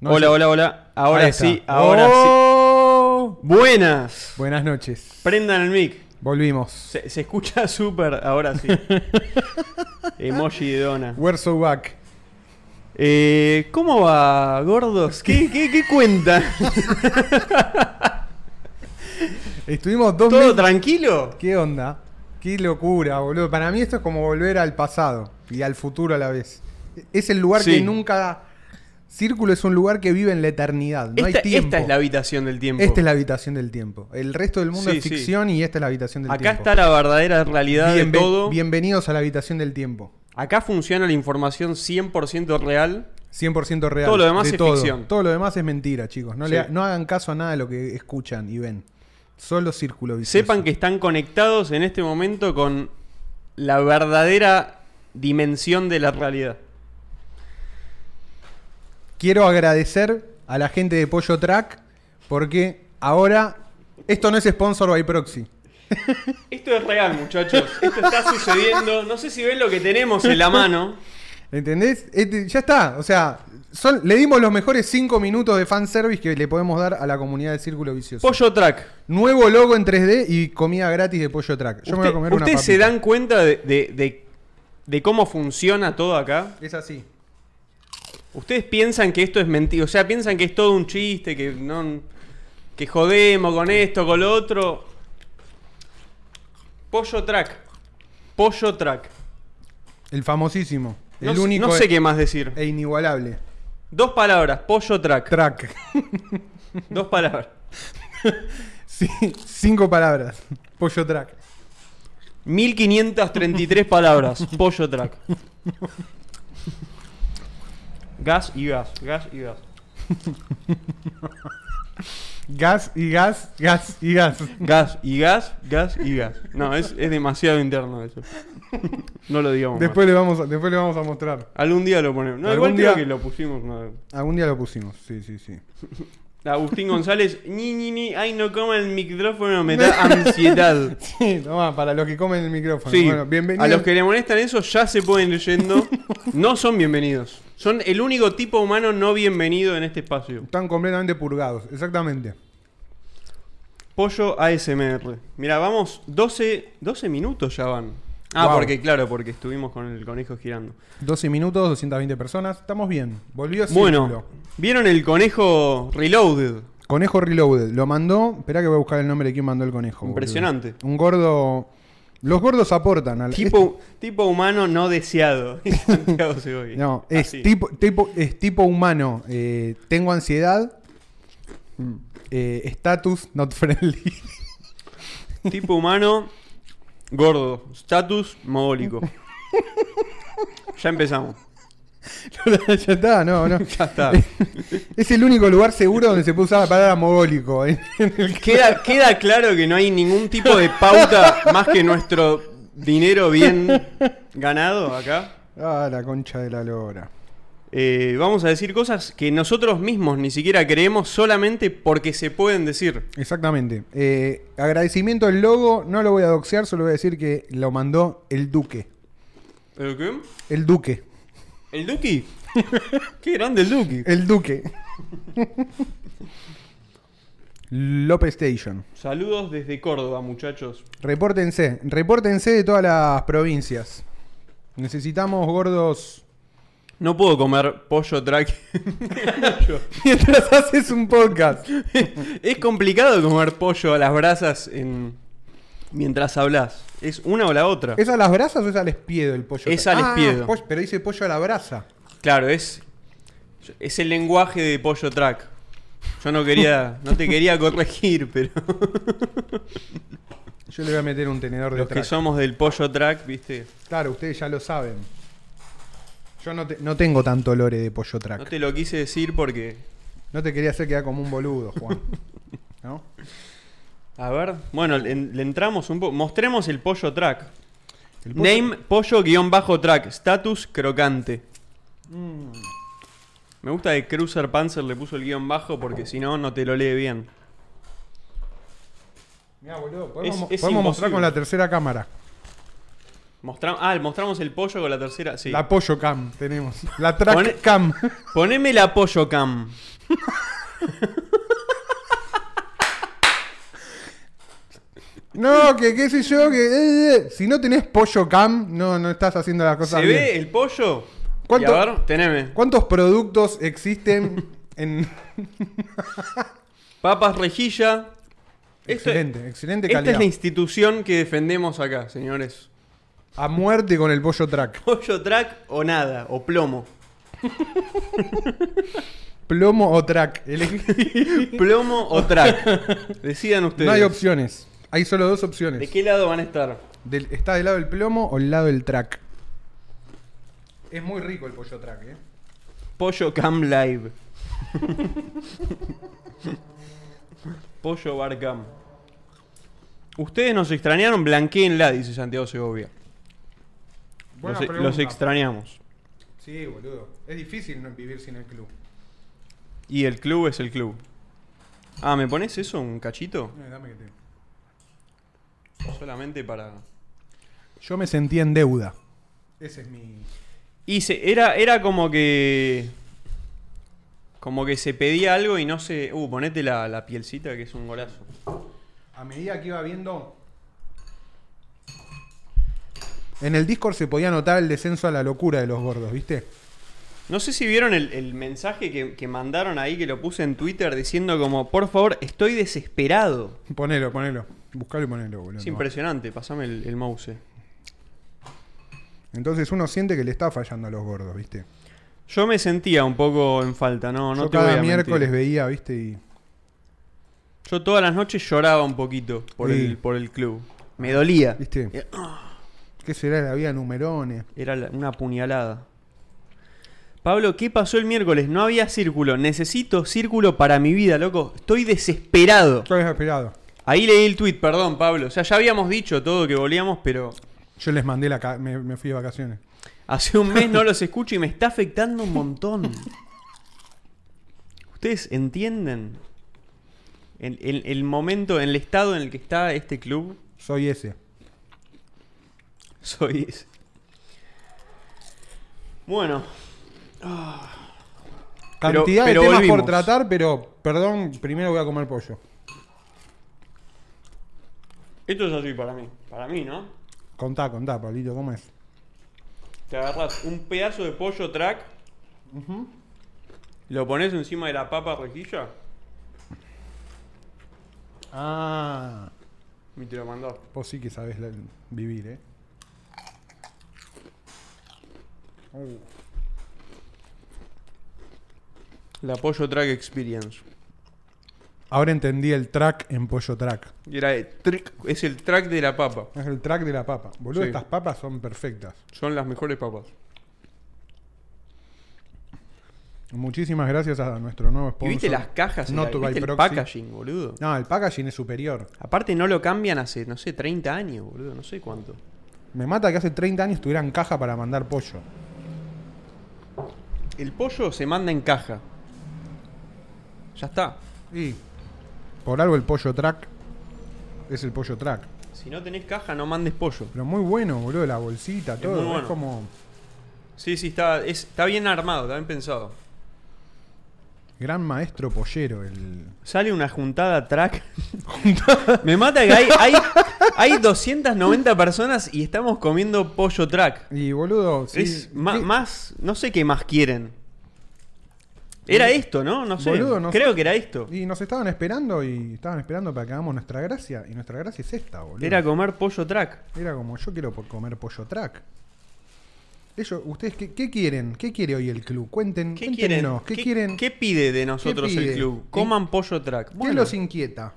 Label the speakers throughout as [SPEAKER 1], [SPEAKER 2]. [SPEAKER 1] No, hola, hola, hola. Ahora sí, ahora
[SPEAKER 2] Oh,
[SPEAKER 1] sí. Buenas.
[SPEAKER 2] Buenas noches.
[SPEAKER 1] Prendan el mic.
[SPEAKER 2] Volvimos.
[SPEAKER 1] Se, se escucha súper ahora sí. Emoji de dona.
[SPEAKER 2] We're so back.
[SPEAKER 1] Eh, ¿Cómo va, gordos? ¿Qué, qué, qué cuentan?
[SPEAKER 2] Estuvimos dos
[SPEAKER 1] ¿Todo
[SPEAKER 2] meses.
[SPEAKER 1] tranquilo?
[SPEAKER 2] ¿Qué onda? Qué locura, boludo. Para mí esto es como volver al pasado y al futuro a la vez. Es el lugar
[SPEAKER 1] Sí.
[SPEAKER 2] que nunca. Círculo es un lugar que vive en la eternidad. No
[SPEAKER 1] esta,
[SPEAKER 2] hay tiempo.
[SPEAKER 1] esta es la habitación del tiempo.
[SPEAKER 2] Esta es la habitación del tiempo. El resto del mundo
[SPEAKER 1] Sí,
[SPEAKER 2] es
[SPEAKER 1] sí.
[SPEAKER 2] ficción y esta es la habitación del
[SPEAKER 1] Acá
[SPEAKER 2] tiempo.
[SPEAKER 1] está la verdadera realidad
[SPEAKER 2] Bienve-
[SPEAKER 1] de todo.
[SPEAKER 2] Bienvenidos a la habitación del tiempo.
[SPEAKER 1] Acá funciona la información 100% real.
[SPEAKER 2] 100% real.
[SPEAKER 1] Todo lo demás
[SPEAKER 2] de
[SPEAKER 1] es ficción.
[SPEAKER 2] Todo lo demás es mentira, chicos. No, le
[SPEAKER 1] Sí.
[SPEAKER 2] ha- no hagan caso a nada de lo que escuchan y ven. Solo círculo vicioso.
[SPEAKER 1] Sepan que están conectados en este momento con la verdadera dimensión de la realidad.
[SPEAKER 2] Quiero agradecer a la gente de Pollo Track porque ahora esto no es sponsor by proxy.
[SPEAKER 1] Esto es real, muchachos. Esto está sucediendo. No sé si ven lo que tenemos en la mano.
[SPEAKER 2] ¿Entendés? Este, ya está. O sea, son- le dimos los mejores 5 minutos de fanservice que le podemos dar a la comunidad de Círculo Vicioso.
[SPEAKER 1] Pollo Track.
[SPEAKER 2] Nuevo logo en 3D y comida gratis de Pollo Track. Yo me voy a
[SPEAKER 1] Usted-
[SPEAKER 2] comer una
[SPEAKER 1] ¿Ustedes se
[SPEAKER 2] papita.
[SPEAKER 1] dan cuenta de, de- de- de cómo funciona todo acá?
[SPEAKER 2] Es así.
[SPEAKER 1] ¿Ustedes piensan que esto es mentira? O sea, piensan que es todo un chiste, que no. que jodemos con esto, con lo otro. Pollo Track. Pollo Track.
[SPEAKER 2] El famosísimo.
[SPEAKER 1] No,
[SPEAKER 2] el
[SPEAKER 1] sé-
[SPEAKER 2] único
[SPEAKER 1] no sé qué más decir.
[SPEAKER 2] e inigualable.
[SPEAKER 1] Dos palabras, pollo track.
[SPEAKER 2] Track.
[SPEAKER 1] Dos palabras.
[SPEAKER 2] Sí, cinco palabras. Pollo track.
[SPEAKER 1] 1533 palabras, pollo track. Gas y gas, gas y gas.
[SPEAKER 2] Gas y gas, gas y gas.
[SPEAKER 1] Gas y gas, gas y gas. No, es, es demasiado interno eso. No lo digamos. más.
[SPEAKER 2] Después le vamos a, después le vamos a mostrar.
[SPEAKER 1] Algún día lo ponemos. No,
[SPEAKER 2] Algún
[SPEAKER 1] igual creo
[SPEAKER 2] día-
[SPEAKER 1] que lo pusimos. no.
[SPEAKER 2] Algún día lo pusimos. Sí, sí, sí.
[SPEAKER 1] Agustín González, ni ni ni, ay no coma el micrófono, me da ansiedad.
[SPEAKER 2] Sí, nomás, para los que comen el micrófono.
[SPEAKER 1] Sí,
[SPEAKER 2] Bueno, bienvenidos.
[SPEAKER 1] a los que le molestan eso ya se pueden ir yendo. No son bienvenidos. Son el único tipo humano no bienvenido en este espacio.
[SPEAKER 2] Están completamente purgados. Exactamente.
[SPEAKER 1] Pollo ASMR. Mira, vamos, 12, 12 minutos ya van. Ah,
[SPEAKER 2] Wow.
[SPEAKER 1] porque claro, porque estuvimos con el conejo girando.
[SPEAKER 2] 12 minutos, 220 personas. Estamos bien. Volvió
[SPEAKER 1] Bueno,
[SPEAKER 2] Círculo.
[SPEAKER 1] ¿vieron el conejo Reloaded?
[SPEAKER 2] Conejo Reloaded. Lo mandó. Espera que voy a buscar el nombre de quién mandó el conejo. boludo.
[SPEAKER 1] Impresionante.
[SPEAKER 2] Un gordo. Los gordos aportan al.
[SPEAKER 1] Tipo, tipo humano no deseado. Santiago Segovia.
[SPEAKER 2] No, es
[SPEAKER 1] Así.
[SPEAKER 2] tipo, tipo- es tipo humano. eh, tengo ansiedad. eh, Status not friendly.
[SPEAKER 1] Tipo humano, gordo. Status mogólico. ya empezamos.
[SPEAKER 2] ya está, no, no.
[SPEAKER 1] Ya está.
[SPEAKER 2] Es el único lugar seguro donde se puede usar la palabra mogólico. eh.
[SPEAKER 1] Queda, queda claro que no hay ningún tipo de pauta más que nuestro dinero bien ganado acá.
[SPEAKER 2] ah, la concha de la lora.
[SPEAKER 1] Eh, vamos a decir cosas que nosotros mismos ni siquiera creemos solamente porque se pueden decir.
[SPEAKER 2] Exactamente. Eh, agradecimiento al logo. No lo voy a doxear, solo voy a decir que lo mandó el Duque.
[SPEAKER 1] ¿El qué?
[SPEAKER 2] El Duque.
[SPEAKER 1] ¿El Duki? ¡Qué grande el Duki!
[SPEAKER 2] El Duque. López Station.
[SPEAKER 1] Saludos desde Córdoba, muchachos.
[SPEAKER 2] Repórtense, repórtense de todas las provincias. Necesitamos gordos.
[SPEAKER 1] No puedo comer pollo track.
[SPEAKER 2] Mientras haces un podcast.
[SPEAKER 1] es complicado comer pollo a las brasas en... mientras hablas. Es una o la otra.
[SPEAKER 2] ¿Es a las brasas o es al espiedo el pollo?
[SPEAKER 1] Es al
[SPEAKER 2] Ah,
[SPEAKER 1] espiedo.
[SPEAKER 2] poll- pero dice pollo a la brasa.
[SPEAKER 1] Claro, es. Es el lenguaje de pollo track. Yo no quería. No te quería corregir, pero.
[SPEAKER 2] Yo le voy a meter un tenedor de
[SPEAKER 1] Los que
[SPEAKER 2] track.
[SPEAKER 1] somos del pollo track, viste.
[SPEAKER 2] Claro, ustedes ya lo saben. Yo no, te- no tengo tanto lore de pollo track. No
[SPEAKER 1] No
[SPEAKER 2] te,
[SPEAKER 1] te lo quise decir porque.
[SPEAKER 2] quería hacer quedar como un boludo, Juan. ¿No?
[SPEAKER 1] A ver. Bueno, le, le entramos un poco. Mostremos el pollo track.
[SPEAKER 2] El pollo-
[SPEAKER 1] Name pollo-track. Status crocante. Me gusta que Cruiser Panzer le puso el guión bajo porque si no, no te lo lee bien.
[SPEAKER 2] Mirá, boludo, podemos,
[SPEAKER 1] Es- es
[SPEAKER 2] podemos
[SPEAKER 1] imposible.
[SPEAKER 2] mostrar con la tercera cámara.
[SPEAKER 1] Mostra- ah, mostramos el pollo con la tercera. Sí.
[SPEAKER 2] La pollo cam tenemos. La track
[SPEAKER 1] Pone-
[SPEAKER 2] cam.
[SPEAKER 1] Poneme la pollo cam.
[SPEAKER 2] No, que qué sé yo, que... eh, eh. Si no tenés pollo cam, no, no estás haciendo las
[SPEAKER 1] ¿Se
[SPEAKER 2] cosas bien.
[SPEAKER 1] ve el pollo?
[SPEAKER 2] ¿Cuánto-
[SPEAKER 1] Y a ver, teneme.
[SPEAKER 2] ¿Cuántos productos existen en...
[SPEAKER 1] Papas rejilla. Esto-
[SPEAKER 2] excelente, excelente
[SPEAKER 1] esta es
[SPEAKER 2] calidad.
[SPEAKER 1] la institución que defendemos acá, señores.
[SPEAKER 2] A muerte con el pollo track.
[SPEAKER 1] Pollo track o nada, o plomo.
[SPEAKER 2] Plomo o track.
[SPEAKER 1] Este
[SPEAKER 2] Elegí-
[SPEAKER 1] Plomo o track. Decidan ustedes.
[SPEAKER 2] No hay opciones. Hay solo dos opciones.
[SPEAKER 1] ¿De qué lado van a estar?
[SPEAKER 2] Del- ¿Está del lado del plomo o del lado del track? Es muy rico el pollo track, ¿eh?
[SPEAKER 1] Pollo Cam Live. Pollo Bar Cam. Ustedes nos extrañaron, blanqueenla, dice Santiago Segovia. Los, e-, los extrañamos.
[SPEAKER 2] Sí, boludo. Es difícil no vivir sin el club.
[SPEAKER 1] Y el club es el club. Ah, ¿me pones eso un cachito?
[SPEAKER 2] Eh,
[SPEAKER 1] Solamente para.
[SPEAKER 2] Yo me sentí en deuda. Ese es mi.
[SPEAKER 1] Y se- era, era como que. Como que se pedía algo y no se. Uh, ponete la, la pielcita que es un golazo.
[SPEAKER 2] A medida que iba viendo. En el Discord se podía notar el descenso a la locura de los gordos, ¿viste?
[SPEAKER 1] No sé si vieron el, el mensaje que, que mandaron ahí, que lo puse en Twitter diciendo como, por favor, estoy desesperado.
[SPEAKER 2] Ponelo, ponelo. Buscalo y ponelo, boludo.
[SPEAKER 1] Es impresionante, pasame el, el mouse.
[SPEAKER 2] Entonces uno siente que le está fallando a los gordos, ¿viste?
[SPEAKER 1] Yo me sentía un poco en falta, no, no
[SPEAKER 2] Yo
[SPEAKER 1] te voy a
[SPEAKER 2] cada
[SPEAKER 1] mentir.
[SPEAKER 2] miércoles veía, ¿viste? Y
[SPEAKER 1] Yo todas las noches lloraba un poquito por,
[SPEAKER 2] Sí.
[SPEAKER 1] el, por el club. Me dolía.
[SPEAKER 2] ¿Viste?
[SPEAKER 1] Eh.
[SPEAKER 2] ¿Qué será la vida de numerones?
[SPEAKER 1] Era la- una puñalada. Pablo, ¿qué pasó el miércoles? No había círculo. Necesito círculo para mi vida, loco. Estoy desesperado.
[SPEAKER 2] Yo esperado.
[SPEAKER 1] Ahí leí el tweet, perdón, Pablo. O sea, ya habíamos dicho todo que volíamos, pero
[SPEAKER 2] Yo les mandé la ca- me, me fui de vacaciones.
[SPEAKER 1] Hace un mes no los escucho y me está afectando un montón. ¿Ustedes entienden el, el- el momento, el estado en el que está este club?
[SPEAKER 2] Soy ese.
[SPEAKER 1] Soy ese. Bueno, Pero-
[SPEAKER 2] Cantidad
[SPEAKER 1] pero
[SPEAKER 2] de temas
[SPEAKER 1] volvimos.
[SPEAKER 2] por tratar, pero perdón, primero voy a comer pollo.
[SPEAKER 1] esto es así para mí. Para mí, ¿no?
[SPEAKER 2] Contá, contá, Pablito, ¿cómo es?
[SPEAKER 1] Te agarras un pedazo de pollo track, lo pones encima de la papa rejilla
[SPEAKER 2] Ah,
[SPEAKER 1] y te lo mandás.
[SPEAKER 2] vos sí que sabés la- vivir, ¿eh? Uh,
[SPEAKER 1] La pollo track experience.
[SPEAKER 2] Ahora entendí el track en pollo track.
[SPEAKER 1] Y era el trick- es el track de la papa.
[SPEAKER 2] Es el track de la papa. Boludo,
[SPEAKER 1] Sí.
[SPEAKER 2] estas papas son perfectas.
[SPEAKER 1] Son las mejores papas.
[SPEAKER 2] Muchísimas gracias a nuestro nuevo
[SPEAKER 1] ¿Y
[SPEAKER 2] sponsor.
[SPEAKER 1] viste las cajas?
[SPEAKER 2] Not
[SPEAKER 1] Era-
[SPEAKER 2] to
[SPEAKER 1] ¿viste
[SPEAKER 2] by
[SPEAKER 1] el
[SPEAKER 2] proxy.
[SPEAKER 1] packaging, boludo.
[SPEAKER 2] No, el packaging es superior.
[SPEAKER 1] Aparte no lo cambian hace, no sé, 30 años, boludo. No sé cuánto.
[SPEAKER 2] Me mata que hace 30 años tuvieran caja para mandar pollo.
[SPEAKER 1] El pollo se manda en caja. Ya está.
[SPEAKER 2] Y por algo el pollo track es el pollo track.
[SPEAKER 1] Si no tenés caja, no mandes pollo.
[SPEAKER 2] Pero muy bueno, boludo, la bolsita, todo.
[SPEAKER 1] muy
[SPEAKER 2] Es,
[SPEAKER 1] bueno.
[SPEAKER 2] como
[SPEAKER 1] Sí, sí, está, es- está bien armado, está bien pensado.
[SPEAKER 2] gran maestro pollero el.
[SPEAKER 1] Sale una juntada track. Me mata que hay, hay, hay 290 personas y estamos comiendo pollo track.
[SPEAKER 2] Y boludo, sí,
[SPEAKER 1] es ma-
[SPEAKER 2] ¿qué-
[SPEAKER 1] más, no sé qué más quieren. Era esto, ¿no? No sé.
[SPEAKER 2] Boludo, no
[SPEAKER 1] Creo
[SPEAKER 2] sé.
[SPEAKER 1] que era esto.
[SPEAKER 2] Y nos estaban esperando y estaban esperando para que hagamos nuestra gracia. Y nuestra gracia es esta, boludo.
[SPEAKER 1] Era comer pollo track.
[SPEAKER 2] Era como yo quiero po- comer pollo track. Ellos, ustedes, ¿qué, qué quieren? ¿Qué quiere hoy el club? Cuenten,
[SPEAKER 1] ¿Qué quieren?
[SPEAKER 2] cuéntenos, ¿Qué, quieren?
[SPEAKER 1] ¿Qué pide de nosotros
[SPEAKER 2] ¿Qué
[SPEAKER 1] el
[SPEAKER 2] pide?
[SPEAKER 1] club? Coman pollo track.
[SPEAKER 2] ¿Qué
[SPEAKER 1] Bueno,
[SPEAKER 2] los inquieta?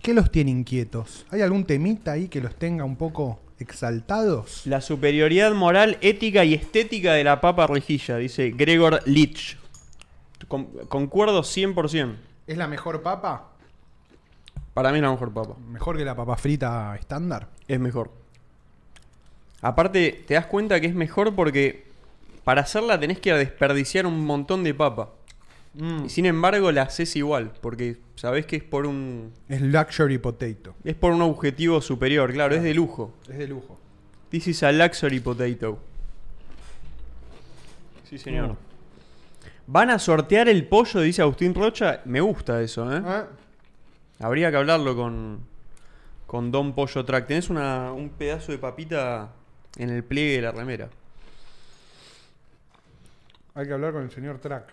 [SPEAKER 2] ¿Qué los tiene inquietos? ¿Hay algún temita ahí que los tenga un poco exaltados?
[SPEAKER 1] la superioridad moral, ética y estética de la papa rejilla, dice Gregor Litch. Con- concuerdo 100%.
[SPEAKER 2] ¿Es la mejor papa?
[SPEAKER 1] Para mí es la mejor papa.
[SPEAKER 2] ¿Mejor que la papa frita estándar?
[SPEAKER 1] Es mejor. Aparte, te das cuenta que es mejor porque para hacerla tenés que desperdiciar un montón de papa. Y sin embargo la haces igual, porque sabés que es por un
[SPEAKER 2] Es luxury potato.
[SPEAKER 1] es por un objetivo superior, claro, es de lujo.
[SPEAKER 2] Es de lujo.
[SPEAKER 1] This is a luxury potato. Sí, señor.
[SPEAKER 2] Mm.
[SPEAKER 1] Van a sortear el pollo, dice Agustín Rocha. Me gusta eso, ¿eh?
[SPEAKER 2] Ah,
[SPEAKER 1] Habría que hablarlo con, con Don Pollo Track. Tenés una, un pedazo de papita en el pliegue de la remera.
[SPEAKER 2] Hay que hablar con el señor Track.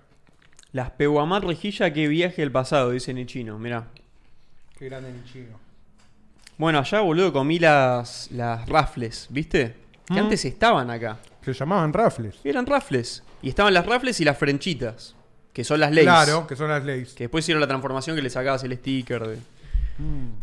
[SPEAKER 1] Las Peguamat Rejilla que viaje el pasado, dice Nichino. Mirá.
[SPEAKER 2] Qué grande el chino.
[SPEAKER 1] Bueno, allá, boludo, comí las, las rafles, ¿viste? Que
[SPEAKER 2] Mm.
[SPEAKER 1] antes estaban acá.
[SPEAKER 2] Se llamaban rafles.
[SPEAKER 1] Eran rafles. Y estaban las rafles y las frenchitas, que son las leyes.
[SPEAKER 2] Claro, que son las leyes.
[SPEAKER 1] Que después hicieron la transformación que le sacabas el sticker. de-
[SPEAKER 2] Mm.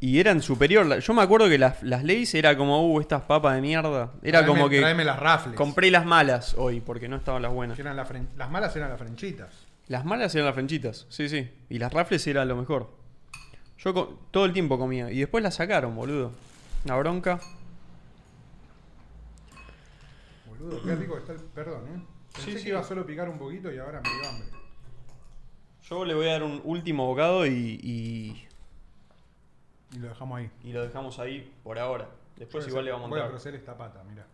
[SPEAKER 1] Y eran superior. la- Yo me acuerdo que las, las leyes era como, uh, estas papas de mierda. Era
[SPEAKER 2] Tráeme-
[SPEAKER 1] como que
[SPEAKER 2] Tráeme las rafles.
[SPEAKER 1] compré las malas hoy porque no estaban las buenas.
[SPEAKER 2] Que eran las fren- las malas eran las frenchitas.
[SPEAKER 1] Las malas eran las frenchitas, sí, sí. Y las rafles era lo mejor. Yo co- todo el tiempo comía. Y después las sacaron, boludo. Una bronca.
[SPEAKER 2] Boludo, qué rico que está el. Perdón, eh. Pensé
[SPEAKER 1] Sí,
[SPEAKER 2] que
[SPEAKER 1] sí.
[SPEAKER 2] iba solo a picar un poquito y ahora me dio hambre.
[SPEAKER 1] Yo le voy a dar un último bocado y, y,
[SPEAKER 2] Y lo dejamos ahí.
[SPEAKER 1] y lo dejamos ahí por ahora. Después
[SPEAKER 2] Voy a
[SPEAKER 1] Pues igual
[SPEAKER 2] hacer-
[SPEAKER 1] le vamos a
[SPEAKER 2] Voy a
[SPEAKER 1] montar.
[SPEAKER 2] cocer esta pata, mira.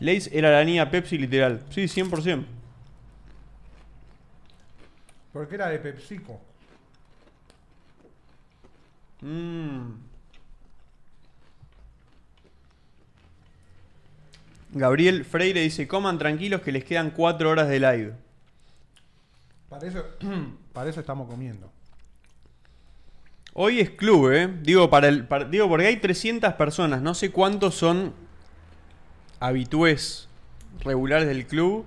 [SPEAKER 1] Lays era la niña Pepsi literal. Sí, 100%.
[SPEAKER 2] Porque era de PepsiCo.
[SPEAKER 1] Mm. Gabriel Freire dice, coman tranquilos que les quedan 4 horas de live.
[SPEAKER 2] Para eso, para eso estamos comiendo.
[SPEAKER 1] Hoy es club, ¿eh? Digo, para el, para- digo, porque hay 300 personas. No sé cuántos son habitués regulares del club.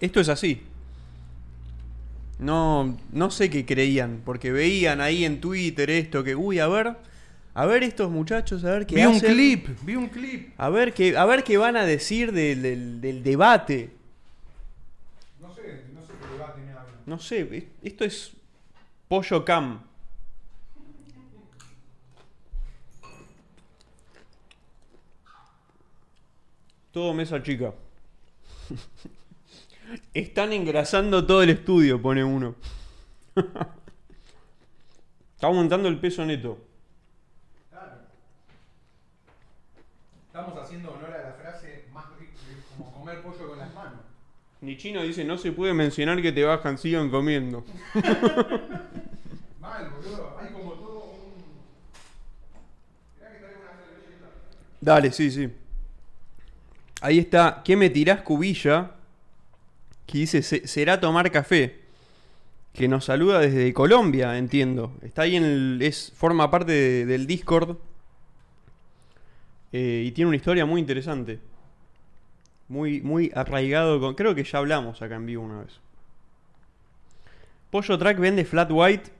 [SPEAKER 1] Esto es así. No, no sé qué creían, porque veían ahí en Twitter esto que, uy, a ver, a ver estos muchachos, a ver qué
[SPEAKER 2] Vi un
[SPEAKER 1] hacen.
[SPEAKER 2] clip, vi un clip.
[SPEAKER 1] A ver qué, a ver qué van a decir del, del- del debate.
[SPEAKER 2] No sé, no sé qué debate ni hablan.
[SPEAKER 1] No sé, es- esto es pollo cam. Todo mesa chica. Están engrasando todo el estudio, pone uno. Está aumentando el peso neto.
[SPEAKER 2] Claro. Estamos haciendo honor a la frase más rica, como comer pollo con las manos.
[SPEAKER 1] Nichino dice, no se puede mencionar que te bajan, sigan comiendo.
[SPEAKER 2] Mal, boludo. Hay como todo un. Mirá que traigo una servilleta.
[SPEAKER 1] Dale, sí, sí. Ahí está. ¿Qué me tirás, Cubilla? Que dice, "Se- será tomar café. Que nos saluda desde Colombia, entiendo. Está ahí en el... Es, forma parte de- del Discord. Eh, y tiene una historia muy interesante. Muy, muy arraigado con... Creo que ya hablamos acá en vivo una vez. Pollo Track vende Flat White.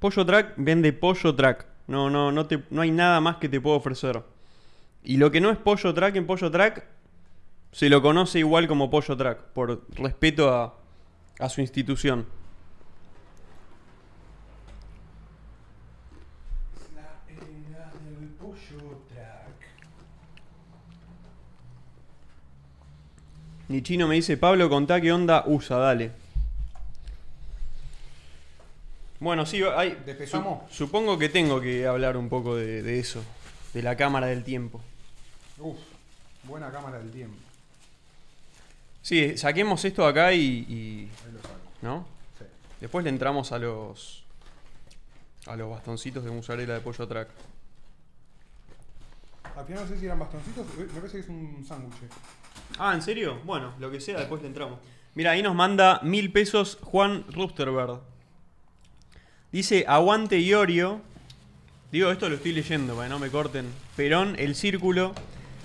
[SPEAKER 1] Pollo Track vende Pollo Track. No, no, no, te, no hay nada más que te puedo ofrecer. Y lo que no es Pollo Track en Pollo Track, se lo conoce igual como Pollo Track, por respeto a, a su institución.
[SPEAKER 2] Es la era del pollo track.
[SPEAKER 1] Nichino me dice, Pablo, contá qué onda usa, dale. Bueno, sí, hay,
[SPEAKER 2] ¿Despejamos?
[SPEAKER 1] su- supongo que tengo que hablar un poco de, de eso, de la cámara del tiempo.
[SPEAKER 2] Uf, buena cámara del tiempo.
[SPEAKER 1] Sí, saquemos esto de acá y- y
[SPEAKER 2] Ahí lo saco.
[SPEAKER 1] ¿no?
[SPEAKER 2] Sí.
[SPEAKER 1] Después le entramos a los. a los bastoncitos de mozzarella de pollo track.
[SPEAKER 2] Al final no sé si eran bastoncitos, eh, me parece que es un sándwich. eh.
[SPEAKER 1] Ah, ¿en serio? Bueno, lo que sea, después le entramos. Mira, ahí nos manda mil pesos Juan Rusterberg. Dice, aguante Iorio. Digo, esto lo estoy leyendo para que no me corten. Perón, el círculo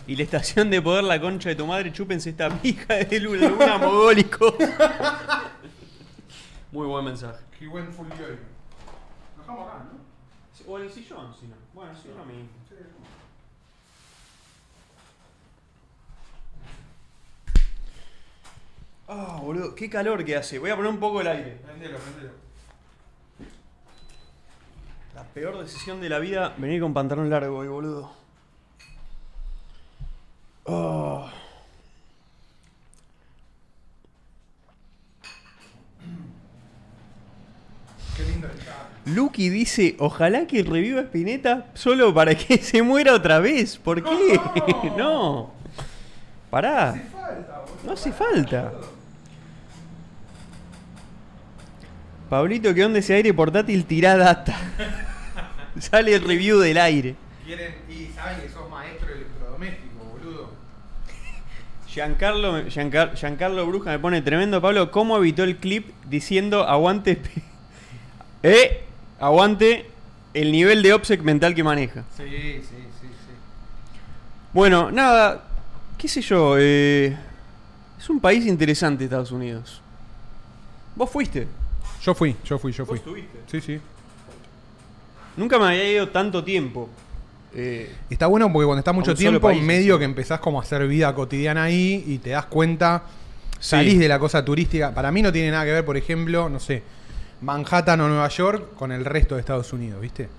[SPEAKER 1] y la estación de poder, la concha de tu madre. Chúpense esta pija de luna, luna mogólico. Muy buen mensaje.
[SPEAKER 2] Qué buen full hoy. Dejamos acá, ¿no?
[SPEAKER 1] O el sillón, si no. Bueno, sí, lo mismo.
[SPEAKER 2] Sí.
[SPEAKER 1] Ah, boludo, qué calor que hace. Voy a poner un poco el aire.
[SPEAKER 2] Prendelo, prendelo.
[SPEAKER 1] La peor decisión de la vida, venir con pantalón largo hoy, boludo. Ah. Lucky dice, ojalá que reviva Spinetta solo para que se muera otra vez. ¿Por qué? No. Pará. No hace falta. Pablito, que onda ese aire portátil? Tirá data. Sale el review del aire.
[SPEAKER 2] Quieren, y saben que sos maestro electrodoméstico, boludo.
[SPEAKER 1] Giancarlo, Giancar- Giancarlo Bruja me pone tremendo, Pablo, cómo evitó el clip diciendo aguante. P-". Eh, aguante el nivel de obsec mental que maneja.
[SPEAKER 2] Sí, sí, sí, sí.
[SPEAKER 1] Bueno, nada, qué sé yo, eh, es un país interesante Estados Unidos. Vos fuiste.
[SPEAKER 2] Yo fui, yo fui, yo fui.
[SPEAKER 1] estuviste.
[SPEAKER 2] Sí, sí.
[SPEAKER 1] Nunca me había ido tanto tiempo. Eh,
[SPEAKER 2] Está bueno porque cuando estás
[SPEAKER 1] A
[SPEAKER 2] mucho
[SPEAKER 1] un solo
[SPEAKER 2] tiempo,
[SPEAKER 1] país,
[SPEAKER 2] medio
[SPEAKER 1] sí.
[SPEAKER 2] que empezás como a hacer vida cotidiana ahí y te das cuenta, salís
[SPEAKER 1] Sí.
[SPEAKER 2] de la cosa turística. Para mí no tiene nada que ver, por ejemplo, no sé, Manhattan o Nueva York con el resto de Estados Unidos, ¿viste?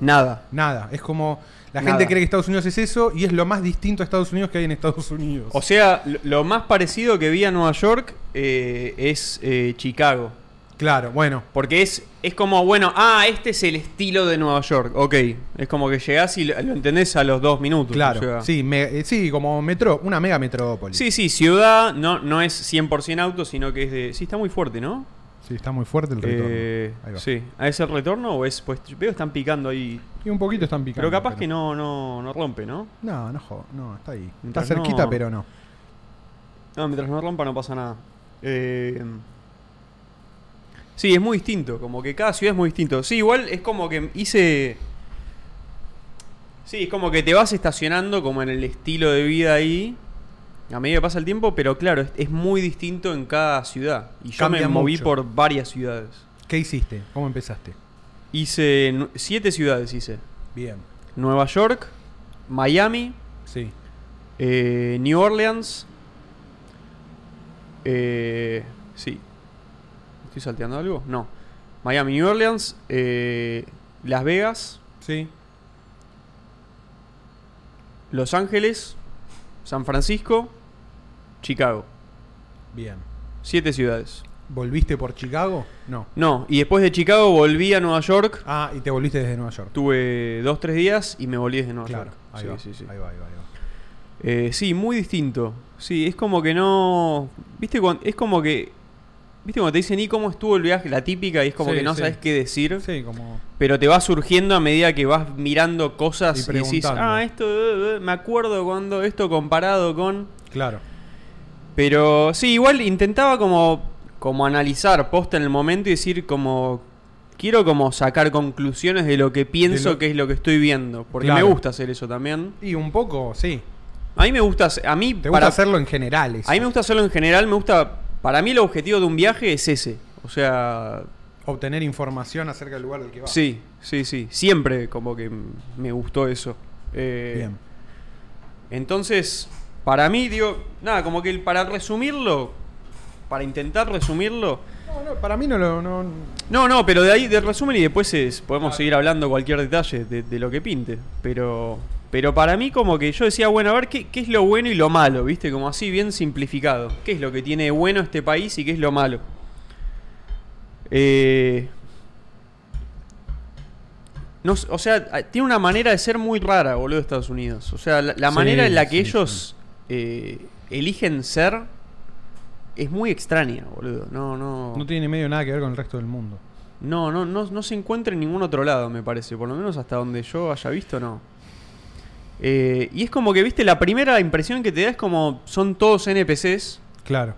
[SPEAKER 1] nada.
[SPEAKER 2] Nada, es como la
[SPEAKER 1] Nada.
[SPEAKER 2] gente cree que Estados Unidos es eso y es lo más distinto a Estados Unidos que hay en Estados Unidos.
[SPEAKER 1] O sea, lo- lo más parecido que vi a Nueva York eh, es eh, Chicago.
[SPEAKER 2] claro, bueno,
[SPEAKER 1] Porque es, es como, bueno, ah, este es el estilo de Nueva York. Ok. Es como que llegás y lo, lo entendés a los dos minutos.
[SPEAKER 2] claro,
[SPEAKER 1] o sea.
[SPEAKER 2] sí, me- eh, sí, como metro, una mega metrópolis.
[SPEAKER 1] Sí, sí, ciudad no, no es 100% auto, sino que es de. Sí, está muy fuerte, ¿no?
[SPEAKER 2] Sí, está muy fuerte el retorno.
[SPEAKER 1] Eh,
[SPEAKER 2] Ahí va.
[SPEAKER 1] sí. ¿Ah, ¿Es el retorno o es.? Pues veo están picando ahí.
[SPEAKER 2] Y un poquito están picando.
[SPEAKER 1] Pero capaz que no, no, no rompe, ¿no?
[SPEAKER 2] No, no, jodo, no, está ahí.
[SPEAKER 1] Mientras
[SPEAKER 2] está cerquita,
[SPEAKER 1] no-
[SPEAKER 2] pero no.
[SPEAKER 1] No, mientras no rompa no pasa nada. Eh, sí, es muy distinto. Como que cada ciudad es muy distinto. Sí, igual es como que hice... Sí, es como que te vas estacionando como en el estilo de vida ahí. A medida que pasa el tiempo, pero claro, es, es muy distinto en cada ciudad. Y yo
[SPEAKER 2] Cambia
[SPEAKER 1] me moví
[SPEAKER 2] mucho.
[SPEAKER 1] por varias ciudades.
[SPEAKER 2] ¿Qué hiciste? ¿Cómo empezaste?
[SPEAKER 1] Hice nu- siete ciudades, hice.
[SPEAKER 2] Bien,
[SPEAKER 1] Nueva York, Miami,
[SPEAKER 2] sí.
[SPEAKER 1] Eh, New Orleans. Eh, sí. ¿Estoy salteando algo? No. Miami, New Orleans. eh, Las Vegas.
[SPEAKER 2] Sí.
[SPEAKER 1] Los Ángeles. San Francisco. Chicago.
[SPEAKER 2] Bien.
[SPEAKER 1] Siete ciudades.
[SPEAKER 2] ¿Volviste por Chicago? No.
[SPEAKER 1] No, y después de Chicago volví a Nueva York.
[SPEAKER 2] Ah, y te volviste desde Nueva York.
[SPEAKER 1] Tuve dos, tres días y me volví desde Nueva
[SPEAKER 2] claro.
[SPEAKER 1] York.
[SPEAKER 2] Ahí,
[SPEAKER 1] Sí,
[SPEAKER 2] va.
[SPEAKER 1] sí, sí.
[SPEAKER 2] ahí va, ahí va, ahí va.
[SPEAKER 1] Eh, sí, muy distinto. Sí, es como que no. ¿Viste? cuan- es como que. ¿Viste cuando te dicen, ¿y cómo estuvo el viaje? La típica, y es como
[SPEAKER 2] Sí,
[SPEAKER 1] que no
[SPEAKER 2] sí.
[SPEAKER 1] sabes qué decir.
[SPEAKER 2] Sí, como.
[SPEAKER 1] Pero te va surgiendo a medida que vas mirando
[SPEAKER 2] Y
[SPEAKER 1] cosas y, decís,
[SPEAKER 2] preguntando.
[SPEAKER 1] ah, esto, eh, eh, me acuerdo cuando esto comparado con.
[SPEAKER 2] Claro.
[SPEAKER 1] Pero sí, igual intentaba como, como analizar posta en el momento y decir, como. Quiero como sacar conclusiones de lo que pienso
[SPEAKER 2] lo-
[SPEAKER 1] que es lo que estoy viendo. Porque
[SPEAKER 2] Claro.
[SPEAKER 1] me gusta hacer eso también.
[SPEAKER 2] Y un poco, sí.
[SPEAKER 1] A mí me gusta. hacer- A mí,
[SPEAKER 2] Te gusta
[SPEAKER 1] para,
[SPEAKER 2] hacerlo en general. eso.
[SPEAKER 1] A mí me gusta hacerlo en general, me gusta. Para mí el objetivo de un viaje es ese. O sea.
[SPEAKER 2] Ah. Obtener información acerca del lugar del que vas.
[SPEAKER 1] Sí, sí, sí. Siempre como que m- me gustó eso. Eh,
[SPEAKER 2] Bien.
[SPEAKER 1] Entonces, para mí, digo, nada, como que el- para resumirlo, para intentar resumirlo.
[SPEAKER 2] No, no, para mí no lo. No,
[SPEAKER 1] No, no, pero de ahí, de resumen y después es- podemos seguir hablando cualquier detalle de, de lo que pinte. Pero. Pero para mí como que yo decía, bueno, a ver qué, qué es lo bueno y lo malo, ¿viste? Como así, bien simplificado. ¿Qué es lo que tiene de bueno este país y qué es lo malo? Eh, no s- o sea, a- tiene una manera de ser muy rara, boludo, Estados Unidos. O sea, la, la
[SPEAKER 2] Sí,
[SPEAKER 1] manera en la que
[SPEAKER 2] sí,
[SPEAKER 1] ellos eh, eligen ser es muy extraña, boludo. No, no.
[SPEAKER 2] no tiene medio nada que ver con el resto del mundo.
[SPEAKER 1] No, no, no, no se encuentra en ningún otro lado, me parece. Por lo menos hasta donde yo haya visto, no. Eh, y es como que, viste, la primera impresión que te da es como son todos NPCs,
[SPEAKER 2] Claro.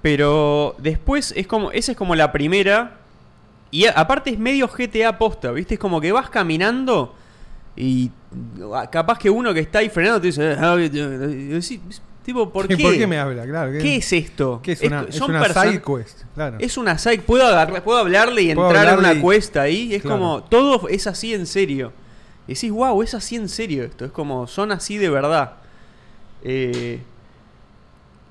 [SPEAKER 1] pero después es como, esa es como la primera. Y a- aparte es medio GTA posta, viste, es como que vas caminando y ah, capaz que uno que está ahí frenado te dice, "Ah, eh, eh", y decís, tipo, ¿por
[SPEAKER 2] Sí,
[SPEAKER 1] qué?
[SPEAKER 2] ¿Por qué me habla? Claro. ¿Qué,
[SPEAKER 1] ¿Qué es esto?
[SPEAKER 2] qué es una,
[SPEAKER 1] Esto-
[SPEAKER 2] es
[SPEAKER 1] son
[SPEAKER 2] una
[SPEAKER 1] person-
[SPEAKER 2] side quest? Claro.
[SPEAKER 1] es una side, puedo, agarrar- puedo hablarle y
[SPEAKER 2] Puedo
[SPEAKER 1] entrar a una
[SPEAKER 2] hablarle y-
[SPEAKER 1] cuesta ahí. Es
[SPEAKER 2] Claro.
[SPEAKER 1] como, todo es así en serio. Y decís, wow, es así en serio esto. Es como, son así de verdad. Eh,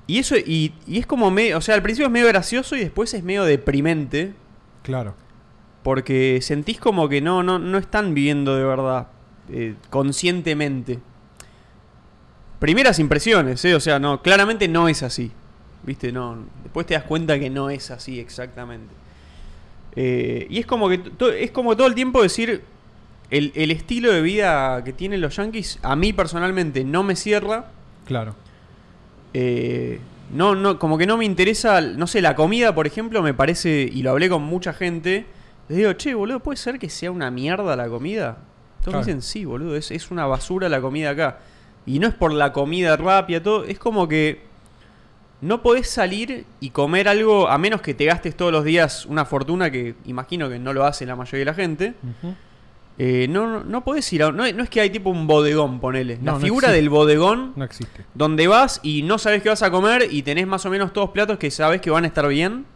[SPEAKER 1] y eso, y, y es como, me, o sea, al principio es medio gracioso y después es medio deprimente.
[SPEAKER 2] Claro.
[SPEAKER 1] Porque sentís como que no, no, no están viviendo de verdad, eh, conscientemente. Primeras impresiones, ¿eh? O sea, no, claramente no es así. ¿Viste? No, después te das cuenta que no es así exactamente. Eh, y es como que to- es como todo el tiempo decir el, el estilo de vida que tienen los Yankees a mí personalmente no me cierra.
[SPEAKER 2] Claro.
[SPEAKER 1] Eh, no, no, como que no me interesa, no sé, la comida, por ejemplo, me parece, y lo hablé con mucha gente, les digo, che, boludo, ¿puede ser que sea una mierda la comida? Todos me
[SPEAKER 2] Claro.
[SPEAKER 1] dicen, sí, boludo, es, es una basura la comida acá. Y no es por la comida rápida, todo, es como que no podés salir y comer algo, a menos que te gastes todos los días una fortuna que imagino que no lo hace la mayoría de la gente. Eh, no, no, no podés ir a. No, es- no es que hay tipo un bodegón, ponele.
[SPEAKER 2] No,
[SPEAKER 1] la
[SPEAKER 2] no
[SPEAKER 1] figura
[SPEAKER 2] existe.
[SPEAKER 1] del bodegón
[SPEAKER 2] No existe.
[SPEAKER 1] donde vas y no sabes qué vas a comer y tenés más o menos todos platos que sabes que van a estar bien,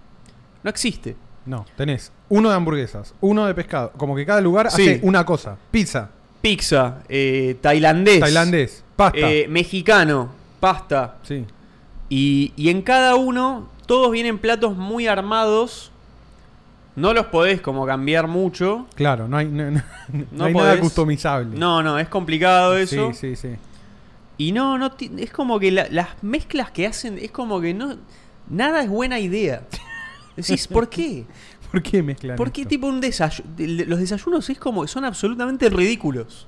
[SPEAKER 1] no existe.
[SPEAKER 2] No. Tenés uno de hamburguesas, uno de pescado. Como que cada lugar
[SPEAKER 1] Sí.
[SPEAKER 2] hace una cosa. Pizza,
[SPEAKER 1] Pizza, eh, tailandés,
[SPEAKER 2] tailandés, pasta.
[SPEAKER 1] eh, mexicano, pasta.
[SPEAKER 2] sí.
[SPEAKER 1] Y, y en cada uno, todos vienen platos muy armados. No los podés como cambiar mucho.
[SPEAKER 2] Claro, no hay, no, no- no
[SPEAKER 1] No
[SPEAKER 2] hay nada
[SPEAKER 1] podés.
[SPEAKER 2] customizable.
[SPEAKER 1] No, no, es complicado eso.
[SPEAKER 2] Sí, sí, sí.
[SPEAKER 1] Y no, no ti- es como que la- las mezclas que hacen, es como que no. Nada es buena idea. Decís, ¿por qué?
[SPEAKER 2] ¿Por qué mezclan?
[SPEAKER 1] ¿Por qué
[SPEAKER 2] esto?
[SPEAKER 1] tipo un desayuno? Los desayunos es como son absolutamente ridículos.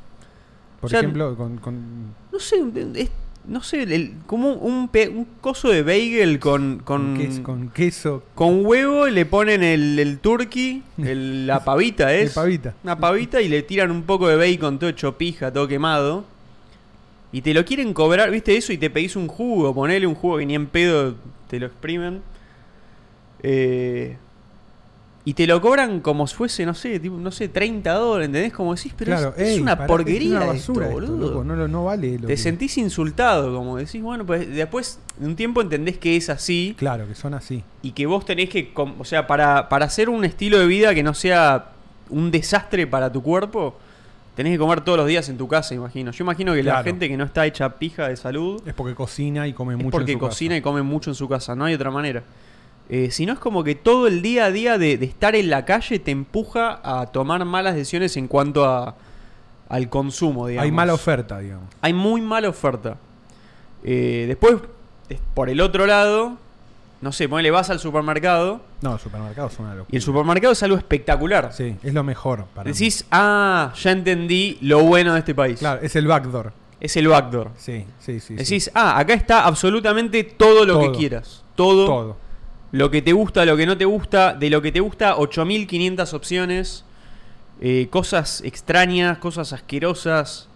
[SPEAKER 2] Por
[SPEAKER 1] o sea,
[SPEAKER 2] ejemplo, con, con-
[SPEAKER 1] No sé, es- no sé, el- como un, pe- un coso de bagel con
[SPEAKER 2] con
[SPEAKER 1] con,
[SPEAKER 2] queso, con queso
[SPEAKER 1] con huevo y le ponen el, el turkey, el- la pavita
[SPEAKER 2] de
[SPEAKER 1] es.
[SPEAKER 2] pavita.
[SPEAKER 1] Una pavita y le tiran un poco de bacon todo hecho pija, todo quemado. Y te lo quieren cobrar, viste eso, y te pedís un jugo, ponele un jugo que ni en pedo te lo exprimen. Eh, y te lo cobran como si fuese, no sé, tipo, no sé, 30 dólares, ¿entendés? Como decís, pero
[SPEAKER 2] claro,
[SPEAKER 1] es, es
[SPEAKER 2] ey,
[SPEAKER 1] una
[SPEAKER 2] pará,
[SPEAKER 1] porquería
[SPEAKER 2] Es una
[SPEAKER 1] esto,
[SPEAKER 2] basura esto,
[SPEAKER 1] boludo.
[SPEAKER 2] loco, no, lo- no vale. Lo
[SPEAKER 1] te
[SPEAKER 2] que-
[SPEAKER 1] sentís insultado, como decís, bueno, pues después de un tiempo entendés que es así
[SPEAKER 2] Claro, que son así.
[SPEAKER 1] y que vos tenés que, com- o sea, para, para hacer un estilo de vida que no sea un desastre para tu cuerpo, tenés que comer todos los días en tu casa, imagino. Yo imagino que la
[SPEAKER 2] Claro.
[SPEAKER 1] gente que no está hecha pija de salud
[SPEAKER 2] Es porque cocina y come
[SPEAKER 1] es
[SPEAKER 2] mucho.
[SPEAKER 1] porque
[SPEAKER 2] en su casa.
[SPEAKER 1] cocina y come mucho en su casa, no hay otra manera. Eh, si no es como que todo el día a día de, de estar en la calle te empuja a tomar malas decisiones en cuanto a, al consumo, digamos.
[SPEAKER 2] Hay mala oferta, digamos.
[SPEAKER 1] Hay muy mala oferta. Eh, después, es- por el otro lado, no sé, ponele, vas al supermercado
[SPEAKER 2] No, los supermercados son una locura.
[SPEAKER 1] y el supermercado es algo espectacular.
[SPEAKER 2] Sí, es lo mejor para mí.
[SPEAKER 1] Decís, ah, ya entendí lo bueno de este país.
[SPEAKER 2] Claro, es el backdoor.
[SPEAKER 1] Es el backdoor.
[SPEAKER 2] Sí, sí, sí. sí.
[SPEAKER 1] Decís, ah, acá está absolutamente todo lo
[SPEAKER 2] Todo.
[SPEAKER 1] que quieras. Todo,
[SPEAKER 2] todo.
[SPEAKER 1] Lo que te gusta, lo que no te gusta. De lo que te gusta, 8500 opciones. eh, cosas extrañas, cosas asquerosas,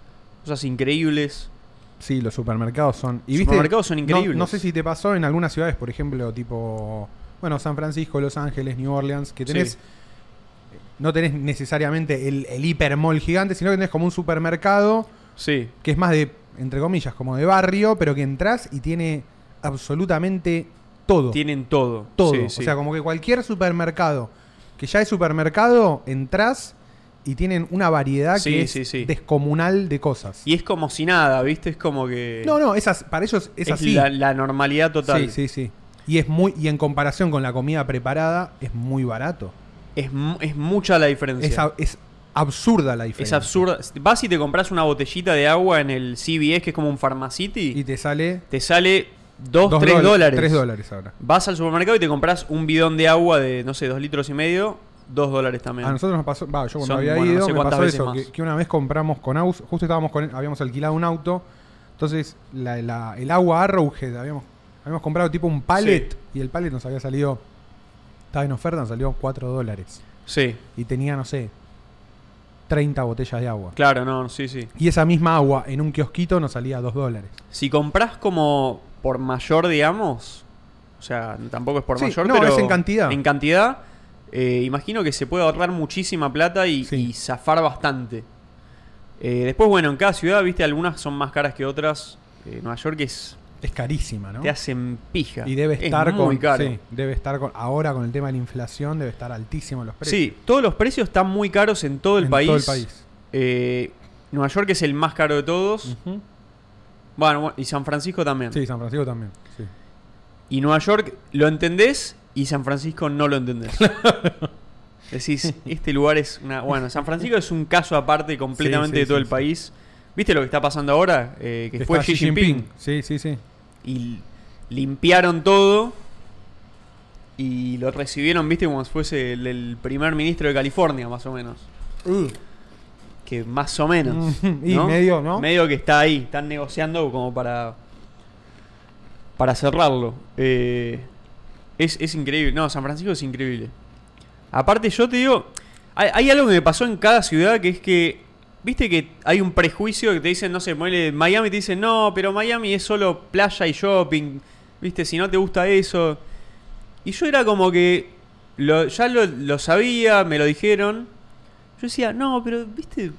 [SPEAKER 1] cosas increíbles.
[SPEAKER 2] Sí, los supermercados son. Y
[SPEAKER 1] Los
[SPEAKER 2] viste,
[SPEAKER 1] supermercados son
[SPEAKER 2] no-
[SPEAKER 1] increíbles.
[SPEAKER 2] No, sé si te pasó en algunas ciudades, por ejemplo, tipo. Bueno, San Francisco, Los Ángeles, New Orleans, que tenés.
[SPEAKER 1] Sí.
[SPEAKER 2] No tenés necesariamente el, el hipermall gigante, sino que tenés como un supermercado
[SPEAKER 1] Sí.
[SPEAKER 2] que es más de, entre comillas, como de barrio, pero que entras y tiene absolutamente todo.
[SPEAKER 1] Tienen todo.
[SPEAKER 2] todo.
[SPEAKER 1] Sí,
[SPEAKER 2] o
[SPEAKER 1] sí.
[SPEAKER 2] sea, como que cualquier supermercado que ya es supermercado, entras y tienen una variedad
[SPEAKER 1] Sí,
[SPEAKER 2] que es
[SPEAKER 1] sí, sí.
[SPEAKER 2] descomunal de cosas.
[SPEAKER 1] Y es como si nada, ¿viste? Es como que.
[SPEAKER 2] no, no, esas, para ellos es,
[SPEAKER 1] es
[SPEAKER 2] así.
[SPEAKER 1] la, la normalidad total.
[SPEAKER 2] Sí, sí, sí. Y es muy, y en comparación con la comida preparada, es muy barato.
[SPEAKER 1] Es, mu- es mucha la diferencia.
[SPEAKER 2] Es, ab- es absurda la
[SPEAKER 1] Es
[SPEAKER 2] diferencia.
[SPEAKER 1] absurdo. Vas y te compras una botellita de agua en el CVS, que es como un
[SPEAKER 2] Y
[SPEAKER 1] Pharmacity,
[SPEAKER 2] te sale
[SPEAKER 1] te sale 2,
[SPEAKER 2] dos
[SPEAKER 1] 3
[SPEAKER 2] dola-
[SPEAKER 1] dólares.
[SPEAKER 2] Tres dólares ahora.
[SPEAKER 1] Vas al supermercado y te compras un bidón de agua de, no sé, 2 litros y medio, 2 dólares también.
[SPEAKER 2] A nosotros nos pasó, va, yo cuando
[SPEAKER 1] Son,
[SPEAKER 2] había
[SPEAKER 1] bueno, no
[SPEAKER 2] ido,
[SPEAKER 1] sé
[SPEAKER 2] me
[SPEAKER 1] cuántas
[SPEAKER 2] pasó
[SPEAKER 1] veces
[SPEAKER 2] eso,
[SPEAKER 1] más.
[SPEAKER 2] que, que una vez compramos con Aus, justo estábamos con, habíamos alquilado un auto, entonces la- la- el agua Arrowhead, habíamos, habíamos comprado tipo un pallet
[SPEAKER 1] Sí.
[SPEAKER 2] y el pallet nos había salido, estaba en oferta, nos salió 4 dólares
[SPEAKER 1] Sí,
[SPEAKER 2] y tenía, no sé, 30 botellas de agua.
[SPEAKER 1] claro, no, sí, sí.
[SPEAKER 2] Y esa misma agua en un kiosquito nos salía 2 dólares.
[SPEAKER 1] Si compras como por mayor, digamos, o sea, tampoco es por
[SPEAKER 2] Sí,
[SPEAKER 1] mayor,
[SPEAKER 2] no,
[SPEAKER 1] pero
[SPEAKER 2] es en cantidad.
[SPEAKER 1] En cantidad, eh, imagino que se puede ahorrar muchísima plata y,
[SPEAKER 2] Sí.
[SPEAKER 1] y zafar bastante. Eh, después, bueno, en cada ciudad, viste, algunas son más caras que otras. Eh, Nueva York es
[SPEAKER 2] Es carísima, ¿no?
[SPEAKER 1] Te hacen pija.
[SPEAKER 2] Y debe
[SPEAKER 1] Es
[SPEAKER 2] estar
[SPEAKER 1] muy
[SPEAKER 2] con,
[SPEAKER 1] caro.
[SPEAKER 2] sí, debe estar con, ahora con el tema de la inflación, debe estar altísimo los precios.
[SPEAKER 1] Sí, todos los precios están muy caros en todo el
[SPEAKER 2] En
[SPEAKER 1] país.
[SPEAKER 2] todo el país.
[SPEAKER 1] Eh, Nueva York es el más caro de todos.
[SPEAKER 2] Ujú.
[SPEAKER 1] Bueno, bueno, y San Francisco también.
[SPEAKER 2] Sí, San Francisco también. Sí.
[SPEAKER 1] Y Nueva York lo entendés y San Francisco no lo entendés. Decís, este lugar es una. Bueno, San Francisco es un caso aparte completamente
[SPEAKER 2] Sí, sí,
[SPEAKER 1] de todo
[SPEAKER 2] sí,
[SPEAKER 1] el
[SPEAKER 2] sí.
[SPEAKER 1] país. ¿Viste lo que está pasando ahora? Eh, que, fue
[SPEAKER 2] está
[SPEAKER 1] Xi Jinping.
[SPEAKER 2] Sí, sí, sí.
[SPEAKER 1] Y limpiaron todo. y lo recibieron, viste, como si fuese el, el primer ministro de California, más o menos. Uh. Que más o menos.
[SPEAKER 2] Y medio, ¿no?
[SPEAKER 1] Medio que está ahí, están negociando como para. para cerrarlo. Eh, es, es increíble. No, San Francisco es increíble. Aparte, yo te digo. Hay, hay algo que me pasó en cada ciudad que es que. Viste que hay un prejuicio que te dicen, no sé, ponele, Miami te dicen, no, pero Miami es solo playa y shopping. Viste, si no te gusta eso. Y yo era como que lo- ya lo, lo sabía, me lo dijeron. Yo decía, no, pero viste,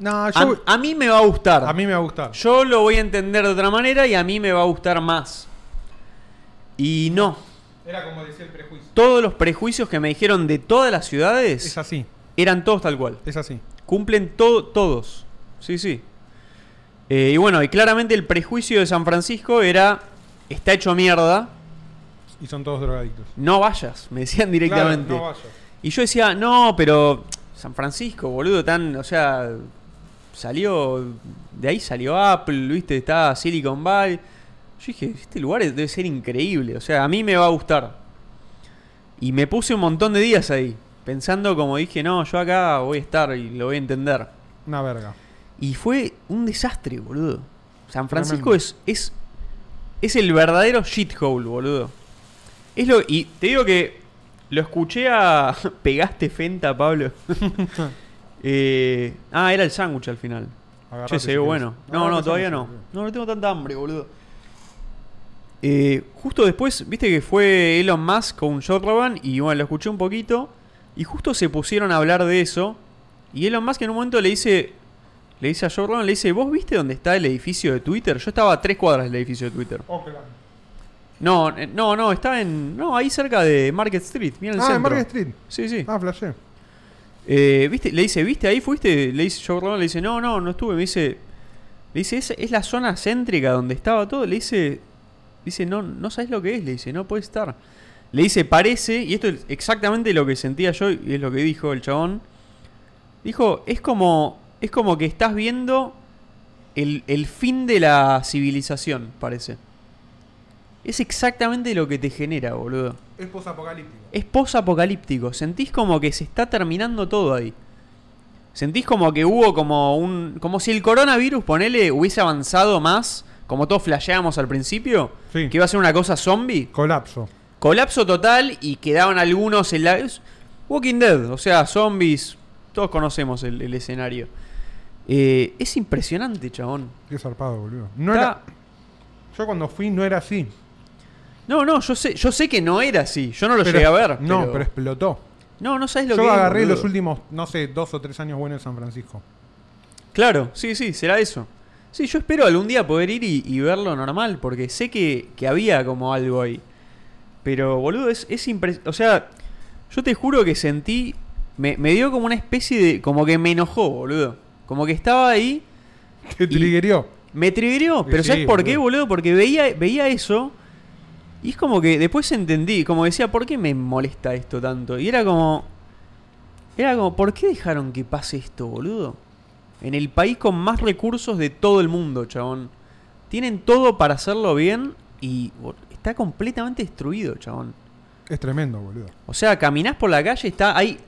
[SPEAKER 2] No, yo.
[SPEAKER 1] a, a mí me va a gustar.
[SPEAKER 2] A mí me va a gustar.
[SPEAKER 1] Yo lo voy a entender de otra manera y a mí me va a gustar más. Y no,
[SPEAKER 2] Era como decía el prejuicio.
[SPEAKER 1] todos los prejuicios que me dijeron de todas las ciudades
[SPEAKER 2] Es así,
[SPEAKER 1] eran todos tal cual.
[SPEAKER 2] es así.
[SPEAKER 1] Cumplen to- todos. Sí, sí. Eh, y bueno, y claramente el prejuicio de San Francisco era, está hecho mierda,
[SPEAKER 2] Y son todos drogadictos.
[SPEAKER 1] no vayas, me decían directamente.
[SPEAKER 2] Claro, no vayas.
[SPEAKER 1] Y yo decía, no, pero San Francisco, boludo, tan, o sea, salió, de ahí salió Apple, viste, está Silicon Valley. Yo dije, este lugar debe ser increíble, o sea, a mí me va a gustar. Y me puse un montón de días ahí, pensando como dije, no, yo acá voy a estar y lo voy a entender.
[SPEAKER 2] Una verga.
[SPEAKER 1] Y fue un desastre, boludo. San
[SPEAKER 2] Tremendo.
[SPEAKER 1] Francisco es, es. Es el verdadero shithole, boludo. Es lo. Y te digo que. Lo escuché a. Pegaste Fenta, Pablo. Eh, ah, era el sándwich al final.
[SPEAKER 2] Agarrate
[SPEAKER 1] Che, se
[SPEAKER 2] si
[SPEAKER 1] ve
[SPEAKER 2] querés.
[SPEAKER 1] bueno. No, no,
[SPEAKER 2] agarrate
[SPEAKER 1] todavía
[SPEAKER 2] si
[SPEAKER 1] no.
[SPEAKER 2] querés.
[SPEAKER 1] No, no tengo tanta hambre, boludo. Eh, justo después, viste que fue Elon Musk con Joe Rogan y bueno, lo escuché un poquito y justo se pusieron a hablar de eso y Elon Musk en un momento le dice, le dice a Joe Rogan, le dice, ¿vos viste dónde está el edificio de Twitter? Yo estaba a tres cuadras del edificio de Twitter.
[SPEAKER 2] Oakland.
[SPEAKER 1] No, eh, no, no, está en, no, ahí cerca de Market Street, mira el
[SPEAKER 2] Ah,
[SPEAKER 1] centro.
[SPEAKER 2] en Market Street.
[SPEAKER 1] Sí, sí.
[SPEAKER 2] Ah, flashé.
[SPEAKER 1] Eh, ¿viste? Le dice, ¿viste ahí? ¿Fuiste? Le dice, Joe Rogan le dice, no, no, no estuve. Me dice, le dice, es, es la zona céntrica donde estaba todo. Le dice, dice, no, no sabes lo que es. Le dice, no puede estar. Le dice, parece, y esto es exactamente lo que sentía yo y es lo que dijo el chabón. Dijo, es como, es como que estás viendo el, el fin de la civilización, parece. Es exactamente lo que te genera, boludo.
[SPEAKER 2] Es posapocalíptico.
[SPEAKER 1] Es posapocalíptico. Sentís como que se está terminando todo ahí. Sentís como que hubo como un. como si el coronavirus, ponele, hubiese avanzado más, como todos flasheábamos al principio,
[SPEAKER 2] Sí.
[SPEAKER 1] que iba a ser una cosa zombie.
[SPEAKER 2] Colapso.
[SPEAKER 1] Colapso total y quedaban algunos en la. es Walking Dead, o sea, zombies. Todos conocemos el, el escenario. Eh, es impresionante, chabón.
[SPEAKER 2] Qué zarpado, boludo. No
[SPEAKER 1] Está-
[SPEAKER 2] era, yo cuando fui no era así.
[SPEAKER 1] No, no, yo sé, yo sé que no era así. Yo no lo
[SPEAKER 2] Pero-
[SPEAKER 1] llegué a ver.
[SPEAKER 2] No, pero, explotó.
[SPEAKER 1] No, no sabes lo que
[SPEAKER 2] Yo
[SPEAKER 1] es,
[SPEAKER 2] agarré los
[SPEAKER 1] boludo.
[SPEAKER 2] últimos, no sé, dos o tres años buenos en San Francisco.
[SPEAKER 1] Claro, sí, sí, será eso. Sí, yo espero algún día poder ir y, y verlo normal, porque sé que, que había como algo ahí. Pero, boludo, es, es impres- O sea, yo te juro que sentí. Me, me dio como una especie de. Como que me enojó, boludo. Como que estaba ahí.
[SPEAKER 2] Te
[SPEAKER 1] Y-
[SPEAKER 2] triggerió.
[SPEAKER 1] Me triggerió,
[SPEAKER 2] Sí,
[SPEAKER 1] pero ¿sabes
[SPEAKER 2] sí,
[SPEAKER 1] por
[SPEAKER 2] boludo.
[SPEAKER 1] qué, boludo? Porque veía, veía eso. Y es como que después entendí, como decía, ¿por qué me molesta esto tanto? Y era como. Era como, ¿por qué dejaron que pase esto, boludo? En el país con más recursos de todo el mundo, chabón. Tienen todo para hacerlo bien y bol- está completamente destruido, chabón.
[SPEAKER 2] Es tremendo, boludo.
[SPEAKER 1] O sea, caminás por la calle, está ahí.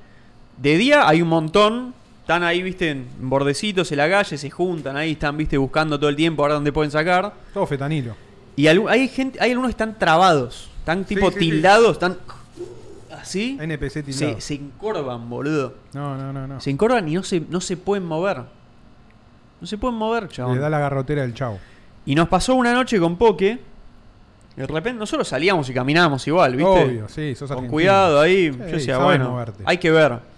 [SPEAKER 1] De día hay un montón. Están ahí, viste, en bordecitos en la calle, se juntan ahí, están, viste, buscando todo el tiempo ahora dónde pueden sacar.
[SPEAKER 2] Todo fetanilo.
[SPEAKER 1] Y algu- hay gente, hay algunos que están trabados, están tipo
[SPEAKER 2] sí, sí.
[SPEAKER 1] tildados, están así.
[SPEAKER 2] NPC tildado.
[SPEAKER 1] Se, se encorvan, boludo.
[SPEAKER 2] No, no, no, no.
[SPEAKER 1] Se encorvan y no se, no se pueden mover. No se pueden mover,
[SPEAKER 2] Le da
[SPEAKER 1] chabón.
[SPEAKER 2] la garrotera del chavo.
[SPEAKER 1] Y nos pasó una noche con Poke. De repente nosotros salíamos y caminábamos igual, ¿viste?
[SPEAKER 2] Obvio, sí, sos
[SPEAKER 1] Con
[SPEAKER 2] argentino.
[SPEAKER 1] cuidado ahí. Yo
[SPEAKER 2] Sí,
[SPEAKER 1] decía,
[SPEAKER 2] saben
[SPEAKER 1] bueno,
[SPEAKER 2] moverte.
[SPEAKER 1] hay que ver.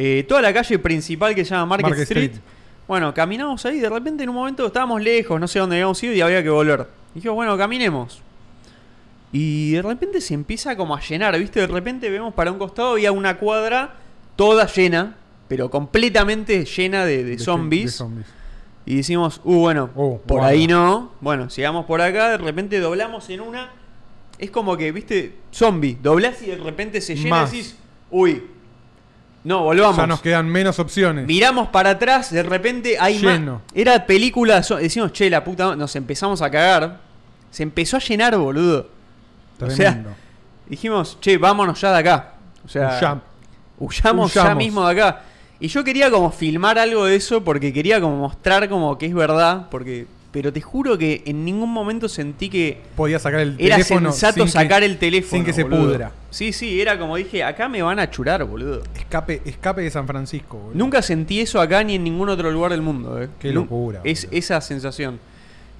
[SPEAKER 1] Eh, toda la calle principal que se llama Market,
[SPEAKER 2] Market
[SPEAKER 1] Street.
[SPEAKER 2] Street.
[SPEAKER 1] Bueno, caminamos ahí. De repente, en un momento estábamos lejos, no sé dónde habíamos ido y había que volver. Dijimos, bueno, caminemos. Y de repente se empieza como a llenar, ¿viste? De repente vemos para un costado había una cuadra toda llena, pero completamente llena de, de
[SPEAKER 2] De-
[SPEAKER 1] zombies.
[SPEAKER 2] de zombies.
[SPEAKER 1] Y decimos, uh, bueno,
[SPEAKER 2] Oh,
[SPEAKER 1] por
[SPEAKER 2] guarda.
[SPEAKER 1] ahí no. Bueno, sigamos por acá, de repente doblamos en una. Es como que, viste, zombie, doblás y de repente se llena
[SPEAKER 2] Más.
[SPEAKER 1] y decís, uy, no, volvamos.
[SPEAKER 2] Ya nos quedan menos opciones.
[SPEAKER 1] Miramos para atrás, de repente hay más.
[SPEAKER 2] Lleno.
[SPEAKER 1] Era película, zo- decimos, che, la puta, ma-". nos empezamos a cagar. Se empezó a llenar, boludo. O sea,
[SPEAKER 2] Tremendo.
[SPEAKER 1] dijimos, che, vámonos ya de acá. O sea,
[SPEAKER 2] Ya.
[SPEAKER 1] huyamos ya
[SPEAKER 2] Huyamos.
[SPEAKER 1] mismo de acá. Y yo quería como filmar algo de eso porque quería como mostrar como que es verdad, porque pero te juro que en ningún momento sentí que
[SPEAKER 2] Podía sacar el
[SPEAKER 1] era
[SPEAKER 2] teléfono.
[SPEAKER 1] sensato
[SPEAKER 2] sin
[SPEAKER 1] sacar
[SPEAKER 2] que
[SPEAKER 1] el teléfono
[SPEAKER 2] sin que se
[SPEAKER 1] boludo.
[SPEAKER 2] pudra.
[SPEAKER 1] Sí, sí, era como dije, acá me van a churar, boludo.
[SPEAKER 2] Escape, escape de San Francisco, boludo.
[SPEAKER 1] Nunca sentí eso acá ni en ningún otro lugar del mundo. eh.
[SPEAKER 2] Qué
[SPEAKER 1] Nu-
[SPEAKER 2] locura,
[SPEAKER 1] Es
[SPEAKER 2] boludo.
[SPEAKER 1] esa sensación.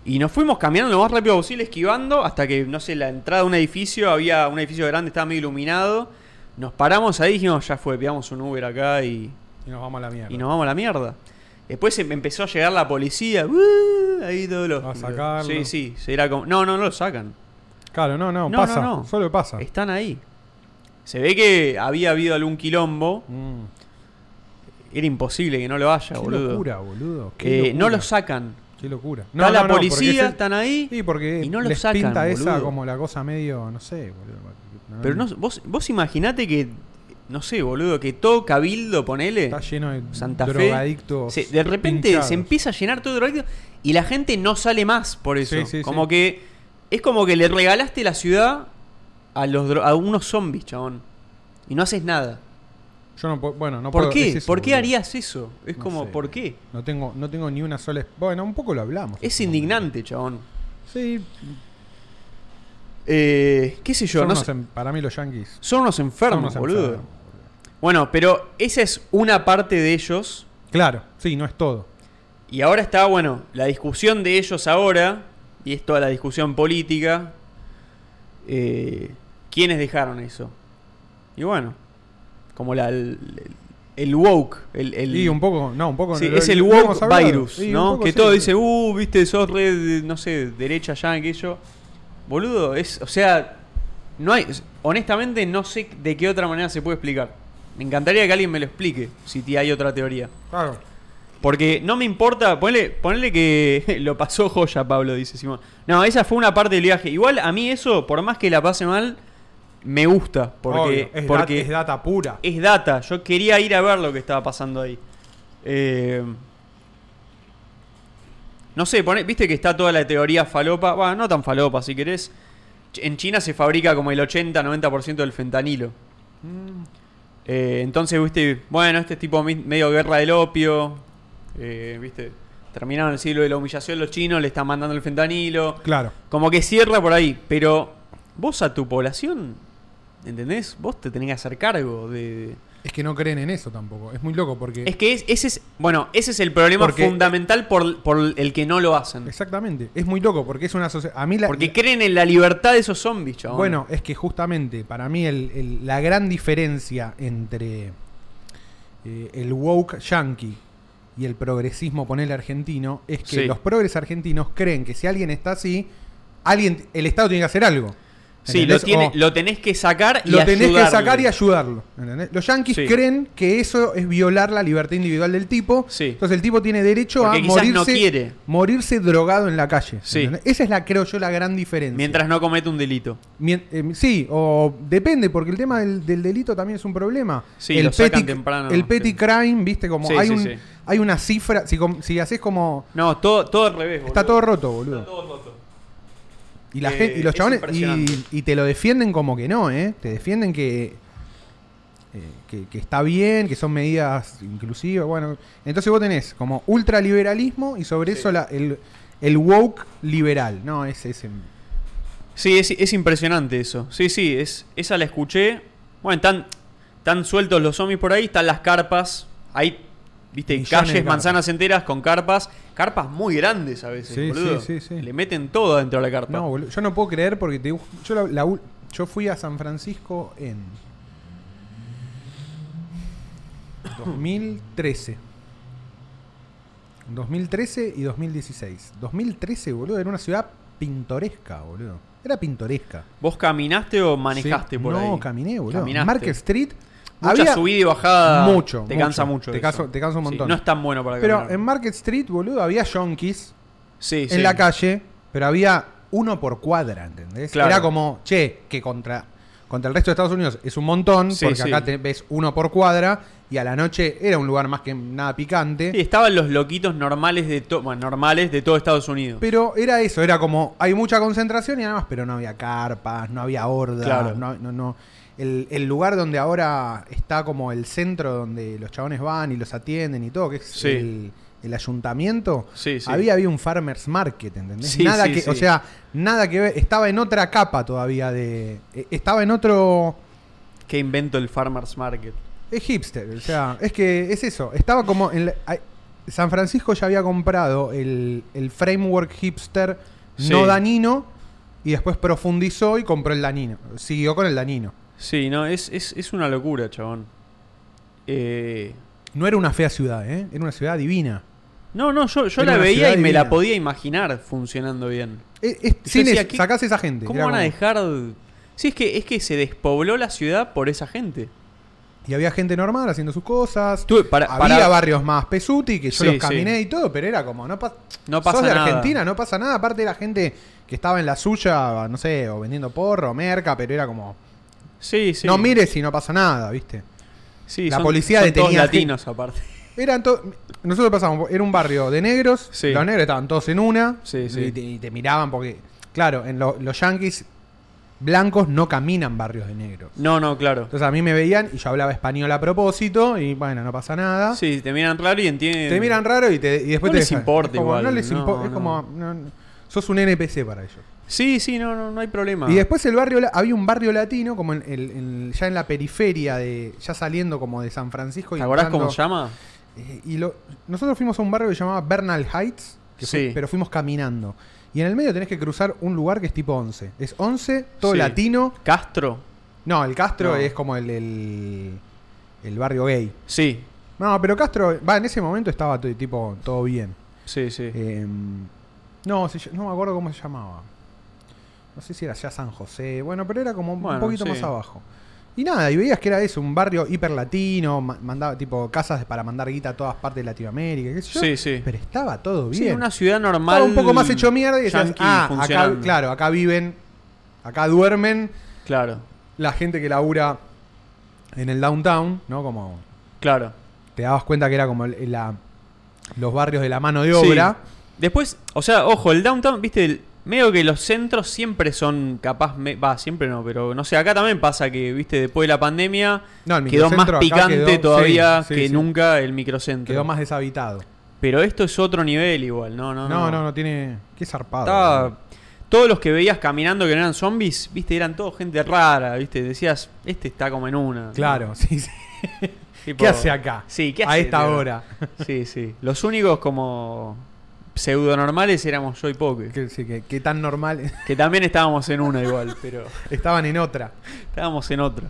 [SPEAKER 1] Y nos fuimos caminando lo más rápido posible, esquivando, hasta que, no sé, la entrada de un edificio, había un edificio grande, estaba medio iluminado. Nos paramos ahí y dijimos, ya fue, pillamos un Uber acá y,
[SPEAKER 2] Y nos vamos a la mierda.
[SPEAKER 1] y nos vamos a la mierda. Después em- empezó a llegar la policía, ¡uh! ahí todos los...
[SPEAKER 2] A sacarlo.
[SPEAKER 1] Sí, sí, se era como... No, no, no lo sacan.
[SPEAKER 2] Claro, no, no,
[SPEAKER 1] No,
[SPEAKER 2] pasa.
[SPEAKER 1] no, no.
[SPEAKER 2] Solo pasa.
[SPEAKER 1] Están ahí. Se ve que había habido algún quilombo.
[SPEAKER 2] Mm.
[SPEAKER 1] Era imposible que no lo haya,
[SPEAKER 2] Qué
[SPEAKER 1] boludo.
[SPEAKER 2] locura, boludo.
[SPEAKER 1] Eh,
[SPEAKER 2] Qué
[SPEAKER 1] no
[SPEAKER 2] locura.
[SPEAKER 1] lo sacan.
[SPEAKER 2] Qué locura.
[SPEAKER 1] Está la
[SPEAKER 2] porque
[SPEAKER 1] policía,
[SPEAKER 2] es-
[SPEAKER 1] están ahí.
[SPEAKER 2] Sí, porque
[SPEAKER 1] y no lo
[SPEAKER 2] les
[SPEAKER 1] sacan,
[SPEAKER 2] pinta esa
[SPEAKER 1] boludo.
[SPEAKER 2] como la cosa medio, no sé, boludo.
[SPEAKER 1] Pero no, vos, vos imaginate que, no sé, boludo, que todo cabildo, ponele,
[SPEAKER 2] Está lleno de
[SPEAKER 1] Santa Fe,
[SPEAKER 2] drogadictos.
[SPEAKER 1] se- de repente
[SPEAKER 2] hinchados.
[SPEAKER 1] se empieza a llenar todo drogadicto y la gente no sale más por eso.
[SPEAKER 2] Sí, sí,
[SPEAKER 1] como
[SPEAKER 2] sí.
[SPEAKER 1] que es como que le regalaste la ciudad a, los dro- a unos zombies, chabón. Y no haces nada.
[SPEAKER 2] Yo no puedo, bueno, no
[SPEAKER 1] ¿Por
[SPEAKER 2] puedo-
[SPEAKER 1] qué?
[SPEAKER 2] es eso,
[SPEAKER 1] ¿Por qué
[SPEAKER 2] boludo.
[SPEAKER 1] harías eso? Es
[SPEAKER 2] No
[SPEAKER 1] como,
[SPEAKER 2] sé.
[SPEAKER 1] ¿por qué?
[SPEAKER 2] No tengo, no tengo ni una sola. esp- Bueno, un poco lo hablamos.
[SPEAKER 1] Es indignante, chabón.
[SPEAKER 2] Sí,
[SPEAKER 1] Eh, ¿Qué sé yo?
[SPEAKER 2] son
[SPEAKER 1] no
[SPEAKER 2] unos
[SPEAKER 1] sé-
[SPEAKER 2] en- para mí los yankees.
[SPEAKER 1] son unos
[SPEAKER 2] son
[SPEAKER 1] enfermos,
[SPEAKER 2] unos
[SPEAKER 1] boludo.
[SPEAKER 2] enfermos,
[SPEAKER 1] Bueno, pero esa es una parte de ellos.
[SPEAKER 2] Claro, sí, no es todo.
[SPEAKER 1] Y ahora está, bueno, la discusión de ellos ahora, y es toda la discusión política, eh, ¿quiénes dejaron eso? Y bueno, como la, el, el woke, el... el-
[SPEAKER 2] y un poco, no, un poco.
[SPEAKER 1] Sí,
[SPEAKER 2] lo-
[SPEAKER 1] es el
[SPEAKER 2] lo
[SPEAKER 1] woke
[SPEAKER 2] hemos hablado.
[SPEAKER 1] virus,
[SPEAKER 2] Sí, un
[SPEAKER 1] ¿no?
[SPEAKER 2] poco
[SPEAKER 1] que
[SPEAKER 2] sí,
[SPEAKER 1] todo
[SPEAKER 2] sí.
[SPEAKER 1] dice, uh, viste, sos red, no sé, derecha, ya, aquello. Boludo, es, o sea, no hay, honestamente no sé de qué otra manera se puede explicar. Me encantaría que alguien me lo explique, si t- hay otra teoría.
[SPEAKER 2] Claro.
[SPEAKER 1] Porque no me importa, ponle, ponle que lo pasó joya, Pablo, dice Simón. No, esa fue una parte del viaje. Igual a mí eso, por más que la pase mal, me gusta. Porque,
[SPEAKER 2] Obvio, es,
[SPEAKER 1] porque Eh,
[SPEAKER 2] dat- es data pura.
[SPEAKER 1] es data. Yo quería ir a ver lo que estaba pasando ahí. Eh, no sé, pone- viste que está toda la teoría falopa. Bueno, no tan falopa si querés. Ch- En China se fabrica como el 80-90% del fentanilo. Eh, entonces, viste, bueno, este es tipo mi- medio guerra del opio. eh, viste, terminaron el siglo de la humillación los chinos, le están mandando el fentanilo.
[SPEAKER 2] Claro.
[SPEAKER 1] Como que cierra por ahí, pero vos a tu población, ¿entendés? Vos te tenés que hacer cargo de...
[SPEAKER 2] Es que no creen en eso tampoco. Es muy loco porque.
[SPEAKER 1] Es que es- ese es, bueno, ese es el problema
[SPEAKER 2] Porque-
[SPEAKER 1] fundamental por, por el que no lo hacen.
[SPEAKER 2] Exactamente. Es muy loco porque es una sociedad. A mí la.
[SPEAKER 1] Porque creen en la libertad de esos zombies, chabón.
[SPEAKER 2] Bueno, es que justamente para mí el- el- la gran diferencia entre eh, el woke yankee y el progresismo, ponele argentino, es que
[SPEAKER 1] Sí.
[SPEAKER 2] los progres argentinos creen que si alguien está así, alguien, el Estado tiene que hacer algo.
[SPEAKER 1] sí, lo,
[SPEAKER 2] ¿entendés?
[SPEAKER 1] tiene,
[SPEAKER 2] O
[SPEAKER 1] lo tenés que sacar y
[SPEAKER 2] lo tenés que
[SPEAKER 1] ayudarle.
[SPEAKER 2] sacar y ayudarlo. ¿entendés? Los yanquis
[SPEAKER 1] Sí.
[SPEAKER 2] creen que eso es violar la libertad individual del tipo.
[SPEAKER 1] Sí.
[SPEAKER 2] Entonces el tipo tiene derecho
[SPEAKER 1] Porque
[SPEAKER 2] a
[SPEAKER 1] quizás
[SPEAKER 2] morirse,
[SPEAKER 1] no quiere.
[SPEAKER 2] morirse drogado en la calle.
[SPEAKER 1] Sí.
[SPEAKER 2] ¿entendés? Esa es la, creo yo, la gran diferencia.
[SPEAKER 1] Mientras no comete un delito.
[SPEAKER 2] Mien- em, sí, o depende, porque el tema del, del delito también es un problema.
[SPEAKER 1] Sí,
[SPEAKER 2] el
[SPEAKER 1] lo sacan temprano,
[SPEAKER 2] El petty
[SPEAKER 1] sí.
[SPEAKER 2] crime, viste, como
[SPEAKER 1] Sí,
[SPEAKER 2] hay,
[SPEAKER 1] sí,
[SPEAKER 2] un,
[SPEAKER 1] sí.
[SPEAKER 2] hay una cifra. Si, com- si haces como.
[SPEAKER 1] No, todo, todo al revés.
[SPEAKER 2] Está todo
[SPEAKER 1] boludo.
[SPEAKER 2] roto, boludo.
[SPEAKER 1] Está todo roto.
[SPEAKER 2] Y, la
[SPEAKER 1] Eh,
[SPEAKER 2] gente, y los
[SPEAKER 1] es
[SPEAKER 2] chabones. Y,
[SPEAKER 1] impresionante.
[SPEAKER 2] y te lo defienden como que no, ¿eh? Te defienden que. eh, que, que está bien, que son medidas inclusivas. Bueno, entonces vos tenés como ultraliberalismo y sobre eso la- el, el woke liberal. No, es ese.
[SPEAKER 1] Sí, es, es impresionante eso. Sí, sí, es, esa la escuché. Bueno, están, están sueltos los zombies por ahí, están las carpas. Hay, viste,
[SPEAKER 2] Millones de
[SPEAKER 1] calles,
[SPEAKER 2] carpas.
[SPEAKER 1] manzanas enteras con carpas. Carpas muy grandes a veces,
[SPEAKER 2] Sí,
[SPEAKER 1] boludo.
[SPEAKER 2] sí, sí, sí.
[SPEAKER 1] Le meten todo dentro de la carpa.
[SPEAKER 2] No, boludo, yo no puedo creer porque te, yo, la- la ul- yo fui a San Francisco en 2013. 2013 y 2016. 2013, boludo, era una ciudad pintoresca, boludo. Era pintoresca.
[SPEAKER 1] ¿Vos caminaste o manejaste
[SPEAKER 2] Sí,
[SPEAKER 1] por ahí?
[SPEAKER 2] No, caminé, boludo.
[SPEAKER 1] Caminaste.
[SPEAKER 2] Market Street.
[SPEAKER 1] Mucha
[SPEAKER 2] había
[SPEAKER 1] subida y bajada.
[SPEAKER 2] Mucho.
[SPEAKER 1] Te cansa mucho.
[SPEAKER 2] Te
[SPEAKER 1] eso.
[SPEAKER 2] canso, te cansa un
[SPEAKER 1] Sí,
[SPEAKER 2] montón.
[SPEAKER 1] no es tan bueno para
[SPEAKER 2] Pero
[SPEAKER 1] caminar.
[SPEAKER 2] en Market Street, boludo, había yonkis
[SPEAKER 1] Sí,
[SPEAKER 2] en
[SPEAKER 1] sí.
[SPEAKER 2] la calle, pero había uno por cuadra, ¿entendés?
[SPEAKER 1] Claro.
[SPEAKER 2] Era como, che, que contra, contra el resto de Estados Unidos es un montón,
[SPEAKER 1] Sí,
[SPEAKER 2] porque
[SPEAKER 1] sí.
[SPEAKER 2] acá te ves uno por cuadra, y a la noche era un lugar más que nada picante.
[SPEAKER 1] Sí, estaban los loquitos normales de, to- bueno, normales de todo Estados Unidos.
[SPEAKER 2] Pero era eso, era como, hay mucha concentración y nada más, pero no había carpas, no había hordas,
[SPEAKER 1] Claro.
[SPEAKER 2] no, no, no. El, el lugar donde ahora está como el centro donde los chabones van y los atienden y todo, que es
[SPEAKER 1] Sí.
[SPEAKER 2] el, el ayuntamiento,
[SPEAKER 1] Sí, sí.
[SPEAKER 2] había había un farmers market, ¿entendés?
[SPEAKER 1] Sí,
[SPEAKER 2] nada
[SPEAKER 1] sí,
[SPEAKER 2] que, o
[SPEAKER 1] sí.
[SPEAKER 2] sea, nada que ver, estaba en otra capa todavía de, eh, estaba en otro,
[SPEAKER 1] Que invento el Farmers Market.
[SPEAKER 2] es hipster, o sea, es que es eso. Estaba como. En la- ay, San Francisco ya había comprado el, el framework hipster
[SPEAKER 1] Sí.
[SPEAKER 2] no danino y después profundizó y compró el danino. Siguió con el danino.
[SPEAKER 1] Sí, no, es, es, es una locura, chabón. Eh,
[SPEAKER 2] No era una fea ciudad, ¿eh? Era una ciudad divina.
[SPEAKER 1] no, no, yo, yo
[SPEAKER 2] Era
[SPEAKER 1] la
[SPEAKER 2] una
[SPEAKER 1] veía
[SPEAKER 2] ciudad
[SPEAKER 1] y me la
[SPEAKER 2] divina.
[SPEAKER 1] podía imaginar funcionando bien.
[SPEAKER 2] Es- es- sin
[SPEAKER 1] Eh, decía,
[SPEAKER 2] es-
[SPEAKER 1] ¿qué-
[SPEAKER 2] sacás esa gente.
[SPEAKER 1] ¿Cómo
[SPEAKER 2] Era
[SPEAKER 1] van a
[SPEAKER 2] como-
[SPEAKER 1] dejar...? Sí, es que, es que se despobló la ciudad por esa gente.
[SPEAKER 2] Y había gente normal haciendo sus cosas.
[SPEAKER 1] Tú, para-
[SPEAKER 2] había
[SPEAKER 1] para-
[SPEAKER 2] barrios más pesuti que yo
[SPEAKER 1] Sí,
[SPEAKER 2] los
[SPEAKER 1] sí.
[SPEAKER 2] caminé y todo, pero era como, no, pasa
[SPEAKER 1] No pasa
[SPEAKER 2] sos de
[SPEAKER 1] nada.
[SPEAKER 2] Argentina, no pasa nada. Aparte la gente que estaba en la suya, no sé, o vendiendo porro, merca, pero era como,
[SPEAKER 1] Sí, sí.
[SPEAKER 2] No mires si no pasa nada, ¿viste?
[SPEAKER 1] Sí,
[SPEAKER 2] la
[SPEAKER 1] son-
[SPEAKER 2] policía
[SPEAKER 1] son todos
[SPEAKER 2] detenía gente.
[SPEAKER 1] latinos aparte.
[SPEAKER 2] Eran to- Nosotros pasamos, era un barrio de negros,
[SPEAKER 1] Sí.
[SPEAKER 2] los negros estaban todos en una,
[SPEAKER 1] Sí, sí.
[SPEAKER 2] Y, te, y te miraban porque, claro, en lo- los yanquis blancos no caminan barrios de negros.
[SPEAKER 1] No, no, claro.
[SPEAKER 2] Entonces a mí me veían y yo hablaba español a propósito y bueno, no pasa nada.
[SPEAKER 1] Sí, te miran raro y entienden.
[SPEAKER 2] ¿Ah? Te miran raro y, te, y después
[SPEAKER 1] No
[SPEAKER 2] te
[SPEAKER 1] les
[SPEAKER 2] dejan.
[SPEAKER 1] importa
[SPEAKER 2] Es como,
[SPEAKER 1] igual,
[SPEAKER 2] No les
[SPEAKER 1] no,
[SPEAKER 2] impo- Es
[SPEAKER 1] no.
[SPEAKER 2] como, no, no. sos un NPC para ellos.
[SPEAKER 1] Sí, sí, no, no, no hay problema.
[SPEAKER 2] Y después el barrio la- había un barrio latino como en, el- en- ya en la periferia de ya saliendo como de San Francisco y
[SPEAKER 1] ¿Te acordás
[SPEAKER 2] entrando-
[SPEAKER 1] cómo se llama?
[SPEAKER 2] Eh, y lo- nosotros fuimos a un barrio que se llamaba Bernal Heights, que fue-
[SPEAKER 1] Sí.
[SPEAKER 2] pero fuimos caminando. Y en el medio tenés que cruzar un lugar que es tipo 11. Es 11, todo
[SPEAKER 1] Sí.
[SPEAKER 2] latino.
[SPEAKER 1] ¿Castro?
[SPEAKER 2] No, el Castro
[SPEAKER 1] No.
[SPEAKER 2] es como el, el, el barrio gay.
[SPEAKER 1] Sí,
[SPEAKER 2] No, pero Castro, va, en ese momento estaba todo, tipo todo bien.
[SPEAKER 1] sí, sí.
[SPEAKER 2] Eh, no, se ll- no me acuerdo cómo se llamaba. No sé si era ya San José, bueno, pero era como un
[SPEAKER 1] Bueno,
[SPEAKER 2] poquito
[SPEAKER 1] sí.
[SPEAKER 2] más abajo. Y nada, y veías que era eso, un barrio hiper latino, ma- mandaba tipo casas para mandar guita a todas partes de Latinoamérica, qué sé yo.
[SPEAKER 1] sí, sí.
[SPEAKER 2] Pero estaba todo
[SPEAKER 1] Sí,
[SPEAKER 2] bien.
[SPEAKER 1] una ciudad normal.
[SPEAKER 2] estaba un poco más hecho mierda y decías,
[SPEAKER 1] yankee
[SPEAKER 2] ah, acá,
[SPEAKER 1] funcionando".
[SPEAKER 2] claro, acá viven, acá duermen
[SPEAKER 1] Claro,
[SPEAKER 2] la gente que labura en el downtown, ¿no? Como
[SPEAKER 1] claro.
[SPEAKER 2] te dabas cuenta que era como el- la- los barrios de la mano de obra.
[SPEAKER 1] Sí. Después, o sea, ojo, el downtown, viste, el- medio que los centros siempre son capaz, me- va, siempre no, pero no sé, acá también pasa que, viste, después de la pandemia
[SPEAKER 2] No, el
[SPEAKER 1] quedó más
[SPEAKER 2] microcentro acá
[SPEAKER 1] picante
[SPEAKER 2] quedó-
[SPEAKER 1] todavía
[SPEAKER 2] sí, sí,
[SPEAKER 1] que
[SPEAKER 2] sí.
[SPEAKER 1] nunca el microcentro.
[SPEAKER 2] Quedó más deshabitado.
[SPEAKER 1] Pero esto es otro nivel igual, no, no,
[SPEAKER 2] No,
[SPEAKER 1] no.
[SPEAKER 2] no, no, tiene. Qué zarpado.
[SPEAKER 1] Estaba-
[SPEAKER 2] boludo.
[SPEAKER 1] todos los que veías caminando que no eran zombies, viste, eran todo gente rara, viste, decías, este está como en una.
[SPEAKER 2] Claro, sí, sí.
[SPEAKER 1] Tipo-
[SPEAKER 2] ¿Qué hace acá?
[SPEAKER 1] Sí, ¿qué
[SPEAKER 2] A
[SPEAKER 1] hace,
[SPEAKER 2] esta
[SPEAKER 1] tío?
[SPEAKER 2] hora.
[SPEAKER 1] Sí, sí. Los únicos como pseudonormales éramos yo y Poke.
[SPEAKER 2] Que, sí, que- que tan normal.
[SPEAKER 1] Que también estábamos en una igual, pero
[SPEAKER 2] Estaban en otra.
[SPEAKER 1] estábamos en otra.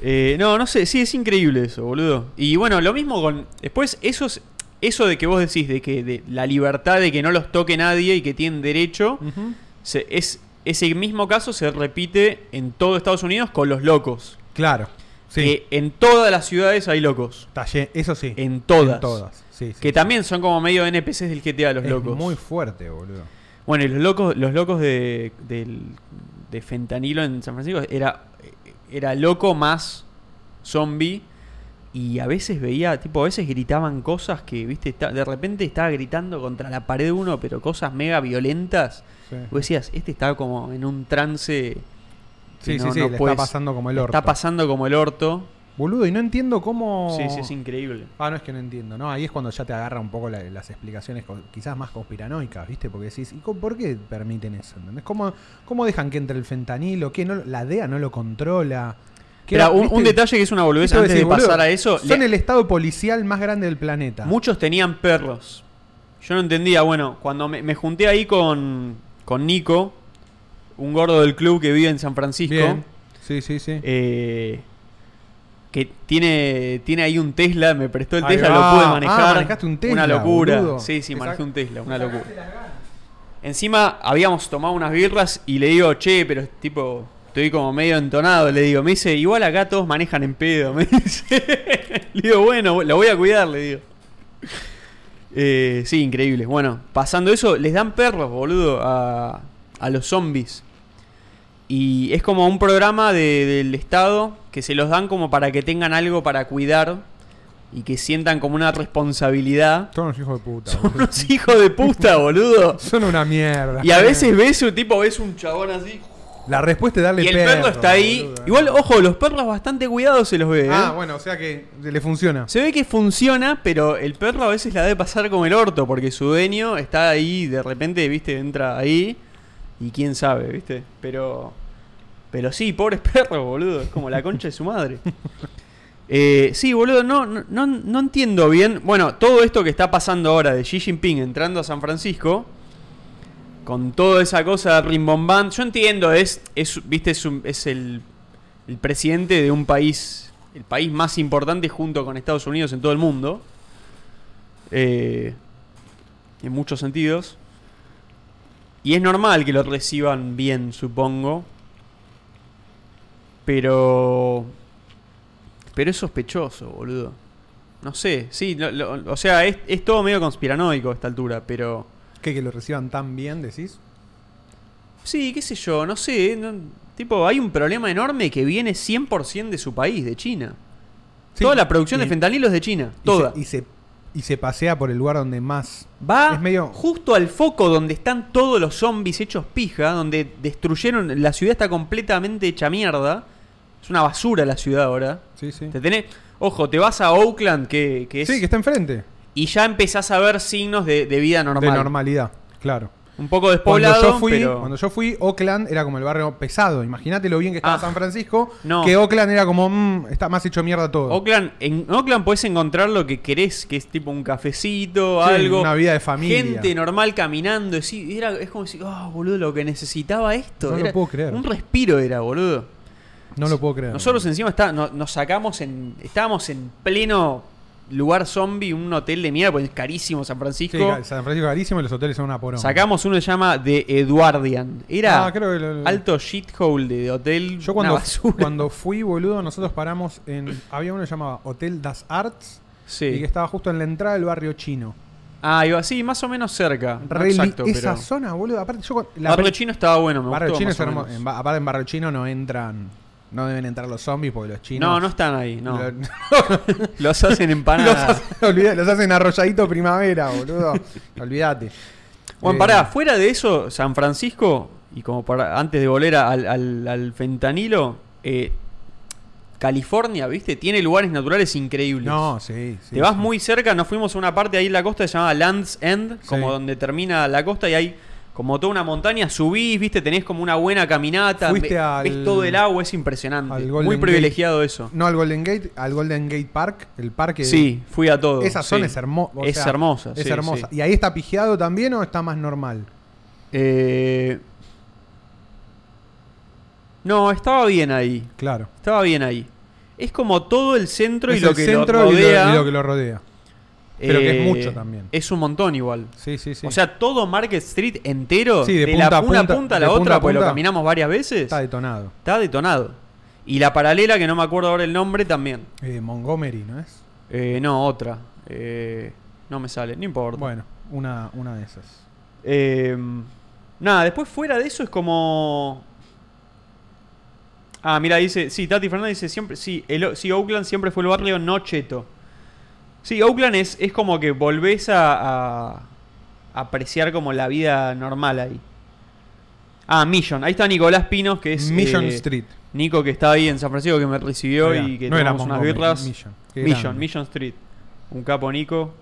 [SPEAKER 1] Eh, no, no sé, sí, es increíble eso, boludo. Y bueno, lo mismo con. Después, esos, eso de que vos decís, de que de la libertad de que no los toque nadie y que tienen derecho, se- es, ese mismo caso se repite en todo Estados Unidos con los locos.
[SPEAKER 2] Claro. Sí.
[SPEAKER 1] Que en todas las ciudades hay locos.
[SPEAKER 2] Está lle- eso sí.
[SPEAKER 1] En todas.
[SPEAKER 2] En todas. Sí, sí,
[SPEAKER 1] Que
[SPEAKER 2] sí.
[SPEAKER 1] también son como medio NPCs del GTA los
[SPEAKER 2] Es
[SPEAKER 1] locos.
[SPEAKER 2] muy fuerte, boludo.
[SPEAKER 1] Bueno, y los locos, los locos de, del- de fentanilo en San Francisco era, era loco más zombie. Y a veces veía, tipo, a veces gritaban cosas que, viste, está- de repente estaba gritando contra la pared de uno, pero cosas mega violentas.
[SPEAKER 2] Sí,
[SPEAKER 1] Vos decías, este estaba como en un trance.
[SPEAKER 2] sí,
[SPEAKER 1] que
[SPEAKER 2] sí,
[SPEAKER 1] no-
[SPEAKER 2] sí,
[SPEAKER 1] no
[SPEAKER 2] le está
[SPEAKER 1] puedes-
[SPEAKER 2] pasando como el
[SPEAKER 1] le
[SPEAKER 2] orto. Oh.
[SPEAKER 1] Está pasando como el orto.
[SPEAKER 2] Boludo, y no entiendo cómo.
[SPEAKER 1] Sí, sí, es increíble.
[SPEAKER 2] Ah, no es que no entiendo, ¿no? Ahí es cuando ya te agarra un poco la- las explicaciones co- quizás más conspiranoicas, ¿viste? Porque decís, ¿y co- por qué permiten eso? ¿Entendés? ¿Cómo, cómo dejan que entre el fentanilo? ¿Qué? No, ¿La DEA no lo controla? ¿Qué
[SPEAKER 1] Pero
[SPEAKER 2] era-
[SPEAKER 1] un,
[SPEAKER 2] viste?
[SPEAKER 1] un detalle que es una boludez
[SPEAKER 2] Esto
[SPEAKER 1] antes de
[SPEAKER 2] decís, boludo,
[SPEAKER 1] pasar a eso.
[SPEAKER 2] Son
[SPEAKER 1] le-
[SPEAKER 2] el estado policial más grande del planeta.
[SPEAKER 1] Muchos tenían perros. Yo no entendía, bueno, cuando me, me junté ahí con, con Nico, un gordo del club que vive en San Francisco,
[SPEAKER 2] Bien. Sí, sí, sí.
[SPEAKER 1] eh, que tiene, tiene ahí un Tesla, me prestó el
[SPEAKER 2] Ahí
[SPEAKER 1] Tesla,
[SPEAKER 2] va.
[SPEAKER 1] lo pude
[SPEAKER 2] Ah,
[SPEAKER 1] manejar.
[SPEAKER 2] manejaste un Tesla,
[SPEAKER 1] Una locura.
[SPEAKER 2] boludo.
[SPEAKER 1] Sí, sí,
[SPEAKER 2] Te
[SPEAKER 1] manejé
[SPEAKER 2] sac-
[SPEAKER 1] un Tesla, una locura. Encima habíamos tomado unas birras y le digo, che, pero tipo, estoy como medio entonado. Le digo, me dice, igual acá todos manejan en pedo. Me dice, le digo, bueno, lo voy a cuidar, le digo. Eh, sí, increíble. Bueno, pasando eso, les dan perros, boludo, a, a los zombies. Y es como un programa de- del Estado que se los dan como para que tengan algo para cuidar. y que sientan como una responsabilidad.
[SPEAKER 2] Todos los hijos de puta.
[SPEAKER 1] Son
[SPEAKER 2] boludo.
[SPEAKER 1] unos hijos de puta, boludo.
[SPEAKER 2] Son una mierda.
[SPEAKER 1] Y a veces ves un tipo, ves un chabón así.
[SPEAKER 2] La respuesta es darle
[SPEAKER 1] Y el perro está ahí.
[SPEAKER 2] boludo.
[SPEAKER 1] Igual, ojo, los perros bastante cuidados se los ve. ¿eh?
[SPEAKER 2] Ah, bueno, o sea que le funciona.
[SPEAKER 1] Se ve que funciona, pero el perro a veces la debe pasar como el orto, porque su dueño está ahí, de repente, viste, entra ahí y quién sabe, viste. Pero. Pero sí, pobres perros, boludo. Es como la concha de su madre. Eh, sí, boludo, no, no, no- no entiendo bien. Bueno, todo esto que está pasando ahora de Xi Jinping entrando a San Francisco, con toda esa cosa rimbombante, yo entiendo, es, es viste, es, un- es el, el presidente de un país, el país más importante junto con Estados Unidos en todo el mundo, eh, en muchos sentidos. Y es normal que lo reciban bien, supongo. Pero pero es sospechoso, boludo. No sé, sí, lo- lo- o sea, es, es todo medio conspiranoico a esta altura, pero...
[SPEAKER 2] ¿Qué, que lo reciban tan bien, decís?
[SPEAKER 1] Sí, qué sé yo, no sé. no- tipo, hay un problema enorme que viene 100% de su país, de China.
[SPEAKER 2] Sí,
[SPEAKER 1] toda la producción
[SPEAKER 2] y-
[SPEAKER 1] de fentanilo es de China,
[SPEAKER 2] y
[SPEAKER 1] toda.
[SPEAKER 2] se- Y se, y se pasea por el lugar donde más.
[SPEAKER 1] Va
[SPEAKER 2] es medio-
[SPEAKER 1] justo al foco donde están todos los zombies hechos pija, donde destruyeron, la ciudad está completamente hecha mierda. Es una basura la ciudad ahora.
[SPEAKER 2] Sí, sí.
[SPEAKER 1] Te tenés, ojo, te vas a Oakland, que, que es...
[SPEAKER 2] Sí, que está enfrente.
[SPEAKER 1] y ya empezás a ver signos de, de vida normal.
[SPEAKER 2] De normalidad, claro.
[SPEAKER 1] Un poco
[SPEAKER 2] Cuando
[SPEAKER 1] despoblado,
[SPEAKER 2] yo, fui,
[SPEAKER 1] pero...
[SPEAKER 2] cuando yo fui, Oakland era como el barrio pesado. Imagínate lo bien que estaba
[SPEAKER 1] Ah.
[SPEAKER 2] San Francisco.
[SPEAKER 1] No.
[SPEAKER 2] Que Oakland era como, mm, está más hecho mierda todo.
[SPEAKER 1] Oakland, en Oakland puedes encontrar lo que querés, que es tipo un cafecito,
[SPEAKER 2] Sí,
[SPEAKER 1] algo.
[SPEAKER 2] una vida de familia.
[SPEAKER 1] Gente normal caminando. Es, era, es como si, oh, boludo, lo que necesitaba esto.
[SPEAKER 2] No lo
[SPEAKER 1] Era-
[SPEAKER 2] puedo creer.
[SPEAKER 1] Un respiro era, boludo.
[SPEAKER 2] no lo puedo creer.
[SPEAKER 1] Nosotros encima está, no- nos sacamos en. Estábamos en pleno lugar zombie, un hotel de mierda, porque es carísimo San Francisco.
[SPEAKER 2] Sí, ca- San Francisco es carísimo y los hoteles son una poronga.
[SPEAKER 1] Sacamos uno que se llama The Eduardian. Era
[SPEAKER 2] Ah, creo que lo-
[SPEAKER 1] alto shithole de, de hotel.
[SPEAKER 2] Yo
[SPEAKER 1] una
[SPEAKER 2] cuando,
[SPEAKER 1] basura.
[SPEAKER 2] cuando fui, boludo, nosotros paramos en. Había uno que se llamaba Hotel Das Arts
[SPEAKER 1] Sí.
[SPEAKER 2] y que estaba justo en la entrada del barrio chino.
[SPEAKER 1] Ah, iba así, más o menos cerca. No
[SPEAKER 2] Re li-
[SPEAKER 1] exacto,
[SPEAKER 2] esa
[SPEAKER 1] pero.
[SPEAKER 2] zona, boludo. Aparte, yo. cu- la
[SPEAKER 1] Barrio
[SPEAKER 2] pri-
[SPEAKER 1] Chino estaba bueno, me
[SPEAKER 2] Barrio
[SPEAKER 1] gustó.
[SPEAKER 2] chino
[SPEAKER 1] más
[SPEAKER 2] es
[SPEAKER 1] o
[SPEAKER 2] hermo-
[SPEAKER 1] menos.
[SPEAKER 2] en ba- aparte, en barrio chino no entran. No deben entrar los zombies porque los chinos.
[SPEAKER 1] No, no están ahí, no.
[SPEAKER 2] lo- los,
[SPEAKER 1] Los hacen empanadas.
[SPEAKER 2] hacen, olvidá- los hacen arrolladito primavera, boludo. Olvídate.
[SPEAKER 1] Bueno,
[SPEAKER 2] Eh,
[SPEAKER 1] pará, fuera de eso, San Francisco, y como para antes de volver al, al- al fentanilo, eh, California, ¿viste? Tiene lugares naturales increíbles.
[SPEAKER 2] No, sí. sí,
[SPEAKER 1] Te vas
[SPEAKER 2] sí.
[SPEAKER 1] muy cerca, nos fuimos a una parte ahí en la costa que se llamaba Lands End,
[SPEAKER 2] Sí.
[SPEAKER 1] como donde termina la costa y hay como toda una montaña, subís, viste, tenés como una buena caminata,
[SPEAKER 2] Fuiste
[SPEAKER 1] ve-
[SPEAKER 2] al-
[SPEAKER 1] ves todo el agua, es impresionante.
[SPEAKER 2] al Golden
[SPEAKER 1] Muy
[SPEAKER 2] Gate.
[SPEAKER 1] privilegiado eso.
[SPEAKER 2] No, al Golden Gate, al Golden Gate Park, el parque.
[SPEAKER 1] Sí, fui a todo.
[SPEAKER 2] Esa zona
[SPEAKER 1] sí.
[SPEAKER 2] es hermosa.
[SPEAKER 1] Es hermosa,
[SPEAKER 2] Es
[SPEAKER 1] sí,
[SPEAKER 2] hermosa.
[SPEAKER 1] sí.
[SPEAKER 2] ¿Y ahí está pijeado también o está más normal?
[SPEAKER 1] Eh, No, estaba bien ahí.
[SPEAKER 2] Claro.
[SPEAKER 1] Estaba bien ahí. Es como todo el centro y
[SPEAKER 2] Es
[SPEAKER 1] lo
[SPEAKER 2] el
[SPEAKER 1] que
[SPEAKER 2] centro
[SPEAKER 1] lo
[SPEAKER 2] y lo-
[SPEAKER 1] rodea. eh,
[SPEAKER 2] y lo que lo rodea. pero que es mucho también.
[SPEAKER 1] Es un montón igual.
[SPEAKER 2] Sí, sí, sí.
[SPEAKER 1] O sea, todo Market Street entero,
[SPEAKER 2] Sí,
[SPEAKER 1] de,
[SPEAKER 2] de
[SPEAKER 1] la
[SPEAKER 2] punta a
[SPEAKER 1] una punta,
[SPEAKER 2] punta,
[SPEAKER 1] a la
[SPEAKER 2] de punta
[SPEAKER 1] otra,
[SPEAKER 2] a
[SPEAKER 1] pues lo
[SPEAKER 2] punta.
[SPEAKER 1] caminamos varias veces,
[SPEAKER 2] está
[SPEAKER 1] está,
[SPEAKER 2] detonado.
[SPEAKER 1] detonado. Y la paralela, que no me acuerdo ahora el nombre, también.
[SPEAKER 2] Eh, Montgomery, ¿no es?
[SPEAKER 1] Eh, no, otra. Eh, no me sale, no importa.
[SPEAKER 2] Bueno, una, una de esas.
[SPEAKER 1] Eh, nada, después fuera de eso es como. Ah, mira, dice. Sí, Tati Fernández dice siempre. Sí, el O- sí, Oakland siempre fue el barrio no cheto. Sí, Oakland es, es como que volvés a, a- a apreciar como la vida normal ahí. Ah, Mission. Ahí está Nicolás Pinos, que es.
[SPEAKER 2] Mission
[SPEAKER 1] eh,
[SPEAKER 2] Street.
[SPEAKER 1] Nico, que está ahí en San Francisco, que me recibió
[SPEAKER 2] Mirá,
[SPEAKER 1] y que
[SPEAKER 2] no era
[SPEAKER 1] tomamos unas
[SPEAKER 2] Montgomery,
[SPEAKER 1] birras.
[SPEAKER 2] Mission. Qué
[SPEAKER 1] Mission,
[SPEAKER 2] grande.
[SPEAKER 1] Mission Street. Un capo, Nico.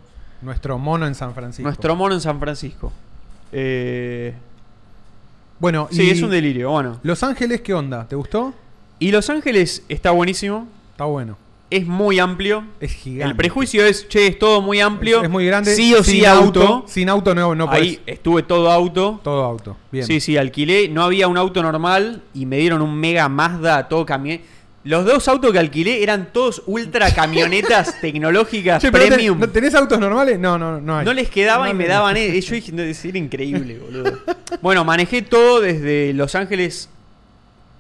[SPEAKER 2] Nuestro mono en San Francisco.
[SPEAKER 1] Nuestro mono en San Francisco. Eh.
[SPEAKER 2] Bueno,
[SPEAKER 1] Sí,
[SPEAKER 2] y
[SPEAKER 1] es un delirio, bueno.
[SPEAKER 2] Los Ángeles, ¿qué onda? ¿Te gustó?
[SPEAKER 1] Y Los Ángeles está buenísimo,
[SPEAKER 2] Está bueno.
[SPEAKER 1] es muy amplio.
[SPEAKER 2] Es gigante.
[SPEAKER 1] El prejuicio es, che, es todo muy amplio.
[SPEAKER 2] Es muy grande.
[SPEAKER 1] Sí o sí
[SPEAKER 2] Sin
[SPEAKER 1] auto.
[SPEAKER 2] Sin auto no, no
[SPEAKER 1] Ahí
[SPEAKER 2] podés-
[SPEAKER 1] estuve todo auto.
[SPEAKER 2] Todo auto. Bien.
[SPEAKER 1] Sí, sí, alquilé. No había un auto normal y me dieron un mega Mazda, todo camión. Los dos autos que alquilé eran todos ultra camionetas tecnológicas
[SPEAKER 2] Che, pero no te-
[SPEAKER 1] premium.
[SPEAKER 2] ¿no ¿Tenés autos normales? No, no, no hay.
[SPEAKER 1] No les quedaba
[SPEAKER 2] No,
[SPEAKER 1] y me
[SPEAKER 2] no.
[SPEAKER 1] daban. eh, Yo dije, no, es era increíble, boludo. Bueno, manejé todo desde Los Ángeles.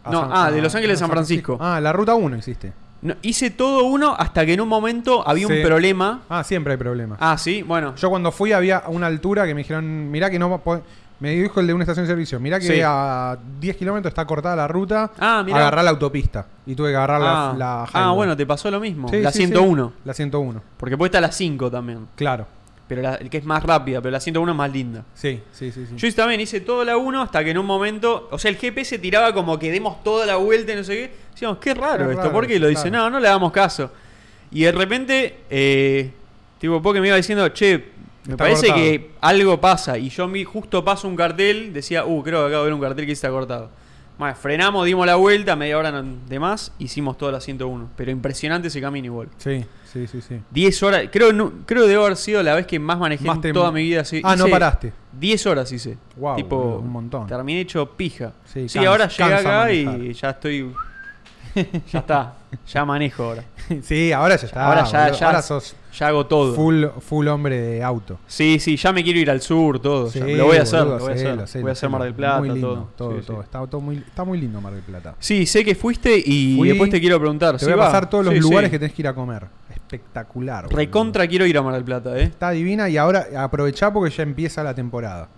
[SPEAKER 2] A
[SPEAKER 1] No,
[SPEAKER 2] San-
[SPEAKER 1] ah, de
[SPEAKER 2] a-
[SPEAKER 1] Los Ángeles a San Francisco.
[SPEAKER 2] Ah, la ruta 1 hiciste.
[SPEAKER 1] No, hice todo uno hasta que en un momento había
[SPEAKER 2] Sí.
[SPEAKER 1] un problema.
[SPEAKER 2] Ah, siempre hay problemas.
[SPEAKER 1] Ah, sí, bueno.
[SPEAKER 2] Yo cuando fui había una altura que me dijeron, mirá que no po- Me dijo el de una estación de servicio, mirá que
[SPEAKER 1] Sí.
[SPEAKER 2] a 10 kilómetros está cortada la ruta,
[SPEAKER 1] Ah, mirá.
[SPEAKER 2] agarrar la autopista. Y tuve que agarrar la-
[SPEAKER 1] ah,
[SPEAKER 2] la,
[SPEAKER 1] ah,
[SPEAKER 2] highway.
[SPEAKER 1] bueno, te pasó lo mismo.
[SPEAKER 2] Sí,
[SPEAKER 1] la
[SPEAKER 2] sí, sí.
[SPEAKER 1] 101.
[SPEAKER 2] La 101,
[SPEAKER 1] Porque puede estar la 5 también.
[SPEAKER 2] claro.
[SPEAKER 1] Pero la, el que es más rápida, pero la 101 es más linda.
[SPEAKER 2] Sí, sí, sí. sí.
[SPEAKER 1] Yo también hice toda la 1 hasta que en un momento. O sea, el GPS tiraba como que demos toda la vuelta y no sé qué. Decíamos, qué raro
[SPEAKER 2] Qué
[SPEAKER 1] esto,
[SPEAKER 2] raro,
[SPEAKER 1] ¿por qué? Y lo dice,
[SPEAKER 2] claro.
[SPEAKER 1] no, no le damos caso. Y de repente, eh, tipo, Poké me iba diciendo, che, me
[SPEAKER 2] Está
[SPEAKER 1] parece
[SPEAKER 2] cortado.
[SPEAKER 1] que algo pasa. Y yo vi justo paso un cartel, decía, uh, creo que acabo de ver un cartel que está cortado. Bueno, frenamos, dimos la vuelta, media hora no- de más, hicimos toda la 101. Pero impresionante ese camino igual.
[SPEAKER 2] Sí, sí, sí, sí.
[SPEAKER 1] 10 horas, creo, no- creo que debo haber sido la vez que más manejé
[SPEAKER 2] Más
[SPEAKER 1] en
[SPEAKER 2] te-
[SPEAKER 1] toda mi vida. sí.
[SPEAKER 2] Ah, no
[SPEAKER 1] Hice
[SPEAKER 2] paraste.
[SPEAKER 1] 10 horas hice.
[SPEAKER 2] Guau,
[SPEAKER 1] tipo,
[SPEAKER 2] boludo, un montón.
[SPEAKER 1] Terminé hecho pija. Sí,
[SPEAKER 2] Sí, cansa-
[SPEAKER 1] ahora llegué
[SPEAKER 2] cansa
[SPEAKER 1] acá y
[SPEAKER 2] manejar.
[SPEAKER 1] ya estoy. Ya está. Ya manejo ahora.
[SPEAKER 2] sí, ahora ya está.
[SPEAKER 1] ahora, ya,
[SPEAKER 2] boludo.
[SPEAKER 1] ya,
[SPEAKER 2] Ahora sos
[SPEAKER 1] ya hago todo.
[SPEAKER 2] full, full hombre de auto.
[SPEAKER 1] Sí, sí, ya me quiero ir al sur, todo.
[SPEAKER 2] Sí,
[SPEAKER 1] ya. Lo voy a hacer,
[SPEAKER 2] boludo,
[SPEAKER 1] lo voy a
[SPEAKER 2] hacelo,
[SPEAKER 1] hacer.
[SPEAKER 2] hacelo,
[SPEAKER 1] voy a hacer Mar del
[SPEAKER 2] hacelo.
[SPEAKER 1] Plata,
[SPEAKER 2] Muy lindo,
[SPEAKER 1] todo.
[SPEAKER 2] Todo,
[SPEAKER 1] sí,
[SPEAKER 2] todo.
[SPEAKER 1] Sí.
[SPEAKER 2] Está, todo muy, está muy lindo Mar del Plata.
[SPEAKER 1] Sí, sé que fuiste y
[SPEAKER 2] Fui,
[SPEAKER 1] después te quiero preguntar.
[SPEAKER 2] Te
[SPEAKER 1] ¿sí
[SPEAKER 2] voy a
[SPEAKER 1] va?
[SPEAKER 2] pasar todos los
[SPEAKER 1] Sí,
[SPEAKER 2] lugares
[SPEAKER 1] sí.
[SPEAKER 2] que tenés que ir a comer. Espectacular. boludo.
[SPEAKER 1] Recontra quiero ir a Mar del Plata, ¿eh?
[SPEAKER 2] Está divina y ahora aprovechá porque ya empieza la temporada.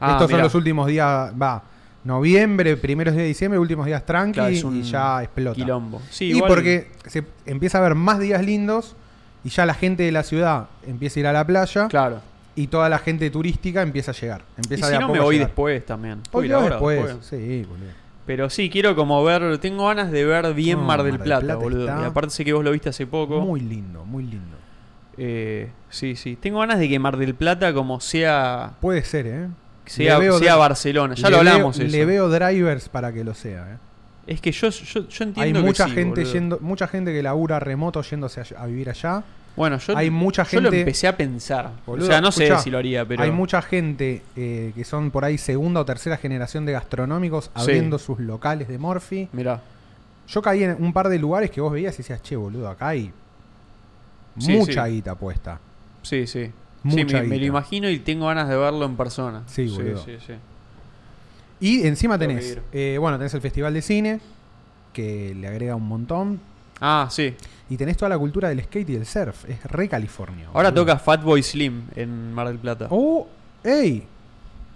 [SPEAKER 1] Ah,
[SPEAKER 2] Estos
[SPEAKER 1] mirá.
[SPEAKER 2] son los últimos días, va, noviembre, primeros días de diciembre, últimos días tranqui
[SPEAKER 1] Claro, es
[SPEAKER 2] y
[SPEAKER 1] un
[SPEAKER 2] ya explota.
[SPEAKER 1] Quilombo. Sí,
[SPEAKER 2] y
[SPEAKER 1] igual-
[SPEAKER 2] porque se empieza a ver más días lindos y ya la gente de la ciudad empieza a ir a la playa
[SPEAKER 1] Claro.
[SPEAKER 2] y toda la gente turística empieza a llegar.
[SPEAKER 1] Y
[SPEAKER 2] Empieza
[SPEAKER 1] si
[SPEAKER 2] de a
[SPEAKER 1] no,
[SPEAKER 2] poco
[SPEAKER 1] me
[SPEAKER 2] a
[SPEAKER 1] voy
[SPEAKER 2] llegar.
[SPEAKER 1] después también.
[SPEAKER 2] Hoy
[SPEAKER 1] Voy
[SPEAKER 2] no,
[SPEAKER 1] ahora,
[SPEAKER 2] después,
[SPEAKER 1] después.
[SPEAKER 2] sí, boludo.
[SPEAKER 1] Pero sí, quiero como ver. Tengo ganas de ver bien
[SPEAKER 2] No,
[SPEAKER 1] Mar del
[SPEAKER 2] Ah, Mar del
[SPEAKER 1] Plata,
[SPEAKER 2] Plata
[SPEAKER 1] boludo.
[SPEAKER 2] está-
[SPEAKER 1] Y aparte sé que vos lo viste hace poco.
[SPEAKER 2] Muy lindo, muy lindo.
[SPEAKER 1] Eh, sí, sí. Tengo ganas de que Mar del Plata como sea
[SPEAKER 2] Puede ser, ¿eh?
[SPEAKER 1] sea,
[SPEAKER 2] Le veo
[SPEAKER 1] sea
[SPEAKER 2] dri-
[SPEAKER 1] Barcelona. Ya
[SPEAKER 2] Le
[SPEAKER 1] lo
[SPEAKER 2] veo-
[SPEAKER 1] hablamos eso.
[SPEAKER 2] Le veo drivers para que lo sea, ¿eh?
[SPEAKER 1] Es que yo, yo, yo entiendo
[SPEAKER 2] Hay
[SPEAKER 1] que
[SPEAKER 2] mucha
[SPEAKER 1] sí,
[SPEAKER 2] gente
[SPEAKER 1] boludo.
[SPEAKER 2] yendo, mucha gente que labura remoto yéndose a, a vivir allá.
[SPEAKER 1] Bueno, yo,
[SPEAKER 2] hay mucha
[SPEAKER 1] yo lo
[SPEAKER 2] gente-
[SPEAKER 1] empecé a pensar.
[SPEAKER 2] Boludo,
[SPEAKER 1] o sea, no
[SPEAKER 2] escuchá,
[SPEAKER 1] sé si lo haría, pero...
[SPEAKER 2] Hay mucha gente eh, que son por ahí segunda o tercera generación de gastronómicos abriendo sus locales de Morphy.
[SPEAKER 1] Mirá.
[SPEAKER 2] Yo caí en un par de lugares que vos veías y decías, che, boludo, acá hay
[SPEAKER 1] Sí,
[SPEAKER 2] mucha
[SPEAKER 1] sí.
[SPEAKER 2] guita puesta.
[SPEAKER 1] Sí, sí. sí,
[SPEAKER 2] Mucha
[SPEAKER 1] me, me lo
[SPEAKER 2] guita.
[SPEAKER 1] imagino y tengo ganas de verlo en persona.
[SPEAKER 2] Sí,
[SPEAKER 1] sí,
[SPEAKER 2] boludo.
[SPEAKER 1] sí, sí.
[SPEAKER 2] Y encima
[SPEAKER 1] Tengo que
[SPEAKER 2] tenés,
[SPEAKER 1] ir.
[SPEAKER 2] eh, bueno, tenés el Festival de Cine, que le agrega un montón.
[SPEAKER 1] Ah, sí.
[SPEAKER 2] Y tenés toda la cultura del skate y del surf. Es re California.
[SPEAKER 1] Ahora
[SPEAKER 2] boludo.
[SPEAKER 1] toca Fatboy Slim en Mar del Plata.
[SPEAKER 2] ¡Oh! ¡Ey!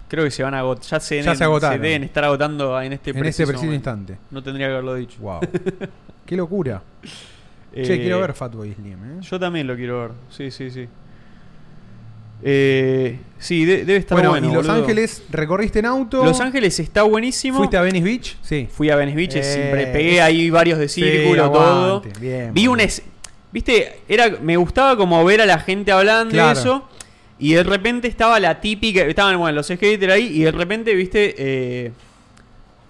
[SPEAKER 1] Creo que se van a agotar. Ya, se,
[SPEAKER 2] Ya
[SPEAKER 1] deben-
[SPEAKER 2] se agotaron.
[SPEAKER 1] deben estar agotando en este
[SPEAKER 2] en este preciso
[SPEAKER 1] momento.
[SPEAKER 2] instante.
[SPEAKER 1] No tendría que haberlo dicho.
[SPEAKER 2] ¡Wow! ¡Qué locura!
[SPEAKER 1] Eh,
[SPEAKER 2] Che, quiero ver Fatboy Slim, ¿eh?
[SPEAKER 1] Yo también lo quiero ver. Sí, sí, sí. Eh, sí, de- debe estar bueno.
[SPEAKER 2] bueno, y Los
[SPEAKER 1] boludo.
[SPEAKER 2] Ángeles, recorriste en auto.
[SPEAKER 1] Los Ángeles está buenísimo.
[SPEAKER 2] ¿Fuiste a Venice Beach? Sí.
[SPEAKER 1] Fui a Venice Beach,
[SPEAKER 2] Eh,
[SPEAKER 1] siempre pegué ahí varios de círculo,
[SPEAKER 2] Sí,
[SPEAKER 1] todo.
[SPEAKER 2] aguante, bien,
[SPEAKER 1] Vi un
[SPEAKER 2] boludo.
[SPEAKER 1] es- viste, era me gustaba como ver a la gente hablando de
[SPEAKER 2] Claro.
[SPEAKER 1] eso y de repente estaba la típica, estaban bueno, los skaters ahí y de repente, viste, eh,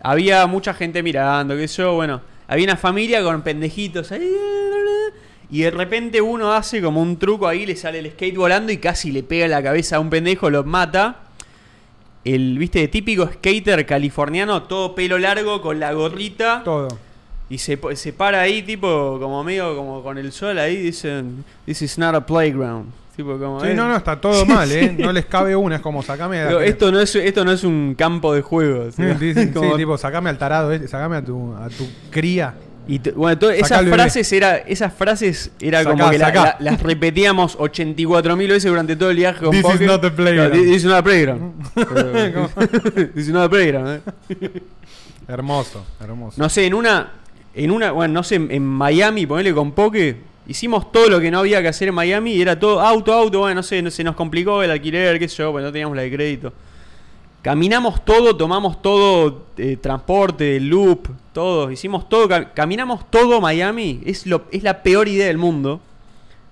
[SPEAKER 1] había mucha gente mirando, que yo, bueno, había una familia con pendejitos ahí, y de repente uno hace como un truco ahí, le sale el skate volando y casi le pega la cabeza a un pendejo, lo mata. El, viste, típico skater californiano, todo pelo largo, con la gorrita.
[SPEAKER 2] Todo.
[SPEAKER 1] Y se, po- se para ahí, tipo, como medio como con el sol ahí, dicen, this is not a playground. Tipo, como,
[SPEAKER 2] Sí,
[SPEAKER 1] eh,
[SPEAKER 2] no, no, está todo mal, ¿eh? No les cabe una, es como sacame a
[SPEAKER 1] digo, esto, no es, esto no es un campo de juego.
[SPEAKER 2] Sí, sí, sí,
[SPEAKER 1] como-
[SPEAKER 2] tipo, sacame al tarado, este, sacame a tu, a tu cría.
[SPEAKER 1] Y t- bueno, to-
[SPEAKER 2] Sacá
[SPEAKER 1] esas
[SPEAKER 2] al bebé.
[SPEAKER 1] frases era, esas frases era
[SPEAKER 2] Sacá,
[SPEAKER 1] como que la-
[SPEAKER 2] sacá.
[SPEAKER 1] la- las repetíamos 84.000 veces durante todo el viaje. con
[SPEAKER 2] This is
[SPEAKER 1] Poker.
[SPEAKER 2] not a playground.
[SPEAKER 1] No, this is not a playground. Pero- this is not a playground, eh.
[SPEAKER 2] Hermoso, hermoso.
[SPEAKER 1] No sé, en una. En una. Bueno, no sé, en Miami, ponerle con Poke. Hicimos todo lo que no había que hacer en Miami. y Era todo auto, auto, bueno, no sé, no- se nos complicó el alquiler, qué sé yo, bueno, no teníamos la de crédito. Caminamos todo, tomamos todo, eh, transporte, loop, todo, hicimos todo, ca- caminamos todo Miami, es, lo, es la peor idea del mundo.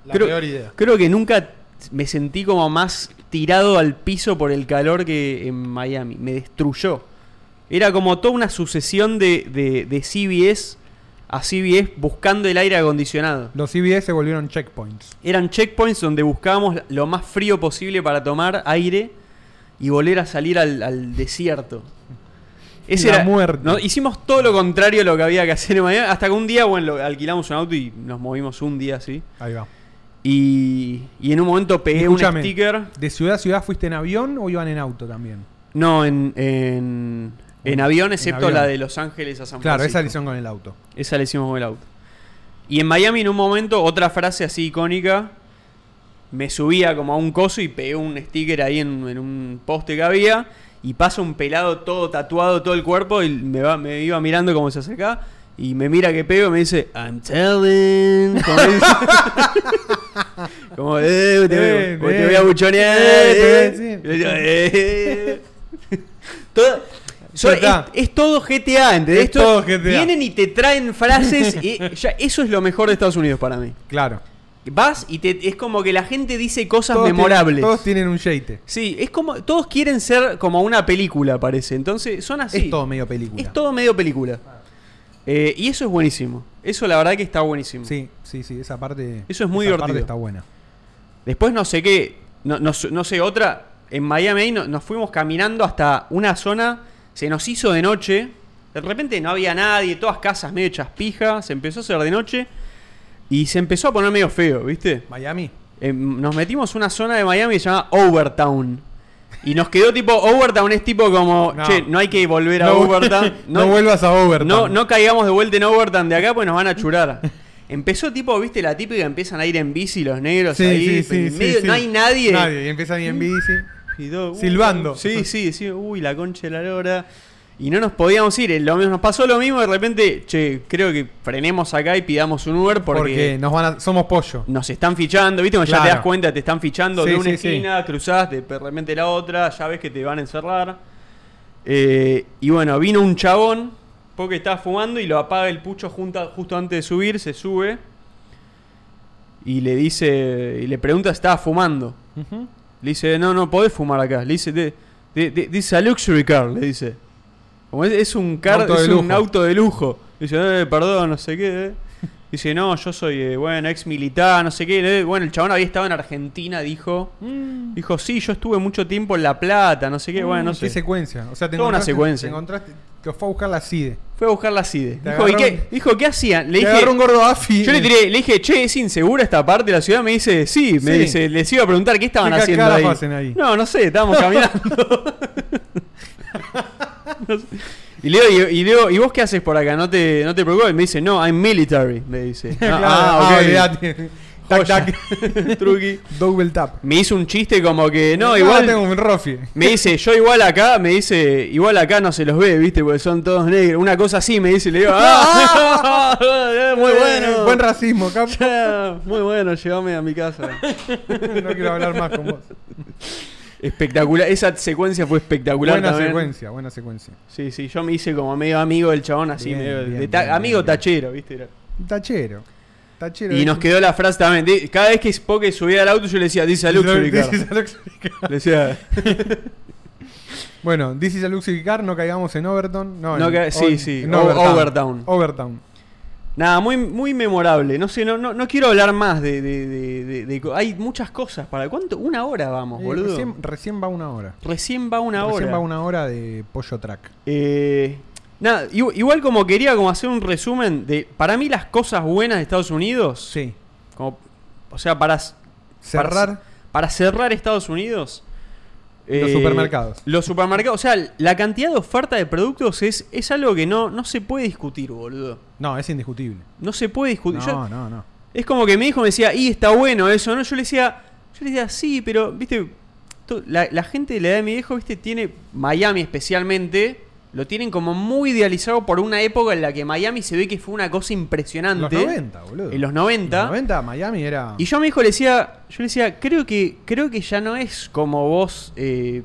[SPEAKER 2] La
[SPEAKER 1] creo-
[SPEAKER 2] peor idea.
[SPEAKER 1] Creo que nunca me sentí como más tirado al piso por el calor que en Miami. Me destruyó. Era como toda una sucesión de, de, de CBS a CBS buscando el aire acondicionado.
[SPEAKER 2] Los CBS se volvieron checkpoints.
[SPEAKER 1] Eran checkpoints donde buscábamos lo más frío posible para tomar aire y volver a salir al, al desierto. Ese
[SPEAKER 2] La
[SPEAKER 1] era-
[SPEAKER 2] muerte.
[SPEAKER 1] no, hicimos todo lo contrario a lo que había que hacer en Miami. Hasta que un día, bueno, lo- alquilamos un auto y nos movimos un día así.
[SPEAKER 2] Ahí va.
[SPEAKER 1] Y, y en un momento pegué
[SPEAKER 2] Escúchame.
[SPEAKER 1] un sticker.
[SPEAKER 2] ¿De ciudad a ciudad fuiste en avión o iban en auto también?
[SPEAKER 1] No, en, en, en avión, excepto
[SPEAKER 2] avión.
[SPEAKER 1] la de Los Ángeles a San
[SPEAKER 2] Claro, esa
[SPEAKER 1] Francisco.
[SPEAKER 2] le hicieron con el auto.
[SPEAKER 1] Esa la hicimos con el auto. Y en Miami, en un momento, otra frase así icónica. Me subía como a un coso y pegué un sticker ahí en, en un poste que había. y pasa un pelado todo tatuado, todo el cuerpo, y me, va, me iba mirando como se acerca, y me mira que pego y me dice, I'm telling. Como, dice- como, eh, te,
[SPEAKER 2] Bien,
[SPEAKER 1] voy- te
[SPEAKER 2] bien.
[SPEAKER 1] voy a buchonear.
[SPEAKER 2] Eh, te voy a
[SPEAKER 1] eh.
[SPEAKER 2] decir.
[SPEAKER 1] Y le digo, eh. Todo- so-
[SPEAKER 2] Ya
[SPEAKER 1] es,
[SPEAKER 2] está.
[SPEAKER 1] es todo GTA, ¿entendés?
[SPEAKER 2] Es
[SPEAKER 1] Esto-
[SPEAKER 2] todo GTA.
[SPEAKER 1] Vienen y te traen frases. y ya, eso es lo mejor de Estados Unidos para mí.
[SPEAKER 2] Claro.
[SPEAKER 1] Vas y te, es como que la gente dice cosas
[SPEAKER 2] Todos tienen-
[SPEAKER 1] memorables.
[SPEAKER 2] todos tienen un yeite.
[SPEAKER 1] Sí, es como. Todos quieren ser como una película, parece. Entonces, son así.
[SPEAKER 2] Es todo medio película.
[SPEAKER 1] Es todo medio película. Eh, y eso es buenísimo. Eso la verdad que está buenísimo.
[SPEAKER 2] Sí, sí, sí, esa parte.
[SPEAKER 1] Eso es muy
[SPEAKER 2] esa
[SPEAKER 1] divertido.
[SPEAKER 2] parte está buena.
[SPEAKER 1] Después no sé qué. No, no sé- no sé, otra. En Miami no- nos fuimos caminando hasta una zona. Se nos hizo de noche. De repente no había nadie, todas casas medio hechas pija. Se empezó a hacer de noche. Y se empezó a poner medio feo, ¿viste?
[SPEAKER 2] Miami.
[SPEAKER 1] Eh, nos metimos una zona de Miami que se llama Overtown. Y nos quedó tipo, Overtown es tipo como,
[SPEAKER 2] No.
[SPEAKER 1] che, no hay que volver a
[SPEAKER 2] No,
[SPEAKER 1] Overtown.
[SPEAKER 2] no vuelvas a Overton.
[SPEAKER 1] No, no caigamos de vuelta en Overtown de acá porque nos van a churar. Empezó tipo, viste, la típica, empiezan a ir en bici los negros
[SPEAKER 2] Sí,
[SPEAKER 1] ahí.
[SPEAKER 2] sí, sí, sí,
[SPEAKER 1] medio-
[SPEAKER 2] sí.
[SPEAKER 1] No hay nadie.
[SPEAKER 2] Nadie. Y empiezan bien bici.
[SPEAKER 1] Y todo, uh,
[SPEAKER 2] Silbando.
[SPEAKER 1] Sí, sí, sí, uy, la concha de la lora. Y no nos podíamos ir, eh, lo mismo- nos pasó lo mismo, de repente, che, creo que frenemos acá y pidamos un Uber
[SPEAKER 2] Porque,
[SPEAKER 1] porque
[SPEAKER 2] nos van a, somos pollo.
[SPEAKER 1] nos están fichando, ¿viste? Cuando ya
[SPEAKER 2] Claro.
[SPEAKER 1] te das cuenta, te están fichando
[SPEAKER 2] Sí,
[SPEAKER 1] de una
[SPEAKER 2] sí, sí.
[SPEAKER 1] esquina, cruzás de de repente la otra, ya ves que te van a encerrar. Eh, y bueno, vino un chabón, porque estaba fumando y lo apaga el pucho junta- justo antes de subir, se sube y le dice, y le pregunta si estaba fumando. Le dice, no, no podés fumar acá. Le dice, "De- de- de- this is a luxury car, le dice. Como es, es un car,
[SPEAKER 2] Auto de
[SPEAKER 1] es un
[SPEAKER 2] lujo.
[SPEAKER 1] auto de lujo. Le dice, "Eh, perdón, no sé qué. eh". Dice, no, yo soy, eh, bueno, ex militar, no sé qué. eh". Bueno, el chabón había estado en Argentina, dijo.
[SPEAKER 2] Mm.
[SPEAKER 1] Dijo, sí, yo estuve mucho tiempo en La Plata, no sé qué, bueno, no
[SPEAKER 2] ¿Qué
[SPEAKER 1] sé.
[SPEAKER 2] secuencia? O sea, te
[SPEAKER 1] Toda una
[SPEAKER 2] encontraste-
[SPEAKER 1] secuencia.
[SPEAKER 2] Te encontraste. Te fue a buscar la CIDE.
[SPEAKER 1] Fue a buscar la CIDE.
[SPEAKER 2] Te
[SPEAKER 1] E. Dijo, ¿y
[SPEAKER 2] agarraron-
[SPEAKER 1] qué? Dijo, ¿qué hacían? Le
[SPEAKER 2] E. Te
[SPEAKER 1] dije,
[SPEAKER 2] agarró un gordo afi.
[SPEAKER 1] yo le tiré, le dije, che, ¿es insegura esta parte de la ciudad? Me dice, sí, me
[SPEAKER 2] Sí.
[SPEAKER 1] dice, les iba a preguntar qué estaban
[SPEAKER 2] ¿Qué
[SPEAKER 1] haciendo
[SPEAKER 2] cagadas
[SPEAKER 1] ahí?
[SPEAKER 2] hacen ahí?
[SPEAKER 1] No, no sé, estábamos caminando. No sé. y Leo, y, y Leo, ¿y vos qué haces por acá? No te, no te preocupes. Me dice, no, I'm military, me dice.
[SPEAKER 2] Claro,
[SPEAKER 1] Ah,
[SPEAKER 2] ah,
[SPEAKER 1] ok.
[SPEAKER 2] olvidate. Tac,
[SPEAKER 1] Joya.
[SPEAKER 2] tac.
[SPEAKER 1] Truqui.
[SPEAKER 2] Double tap. Ah,
[SPEAKER 1] Me hizo un chiste como que, no, igual.
[SPEAKER 2] tengo un rofi.
[SPEAKER 1] Me dice, yo igual acá, me dice, igual acá no se los ve, viste, porque son todos negros. Una cosa así me dice, le digo, ah, muy bueno.
[SPEAKER 2] Buen racismo, Cap.
[SPEAKER 1] Ya, muy bueno, llévame a mi casa.
[SPEAKER 2] no quiero hablar más con vos.
[SPEAKER 1] Espectacular, esa secuencia fue espectacular.
[SPEAKER 2] Buena
[SPEAKER 1] también.
[SPEAKER 2] secuencia, buena secuencia.
[SPEAKER 1] Sí, sí, yo me hice como medio amigo del chabón, así,
[SPEAKER 2] Bien,
[SPEAKER 1] medio
[SPEAKER 2] bien,
[SPEAKER 1] de ta-
[SPEAKER 2] bien,
[SPEAKER 1] amigo
[SPEAKER 2] bien.
[SPEAKER 1] tachero, viste. era.
[SPEAKER 2] Tachero. Tachero.
[SPEAKER 1] Y nos quedó la frase también. de- Cada vez que Spoke subía al auto, yo le decía, dice a Luxury car".
[SPEAKER 2] This is a luxury car.
[SPEAKER 1] Le decía,
[SPEAKER 2] Bueno, this is a luxury car, no caigamos en Overton. No,
[SPEAKER 1] No
[SPEAKER 2] en-
[SPEAKER 1] ca- sí,
[SPEAKER 2] o-
[SPEAKER 1] sí,
[SPEAKER 2] en
[SPEAKER 1] o-
[SPEAKER 2] Overtown.
[SPEAKER 1] Overtown.
[SPEAKER 2] Overtown.
[SPEAKER 1] Nada, muy, muy memorable. No sé, no, no, no quiero hablar más de, de- de- de- de co- Hay muchas cosas. ¿Para cuánto? Una hora vamos,
[SPEAKER 2] Eh,
[SPEAKER 1] boludo. Recién,
[SPEAKER 2] Recién, recién va una hora.
[SPEAKER 1] va una
[SPEAKER 2] recién
[SPEAKER 1] hora.
[SPEAKER 2] va una hora de pollo track.
[SPEAKER 1] Eh, nada, igu- igual como quería como hacer un resumen de. Para mí, las cosas buenas de Estados Unidos.
[SPEAKER 2] Sí.
[SPEAKER 1] como- o sea, para, s-
[SPEAKER 2] Cerrar.
[SPEAKER 1] para cerrar Estados Unidos. eh,
[SPEAKER 2] Los supermercados.
[SPEAKER 1] Los supermercados. O sea, la cantidad de oferta de productos es, es algo que no, no se puede discutir, boludo.
[SPEAKER 2] No, es indiscutible.
[SPEAKER 1] No se puede discutir. Yo-
[SPEAKER 2] No, no, no.
[SPEAKER 1] Es como que mi hijo me decía, y está bueno eso, ¿no? Yo le decía, yo le decía, sí, pero, viste, to- la, la gente de la edad de mi viejo, viste, tiene Miami especialmente, lo tienen como muy idealizado por una época en la que Miami se ve que fue una cosa
[SPEAKER 2] En los
[SPEAKER 1] impresionante.
[SPEAKER 2] 90, boludo.
[SPEAKER 1] En los 90.
[SPEAKER 2] En los 90 Miami era.
[SPEAKER 1] Y yo a mi hijo le decía, yo le decía, creo que, creo que ya no es como vos, eh,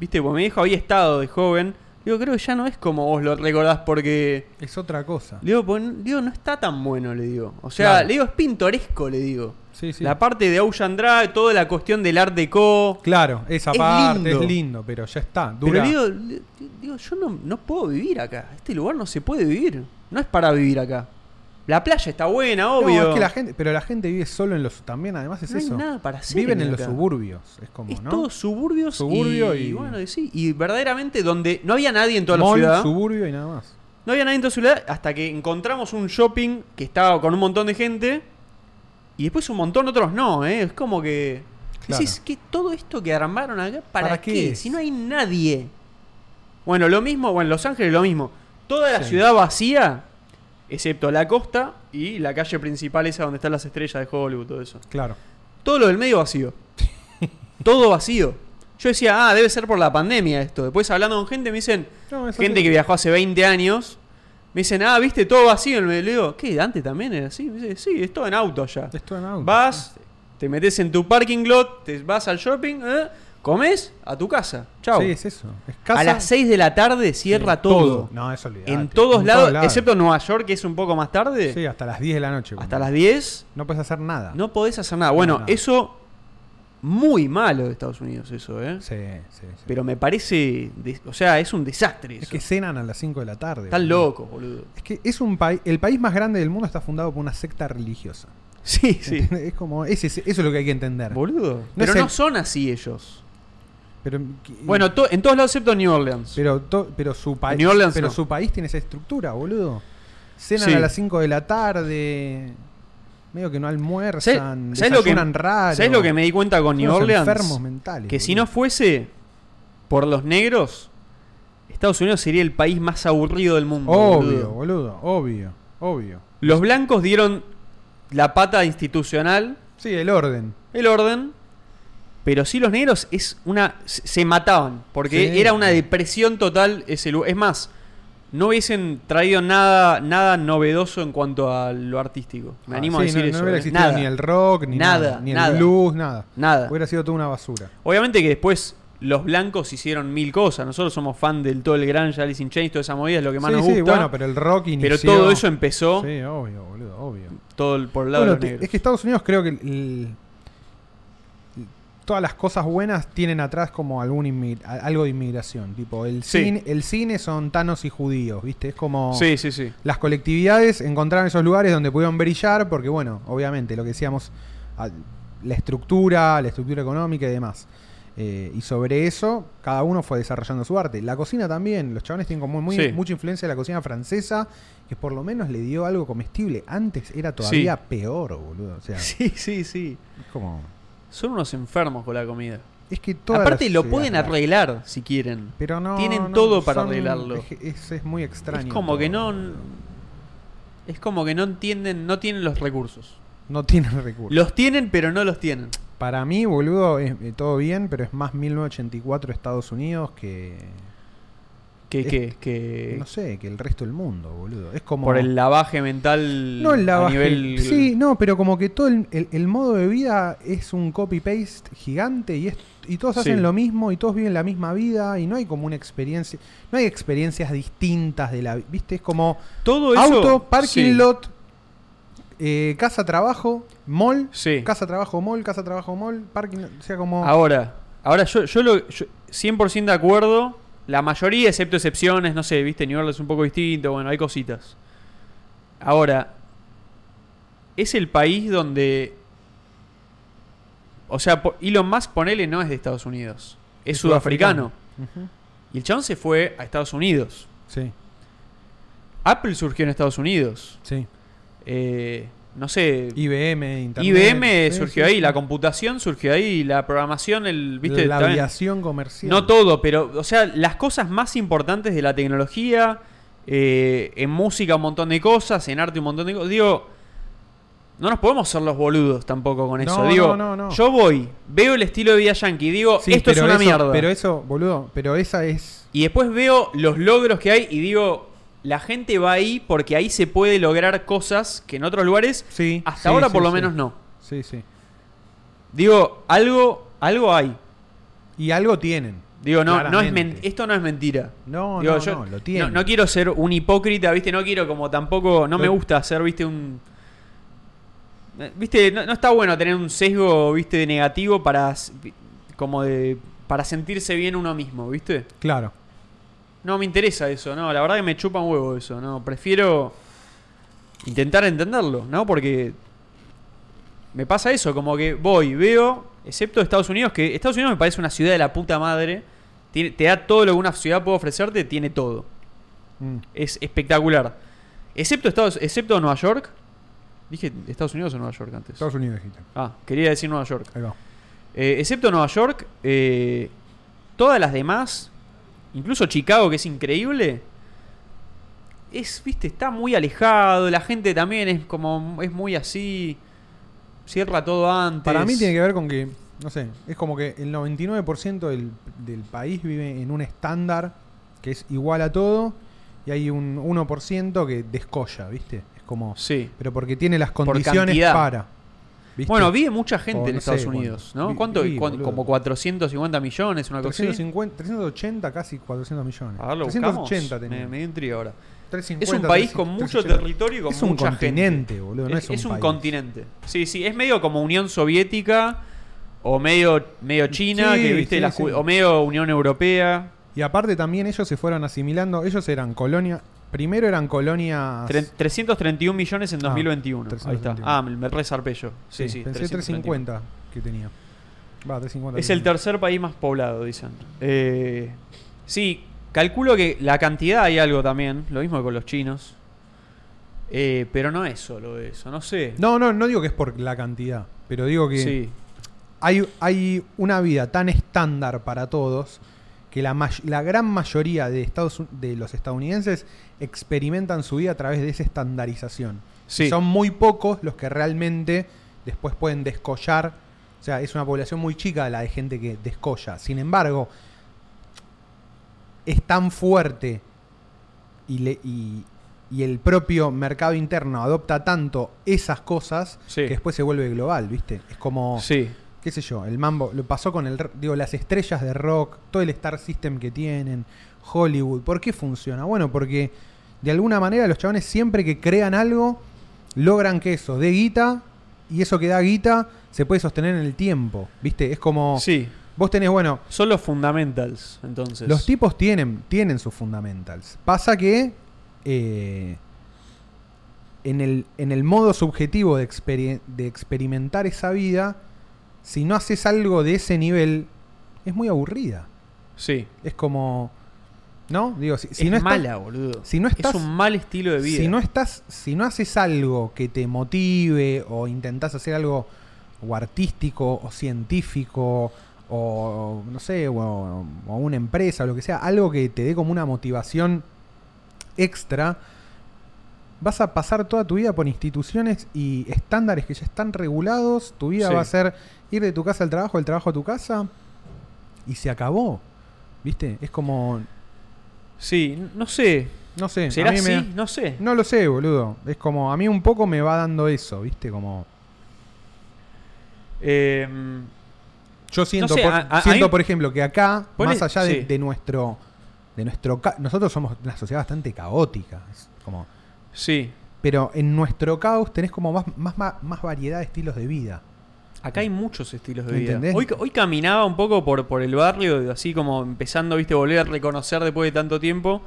[SPEAKER 1] viste, porque mi hijo había estado de joven. Digo, creo que ya no es como vos lo recordás porque...
[SPEAKER 2] Es otra cosa.
[SPEAKER 1] Le digo, "Pues, digo, no está tan bueno, le digo. O sea,
[SPEAKER 2] Claro.
[SPEAKER 1] le digo, es pintoresco, le digo.
[SPEAKER 2] Sí, sí.
[SPEAKER 1] La parte de Ocean Drive, toda la cuestión del Art Deco.
[SPEAKER 2] Claro, esa
[SPEAKER 1] Es
[SPEAKER 2] parte
[SPEAKER 1] lindo.
[SPEAKER 2] es lindo, pero ya está.
[SPEAKER 1] Pero
[SPEAKER 2] Dura.
[SPEAKER 1] le digo, le- digo, yo no, no puedo vivir acá. Este lugar no se puede vivir. No es para vivir acá. La playa está buena,
[SPEAKER 2] No,
[SPEAKER 1] obvio.
[SPEAKER 2] es que la gente, pero la gente vive solo en los. También, además, es
[SPEAKER 1] No hay
[SPEAKER 2] eso.
[SPEAKER 1] nada para hacer
[SPEAKER 2] Viven
[SPEAKER 1] en
[SPEAKER 2] en los
[SPEAKER 1] acá.
[SPEAKER 2] suburbios. Es como,
[SPEAKER 1] es
[SPEAKER 2] ¿no?
[SPEAKER 1] todo suburbios
[SPEAKER 2] Suburbio
[SPEAKER 1] y,
[SPEAKER 2] y-
[SPEAKER 1] bueno, y sí, y verdaderamente donde no había nadie en toda
[SPEAKER 2] Mall,
[SPEAKER 1] la ciudad.
[SPEAKER 2] suburbio y nada más.
[SPEAKER 1] No había nadie en toda la ciudad hasta que encontramos un shopping que estaba con un montón de gente y después un montón otros no, ¿eh? Es como que...
[SPEAKER 2] Claro.
[SPEAKER 1] Decís que todo esto que armaron acá, ¿para,
[SPEAKER 2] ¿Para
[SPEAKER 1] qué?
[SPEAKER 2] qué es?
[SPEAKER 1] Si no hay nadie. Bueno, lo mismo, bueno, Los Ángeles lo mismo. Toda la
[SPEAKER 2] Sí.
[SPEAKER 1] ciudad vacía, excepto la costa y la calle principal esa donde están las estrellas de Hollywood, todo eso.
[SPEAKER 2] Claro.
[SPEAKER 1] Todo lo del medio vacío. todo vacío. Yo decía, ah, debe ser por la pandemia esto. Después hablando con gente me dicen,
[SPEAKER 2] No, es
[SPEAKER 1] gente
[SPEAKER 2] así.
[SPEAKER 1] que viajó hace 20 años, me dicen, ah, viste, todo vacío. Y le digo, ¿qué? ¿Antes también era así? Me dice, sí, es todo en auto allá.
[SPEAKER 2] Esto en auto.
[SPEAKER 1] Vas, te metes en tu parking lot, te vas al shopping, ¿eh? comes, a tu casa. Chau.
[SPEAKER 2] Sí, es eso. Es casa-
[SPEAKER 1] A las 6 de la tarde cierra
[SPEAKER 2] Sí,
[SPEAKER 1] todo.
[SPEAKER 2] No, eso olvidate.
[SPEAKER 1] en todos lados, excepto Nueva York, que es un poco más tarde,
[SPEAKER 2] Sí, hasta las 10 de la noche.
[SPEAKER 1] hasta
[SPEAKER 2] boludo.
[SPEAKER 1] las 10,
[SPEAKER 2] No puedes hacer nada.
[SPEAKER 1] no podés hacer nada. Bueno,
[SPEAKER 2] No, no.
[SPEAKER 1] eso, muy malo de Estados Unidos, eso, ¿eh?
[SPEAKER 2] Sí, sí, sí.
[SPEAKER 1] Pero me parece, des- o sea, es un desastre eso.
[SPEAKER 2] es que cenan a las 5 de la tarde.
[SPEAKER 1] Están
[SPEAKER 2] boludo.
[SPEAKER 1] locos, boludo.
[SPEAKER 2] Es que es un país. El país más grande del mundo está fundado por una secta religiosa.
[SPEAKER 1] Sí, sí.
[SPEAKER 2] ¿Entendés? Es como. es- es- eso es lo que hay que entender.
[SPEAKER 1] Boludo.
[SPEAKER 2] es
[SPEAKER 1] Pero no
[SPEAKER 2] el-
[SPEAKER 1] son así ellos.
[SPEAKER 2] Pero, que-
[SPEAKER 1] Bueno, to- en todos lados excepto New Orleans.
[SPEAKER 2] pero, to- pero su país.
[SPEAKER 1] New Orleans
[SPEAKER 2] Pero
[SPEAKER 1] no.
[SPEAKER 2] su país tiene esa estructura, boludo. Cenan
[SPEAKER 1] Sí.
[SPEAKER 2] a las 5 de la tarde. Medio que no
[SPEAKER 1] ¿Sabes
[SPEAKER 2] almuerzan.
[SPEAKER 1] sabes lo, que-
[SPEAKER 2] desayunan raro.
[SPEAKER 1] sabes lo que me di cuenta con
[SPEAKER 2] Son
[SPEAKER 1] New
[SPEAKER 2] unos
[SPEAKER 1] Orleans?
[SPEAKER 2] enfermos mentales.
[SPEAKER 1] que si
[SPEAKER 2] boludo.
[SPEAKER 1] no fuese por los negros, Estados Unidos sería el país más aburrido del mundo.
[SPEAKER 2] Obvio,
[SPEAKER 1] boludo.
[SPEAKER 2] boludo, obvio, obvio.
[SPEAKER 1] Los blancos dieron la pata institucional,
[SPEAKER 2] Sí, el orden.
[SPEAKER 1] el orden, pero sí los negros es una se se mataban porque
[SPEAKER 2] Sí.
[SPEAKER 1] era una depresión total ese lu- es más no hubiesen traído nada nada novedoso en cuanto a lo artístico. Me
[SPEAKER 2] Ah,
[SPEAKER 1] animo
[SPEAKER 2] sí,
[SPEAKER 1] a decir
[SPEAKER 2] no,
[SPEAKER 1] eso.
[SPEAKER 2] No hubiera
[SPEAKER 1] ¿eh?
[SPEAKER 2] existido
[SPEAKER 1] nada,
[SPEAKER 2] ni el rock, ni nada,
[SPEAKER 1] Nada,
[SPEAKER 2] ni el
[SPEAKER 1] nada.
[SPEAKER 2] blues, nada.
[SPEAKER 1] nada.
[SPEAKER 2] Hubiera sido toda una basura.
[SPEAKER 1] Obviamente que después los blancos hicieron mil cosas. Nosotros somos fan del todo el Grunge, Alice in Chains, toda esa movida es lo que más
[SPEAKER 2] sí,
[SPEAKER 1] nos
[SPEAKER 2] sí,
[SPEAKER 1] gusta.
[SPEAKER 2] bueno, pero el rock
[SPEAKER 1] pero
[SPEAKER 2] inició...
[SPEAKER 1] todo eso empezó
[SPEAKER 2] Sí, obvio, boludo, obvio.
[SPEAKER 1] todo el- por el lado
[SPEAKER 2] Bueno,
[SPEAKER 1] de los
[SPEAKER 2] te-
[SPEAKER 1] negros.
[SPEAKER 2] es que Estados Unidos creo que el- el- todas las cosas buenas tienen atrás como algún inmi- a- algo de inmigración. Tipo, el,
[SPEAKER 1] Sí.
[SPEAKER 2] cine, el cine son tanos y judíos, ¿viste? Es como...
[SPEAKER 1] Sí, sí, sí.
[SPEAKER 2] las colectividades encontraron esos lugares donde pudieron brillar, porque bueno, obviamente, lo que decíamos, a- la estructura, la estructura económica y demás. Eh, y sobre eso, cada uno fue desarrollando su arte. La cocina también, los chabones tienen como muy,
[SPEAKER 1] Sí.
[SPEAKER 2] mucha influencia de la cocina francesa, que por lo menos le dio algo comestible. Antes era todavía peor, boludo. O sea, es
[SPEAKER 1] Sí, sí, sí.
[SPEAKER 2] como...
[SPEAKER 1] Son unos enfermos con la comida.
[SPEAKER 2] Es que toda la
[SPEAKER 1] Aparte lo
[SPEAKER 2] sociedad-
[SPEAKER 1] pueden arreglar si quieren.
[SPEAKER 2] Pero no,
[SPEAKER 1] Tienen
[SPEAKER 2] no,
[SPEAKER 1] todo para
[SPEAKER 2] son-
[SPEAKER 1] arreglarlo.
[SPEAKER 2] Es, que es- es muy extraño.
[SPEAKER 1] es como
[SPEAKER 2] todo,
[SPEAKER 1] que no
[SPEAKER 2] boludo.
[SPEAKER 1] es como que no entienden, no tienen los recursos.
[SPEAKER 2] No tienen recursos.
[SPEAKER 1] Los tienen, pero no los tienen.
[SPEAKER 2] Para mí, boludo, es eh, todo bien, pero es más 1984 Estados Unidos que.
[SPEAKER 1] Que
[SPEAKER 2] Es-
[SPEAKER 1] que que
[SPEAKER 2] No sé, que el resto del mundo, boludo. Es como.
[SPEAKER 1] por el lavaje mental
[SPEAKER 2] no el
[SPEAKER 1] a
[SPEAKER 2] lavaje.
[SPEAKER 1] nivel
[SPEAKER 2] Sí, no, pero como que todo el, el- el modo de vida es un copy-paste gigante y, es, y todos
[SPEAKER 1] Sí.
[SPEAKER 2] hacen lo mismo y todos viven la misma vida y no hay como una experiencia. No hay experiencias distintas de la. vi- ¿Viste? Es como
[SPEAKER 1] todo eso
[SPEAKER 2] auto, parking
[SPEAKER 1] sí.
[SPEAKER 2] lot, eh, casa, trabajo, mall.
[SPEAKER 1] Sí.
[SPEAKER 2] Casa, trabajo, mall, casa, trabajo, mall, parking. lot, O sea, como.
[SPEAKER 1] Ahora, ahora yo, yo lo yo 100% de acuerdo, la mayoría, excepto excepciones, no sé, viste, New Orleans es un poco distinto, bueno, hay cositas. Ahora, es el país donde... O sea, po- Elon Musk, ponele, no es de Estados Unidos, es sudafricano.
[SPEAKER 2] Ujú.
[SPEAKER 1] Y el chabón se fue a Estados Unidos.
[SPEAKER 2] Sí,
[SPEAKER 1] Apple surgió en Estados Unidos.
[SPEAKER 2] sí.
[SPEAKER 1] Eh, no sé,
[SPEAKER 2] IBM, Internet.
[SPEAKER 1] IBM
[SPEAKER 2] Sí,
[SPEAKER 1] surgió
[SPEAKER 2] sí,
[SPEAKER 1] ahí,
[SPEAKER 2] sí.
[SPEAKER 1] la computación surgió ahí, la programación, el... ¿viste?
[SPEAKER 2] la
[SPEAKER 1] También-
[SPEAKER 2] aviación comercial.
[SPEAKER 1] No todo, pero, o sea, las cosas más importantes de la tecnología, eh, en música un montón de cosas, en arte un montón de cosas. Digo, no nos podemos ser los boludos tampoco con
[SPEAKER 2] No,
[SPEAKER 1] eso. Digo,
[SPEAKER 2] no, no, no.
[SPEAKER 1] yo voy, veo el estilo de vida yankee, digo,
[SPEAKER 2] Sí,
[SPEAKER 1] esto es
[SPEAKER 2] pero
[SPEAKER 1] una
[SPEAKER 2] eso-
[SPEAKER 1] mierda.
[SPEAKER 2] Pero eso, boludo, pero esa es.
[SPEAKER 1] Y después veo los logros que hay y digo, la gente va ahí porque ahí se puede lograr cosas que en otros lugares,
[SPEAKER 2] Sí.
[SPEAKER 1] hasta ahora por lo menos
[SPEAKER 2] no.
[SPEAKER 1] no.
[SPEAKER 2] Sí, sí.
[SPEAKER 1] Digo, algo, algo hay.
[SPEAKER 2] Y algo tienen.
[SPEAKER 1] Digo, no, no es men-
[SPEAKER 2] Claramente.
[SPEAKER 1] esto no es mentira.
[SPEAKER 2] No,
[SPEAKER 1] Digo,
[SPEAKER 2] no,
[SPEAKER 1] yo
[SPEAKER 2] no, lo tienen.
[SPEAKER 1] no- no quiero ser un hipócrita, ¿viste? No quiero como tampoco. No me
[SPEAKER 2] Lo-
[SPEAKER 1] gusta ser, ¿viste? Un. eh, ¿Viste? No, no está bueno tener un sesgo, ¿viste? De negativo para. s- vi- Como de. Para sentirse bien uno mismo, ¿viste?
[SPEAKER 2] Claro.
[SPEAKER 1] No me interesa eso, ¿no? La verdad que me chupa un huevo eso, ¿no? Prefiero. Intentar entenderlo, ¿no? Porque. Me pasa eso, como que voy, veo, excepto Estados Unidos, que Estados Unidos me parece una ciudad de la puta madre. Tiene- te da todo lo que una ciudad puede ofrecerte, tiene todo
[SPEAKER 2] Mm.
[SPEAKER 1] es espectacular. Excepto, Estados, excepto Nueva York. Dije Estados Unidos o Nueva York antes.
[SPEAKER 2] Estados Unidos, dijiste.
[SPEAKER 1] Ah, quería decir Nueva York.
[SPEAKER 2] Ahí va.
[SPEAKER 1] Eh, excepto Nueva York, eh, todas las demás, incluso Chicago, que es increíble, es, viste, está muy alejado. La gente también es como, es muy así. Cierra todo antes.
[SPEAKER 2] Para mí tiene que ver con que No sé, es como que el 99% del, del país vive en un estándar que es igual a todo y hay un 1% que descolla, ¿viste? Es como...
[SPEAKER 1] Sí.
[SPEAKER 2] Pero porque tiene las
[SPEAKER 1] Por
[SPEAKER 2] condiciones
[SPEAKER 1] cantidad.
[SPEAKER 2] para. ¿viste?
[SPEAKER 1] Bueno, vive mucha gente
[SPEAKER 2] O
[SPEAKER 1] en
[SPEAKER 2] no
[SPEAKER 1] Estados
[SPEAKER 2] sé,
[SPEAKER 1] Unidos,
[SPEAKER 2] bueno, vi-
[SPEAKER 1] ¿no? ¿Cuánto?
[SPEAKER 2] vivo,
[SPEAKER 1] ¿Cuán-
[SPEAKER 2] boludo.
[SPEAKER 1] como 450 millones, una cosa así.
[SPEAKER 2] 350, 380, casi 400 millones.
[SPEAKER 1] A ver, lo buscamos.
[SPEAKER 2] 380 tenía.
[SPEAKER 1] Me, me intriga ahora.
[SPEAKER 2] 350,
[SPEAKER 1] Es un país con
[SPEAKER 2] 380.
[SPEAKER 1] mucho territorio y con
[SPEAKER 2] Es un
[SPEAKER 1] mucha
[SPEAKER 2] continente,
[SPEAKER 1] gente.
[SPEAKER 2] boludo, no es un país.
[SPEAKER 1] continente. Sí, sí, es medio como Unión Soviética o medio, medio China,
[SPEAKER 2] Mm, Sí,
[SPEAKER 1] que viste,
[SPEAKER 2] sí,
[SPEAKER 1] la
[SPEAKER 2] sí.
[SPEAKER 1] ju- o medio Unión Europea.
[SPEAKER 2] Y aparte también ellos se fueron asimilando. Ellos eran colonia. Primero eran colonias.
[SPEAKER 1] Tre- 331 millones en
[SPEAKER 2] Ah,
[SPEAKER 1] 2021. Ahí está.
[SPEAKER 2] 331.
[SPEAKER 1] Ah, me, me resarpé yo. Sí, sí,
[SPEAKER 2] pensé
[SPEAKER 1] 331.
[SPEAKER 2] 350 que tenía. Va, 350.
[SPEAKER 1] Es el
[SPEAKER 2] tenía.
[SPEAKER 1] tercer país más poblado, dicen. Eh, sí, calculo que la cantidad hay algo también, lo mismo que con los chinos. Eh, pero no es solo eso, no sé.
[SPEAKER 2] No, no, no digo que es por la cantidad. Pero digo que
[SPEAKER 1] Sí,
[SPEAKER 2] hay, hay una vida tan estándar para todos que la, may- la gran mayoría de, Estados, Un- de los estadounidenses experimentan su vida a través de esa estandarización.
[SPEAKER 1] Sí.
[SPEAKER 2] Y Son muy pocos los que realmente después pueden descollar. O sea, es una población muy chica la de gente que descolla. Sin embargo, es tan fuerte y, le- y- y el propio mercado interno adopta tanto esas cosas
[SPEAKER 1] Sí.
[SPEAKER 2] que después se vuelve global, ¿viste? Es como
[SPEAKER 1] sí.
[SPEAKER 2] qué sé yo, el mambo, lo pasó con el, r- digo, las estrellas de rock, todo el star system que tienen, Hollywood, ¿por qué funciona? Bueno, porque de alguna manera los chabones siempre que crean algo, logran que eso dé guita y eso que da guita se puede sostener en el tiempo, ¿viste? Es como,
[SPEAKER 1] Sí,
[SPEAKER 2] vos tenés, bueno,
[SPEAKER 1] son los fundamentals, entonces.
[SPEAKER 2] los tipos tienen, tienen sus fundamentals. Pasa que eh, en, el, en el modo subjetivo de, experi- de experimentar esa vida, si no haces algo de ese nivel, es muy aburrida.
[SPEAKER 1] Sí.
[SPEAKER 2] Es como. ¿No? Digo, si, si
[SPEAKER 1] es
[SPEAKER 2] no estás-
[SPEAKER 1] mala, boludo.
[SPEAKER 2] si no estás-
[SPEAKER 1] es un mal estilo de vida.
[SPEAKER 2] si no estás, si no haces algo que te motive o intentás hacer algo o artístico o científico o no sé, o, o una empresa o lo que sea, algo que te dé como una motivación extra, vas a pasar toda tu vida por instituciones y estándares que ya están regulados, tu vida
[SPEAKER 1] Sí.
[SPEAKER 2] va a ser ir de tu casa al trabajo, del trabajo a tu casa y se acabó. ¿Viste? Es como
[SPEAKER 1] Sí, n- no sé.
[SPEAKER 2] no sé, a
[SPEAKER 1] ¿Será
[SPEAKER 2] mí
[SPEAKER 1] así?
[SPEAKER 2] me-
[SPEAKER 1] No sé.
[SPEAKER 2] no lo sé, boludo. Es como, a mí un poco me va dando eso, ¿viste? Como.
[SPEAKER 1] Eh,
[SPEAKER 2] Yo siento,
[SPEAKER 1] No sé,
[SPEAKER 2] por,
[SPEAKER 1] a- a-
[SPEAKER 2] siento
[SPEAKER 1] a mí-
[SPEAKER 2] por ejemplo, que acá,
[SPEAKER 1] Ponle-
[SPEAKER 2] más allá de,
[SPEAKER 1] sí.
[SPEAKER 2] de nuestro. de nuestro ca- Nosotros somos una sociedad bastante caótica. es como,
[SPEAKER 1] sí.
[SPEAKER 2] pero en nuestro caos tenés como más, más, más, más variedad de estilos de vida.
[SPEAKER 1] Acá hay muchos estilos de
[SPEAKER 2] ¿Me
[SPEAKER 1] vida.
[SPEAKER 2] entendés?
[SPEAKER 1] Hoy, hoy caminaba un poco por, por el barrio, así como empezando, viste, volver a reconocer después de tanto tiempo.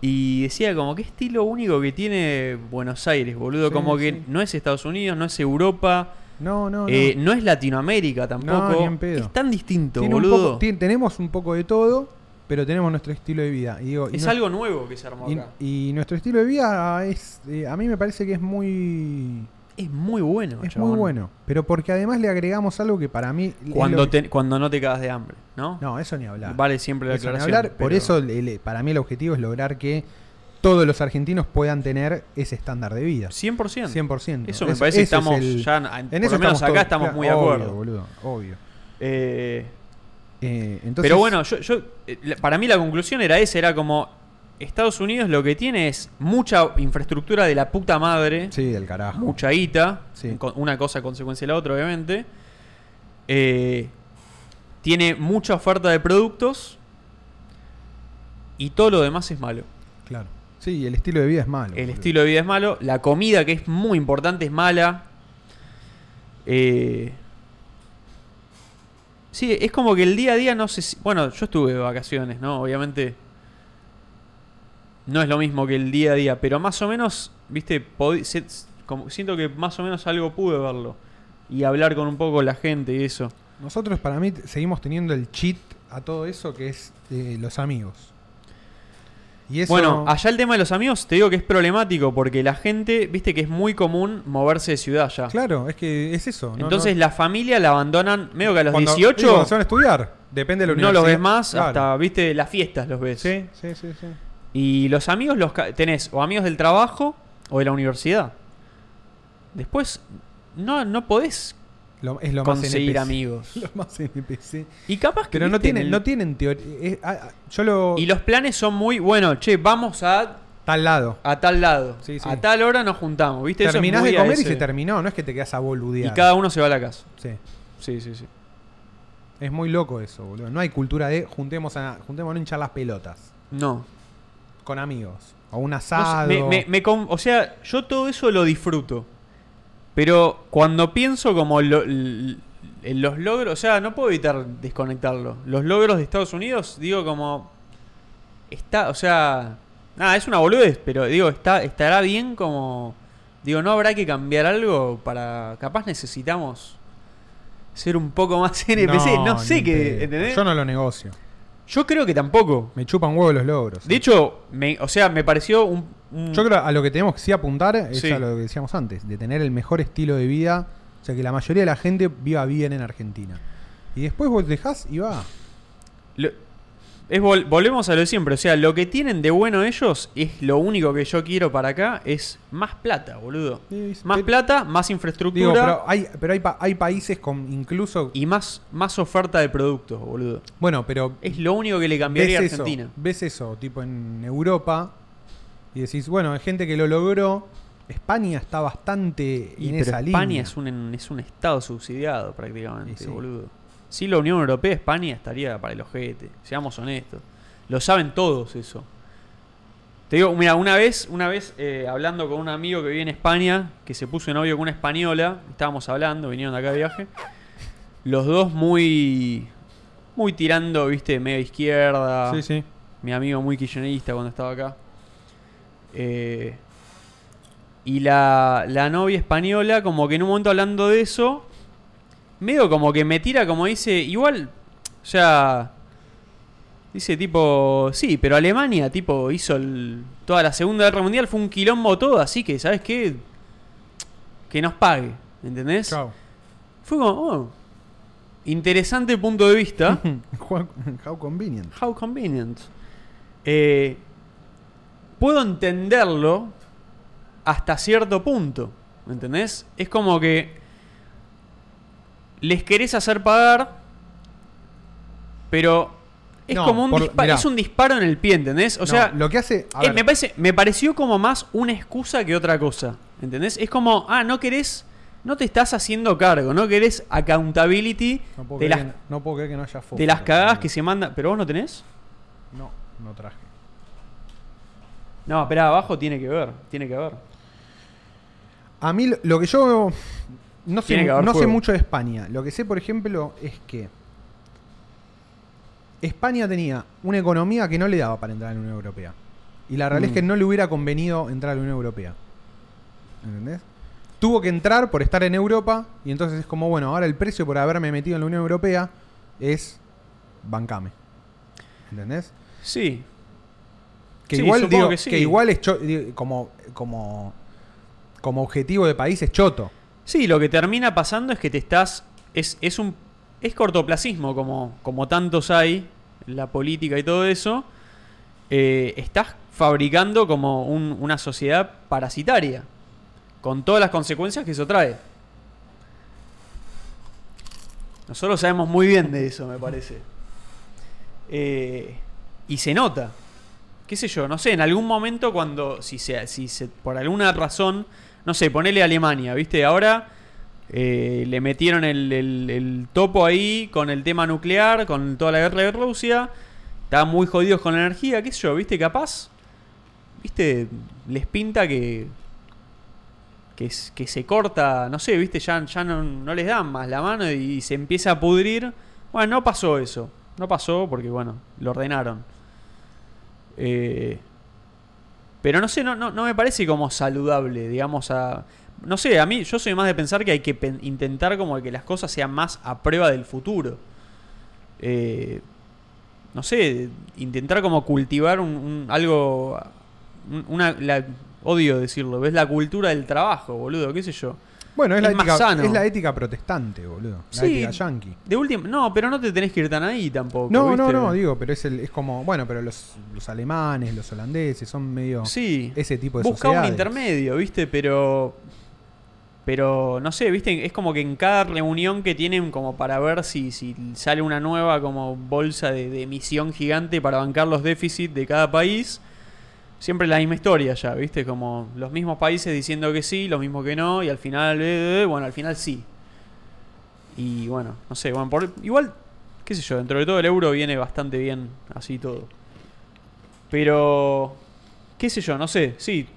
[SPEAKER 1] Y decía como, qué estilo único que tiene Buenos Aires, boludo.
[SPEAKER 2] Sí,
[SPEAKER 1] como que
[SPEAKER 2] sí.
[SPEAKER 1] no es Estados Unidos, no es Europa,
[SPEAKER 2] No, no, no.
[SPEAKER 1] eh, no, es Latinoamérica tampoco.
[SPEAKER 2] ni en pedo.
[SPEAKER 1] Es tan distinto,
[SPEAKER 2] Tiene un
[SPEAKER 1] boludo.
[SPEAKER 2] poco- ti- tenemos un poco de todo, pero tenemos nuestro estilo de vida. Y digo, y
[SPEAKER 1] es
[SPEAKER 2] no-
[SPEAKER 1] algo nuevo que se armó acá.
[SPEAKER 2] y, y nuestro estilo de vida es. eh, a mí me parece que es muy.
[SPEAKER 1] Es muy bueno,
[SPEAKER 2] Es
[SPEAKER 1] chabón.
[SPEAKER 2] muy bueno, pero porque además le agregamos algo que para mí... es
[SPEAKER 1] Cuando,
[SPEAKER 2] lo que-
[SPEAKER 1] te- cuando no te cagas de hambre, ¿no?
[SPEAKER 2] No, eso ni hablar.
[SPEAKER 1] Vale siempre la
[SPEAKER 2] Eso ni
[SPEAKER 1] aclaración.
[SPEAKER 2] hablar. Por
[SPEAKER 1] pero-
[SPEAKER 2] eso el- el- para mí el objetivo es lograr que todos los argentinos puedan tener ese estándar de vida.
[SPEAKER 1] 100%.
[SPEAKER 2] 100%.
[SPEAKER 1] Eso me
[SPEAKER 2] Ese-
[SPEAKER 1] parece que
[SPEAKER 2] ese es
[SPEAKER 1] estamos
[SPEAKER 2] el-
[SPEAKER 1] ya. En, por lo menos acá
[SPEAKER 2] todos,
[SPEAKER 1] estamos
[SPEAKER 2] claro,
[SPEAKER 1] muy de acuerdo.
[SPEAKER 2] Obvio, boludo, obvio.
[SPEAKER 1] Eh,
[SPEAKER 2] Eh, entonces,
[SPEAKER 1] pero bueno, yo, yo, eh, la- para mí la conclusión era esa: era como Estados Unidos lo que tiene es mucha infraestructura de la puta madre,
[SPEAKER 2] Sí, del carajo.
[SPEAKER 1] mucha guita,
[SPEAKER 2] Sí.
[SPEAKER 1] con- una cosa consecuencia de la otra, obviamente. Eh, tiene mucha oferta de productos y todo lo demás es malo.
[SPEAKER 2] Claro. Sí, el estilo de vida es malo.
[SPEAKER 1] El
[SPEAKER 2] boludo.
[SPEAKER 1] estilo de vida es malo. La comida, que es muy importante, es mala. Eh, Sí, es como que el día a día no sé si... Bueno, yo estuve de vacaciones, ¿no? Obviamente no es lo mismo que el día a día, pero más o menos, viste, podi- se- como- siento que más o menos algo pude verlo. Y hablar con un poco la gente y eso.
[SPEAKER 2] Nosotros para mí t- seguimos teniendo el cheat a todo eso que es eh, los amigos. Y eso...
[SPEAKER 1] Bueno, allá el tema de los amigos, te digo que es problemático porque la gente, viste que es muy común moverse de ciudad ya.
[SPEAKER 2] Claro, es que es eso. no- no-
[SPEAKER 1] Entonces la familia la abandonan, medio que a los
[SPEAKER 2] Cuando- sí,
[SPEAKER 1] 18
[SPEAKER 2] cuando se van a estudiar. Depende de la
[SPEAKER 1] no
[SPEAKER 2] universidad.
[SPEAKER 1] los ves más,
[SPEAKER 2] Claro.
[SPEAKER 1] hasta, viste, las fiestas los ves.
[SPEAKER 2] Sí, sí, sí, sí.
[SPEAKER 1] Y los amigos los ca- tenés o amigos del trabajo o de la universidad. Después, no, no podés
[SPEAKER 2] Lo- es lo
[SPEAKER 1] conseguir
[SPEAKER 2] más NPC.
[SPEAKER 1] amigos.
[SPEAKER 2] Lo más NPC.
[SPEAKER 1] Y capaz que.
[SPEAKER 2] Pero no
[SPEAKER 1] viste, en
[SPEAKER 2] tienen,
[SPEAKER 1] el-
[SPEAKER 2] no tienen teoría. ah, ah, yo lo.
[SPEAKER 1] Y los planes son muy. Bueno, che, vamos a,
[SPEAKER 2] Tal lado.
[SPEAKER 1] a tal lado.
[SPEAKER 2] Sí, sí.
[SPEAKER 1] A tal hora nos juntamos, ¿viste? Eso es
[SPEAKER 2] Terminás
[SPEAKER 1] muy
[SPEAKER 2] de
[SPEAKER 1] a
[SPEAKER 2] comer y
[SPEAKER 1] ese-
[SPEAKER 2] se terminó. No es que te quedas a
[SPEAKER 1] Y
[SPEAKER 2] boludear.
[SPEAKER 1] cada uno se va a la casa.
[SPEAKER 2] Sí.
[SPEAKER 1] Sí, sí, sí.
[SPEAKER 2] Es muy loco eso, boludo. No hay cultura de juntemos a, juntémonos a hinchar las pelotas.
[SPEAKER 1] No.
[SPEAKER 2] Con amigos. O un
[SPEAKER 1] No sé,
[SPEAKER 2] asado.
[SPEAKER 1] me- me- me con- o sea, yo todo eso lo disfruto. Pero cuando pienso como lo- l- en los logros, o sea, no puedo evitar desconectarlo. Los logros de Estados Unidos, digo como... Está, o sea... Nada, es una boludez, pero digo, está, estará bien como... Digo, ¿no habrá que cambiar algo para... Capaz necesitamos ser un poco más NPC? No, sé
[SPEAKER 2] ni
[SPEAKER 1] qué...
[SPEAKER 2] pedo.
[SPEAKER 1] ¿entendés?
[SPEAKER 2] Yo no lo negocio.
[SPEAKER 1] Yo creo que tampoco.
[SPEAKER 2] Me chupan huevo los logros.
[SPEAKER 1] De hecho, me, o sea, me pareció un... un-
[SPEAKER 2] Yo creo a lo que tenemos que sí apuntar es
[SPEAKER 1] Sí.
[SPEAKER 2] a lo que decíamos antes, de tener el mejor estilo de vida, o sea que la mayoría de la gente viva bien en Argentina. Y después vos dejás y va.
[SPEAKER 1] Lo- es vol- volvemos a lo de siempre. O sea, lo que tienen de bueno ellos es lo único que yo quiero para acá es más plata, boludo.
[SPEAKER 2] Sí, sí,
[SPEAKER 1] Más
[SPEAKER 2] pero-
[SPEAKER 1] plata, más infraestructura
[SPEAKER 2] Digo, pero hay, pero hay, pa- hay países con incluso.
[SPEAKER 1] y más, más oferta de productos, boludo.
[SPEAKER 2] Bueno, pero
[SPEAKER 1] Es lo único que le
[SPEAKER 2] ves
[SPEAKER 1] cambiaría a
[SPEAKER 2] eso,
[SPEAKER 1] Argentina.
[SPEAKER 2] ves eso, tipo en Europa, y decís, bueno, hay gente que lo logró. España está bastante
[SPEAKER 1] Y,
[SPEAKER 2] en
[SPEAKER 1] pero
[SPEAKER 2] esa
[SPEAKER 1] España
[SPEAKER 2] línea.
[SPEAKER 1] es un, es un estado subsidiado prácticamente,
[SPEAKER 2] Y sí.
[SPEAKER 1] boludo. Si la Unión Europea, España estaría para el ojete, seamos honestos. Lo saben todos eso. Te digo, mira, una vez, una vez eh, hablando con un amigo que vive en España, que se puso de novio con una española, estábamos hablando, vinieron de acá de viaje, los dos muy, muy tirando, viste, medio izquierda,
[SPEAKER 2] Sí, sí.
[SPEAKER 1] mi amigo muy kirchnerista cuando estaba acá. Eh, y la, la novia española, como que en un momento hablando de eso, medio como que me tira, como dice, igual, o sea, dice tipo, sí, pero Alemania, tipo, hizo el- toda la Segunda Guerra Mundial, fue un quilombo todo, así que, ¿sabes qué? Que nos pague, ¿entendés?
[SPEAKER 2] Chao.
[SPEAKER 1] Fue como, oh, interesante punto de vista.
[SPEAKER 2] How how convenient.
[SPEAKER 1] How convenient. Eh, puedo entenderlo hasta cierto punto. ¿Me entendés? Es como que les querés hacer pagar, pero es
[SPEAKER 2] No,
[SPEAKER 1] como un,
[SPEAKER 2] por-
[SPEAKER 1] dispa-
[SPEAKER 2] mirá.
[SPEAKER 1] es un disparo en el pie, ¿entendés? O sea,
[SPEAKER 2] No, lo que hace. a
[SPEAKER 1] eh,
[SPEAKER 2] ver,
[SPEAKER 1] me, parece, me pareció como más una excusa que otra cosa. ¿Entendés? Es como, ah, no querés, no te estás haciendo cargo, no querés accountability
[SPEAKER 2] no, puedo
[SPEAKER 1] de,
[SPEAKER 2] creer
[SPEAKER 1] las,
[SPEAKER 2] que, no puedo creer que no haya fotos.
[SPEAKER 1] de las cagadas que se mandan. ¿Pero vos no tenés?
[SPEAKER 2] No, no traje.
[SPEAKER 1] No, espera, abajo tiene que ver, tiene que ver.
[SPEAKER 2] A mí lo- lo que yo no sé,
[SPEAKER 1] Tiene que haber
[SPEAKER 2] no sé
[SPEAKER 1] fuego.
[SPEAKER 2] mucho de España. Lo que sé, por ejemplo, es que España tenía una economía que no le daba para entrar a la Unión Europea. Y la realidad es que
[SPEAKER 1] Mm.
[SPEAKER 2] no le hubiera convenido entrar a la Unión Europea. ¿Entendés? Tuvo que entrar por estar en Europa y entonces es como, bueno, ahora el precio por haberme metido en la Unión Europea es bancame. ¿Entendés?
[SPEAKER 1] Sí.
[SPEAKER 2] Que
[SPEAKER 1] Sí,
[SPEAKER 2] igual,
[SPEAKER 1] supongo
[SPEAKER 2] digo,
[SPEAKER 1] que sí.
[SPEAKER 2] que igual es cho- digo, como, como, como objetivo de país es choto.
[SPEAKER 1] Sí, lo que termina pasando es que te estás. Es, es un. Es cortoplacismo, como, como tantos hay, la política y todo eso. Eh, estás fabricando como un- una sociedad parasitaria. Con todas las consecuencias que eso trae. Nosotros sabemos muy bien de eso, me parece. Eh, y se nota. qué sé yo, no sé, en algún momento cuando, si se, si se, por alguna razón, no sé, ponele Alemania, ¿viste? Ahora eh, le metieron el, el- el topo ahí con el tema nuclear, con toda la guerra de Rusia, estaban muy jodidos con la energía, qué sé yo, ¿viste? Capaz, ¿viste? Les pinta que... Que, s- que se corta, no sé, viste, ya, ya no, no les dan más la mano y se empieza a pudrir. Bueno, no pasó eso. No pasó porque, bueno, lo ordenaron. Eh, pero no sé, no, no, no me parece como saludable, digamos, a... No sé, a mí yo soy más de pensar que hay que pen- intentar como que las cosas sean más a prueba del futuro. Eh, no sé, intentar como cultivar un, un- algo... un- una, la- odio decirlo, ¿ves? La cultura del trabajo, boludo, qué sé yo.
[SPEAKER 2] Bueno, es, la,
[SPEAKER 1] Es más
[SPEAKER 2] ética,
[SPEAKER 1] sano.
[SPEAKER 2] es la ética protestante, boludo. La
[SPEAKER 1] Sí.
[SPEAKER 2] ética yankee.
[SPEAKER 1] De última... No, pero no te tenés que ir tan ahí tampoco.
[SPEAKER 2] No, no,
[SPEAKER 1] ¿viste? eh.
[SPEAKER 2] no, digo, pero es, el, es como, bueno, pero los, los alemanes, los holandeses son medio
[SPEAKER 1] Sí.
[SPEAKER 2] ese tipo de
[SPEAKER 1] Busca un
[SPEAKER 2] sociedades.
[SPEAKER 1] intermedio, ¿viste? Pero. Pero no sé, viste, es como que en cada reunión que tienen como para ver si, si sale una nueva como bolsa de, de emisión gigante para bancar los déficits de cada país, siempre la misma historia ya, viste, como los mismos países diciendo que sí, los mismos que no, y al final, eh, eh, bueno, al final sí. Y bueno, no sé, bueno, por- igual, qué sé yo, dentro de todo el euro viene bastante bien, así todo. Pero, qué sé yo, no sé, sí.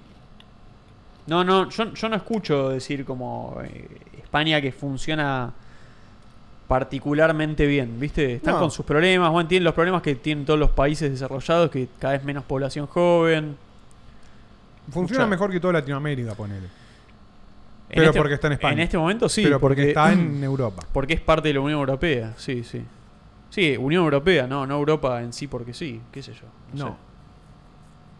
[SPEAKER 1] No, no, yo, yo no escucho decir como eh, España que funciona particularmente bien, ¿viste? Están
[SPEAKER 2] No.
[SPEAKER 1] con sus problemas, bueno, tienen los problemas que tienen todos los países desarrollados, que cada vez menos población joven.
[SPEAKER 2] Funciona
[SPEAKER 1] Escuchá.
[SPEAKER 2] mejor que toda Latinoamérica, ponele.
[SPEAKER 1] En
[SPEAKER 2] Pero porque está en España.
[SPEAKER 1] En este momento sí.
[SPEAKER 2] Pero porque, está en Europa.
[SPEAKER 1] Porque es parte de la Unión Europea, sí, sí. Sí, Unión Europea, no, no Europa en sí porque sí, qué sé yo. No.
[SPEAKER 2] No.
[SPEAKER 1] Sé.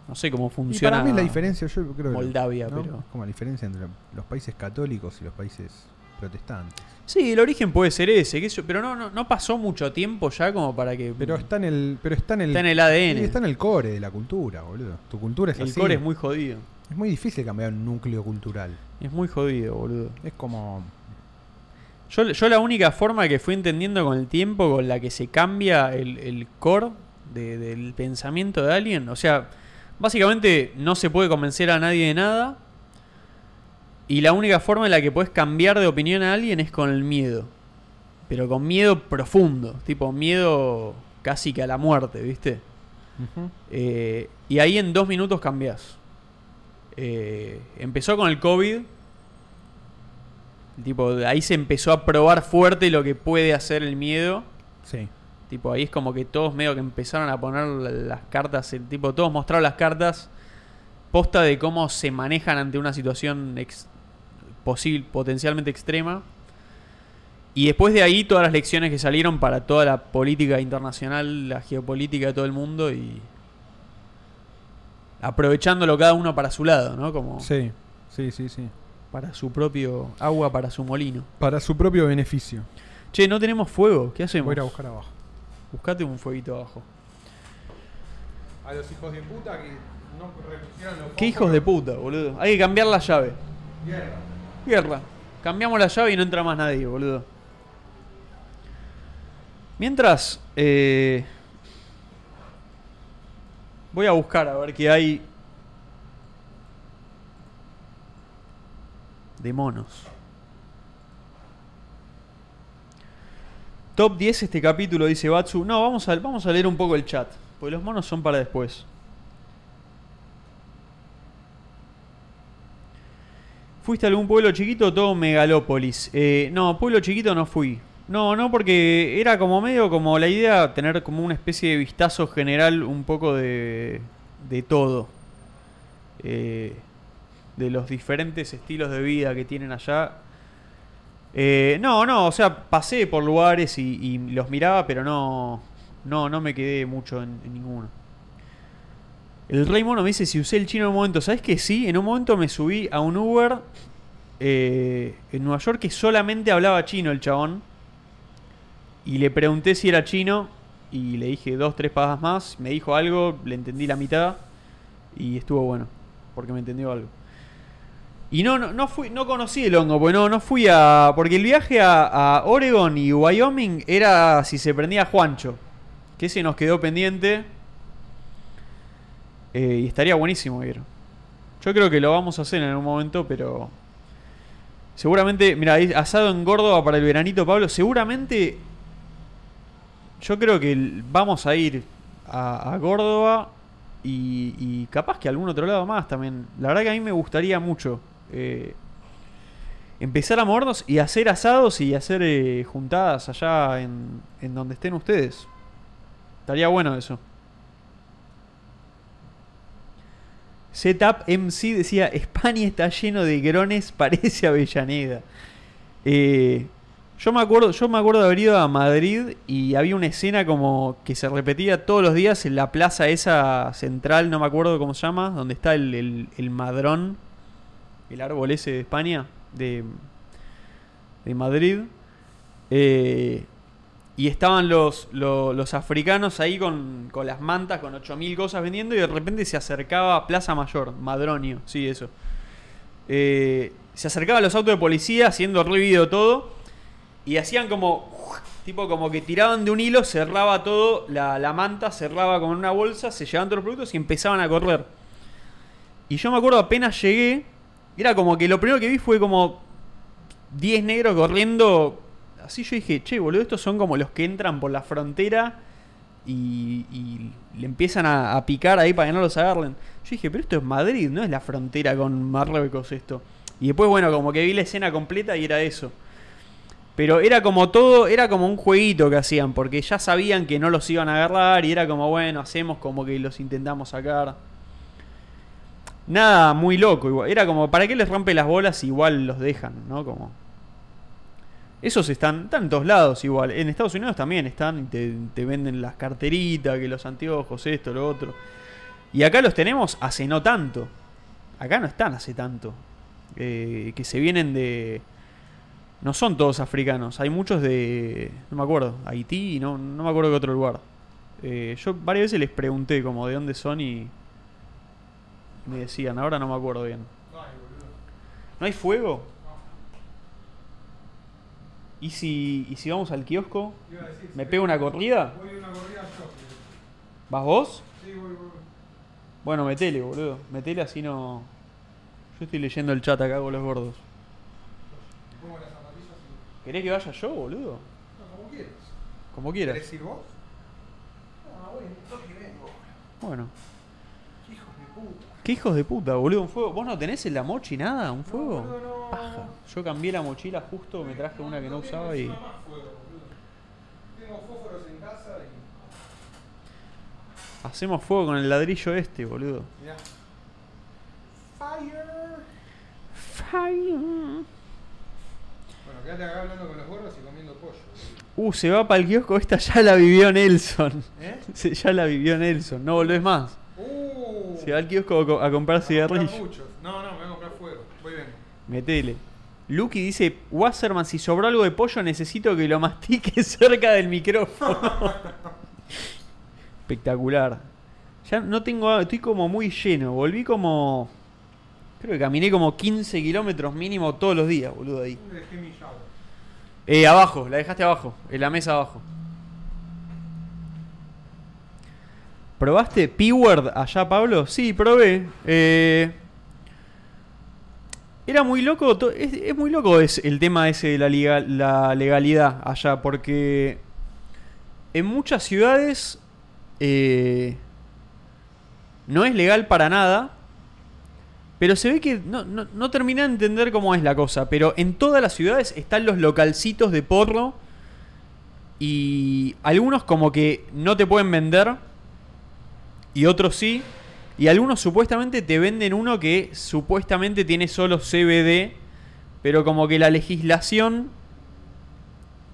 [SPEAKER 1] No sé cómo
[SPEAKER 2] Y
[SPEAKER 1] funciona.
[SPEAKER 2] para mí la diferencia, yo creo que.
[SPEAKER 1] Moldavia,
[SPEAKER 2] ¿no?
[SPEAKER 1] pero-
[SPEAKER 2] Como la diferencia entre los países católicos y los países protestantes.
[SPEAKER 1] Sí, el origen puede ser ese, qué sé yo, pero no, no, no pasó mucho tiempo ya como para que...
[SPEAKER 2] Pero
[SPEAKER 1] está,
[SPEAKER 2] está en el. Pero está en el.
[SPEAKER 1] en el ADN.
[SPEAKER 2] y está en el core de la cultura, boludo. Tu cultura es
[SPEAKER 1] el
[SPEAKER 2] así.
[SPEAKER 1] core es muy jodido.
[SPEAKER 2] Es muy difícil cambiar un núcleo cultural.
[SPEAKER 1] Es muy jodido, boludo.
[SPEAKER 2] Es como.
[SPEAKER 1] Yo, yo la única forma que fui entendiendo con el tiempo con la que se cambia el, el core de- del pensamiento de alguien, o sea, básicamente no se puede convencer a nadie de nada y la única forma en la que puedes cambiar de opinión a alguien es con el miedo, pero con miedo profundo, tipo miedo casi que a la muerte, ¿viste? Eh, y ahí en dos minutos cambiás. Eh, empezó con el COVID. Tipo, de ahí se empezó a probar fuerte lo que puede hacer el miedo.
[SPEAKER 2] Sí.
[SPEAKER 1] Tipo, ahí es como que todos medio que empezaron a poner la- las cartas. el Tipo, todos mostraron las cartas posta de cómo se manejan ante una situación ex- posil- potencialmente extrema. Y después de ahí todas las lecciones que salieron para toda la política internacional, la geopolítica de todo el mundo y aprovechándolo cada uno para su lado, ¿no? Como
[SPEAKER 2] Sí. Sí, sí, sí.
[SPEAKER 1] para su propio agua, para su molino.
[SPEAKER 2] Para su propio beneficio.
[SPEAKER 1] Che, no tenemos fuego, ¿qué hacemos?
[SPEAKER 2] Voy a ir a buscar abajo.
[SPEAKER 1] Buscate un fueguito abajo.
[SPEAKER 2] A los hijos de puta que no renunciaron los
[SPEAKER 1] Qué hijos de puta, boludo. Hay que cambiar la llave. Guerra. Cambiamos la llave y no entra más nadie, boludo. Mientras, eh, voy a buscar a ver qué hay de monos. Top 10 este capítulo, dice Batsu. No, vamos a, vamos a leer un poco el chat, porque los monos son para después. ¿Fuiste a algún pueblo chiquito o todo megalópolis? Eh, no, pueblo chiquito no fui. No, no, porque era como medio como la idea tener como una especie de vistazo general un poco de, de todo. Eh, de los diferentes estilos de vida que tienen allá. Eh, no, no, o sea, pasé por lugares y, y los miraba, pero no, no, no me quedé mucho en, en ninguno. El Rey Mono me dice si usé el chino en un momento. ¿Sabes que sí? En un momento me subí a un Uber eh, en Nueva York que solamente hablaba chino el chabón. Y le pregunté si era chino. Y le dije dos, tres pagas más. Me dijo algo, le entendí la mitad. Y estuvo bueno. Porque me entendió algo. Y no, no, no fui, no conocí el hongo, porque no, no fui a. Porque el viaje a, a Oregon y Wyoming era si se prendía Juancho. Que ese nos quedó pendiente. Eh, y estaría buenísimo ir. Yo creo que lo vamos a hacer en algún momento, pero. Seguramente, mira, asado en Córdoba para el veranito, Pablo. Seguramente. Yo creo que el- vamos a ir a, a Córdoba y, y capaz que a algún otro lado más también. La verdad que a mí me gustaría mucho eh, empezar a movernos y hacer asados y hacer eh, juntadas allá en, en donde estén ustedes. Estaría bueno eso. Setup MC decía, España está lleno de grones, parece Avellaneda. Eh, yo me acuerdo, yo me acuerdo de haber ido a Madrid y había una escena como que se repetía todos los días en la plaza esa central, no me acuerdo cómo se llama, donde está el, el- el madrón, el árbol ese de España, de, de Madrid. Eh, y estaban los, lo- los, africanos ahí con, con las mantas, con 8000 cosas vendiendo, y de repente se acercaba Plaza Mayor, Madronio, sí, eso. Eh, se acercaba a los autos de policía haciendo ruido todo y hacían como tipo como que tiraban de un hilo, cerraba todo, la, la manta cerraba con una bolsa, se llevaban todos los productos y empezaban a correr. Y yo me acuerdo apenas llegué, era como que lo primero que vi fue como 10 negros corriendo. Así yo dije, che, boludo, estos son como los que entran por la frontera y, y le empiezan a, a picar ahí para que no los agarren. Yo dije, pero esto es Madrid, no es la frontera con Marruecos esto. Y después, bueno, como que vi la escena completa y era eso. Pero era como todo, era como un jueguito que hacían, porque ya sabían que no los iban a agarrar y era como, bueno, hacemos como que los intentamos sacar. Nada, muy loco. Igual. Era como, ¿para qué les rompe las bolas si igual los dejan, no? Como... Esos están, están en todos lados igual. En Estados Unidos también están, te, te venden las carteritas, que los anteojos, esto, lo otro. Y acá los tenemos hace no tanto. Acá no están hace tanto. Eh, que se vienen de... No son todos africanos, hay muchos de. No me acuerdo, Haití, no, no me acuerdo qué otro lugar. Eh, yo varias veces les pregunté como de dónde son y. Me decían, ahora no me acuerdo bien. ¿No hay fuego? ¿Y si, y si vamos al kiosco? ¿Me pego una corrida? ¿Vas vos? Bueno, metele, boludo. Metele así no. Yo estoy leyendo el chat acá con los gordos. ¿Querés que vaya yo, boludo?
[SPEAKER 3] como quieras.
[SPEAKER 1] Como quieras.
[SPEAKER 3] ¿Querés ir vos? Ah, bueno, entonces vengo.
[SPEAKER 1] Bueno.
[SPEAKER 3] Hijos de puta.
[SPEAKER 1] ¿Qué hijos de puta, boludo? Un fuego. ¿Vos no tenés en la mochi nada? ¿Un fuego?
[SPEAKER 3] boludo, no.
[SPEAKER 1] Paja. Yo cambié la mochila justo, me traje una que no usaba y.
[SPEAKER 3] Tengo más fuego, boludo. Tengo fósforos en casa y.
[SPEAKER 1] Hacemos fuego con el ladrillo este, boludo.
[SPEAKER 3] Mirá. Fire.
[SPEAKER 1] Fire.
[SPEAKER 3] Bueno, quedate acá hablando con los gordos y comiendo pollo. boludo.
[SPEAKER 1] Uh, se va para el kiosco. Esta ya la vivió Nelson.
[SPEAKER 3] ¿Eh?
[SPEAKER 1] Se- ya la vivió Nelson. No volvés más.
[SPEAKER 3] Uh.
[SPEAKER 1] Se va al kiosco a co- a comprar
[SPEAKER 3] Me voy a comprar
[SPEAKER 1] cigarrillos.
[SPEAKER 3] muchos. No, no, me voy a comprar fuego. Voy bien.
[SPEAKER 1] Metele. Lucky dice, Wasserman, si sobró algo de pollo necesito que lo mastique cerca del micrófono. Espectacular. Ya no tengo, estoy como muy lleno. Volví como... Creo que caminé como 15 kilómetros mínimo todos los días, boludo, ahí.
[SPEAKER 3] ¿Dónde dejé mi llave?
[SPEAKER 1] Eh, abajo, la dejaste abajo, en la mesa abajo. ¿Probaste P-Word allá, Pablo? Sí, probé. Eh, era muy loco, to- es, es muy loco es el tema ese de la, liga- la legalidad allá, porque en muchas ciudades eh, no es legal para nada, pero se ve que no, no, no termina de entender cómo es la cosa. Pero en todas las ciudades están los localcitos de porro. Y algunos como que no te pueden vender. Y otros sí. Y algunos supuestamente te venden uno que supuestamente tiene solo CBD. Pero como que la legislación...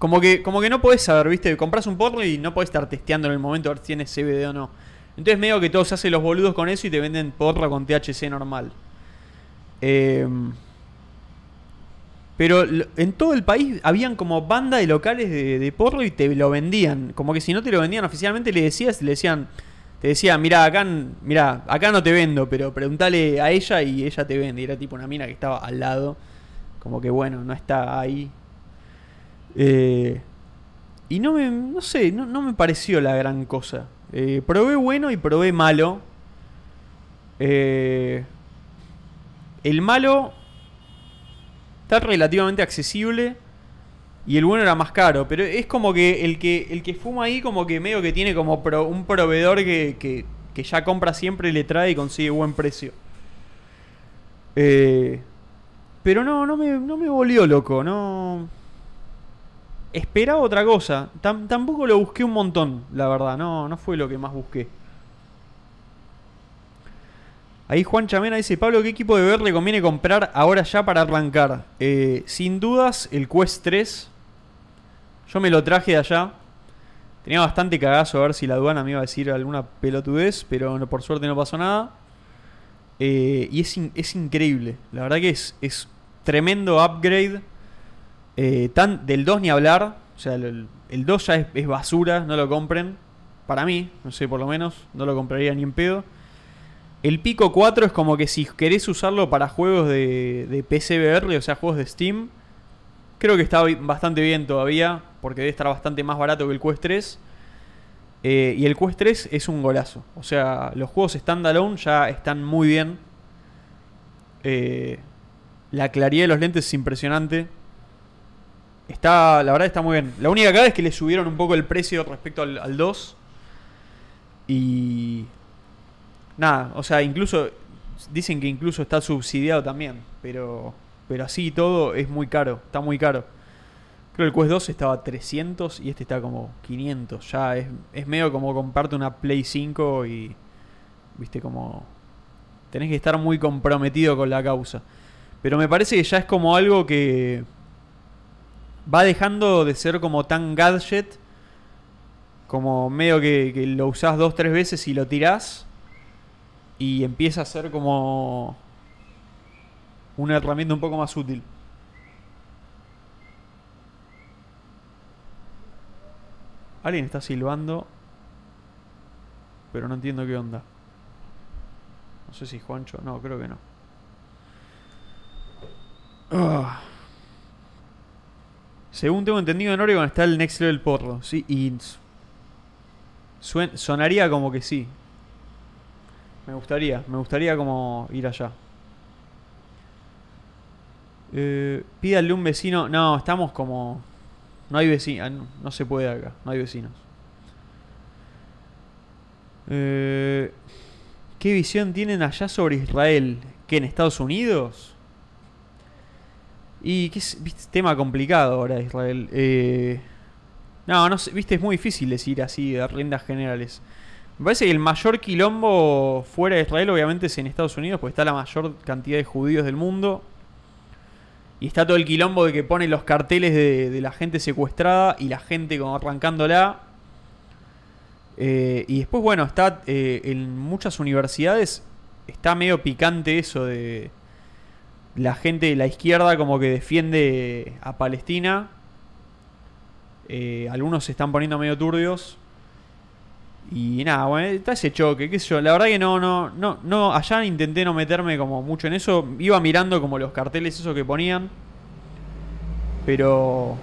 [SPEAKER 1] Como que, como que no podés saber, ¿viste? Compras un porro y no podés estar testeando en el momento a ver si tiene CBD o no. Entonces medio que todos se hacen los boludos con eso y te venden porro con THC normal. Em, pero lo- en todo el país habían como banda de locales de, de porro y te lo vendían. Como que si no te lo vendían oficialmente le decías, le decían, te decía, mirá, acá, n- mirá, acá no te vendo, pero preguntale a ella y ella te vende. Y era tipo una mina que estaba al lado. Como que bueno, no está ahí. Eh, y no me, no sé, no, no me pareció la gran cosa. Eh, probé bueno y probé malo. Eh, el malo está relativamente accesible y el bueno era más caro, pero es como que el que, el que fuma ahí como que medio que tiene como pro- un proveedor que, que- que ya compra siempre, le trae y consigue buen precio. Eh, pero no, no me, no me volvió loco, no... Esperaba otra cosa, Tam- tampoco lo busqué un montón, la verdad, no, no fue lo que más busqué. Ahí Juan Chamena dice, Pablo, ¿qué equipo de VR le conviene comprar ahora ya para arrancar? Eh, sin dudas, el Quest 3. Yo me lo traje de allá. Tenía bastante cagazo a ver si la aduana me iba a decir alguna pelotudez, pero no- por suerte no pasó nada. Eh, y es, in- es increíble. La verdad que es, es tremendo upgrade. Eh, tan, del 2 ni hablar. O sea, el, el 2 ya es, es basura, no lo compren. Para mí, no sé, por lo menos, no lo compraría ni en pedo. El Pico 4 es como que si querés usarlo para juegos de, de PCBR, o sea, juegos de Steam, creo que está bi- bastante bien todavía, porque debe estar bastante más barato que el Quest 3. Eh, y el Quest 3 es un golazo. O sea, los juegos standalone ya están muy bien. Eh, la claridad de los lentes es impresionante. Está, la verdad está muy bien. La única cara es que le subieron un poco el precio respecto al, al 2. Y... Nada, o sea, incluso... Dicen que incluso está subsidiado también. Pero, pero así y todo es muy caro. Está muy caro. Creo que el Quest 2 estaba a 300 y este está como 500. Ya es, es medio como comparte una Play 5 y... Viste como... Tenés que estar muy comprometido con la causa. Pero me parece que ya es como algo que va dejando de ser como tan gadget. Como medio que, que lo usás dos, tres veces y lo tirás. Y empieza a ser como una herramienta un poco más útil. Alguien está silbando. Pero no entiendo qué onda. No sé si Juancho. No, creo que no. Ah. Según tengo entendido, en Oregon está el Next Level Porro. Sí, y s- suen- sonaría como que sí. Me gustaría, me gustaría como ir allá. Eh, pídale un vecino. No, estamos como. No hay vecinos. No, no se puede acá, no hay vecinos. Eh, ¿Qué visión tienen allá sobre Israel? ¿Que en Estados Unidos? Y qué es, viste, tema complicado ahora Israel. Eh, no, no sé, viste, es muy difícil decir así de riendas generales. Me parece que el mayor quilombo fuera de Israel obviamente es en Estados Unidos, porque está la mayor cantidad de judíos del mundo. Y está todo el quilombo de que ponen los carteles de, de la gente secuestrada y la gente como arrancándola. Eh, y después, bueno, está eh, en muchas universidades, está medio picante eso de la gente de la izquierda como que defiende a Palestina. Eh, algunos se están poniendo medio turbios. Y nada, bueno, está ese choque, qué sé yo. La verdad que no, no, no, no, allá intenté no meterme como mucho en eso. Iba mirando como los carteles esos que ponían. Pero...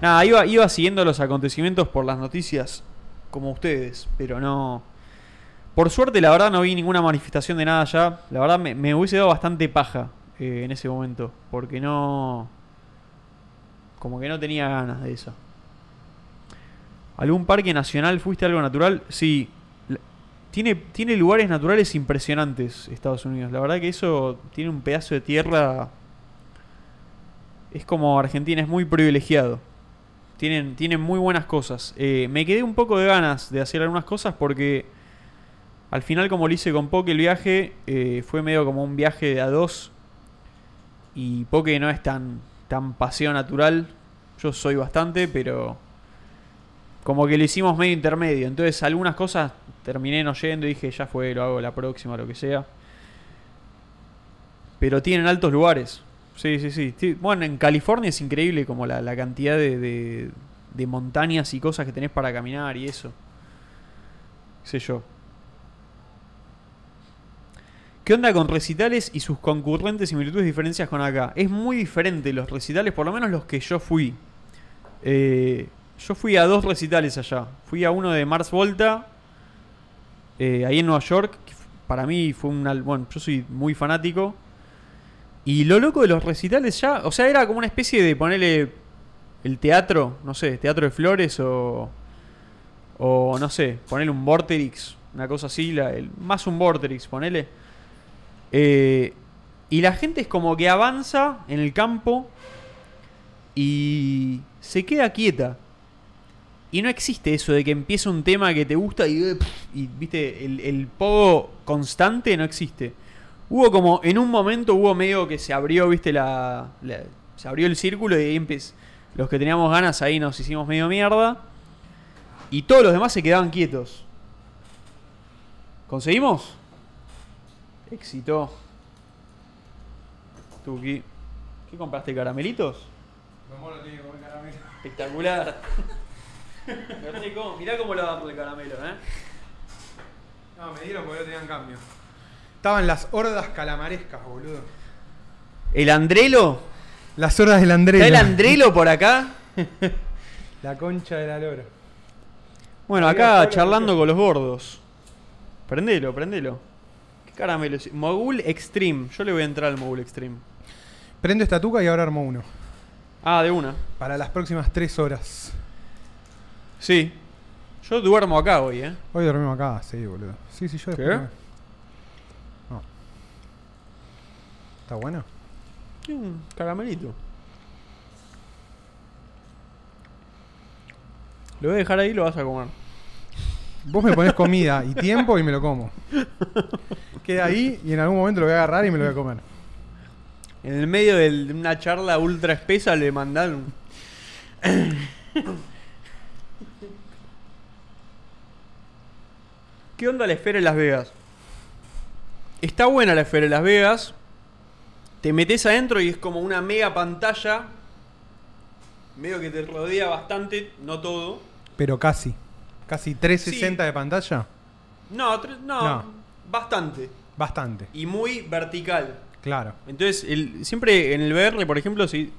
[SPEAKER 1] Nada, iba, iba siguiendo los acontecimientos por las noticias, como ustedes, pero no... Por suerte, la verdad, no vi ninguna manifestación de nada allá. La verdad, me, me hubiese dado bastante paja eh, en ese momento, porque no... Como que no tenía ganas de eso. ¿Algún parque nacional fuiste a algo natural? Sí. La- Tiene, tiene lugares naturales impresionantes Estados Unidos. La verdad que eso tiene un pedazo de tierra. Es como Argentina, es muy privilegiado. Tienen, tienen muy buenas cosas. Eh, me quedé un poco de ganas de hacer algunas cosas porque al final, como lo hice con Poke, el viaje eh, fue medio como un viaje de a dos. Y Poke no es tan, tan paseo natural. Yo soy bastante, pero como que lo hicimos medio intermedio. Entonces algunas cosas terminé no yendo y dije, ya fue, lo hago la próxima, lo que sea. Pero tienen altos lugares. Sí, sí, sí. Ti- Bueno, en California es increíble como la, la cantidad de, de- de montañas y cosas que tenés para caminar y eso. Qué sé yo. ¿Qué onda con recitales y sus concurrentes similitudes y diferencias con acá? Es muy diferente los recitales, por lo menos los que yo fui. Eh, yo fui a dos recitales allá. Fui a uno de Mars Volta, eh, ahí en Nueva York. que f- Para mí fue un... al- Bueno, yo soy muy fanático. Y lo loco de los recitales ya... O sea, era como una especie de ponerle el teatro, no sé, teatro de flores o... O no sé, ponerle un Vorterix, una cosa así, la- el- más un Vorterix, ponele. Eh, y la gente es como que avanza en el campo y se queda quieta. Y no existe eso de que empiece un tema que te gusta y, eh, pf, y, viste, el, el pogo constante no existe. Hubo como, en un momento hubo medio que se abrió, viste, la, la- se abrió el círculo y ahí empe- los que teníamos ganas ahí nos hicimos medio mierda. Y todos los demás se quedaban quietos. ¿Conseguimos? Éxito. Tuki. ¿Qué compraste, caramelitos?
[SPEAKER 3] Los monos tienen que comer caramelo.
[SPEAKER 1] Espectacular. Mirá cómo, mirá cómo lo dan por el caramelo, ¿eh?
[SPEAKER 3] No, me dieron porque no tenían cambio.
[SPEAKER 2] Estaban las hordas calamarescas, boludo.
[SPEAKER 1] ¿El Andrelo?
[SPEAKER 2] Las hordas del Andrés.
[SPEAKER 1] ¿Está el Andrelo por acá?
[SPEAKER 2] La concha de la lora.
[SPEAKER 1] Bueno,
[SPEAKER 3] Había
[SPEAKER 1] acá
[SPEAKER 3] solo
[SPEAKER 1] charlando con los gordos. Prendelo, prendelo. ¿Qué caramelo? es? Mogul Extreme. Yo le voy a entrar al Mogul Extreme.
[SPEAKER 2] Prendo esta tuca y ahora armo uno.
[SPEAKER 1] Ah, de una.
[SPEAKER 2] Para las próximas tres horas.
[SPEAKER 1] Sí. Yo duermo acá hoy, ¿eh?
[SPEAKER 2] Hoy dormimos acá, sí, boludo. Sí, sí, yo
[SPEAKER 1] ¿Qué?
[SPEAKER 2] después me- No. ¿Está bueno?
[SPEAKER 1] Sí, un caramelito. Lo voy a dejar ahí y lo vas a comer.
[SPEAKER 2] Vos me ponés comida y tiempo y me lo como. Queda ahí y en algún momento lo voy a agarrar y me lo voy a comer.
[SPEAKER 1] En el medio del- de una charla ultra espesa le mandaron. ¿Qué onda la esfera en Las Vegas? Está buena la esfera en Las Vegas. Te metes adentro y es como una mega pantalla. Medio que te rodea bastante, no todo.
[SPEAKER 2] Pero casi. Casi 360 de pantalla.
[SPEAKER 1] No, tre- no,
[SPEAKER 2] No.
[SPEAKER 1] bastante.
[SPEAKER 2] Bastante.
[SPEAKER 1] Y muy vertical.
[SPEAKER 2] Claro.
[SPEAKER 1] Entonces, el- siempre en el VR, por ejemplo, si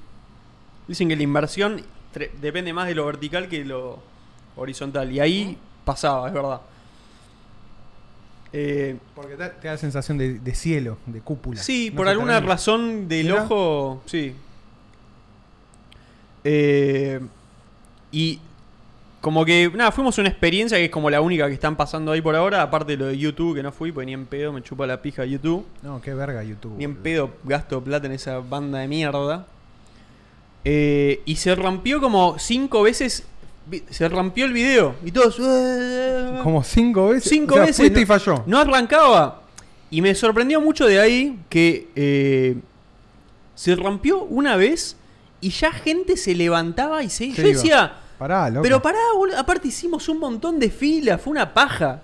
[SPEAKER 1] dicen que la inversión tre- depende más de lo vertical que de lo horizontal. Y ahí pasaba, es verdad. Eh,
[SPEAKER 2] Porque te, te da la sensación de, de cielo, de cúpula.
[SPEAKER 1] sí,
[SPEAKER 2] No
[SPEAKER 1] por
[SPEAKER 2] se
[SPEAKER 1] alguna
[SPEAKER 2] termina.
[SPEAKER 1] razón del
[SPEAKER 2] Mira.
[SPEAKER 1] ojo, sí. Eh, y como que, nada, fuimos a una experiencia que es como la única que están pasando ahí por ahora, aparte de lo de YouTube, que no fui, porque ni en pedo, me chupa la pija YouTube.
[SPEAKER 2] No, qué verga YouTube.
[SPEAKER 1] Ni en
[SPEAKER 2] boludo.
[SPEAKER 1] pedo gasto plata en esa banda de mierda. Eh, y se rompió como cinco veces. vi- Se rompió el video. Y todos. "Eh".
[SPEAKER 2] Como cinco veces.
[SPEAKER 1] cinco
[SPEAKER 2] O sea,
[SPEAKER 1] veces.
[SPEAKER 2] fuiste
[SPEAKER 1] No,
[SPEAKER 2] y falló.
[SPEAKER 1] no arrancaba. Y me sorprendió mucho de ahí que eh, se rompió una vez y ya gente se levantaba y se.
[SPEAKER 2] Se
[SPEAKER 1] Yo
[SPEAKER 2] iba.
[SPEAKER 1] decía.
[SPEAKER 2] Pará, loco.
[SPEAKER 1] Pero pará, boludo. Aparte hicimos un montón de filas, fue una paja.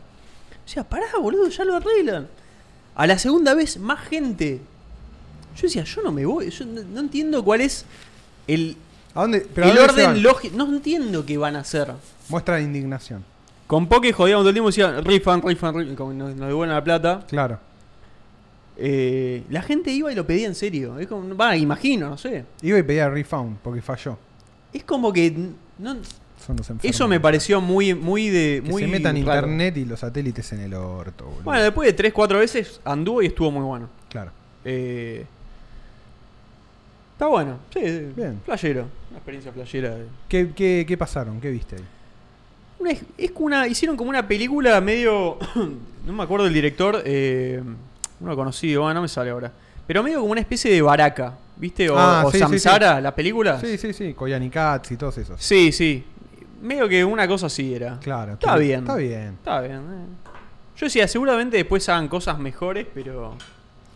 [SPEAKER 1] O sea, pará, boludo, ya lo arreglan. A la segunda vez, más gente. Yo decía, yo no me voy. Yo no, no entiendo cuál es el,
[SPEAKER 2] ¿A dónde? Pero ¿a
[SPEAKER 1] el
[SPEAKER 2] dónde se
[SPEAKER 1] orden
[SPEAKER 2] van?
[SPEAKER 1] lógico. No entiendo qué van a hacer.
[SPEAKER 2] Muestra de indignación.
[SPEAKER 1] Con Poke jodíamos todo el tiempo y decían, rifan, rifan, rifan. Como nos, nos devuelven la plata.
[SPEAKER 2] Claro.
[SPEAKER 1] Eh, la gente iba y lo pedía en serio. Es como, va, imagino, no sé.
[SPEAKER 2] Iba y pedía refund porque falló.
[SPEAKER 1] Es como que. n- no-
[SPEAKER 2] Son los enfermos.
[SPEAKER 1] eso me pareció muy, muy de.
[SPEAKER 2] Que
[SPEAKER 1] muy
[SPEAKER 2] se metan
[SPEAKER 1] raro.
[SPEAKER 2] internet y los satélites en el orto, boludo.
[SPEAKER 1] Bueno, después de 3-4 veces anduvo y estuvo muy bueno.
[SPEAKER 2] Claro.
[SPEAKER 1] Eh, está bueno, sí, sí,
[SPEAKER 2] Bien.
[SPEAKER 1] Playero. Una experiencia playera. de-
[SPEAKER 2] ¿Qué, qué, qué pasaron? ¿Qué viste ahí?
[SPEAKER 1] Una- es como una, hicieron como una película medio. no me acuerdo el director. Eh, uno conocido, bueno, no me sale ahora. Pero medio como una especie de baraca, ¿viste? O,
[SPEAKER 2] Ah,
[SPEAKER 1] o
[SPEAKER 2] sí, sí,
[SPEAKER 1] Samsara, las películas.
[SPEAKER 2] Sí, sí, sí. Koyanikats y todos esos.
[SPEAKER 1] sí, sí. Medio que una cosa así era.
[SPEAKER 2] Claro.
[SPEAKER 1] Está
[SPEAKER 2] que-
[SPEAKER 1] bien.
[SPEAKER 2] Está bien.
[SPEAKER 1] Está bien. eh. Yo decía, seguramente después hagan cosas mejores, pero.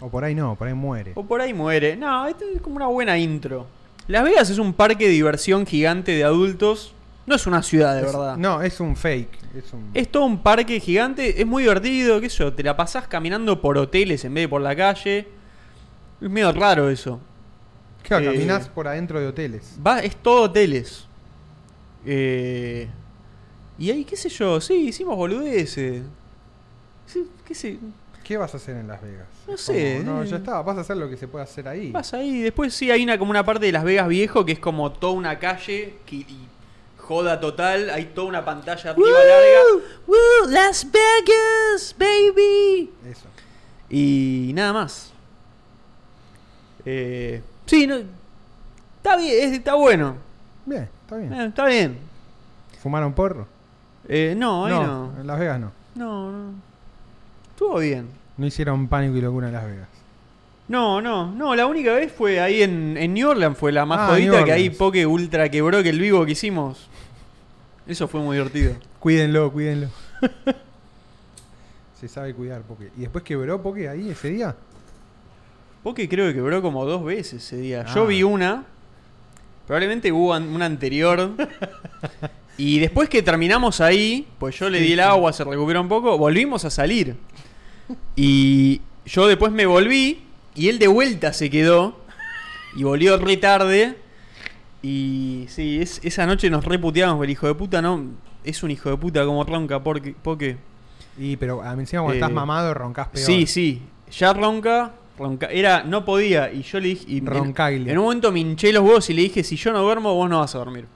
[SPEAKER 2] O por ahí no, por ahí muere.
[SPEAKER 1] O por ahí muere. No, esto es como una buena intro. Las Vegas es un parque de diversión gigante de adultos. No es una ciudad de
[SPEAKER 2] Es-
[SPEAKER 1] verdad.
[SPEAKER 2] No, es un fake. Es un...
[SPEAKER 1] Es todo un parque gigante, es muy divertido, qué sé yo, te la pasás caminando por hoteles en vez de por la calle. Es medio raro eso.
[SPEAKER 2] Claro,
[SPEAKER 1] eh,
[SPEAKER 2] caminás por adentro de hoteles.
[SPEAKER 1] Va, es todo hoteles. Eh, y ahí, qué sé yo, sí, hicimos boludeces. Sí, qué sé,
[SPEAKER 2] ¿Qué vas a hacer en Las Vegas?
[SPEAKER 1] No
[SPEAKER 2] Es
[SPEAKER 1] sé,
[SPEAKER 2] como, no,
[SPEAKER 1] eh.
[SPEAKER 2] ya está. Vas a hacer lo que se puede hacer ahí.
[SPEAKER 1] Vas ahí, después sí hay una como una parte de Las Vegas viejo que es como toda una calle que, y joda total, hay toda una pantalla arriba larga. Las Vegas, baby.
[SPEAKER 2] Eso.
[SPEAKER 1] Y nada más. Eh, sí, no, está bien, es- está bueno.
[SPEAKER 2] Bien, está bien.
[SPEAKER 1] Eh, está bien.
[SPEAKER 2] ¿Fumaron porro?
[SPEAKER 1] Eh, no, ahí no.
[SPEAKER 2] en Las Vegas no.
[SPEAKER 1] No, no. Estuvo bien.
[SPEAKER 2] No hicieron pánico y locura en Las Vegas.
[SPEAKER 1] No, no, no, la única vez fue ahí en, en New Orleans, fue la más
[SPEAKER 2] Ah,
[SPEAKER 1] jodida
[SPEAKER 2] New
[SPEAKER 1] que ahí
[SPEAKER 2] Orleans.
[SPEAKER 1] Poke Ultra quebró que el vivo que hicimos. Eso fue muy divertido.
[SPEAKER 2] Cuídenlo, cuídenlo. se sabe cuidar, Poké. ¿Y después quebró Poké ahí ese día?
[SPEAKER 1] Poke creo que quebró como dos veces ese día.
[SPEAKER 2] Ah.
[SPEAKER 1] Yo vi una, probablemente hubo an- una anterior. y después que terminamos ahí, pues yo le di el agua, se recuperó un poco, volvimos a salir. Y yo después me volví y él de vuelta se quedó y volvió re tarde. Y sí, es- esa noche nos reputeamos, el hijo de puta no. Es un hijo de puta como ronca, porque, porque
[SPEAKER 2] Y pero a mí encima cuando
[SPEAKER 1] Eh,
[SPEAKER 2] estás mamado roncas peor.
[SPEAKER 1] Sí, sí. Ya ronca, ronca. Era, no podía. Y yo le dije. y-
[SPEAKER 2] Roncaile.
[SPEAKER 1] En un momento me hinché los huevos y le dije: Si yo no duermo, vos no vas a dormir.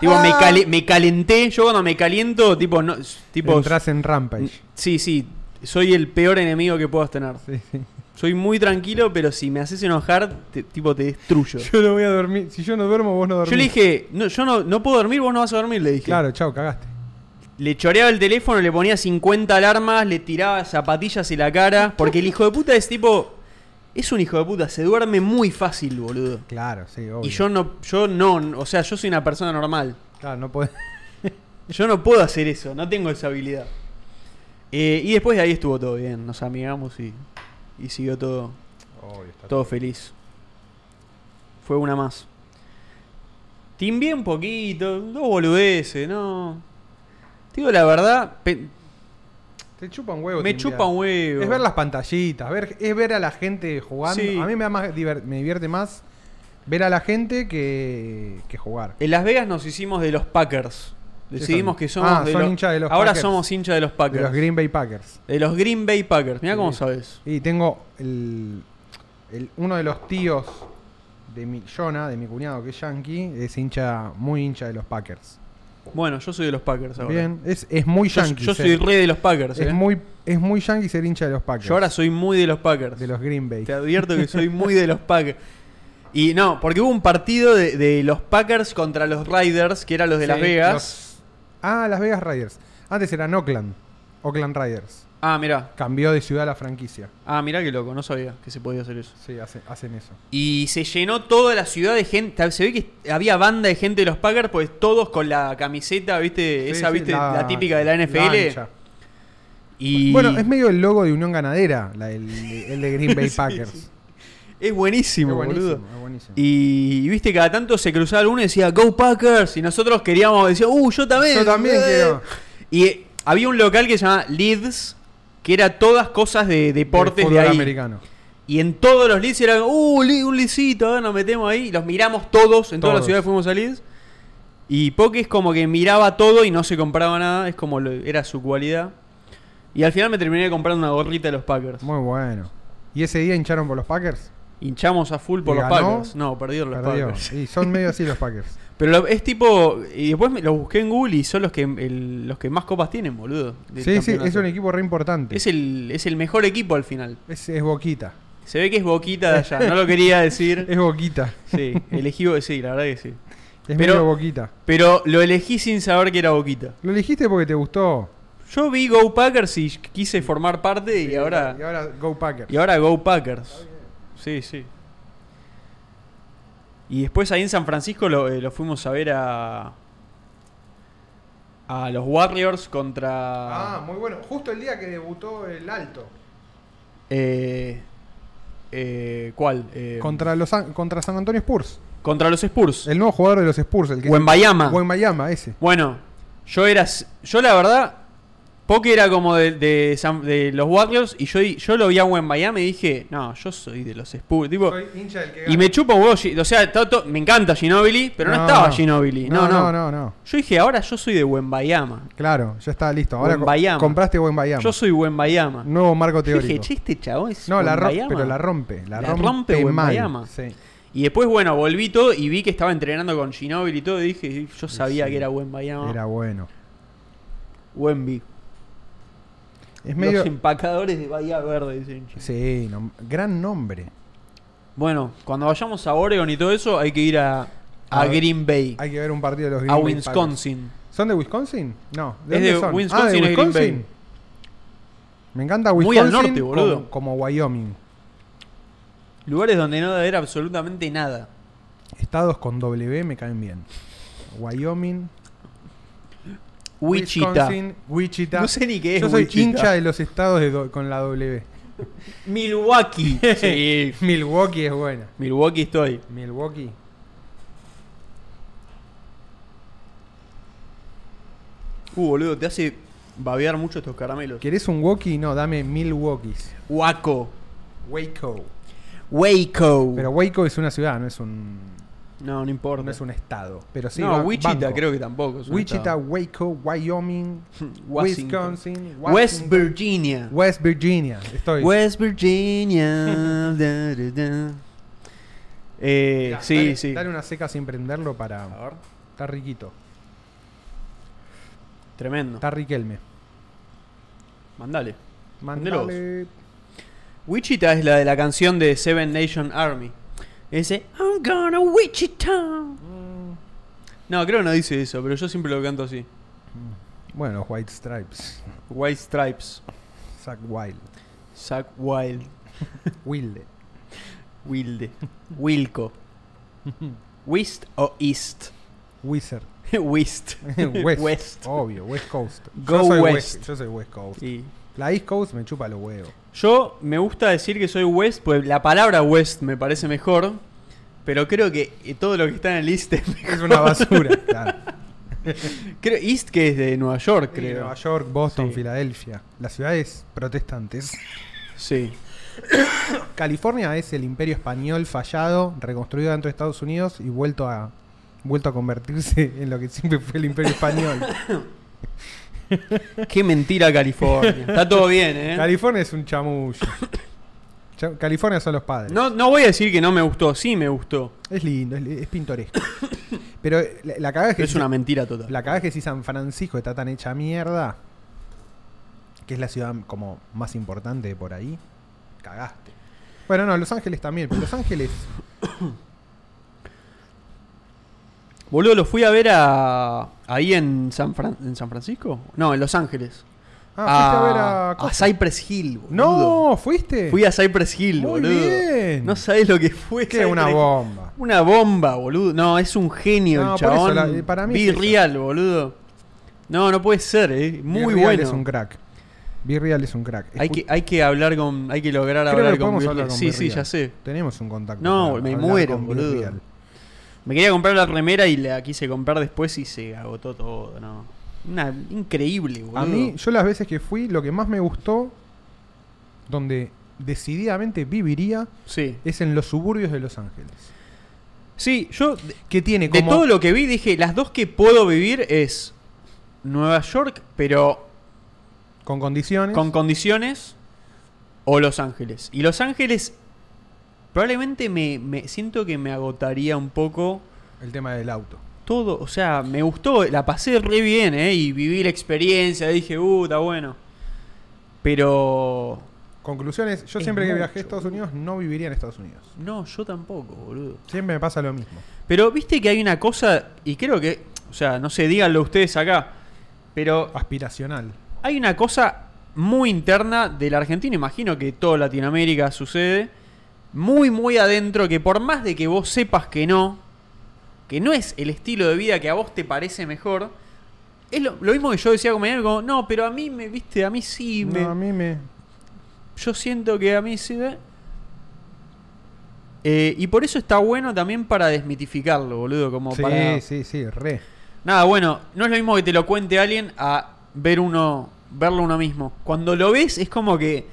[SPEAKER 1] tipo,
[SPEAKER 2] Ah.
[SPEAKER 1] me, cale- me calenté. Yo cuando me caliento, tipo, no. Tipo, Mm.
[SPEAKER 2] Entras en Rampage.
[SPEAKER 1] Sí, sí. Soy el peor enemigo que puedas tener.
[SPEAKER 2] Sí, sí.
[SPEAKER 1] Soy muy tranquilo, pero si me haces enojar, te- tipo, te destruyo.
[SPEAKER 2] Yo no voy a dormir. Si yo no duermo, vos no dormís.
[SPEAKER 1] Yo le dije, no, yo no, no puedo dormir, vos no vas a dormir, le dije.
[SPEAKER 2] Claro, chao, cagaste.
[SPEAKER 1] Le choreaba el teléfono, le ponía 50 alarmas, le tiraba zapatillas en la cara. Porque el hijo de puta es tipo. Es un hijo de puta, se duerme muy fácil, boludo.
[SPEAKER 2] Claro, sí, obvio.
[SPEAKER 1] Y yo no, yo no, o sea, yo soy una persona normal.
[SPEAKER 2] Claro, no podés.
[SPEAKER 1] Yo no puedo hacer eso, no tengo esa habilidad. Eh, y después de ahí estuvo todo bien, nos amigamos y, y siguió todo, todo feliz. Fue una más. Timbié un poquito, dos boludeces, no. Te digo la verdad, pe-
[SPEAKER 2] Te chupa un huevo.
[SPEAKER 1] me
[SPEAKER 2] timbiar.
[SPEAKER 1] chupa un huevo.
[SPEAKER 2] Es ver las pantallitas, ver, es ver a la gente jugando.
[SPEAKER 1] Sí.
[SPEAKER 2] A mí me, da más diver- me divierte más ver a la gente que, que jugar.
[SPEAKER 1] En Las Vegas nos hicimos de los Packers.
[SPEAKER 2] ¿Qué
[SPEAKER 1] Decidimos
[SPEAKER 2] son?
[SPEAKER 1] que somos
[SPEAKER 2] Ah,
[SPEAKER 1] de,
[SPEAKER 2] son
[SPEAKER 1] los-
[SPEAKER 2] hinchas de los
[SPEAKER 1] Ahora
[SPEAKER 2] Packers.
[SPEAKER 1] somos hinchas de los
[SPEAKER 2] De
[SPEAKER 1] Packers.
[SPEAKER 2] los Green Bay Packers.
[SPEAKER 1] Green Bay Packers. Mira
[SPEAKER 2] Sí.
[SPEAKER 1] cómo sabes.
[SPEAKER 2] Y tengo el, el- uno de los tíos de mi Jonah, de mi cuñado que es yankee, es hincha, muy hincha de los Packers.
[SPEAKER 1] Bueno, yo soy de los Packers ahora.
[SPEAKER 2] Bien, es, es muy
[SPEAKER 1] Yo,
[SPEAKER 2] yankee.
[SPEAKER 1] yo
[SPEAKER 2] ser-
[SPEAKER 1] soy re de los Packers.
[SPEAKER 2] es
[SPEAKER 1] eh.
[SPEAKER 2] muy es muy yankee ser hincha de los Packers.
[SPEAKER 1] Yo ahora soy muy de los Packers.
[SPEAKER 2] de los Green Bay.
[SPEAKER 1] Te advierto que soy muy de los Packers. Y no, porque hubo un partido de, de los Packers contra los Riders, que eran los de Las
[SPEAKER 2] Sí,
[SPEAKER 1] Vegas.
[SPEAKER 2] los- ah, Las Vegas Riders. Antes eran Oakland. Oakland Riders.
[SPEAKER 1] Ah, mirá.
[SPEAKER 2] Cambió de ciudad la franquicia.
[SPEAKER 1] Ah, mirá qué loco, no sabía que se podía hacer eso.
[SPEAKER 2] Sí, hace- hacen eso.
[SPEAKER 1] Y se llenó toda la ciudad de gente. Se ve que había banda de gente de los Packers, pues todos con la camiseta, ¿viste?
[SPEAKER 2] Sí,
[SPEAKER 1] Esa,
[SPEAKER 2] sí,
[SPEAKER 1] ¿viste? La, típica de la NFL.
[SPEAKER 2] ancha.
[SPEAKER 1] y
[SPEAKER 2] Bueno, es medio el logo de Unión Ganadera, la del- el de Green Bay Packers.
[SPEAKER 1] es buenísimo,
[SPEAKER 2] Es buenísimo,
[SPEAKER 1] boludo.
[SPEAKER 2] es buenísimo.
[SPEAKER 1] Y, y viste, cada tanto se cruzaba alguno y decía, Go Packers. Y nosotros queríamos, decía, uh, yo también.
[SPEAKER 2] Yo también
[SPEAKER 1] eh".
[SPEAKER 2] quiero.
[SPEAKER 1] Y eh, había un local que se llamaba Leeds, que era todas cosas de deportes de,
[SPEAKER 2] Fútbol
[SPEAKER 1] ahí.
[SPEAKER 2] americano.
[SPEAKER 1] Y en todos los leads era, uh, li- un leadsito, a ver, nos metemos ahí. Y Los miramos todos, en toda la
[SPEAKER 2] Todos.
[SPEAKER 1] ciudad fuimos a leads. Y Poke es como que miraba todo y no se compraba nada, es como lo- era su cualidad. Y al final me terminé comprando una gorrita de los Packers.
[SPEAKER 2] Muy bueno. ¿Y ese día hincharon por los Packers?
[SPEAKER 1] Hinchamos a full por
[SPEAKER 2] ¿Y
[SPEAKER 1] los
[SPEAKER 2] ganó?
[SPEAKER 1] Packers. No, perdieron los
[SPEAKER 2] Perdió.
[SPEAKER 1] Packers.
[SPEAKER 2] Y son medio así los Packers.
[SPEAKER 1] Pero lo- es tipo. Y después me, los busqué en Google y son los que, el- los que más copas tienen, boludo. del
[SPEAKER 2] Sí, sí,
[SPEAKER 1] campeonato.
[SPEAKER 2] es un equipo re importante.
[SPEAKER 1] Es el, es el mejor equipo al final.
[SPEAKER 2] Es, es Boquita.
[SPEAKER 1] Se ve que es boquita de allá, no lo quería decir.
[SPEAKER 2] Es Boquita.
[SPEAKER 1] Sí, elegí. bo- Sí, la verdad que sí.
[SPEAKER 2] Es
[SPEAKER 1] Pero-
[SPEAKER 2] medio Boquita.
[SPEAKER 1] Pero lo elegí sin saber que era boquita.
[SPEAKER 2] Lo elegiste porque te gustó.
[SPEAKER 1] Yo vi Go Packers y quise formar parte y
[SPEAKER 2] Y
[SPEAKER 1] ahora.
[SPEAKER 2] ahora Go Packers.
[SPEAKER 1] Y ahora Go Packers. Sí, sí. Y después ahí en San Francisco lo, eh, lo fuimos a ver a. A los Warriors contra.
[SPEAKER 2] Ah, muy bueno. Justo el día que debutó el alto.
[SPEAKER 1] Eh, eh, ¿Cuál? Eh,
[SPEAKER 2] Contra, los, An- contra San Antonio Spurs.
[SPEAKER 1] contra los Spurs.
[SPEAKER 2] El nuevo jugador de los Spurs. El que
[SPEAKER 1] O en Bayama.
[SPEAKER 2] Miami, ese.
[SPEAKER 1] Bueno, yo era. Yo la verdad. Poke era como de, de San- de los Warriors y yo, di- yo lo vi a Miami y dije, no, yo soy de los Spurs. Tipo,
[SPEAKER 2] Soy hincha del que
[SPEAKER 1] y me chupa un huevo. Gi- O sea, está to- me encanta Ginobili, pero no,
[SPEAKER 2] No,
[SPEAKER 1] estaba
[SPEAKER 2] no.
[SPEAKER 1] Ginobili. No no,
[SPEAKER 2] no, no.
[SPEAKER 1] Yo dije, ahora yo soy de Wembayama.
[SPEAKER 2] Claro, ya está listo. Ahora co-
[SPEAKER 1] Wembanyama.
[SPEAKER 2] compraste buen Bayama.
[SPEAKER 1] Yo soy Wembayama.
[SPEAKER 2] Nuevo marco
[SPEAKER 1] Yo dije,
[SPEAKER 2] teórico.
[SPEAKER 1] che, este chabón es
[SPEAKER 2] no, la rompe,
[SPEAKER 1] Wembanyama".
[SPEAKER 2] pero la rompe. La,
[SPEAKER 1] La
[SPEAKER 2] rompe,
[SPEAKER 1] rompe Wembanyama.
[SPEAKER 2] mal. Sí.
[SPEAKER 1] Y después, bueno, volví todo y vi que estaba entrenando con Ginobili y todo. Y dije, yo sabía
[SPEAKER 2] sí.
[SPEAKER 1] que era Wembayama.
[SPEAKER 2] Era bueno.
[SPEAKER 1] Wemby.
[SPEAKER 2] Es medio.
[SPEAKER 1] Los empacadores de Bahía Verde, dicen.
[SPEAKER 2] Sí, no- gran nombre.
[SPEAKER 1] Bueno, cuando vayamos a Oregon y todo eso, hay que ir a, a
[SPEAKER 2] A ver,
[SPEAKER 1] Green Bay,
[SPEAKER 2] Hay que ver un partido de los
[SPEAKER 1] a
[SPEAKER 2] Green Bay Packers.
[SPEAKER 1] Wisconsin.
[SPEAKER 2] ¿Son de Wisconsin? No. ¿De
[SPEAKER 1] Es
[SPEAKER 2] dónde
[SPEAKER 1] de
[SPEAKER 2] son?
[SPEAKER 1] Wisconsin,
[SPEAKER 2] ah, de
[SPEAKER 1] es Green
[SPEAKER 2] Wisconsin.
[SPEAKER 1] Bay.
[SPEAKER 2] Me encanta Wisconsin.
[SPEAKER 1] Muy al norte, boludo.
[SPEAKER 2] Como, como Wyoming.
[SPEAKER 1] Lugares donde no debe haber absolutamente nada.
[SPEAKER 2] Estados con W me caen bien. Wyoming.
[SPEAKER 1] Wichita.
[SPEAKER 2] Wisconsin, Wichita.
[SPEAKER 1] No sé ni qué es
[SPEAKER 2] Yo soy
[SPEAKER 1] Wichita.
[SPEAKER 2] hincha de los estados de do- con la W.
[SPEAKER 1] Milwaukee. sí.
[SPEAKER 2] Milwaukee es buena.
[SPEAKER 1] Milwaukee estoy.
[SPEAKER 2] Milwaukee.
[SPEAKER 1] Uh, boludo, te hace babear mucho estos caramelos.
[SPEAKER 2] ¿Querés un Woki? No, dame Milwaukee's.
[SPEAKER 1] Waco.
[SPEAKER 2] Waco.
[SPEAKER 1] Waco. Uh.
[SPEAKER 2] Pero Waco es una ciudad, no es un.
[SPEAKER 1] No, no importa.
[SPEAKER 2] No es un estado. Pero sí,
[SPEAKER 1] no,
[SPEAKER 2] ba-
[SPEAKER 1] Wichita
[SPEAKER 2] banco.
[SPEAKER 1] creo que tampoco. es un
[SPEAKER 2] Wichita,
[SPEAKER 1] estado.
[SPEAKER 2] Waco, Wyoming,
[SPEAKER 1] Washington.
[SPEAKER 2] Wisconsin,
[SPEAKER 1] West
[SPEAKER 2] Washington,
[SPEAKER 1] Virginia.
[SPEAKER 2] West Virginia. Estoy.
[SPEAKER 1] West Virginia. da, da, da. Eh,
[SPEAKER 2] Mirá,
[SPEAKER 1] sí,
[SPEAKER 2] dale-
[SPEAKER 1] sí.
[SPEAKER 2] Dale una seca sin prenderlo para.
[SPEAKER 1] A ver.
[SPEAKER 2] Está riquito.
[SPEAKER 1] Tremendo.
[SPEAKER 2] Está riquelme.
[SPEAKER 1] Mandale. Mandelo vos.
[SPEAKER 2] Mandale.
[SPEAKER 1] Wichita es la de la canción de Seven Nation Army. Ese I'm gonna Wichita.
[SPEAKER 2] Mm.
[SPEAKER 1] No, creo que no dice eso, pero yo siempre lo canto así.
[SPEAKER 2] Bueno, White Stripes.
[SPEAKER 1] White Stripes,
[SPEAKER 2] Zack Wild.
[SPEAKER 1] Zack Wild,
[SPEAKER 2] Wilde.
[SPEAKER 1] Wilde, Wilco, Wist o East,
[SPEAKER 2] Wizard.
[SPEAKER 1] Wist,
[SPEAKER 2] West. Oh.
[SPEAKER 1] West.
[SPEAKER 2] Obvio, West Coast.
[SPEAKER 1] Go
[SPEAKER 2] yo soy
[SPEAKER 1] West.
[SPEAKER 2] Yo soy West Coast.
[SPEAKER 1] Y
[SPEAKER 2] La East Coast me chupa los huevos.
[SPEAKER 1] yo me gusta decir que soy West, pues la palabra West me parece mejor, pero creo que eh, todo lo que está en el East es mejor.
[SPEAKER 2] Es una basura. claro.
[SPEAKER 1] Creo, East que es de Nueva York,
[SPEAKER 2] Y
[SPEAKER 1] creo.
[SPEAKER 2] Nueva York, Boston,
[SPEAKER 1] Sí.
[SPEAKER 2] Filadelfia. Las ciudades protestantes.
[SPEAKER 1] Sí.
[SPEAKER 2] California es el imperio español fallado, reconstruido dentro de Estados Unidos y vuelto a vuelto a convertirse en lo que siempre fue el imperio español.
[SPEAKER 1] Qué mentira California. Está todo bien, ¿eh?
[SPEAKER 2] California es un chamullo. Cha- California son los padres.
[SPEAKER 1] No, no voy a decir que no me gustó, sí me gustó.
[SPEAKER 2] Es lindo, es, li- es pintoresco. Pero eh, la, la cagada es que
[SPEAKER 1] Pero es
[SPEAKER 2] si-
[SPEAKER 1] una mentira total.
[SPEAKER 2] La cagada es que si San Francisco está tan hecha mierda, que es la ciudad como más importante de por ahí, cagaste. Bueno, no, Los Ángeles también, pero Los Ángeles,
[SPEAKER 1] Boludo, lo fui a ver a. ahí en San, Fran- en San Francisco. No, en Los Ángeles.
[SPEAKER 2] ah, fuiste a ver a Costa.
[SPEAKER 1] Cypress Hill, boludo.
[SPEAKER 2] No, fuiste.
[SPEAKER 1] Fui a Cypress Hill,
[SPEAKER 2] Muy
[SPEAKER 1] boludo.
[SPEAKER 2] bien.
[SPEAKER 1] No sabés lo que fue.
[SPEAKER 2] que una
[SPEAKER 1] Cypress-
[SPEAKER 2] bomba.
[SPEAKER 1] Una bomba, boludo. No, es un genio
[SPEAKER 2] No,
[SPEAKER 1] el
[SPEAKER 2] por eso,
[SPEAKER 1] chabón.
[SPEAKER 2] la- eh, para mí es
[SPEAKER 1] Be
[SPEAKER 2] eso.
[SPEAKER 1] real, boludo. No, no puede ser, eh.
[SPEAKER 2] Be
[SPEAKER 1] Muy
[SPEAKER 2] Real
[SPEAKER 1] bueno.
[SPEAKER 2] es un crack. B-Real es un crack.
[SPEAKER 1] Hay
[SPEAKER 2] Escu-
[SPEAKER 1] que, hay que hablar con. Hay que lograr
[SPEAKER 2] Creo
[SPEAKER 1] hablar
[SPEAKER 2] que
[SPEAKER 1] con,
[SPEAKER 2] podemos
[SPEAKER 1] Be
[SPEAKER 2] hablar
[SPEAKER 1] Real.
[SPEAKER 2] con
[SPEAKER 1] Sí,
[SPEAKER 2] Be
[SPEAKER 1] sí,
[SPEAKER 2] Real.
[SPEAKER 1] ya sé.
[SPEAKER 2] Tenemos un contacto.
[SPEAKER 1] No,
[SPEAKER 2] para
[SPEAKER 1] me
[SPEAKER 2] hablar
[SPEAKER 1] muero,
[SPEAKER 2] con Be
[SPEAKER 1] boludo.
[SPEAKER 2] Real.
[SPEAKER 1] Me quería comprar la remera y la quise comprar después y se agotó todo, ¿no? Una, increíble, boludo.
[SPEAKER 2] A mí, yo las veces que fui, lo que más me gustó, donde decididamente viviría,
[SPEAKER 1] Sí.
[SPEAKER 2] es en los suburbios de Los Ángeles.
[SPEAKER 1] Sí, yo
[SPEAKER 2] Que tiene
[SPEAKER 1] De
[SPEAKER 2] Eh, como...
[SPEAKER 1] todo lo que vi, dije, las dos que puedo vivir es Nueva York, pero
[SPEAKER 2] Con condiciones.
[SPEAKER 1] con condiciones, o Los Ángeles. Y Los Ángeles probablemente me, me- siento que me agotaría un poco
[SPEAKER 2] El tema del auto.
[SPEAKER 1] todo. O sea, me gustó, la pasé re bien, ¿eh? Y viví la experiencia, dije, uh, está bueno. Pero...
[SPEAKER 2] Conclusiones, yo
[SPEAKER 1] Es
[SPEAKER 2] siempre que
[SPEAKER 1] mucho,
[SPEAKER 2] viajé a Estados
[SPEAKER 1] boludo.
[SPEAKER 2] Unidos no viviría en Estados Unidos.
[SPEAKER 1] No, yo tampoco, boludo.
[SPEAKER 2] Siempre me pasa lo mismo.
[SPEAKER 1] Pero viste que hay una cosa, y creo que, o sea, no sé, díganlo ustedes acá, pero
[SPEAKER 2] Aspiracional.
[SPEAKER 1] Hay una cosa muy interna del argentino, imagino que toda Latinoamérica sucede, muy muy adentro que por más de que vos sepas que no, que no es el estilo de vida que a vos te parece mejor, es lo, lo mismo que yo decía con Manuel, como, no, pero a mí me, viste, a mí sí, me-
[SPEAKER 2] No, a mí me...
[SPEAKER 1] yo siento que a mí sí me... Eh, y por eso está bueno también para desmitificarlo, boludo, como
[SPEAKER 2] sí,
[SPEAKER 1] para...
[SPEAKER 2] sí, sí, re.
[SPEAKER 1] Nada, bueno, no es lo mismo que te lo cuente alguien a ver uno, verlo uno mismo. Cuando lo ves es como que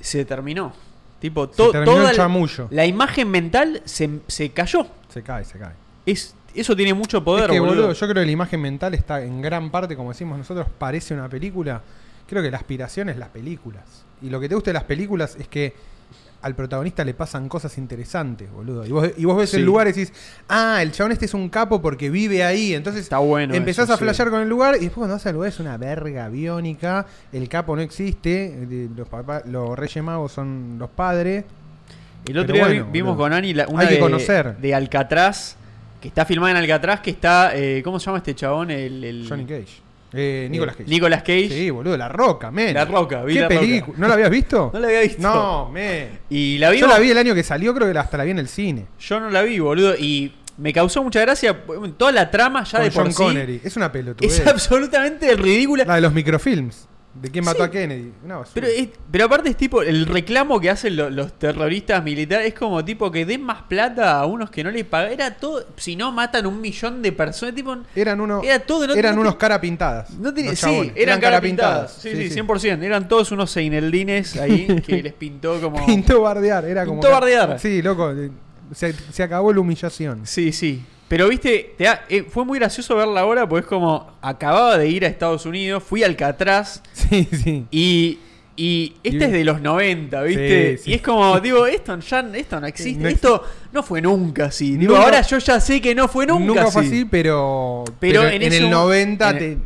[SPEAKER 1] se terminó. Tipo, to-
[SPEAKER 2] se terminó
[SPEAKER 1] toda
[SPEAKER 2] el
[SPEAKER 1] la,
[SPEAKER 2] chamullo.
[SPEAKER 1] la imagen mental se, se cayó.
[SPEAKER 2] Se cae, se cae.
[SPEAKER 1] Es, eso tiene mucho poder,
[SPEAKER 2] es que, boludo,
[SPEAKER 1] boludo.
[SPEAKER 2] yo creo que la imagen mental está en gran parte, como decimos nosotros, parece una película. Creo que la aspiración es las películas. Y lo que te gusta de las películas es que al protagonista le pasan cosas interesantes, boludo. Y vos, y vos ves
[SPEAKER 1] Sí.
[SPEAKER 2] el lugar y decís, ah, el chabón este es un capo porque vive ahí. Entonces
[SPEAKER 1] Está bueno
[SPEAKER 2] empezás
[SPEAKER 1] eso,
[SPEAKER 2] a
[SPEAKER 1] sí.
[SPEAKER 2] flashear con el lugar y después cuando vas al lugar es una verga biónica. El capo no existe. eh, de- Los, papás, los reyes magos son los padres.
[SPEAKER 1] El otro
[SPEAKER 2] Pero
[SPEAKER 1] día
[SPEAKER 2] bueno,
[SPEAKER 1] vi- vimos
[SPEAKER 2] boludo.
[SPEAKER 1] con Ani la- una
[SPEAKER 2] Hay que
[SPEAKER 1] de,
[SPEAKER 2] conocer.
[SPEAKER 1] de Alcatraz, que está filmada en Alcatraz, que está, eh, ¿cómo se llama este chabón? El, el-
[SPEAKER 2] Johnny Cage. Eh, Nicolas Cage.
[SPEAKER 1] Nicolas Cage.
[SPEAKER 2] Sí, boludo, La Roca, men.
[SPEAKER 1] La Roca, vi
[SPEAKER 2] ¿Qué
[SPEAKER 1] La Roca.
[SPEAKER 2] película? ¿No la habías visto?
[SPEAKER 1] No la había visto.
[SPEAKER 2] No, men.
[SPEAKER 1] Y la
[SPEAKER 2] Yo
[SPEAKER 1] vimos
[SPEAKER 2] la vi el año que salió, creo que hasta la vi en el cine.
[SPEAKER 1] Yo no la vi, boludo, y me causó mucha gracia bueno, toda la trama ya
[SPEAKER 2] con
[SPEAKER 1] de por
[SPEAKER 2] John
[SPEAKER 1] sí.
[SPEAKER 2] Connery. Es una pelotudez.
[SPEAKER 1] Es absolutamente ridícula.
[SPEAKER 2] La de los microfilms. ¿De quién mató
[SPEAKER 1] Sí.
[SPEAKER 2] a Kennedy? Una basura.
[SPEAKER 1] pero, es- pero aparte es tipo, el reclamo que hacen lo- los terroristas militares es como tipo que den más plata a unos que no les pagan. Era todo, si no matan un millón de personas, tipo,
[SPEAKER 2] eran uno-
[SPEAKER 1] era todo, no-
[SPEAKER 2] eran
[SPEAKER 1] no-
[SPEAKER 2] unos cara pintadas.
[SPEAKER 1] no tiene-
[SPEAKER 2] los
[SPEAKER 1] sí,
[SPEAKER 2] chabones.
[SPEAKER 1] eran, cara, pintadas. Sí, sí, 100%. Eran todos unos seineldines ahí que les pintó como...
[SPEAKER 2] Pintó bardear, era como.
[SPEAKER 1] Pintó bardear.
[SPEAKER 2] Sí, loco. eh, se, se acabó la humillación.
[SPEAKER 1] Sí, sí. Pero viste, te da- eh, fue muy gracioso verla ahora, porque es como acababa de ir a Estados Unidos, fui al Alcatraz
[SPEAKER 2] Sí, sí.
[SPEAKER 1] y, y este
[SPEAKER 2] Y-
[SPEAKER 1] es de los 90, ¿viste?
[SPEAKER 2] Sí, sí.
[SPEAKER 1] Y es como, digo, esto ya esto no existe,
[SPEAKER 2] No
[SPEAKER 1] esto no fue nunca así. Digo,
[SPEAKER 2] Nunca-
[SPEAKER 1] ahora yo ya sé que no fue nunca,
[SPEAKER 2] fue así,
[SPEAKER 1] así.
[SPEAKER 2] pero,
[SPEAKER 1] Pero
[SPEAKER 2] pero, en,
[SPEAKER 1] en ese
[SPEAKER 2] el
[SPEAKER 1] mo-
[SPEAKER 2] 90
[SPEAKER 1] en el-
[SPEAKER 2] te-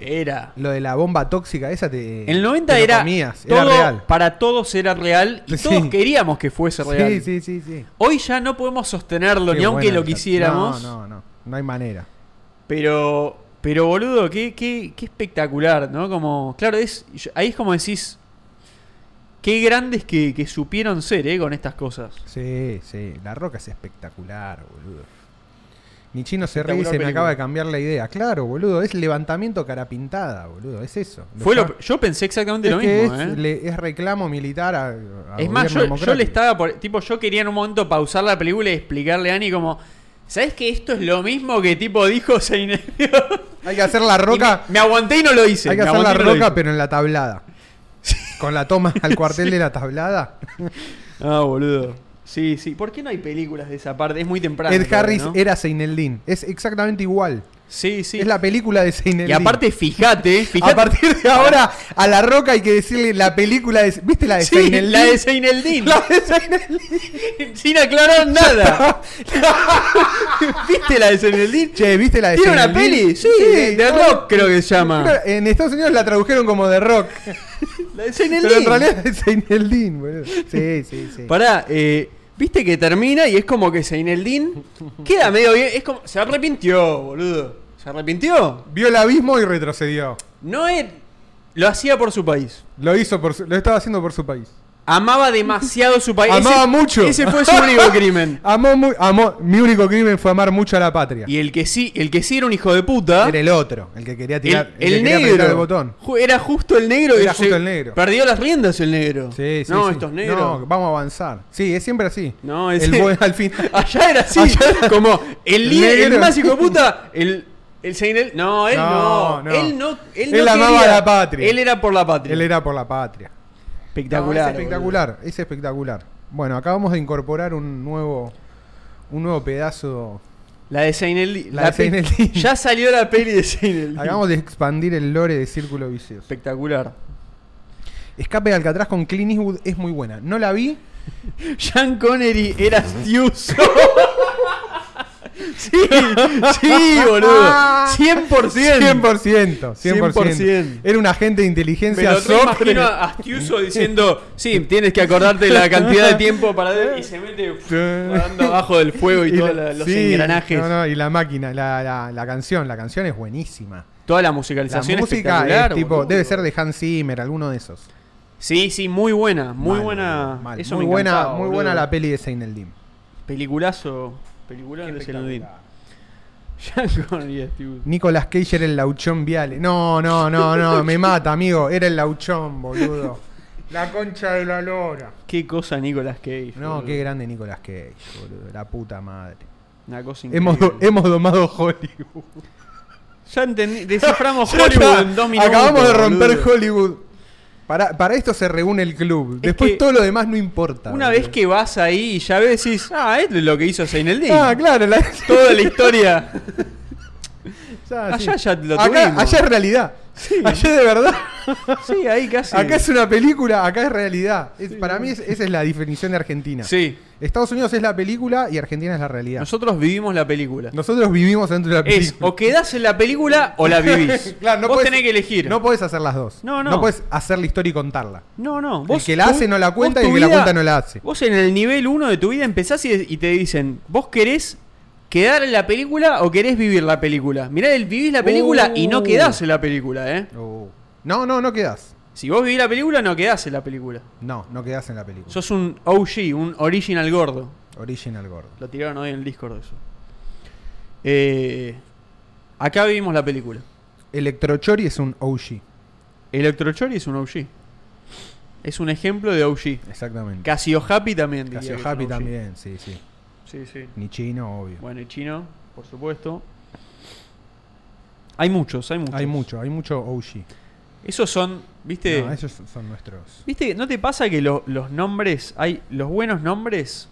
[SPEAKER 1] Era.
[SPEAKER 2] lo de la bomba tóxica esa te
[SPEAKER 1] En el 90
[SPEAKER 2] Eh, te lo
[SPEAKER 1] era,
[SPEAKER 2] comías,
[SPEAKER 1] todo,
[SPEAKER 2] era real.
[SPEAKER 1] para todos era real y
[SPEAKER 2] Sí.
[SPEAKER 1] todos queríamos que fuese real.
[SPEAKER 2] Sí, sí, sí, sí.
[SPEAKER 1] Hoy ya no podemos sostenerlo,
[SPEAKER 2] Qué
[SPEAKER 1] ni aunque
[SPEAKER 2] buena
[SPEAKER 1] lo
[SPEAKER 2] esa.
[SPEAKER 1] quisiéramos.
[SPEAKER 2] No, no, no, no hay manera.
[SPEAKER 1] Pero, pero boludo, qué, qué, qué espectacular, ¿no? Como, claro, es yo- ahí es como decís, qué grandes que, que supieron ser, ¿eh? Con estas cosas.
[SPEAKER 2] Sí, sí, La Roca es espectacular, boludo. Mi chino se ríe y se
[SPEAKER 1] Espectacular
[SPEAKER 2] me
[SPEAKER 1] película.
[SPEAKER 2] acaba de cambiar la idea. Claro, boludo, es levantamiento cara pintada, boludo, es eso.
[SPEAKER 1] Fue
[SPEAKER 2] está-
[SPEAKER 1] lo, yo pensé exactamente
[SPEAKER 2] es
[SPEAKER 1] lo
[SPEAKER 2] que
[SPEAKER 1] mismo,
[SPEAKER 2] es,
[SPEAKER 1] ¿eh?
[SPEAKER 2] le- es reclamo militar a, a
[SPEAKER 1] es más,
[SPEAKER 2] gobierno
[SPEAKER 1] yo, yo le
[SPEAKER 2] democrático.
[SPEAKER 1] estaba por. Tipo, yo quería en un momento pausar la película y explicarle a Ani como. ¿Sabes que esto es lo mismo que tipo dijo Seineo?
[SPEAKER 2] Hay que hacer la roca,
[SPEAKER 1] me aguanté y no lo hice.
[SPEAKER 2] hay que
[SPEAKER 1] me
[SPEAKER 2] hacer la
[SPEAKER 1] aguanté y no lo
[SPEAKER 2] roca,
[SPEAKER 1] hice.
[SPEAKER 2] pero en la tablada. Con la toma al cuartel de la tablada.
[SPEAKER 1] Ah, boludo. Sí, sí. ¿Por qué no hay películas de esa parte? Es muy temprano.
[SPEAKER 2] Ed
[SPEAKER 1] todavía,
[SPEAKER 2] Harris
[SPEAKER 1] ¿no?
[SPEAKER 2] era Seineldin. Es exactamente igual.
[SPEAKER 1] Sí, sí.
[SPEAKER 2] Es la película de Seineldin.
[SPEAKER 1] Y aparte, fijate, fijate.
[SPEAKER 2] a partir de ahora, a La Roca hay que decirle la película de. ¿Viste la de
[SPEAKER 1] Sí,
[SPEAKER 2] Seineldin?
[SPEAKER 1] la de Seineldin.
[SPEAKER 2] La de Seineldin.
[SPEAKER 1] Sin aclarar nada. ¿Viste la de Seineldin?
[SPEAKER 2] Che, ¿viste la de
[SPEAKER 1] ¿Tiene una
[SPEAKER 2] Seineldin?
[SPEAKER 1] peli? Sí, de
[SPEAKER 2] no,
[SPEAKER 1] rock creo que se llama.
[SPEAKER 2] creo- En Estados Unidos la tradujeron como de rock.
[SPEAKER 1] La de
[SPEAKER 2] Pero en
[SPEAKER 1] Seineldin.
[SPEAKER 2] realidad es Seineldin, boludo. Sí, sí, sí.
[SPEAKER 1] Pará, eh, viste que termina y es como que Seineldin queda medio bien. Es como, se arrepintió, boludo. Se arrepintió.
[SPEAKER 2] Vio el abismo y retrocedió.
[SPEAKER 1] No es. Lo hacía por su país.
[SPEAKER 2] Lo hizo por su- lo estaba haciendo por su país.
[SPEAKER 1] Amaba demasiado su país.
[SPEAKER 2] Amaba
[SPEAKER 1] Ese-
[SPEAKER 2] mucho.
[SPEAKER 1] Ese fue su único crimen.
[SPEAKER 2] Amó, mu- amó- mi único crimen fue amar mucho a la patria.
[SPEAKER 1] Y el que sí, el que sí era un hijo de puta.
[SPEAKER 2] Era el otro, el que quería
[SPEAKER 1] El,
[SPEAKER 2] tirar que
[SPEAKER 1] el
[SPEAKER 2] quería
[SPEAKER 1] negro.
[SPEAKER 2] apretar el botón.
[SPEAKER 1] Ju- Era justo el negro. que
[SPEAKER 2] Era
[SPEAKER 1] se-
[SPEAKER 2] justo el negro.
[SPEAKER 1] Perdió las riendas el negro.
[SPEAKER 2] Sí, sí,
[SPEAKER 1] no,
[SPEAKER 2] sí.
[SPEAKER 1] estos negros.
[SPEAKER 2] No, vamos a avanzar. Sí, es siempre así.
[SPEAKER 1] No,
[SPEAKER 2] el
[SPEAKER 1] ese-
[SPEAKER 2] buen al final.
[SPEAKER 1] Allá era así.
[SPEAKER 2] Allá
[SPEAKER 1] Como el líder, el
[SPEAKER 2] negro.
[SPEAKER 1] más hijo de puta. El, el Seinel- No, él
[SPEAKER 2] No,
[SPEAKER 1] no.
[SPEAKER 2] no.
[SPEAKER 1] Él no. Él,
[SPEAKER 2] Él
[SPEAKER 1] no
[SPEAKER 2] amaba
[SPEAKER 1] quería.
[SPEAKER 2] la patria.
[SPEAKER 1] Él era por la patria.
[SPEAKER 2] Él era por la patria.
[SPEAKER 1] espectacular.
[SPEAKER 2] No, es espectacular, es espectacular. Bueno, acabamos de incorporar un nuevo un nuevo pedazo.
[SPEAKER 1] boludo. La de Seinel.
[SPEAKER 2] La
[SPEAKER 1] la
[SPEAKER 2] de
[SPEAKER 1] pe-
[SPEAKER 2] Seinel.
[SPEAKER 1] Ya salió la peli de Seinel.
[SPEAKER 2] Acabamos de expandir el lore de Círculo Vicioso.
[SPEAKER 1] Espectacular.
[SPEAKER 2] Escape de Alcatraz con Clint Eastwood es muy buena. No la vi.
[SPEAKER 1] Sean Connery era Stiuso. sí, sí, boludo. 100%.
[SPEAKER 2] 100%, 100%.
[SPEAKER 1] 100%.
[SPEAKER 2] Era un agente de
[SPEAKER 1] Me
[SPEAKER 2] inteligencia
[SPEAKER 1] lo
[SPEAKER 2] sobre.
[SPEAKER 1] reimagino a Astiuso diciendo, sí, tienes que acordarte la cantidad de tiempo para... Y se mete uf, nadando abajo del fuego y,
[SPEAKER 2] Y
[SPEAKER 1] todos
[SPEAKER 2] la-
[SPEAKER 1] los
[SPEAKER 2] sí,
[SPEAKER 1] engranajes.
[SPEAKER 2] no, no, y la máquina, la, la- la canción, la canción es buenísima.
[SPEAKER 1] Toda la
[SPEAKER 2] La
[SPEAKER 1] musicalización
[SPEAKER 2] música
[SPEAKER 1] espectacular.
[SPEAKER 2] es tipo,
[SPEAKER 1] boludo.
[SPEAKER 2] debe ser de Hans Zimmer, alguno de esos.
[SPEAKER 1] Sí, sí, muy buena, muy
[SPEAKER 2] Mal,
[SPEAKER 1] buena.
[SPEAKER 2] boludo, mal.
[SPEAKER 1] Eso
[SPEAKER 2] muy
[SPEAKER 1] me
[SPEAKER 2] buena,
[SPEAKER 1] encantaba,
[SPEAKER 2] muy
[SPEAKER 1] boludo.
[SPEAKER 2] buena la peli de Seineldin.
[SPEAKER 1] Peliculazo. Peliculazo de Zinedine. Sean Connery, Astiuso.
[SPEAKER 2] Nicolas Cage era el lauchón Viale. No, no, no, no, me mata, amigo. Era el lauchón, boludo. La concha de la lora.
[SPEAKER 1] Qué cosa Nicolas Cage.
[SPEAKER 2] No,
[SPEAKER 1] boludo.
[SPEAKER 2] qué grande Nicolas Cage, boludo. La puta madre.
[SPEAKER 1] Una cosa
[SPEAKER 2] Hemos, do-
[SPEAKER 1] increíble.
[SPEAKER 2] hemos domado Hollywood.
[SPEAKER 1] Ya entendí, desciframos Hollywood en dos minutos.
[SPEAKER 2] Acabamos de romper
[SPEAKER 1] boludo.
[SPEAKER 2] Hollywood. Para, para esto se reúne el club.
[SPEAKER 1] Es
[SPEAKER 2] Después
[SPEAKER 1] que-
[SPEAKER 2] todo lo demás no importa.
[SPEAKER 1] Una
[SPEAKER 2] boludo.
[SPEAKER 1] vez que vas ahí y ya ves, decís, ah, esto es lo que hizo Seineldin.
[SPEAKER 2] Ah, claro. la-
[SPEAKER 1] Toda la historia.
[SPEAKER 2] Ya,
[SPEAKER 1] Allá ya lo
[SPEAKER 2] Acá-
[SPEAKER 1] tuvimos.
[SPEAKER 2] Allá es realidad. Allá de verdad.
[SPEAKER 1] Sí, ahí casi.
[SPEAKER 2] Acá es una película, acá es realidad. Es- para mí es- esa es la definición de Argentina.
[SPEAKER 1] Sí,
[SPEAKER 2] Estados Unidos es la película y Argentina es la realidad.
[SPEAKER 1] nosotros vivimos la película.
[SPEAKER 2] Nosotros vivimos dentro de la
[SPEAKER 1] Es,
[SPEAKER 2] película.
[SPEAKER 1] o quedás en la película o la vivís.
[SPEAKER 2] Claro, no
[SPEAKER 1] Vos
[SPEAKER 2] podés-
[SPEAKER 1] tenés que elegir.
[SPEAKER 2] No
[SPEAKER 1] No,
[SPEAKER 2] podés hacer las dos.
[SPEAKER 1] No, no.
[SPEAKER 2] No podés hacer la historia y contarla.
[SPEAKER 1] no.
[SPEAKER 2] El que la
[SPEAKER 1] tu-
[SPEAKER 2] hace no la
[SPEAKER 1] vos
[SPEAKER 2] cuenta y
[SPEAKER 1] tu
[SPEAKER 2] el que la
[SPEAKER 1] vida-
[SPEAKER 2] cuenta no la hace.
[SPEAKER 1] Vos en el nivel 1 de tu vida empezás y, y te dicen, ¿vos querés quedar en la película o querés vivir la película? Mirá, el, vivís la película y no
[SPEAKER 2] Uh.
[SPEAKER 1] quedás en la película, ¿eh?
[SPEAKER 2] Oh. No, no, no quedás.
[SPEAKER 1] Si vos vivís la película, no quedás en la película.
[SPEAKER 2] No, no quedás en la película.
[SPEAKER 1] Sos un OG, un original gordo.
[SPEAKER 2] Original Gordo.
[SPEAKER 1] Lo tiraron hoy en el Discord eso. Eh, acá vivimos la película.
[SPEAKER 2] Electrochori es un OG.
[SPEAKER 1] Electrochori es un OG. Es un ejemplo de OG.
[SPEAKER 2] Exactamente.
[SPEAKER 1] Casio Happy también. diría
[SPEAKER 2] Casio
[SPEAKER 1] que es un
[SPEAKER 2] Happy
[SPEAKER 1] OG.
[SPEAKER 2] también, sí, sí.
[SPEAKER 1] Sí, sí.
[SPEAKER 2] Ni chino, obvio.
[SPEAKER 1] Bueno, y chino, por supuesto. Hay muchos, hay muchos.
[SPEAKER 2] hay mucho, hay mucho OG.
[SPEAKER 1] Esos son, viste...
[SPEAKER 2] No, esos son nuestros.
[SPEAKER 1] ¿Viste? ¿No te pasa que lo- los nombres, hay los buenos nombres?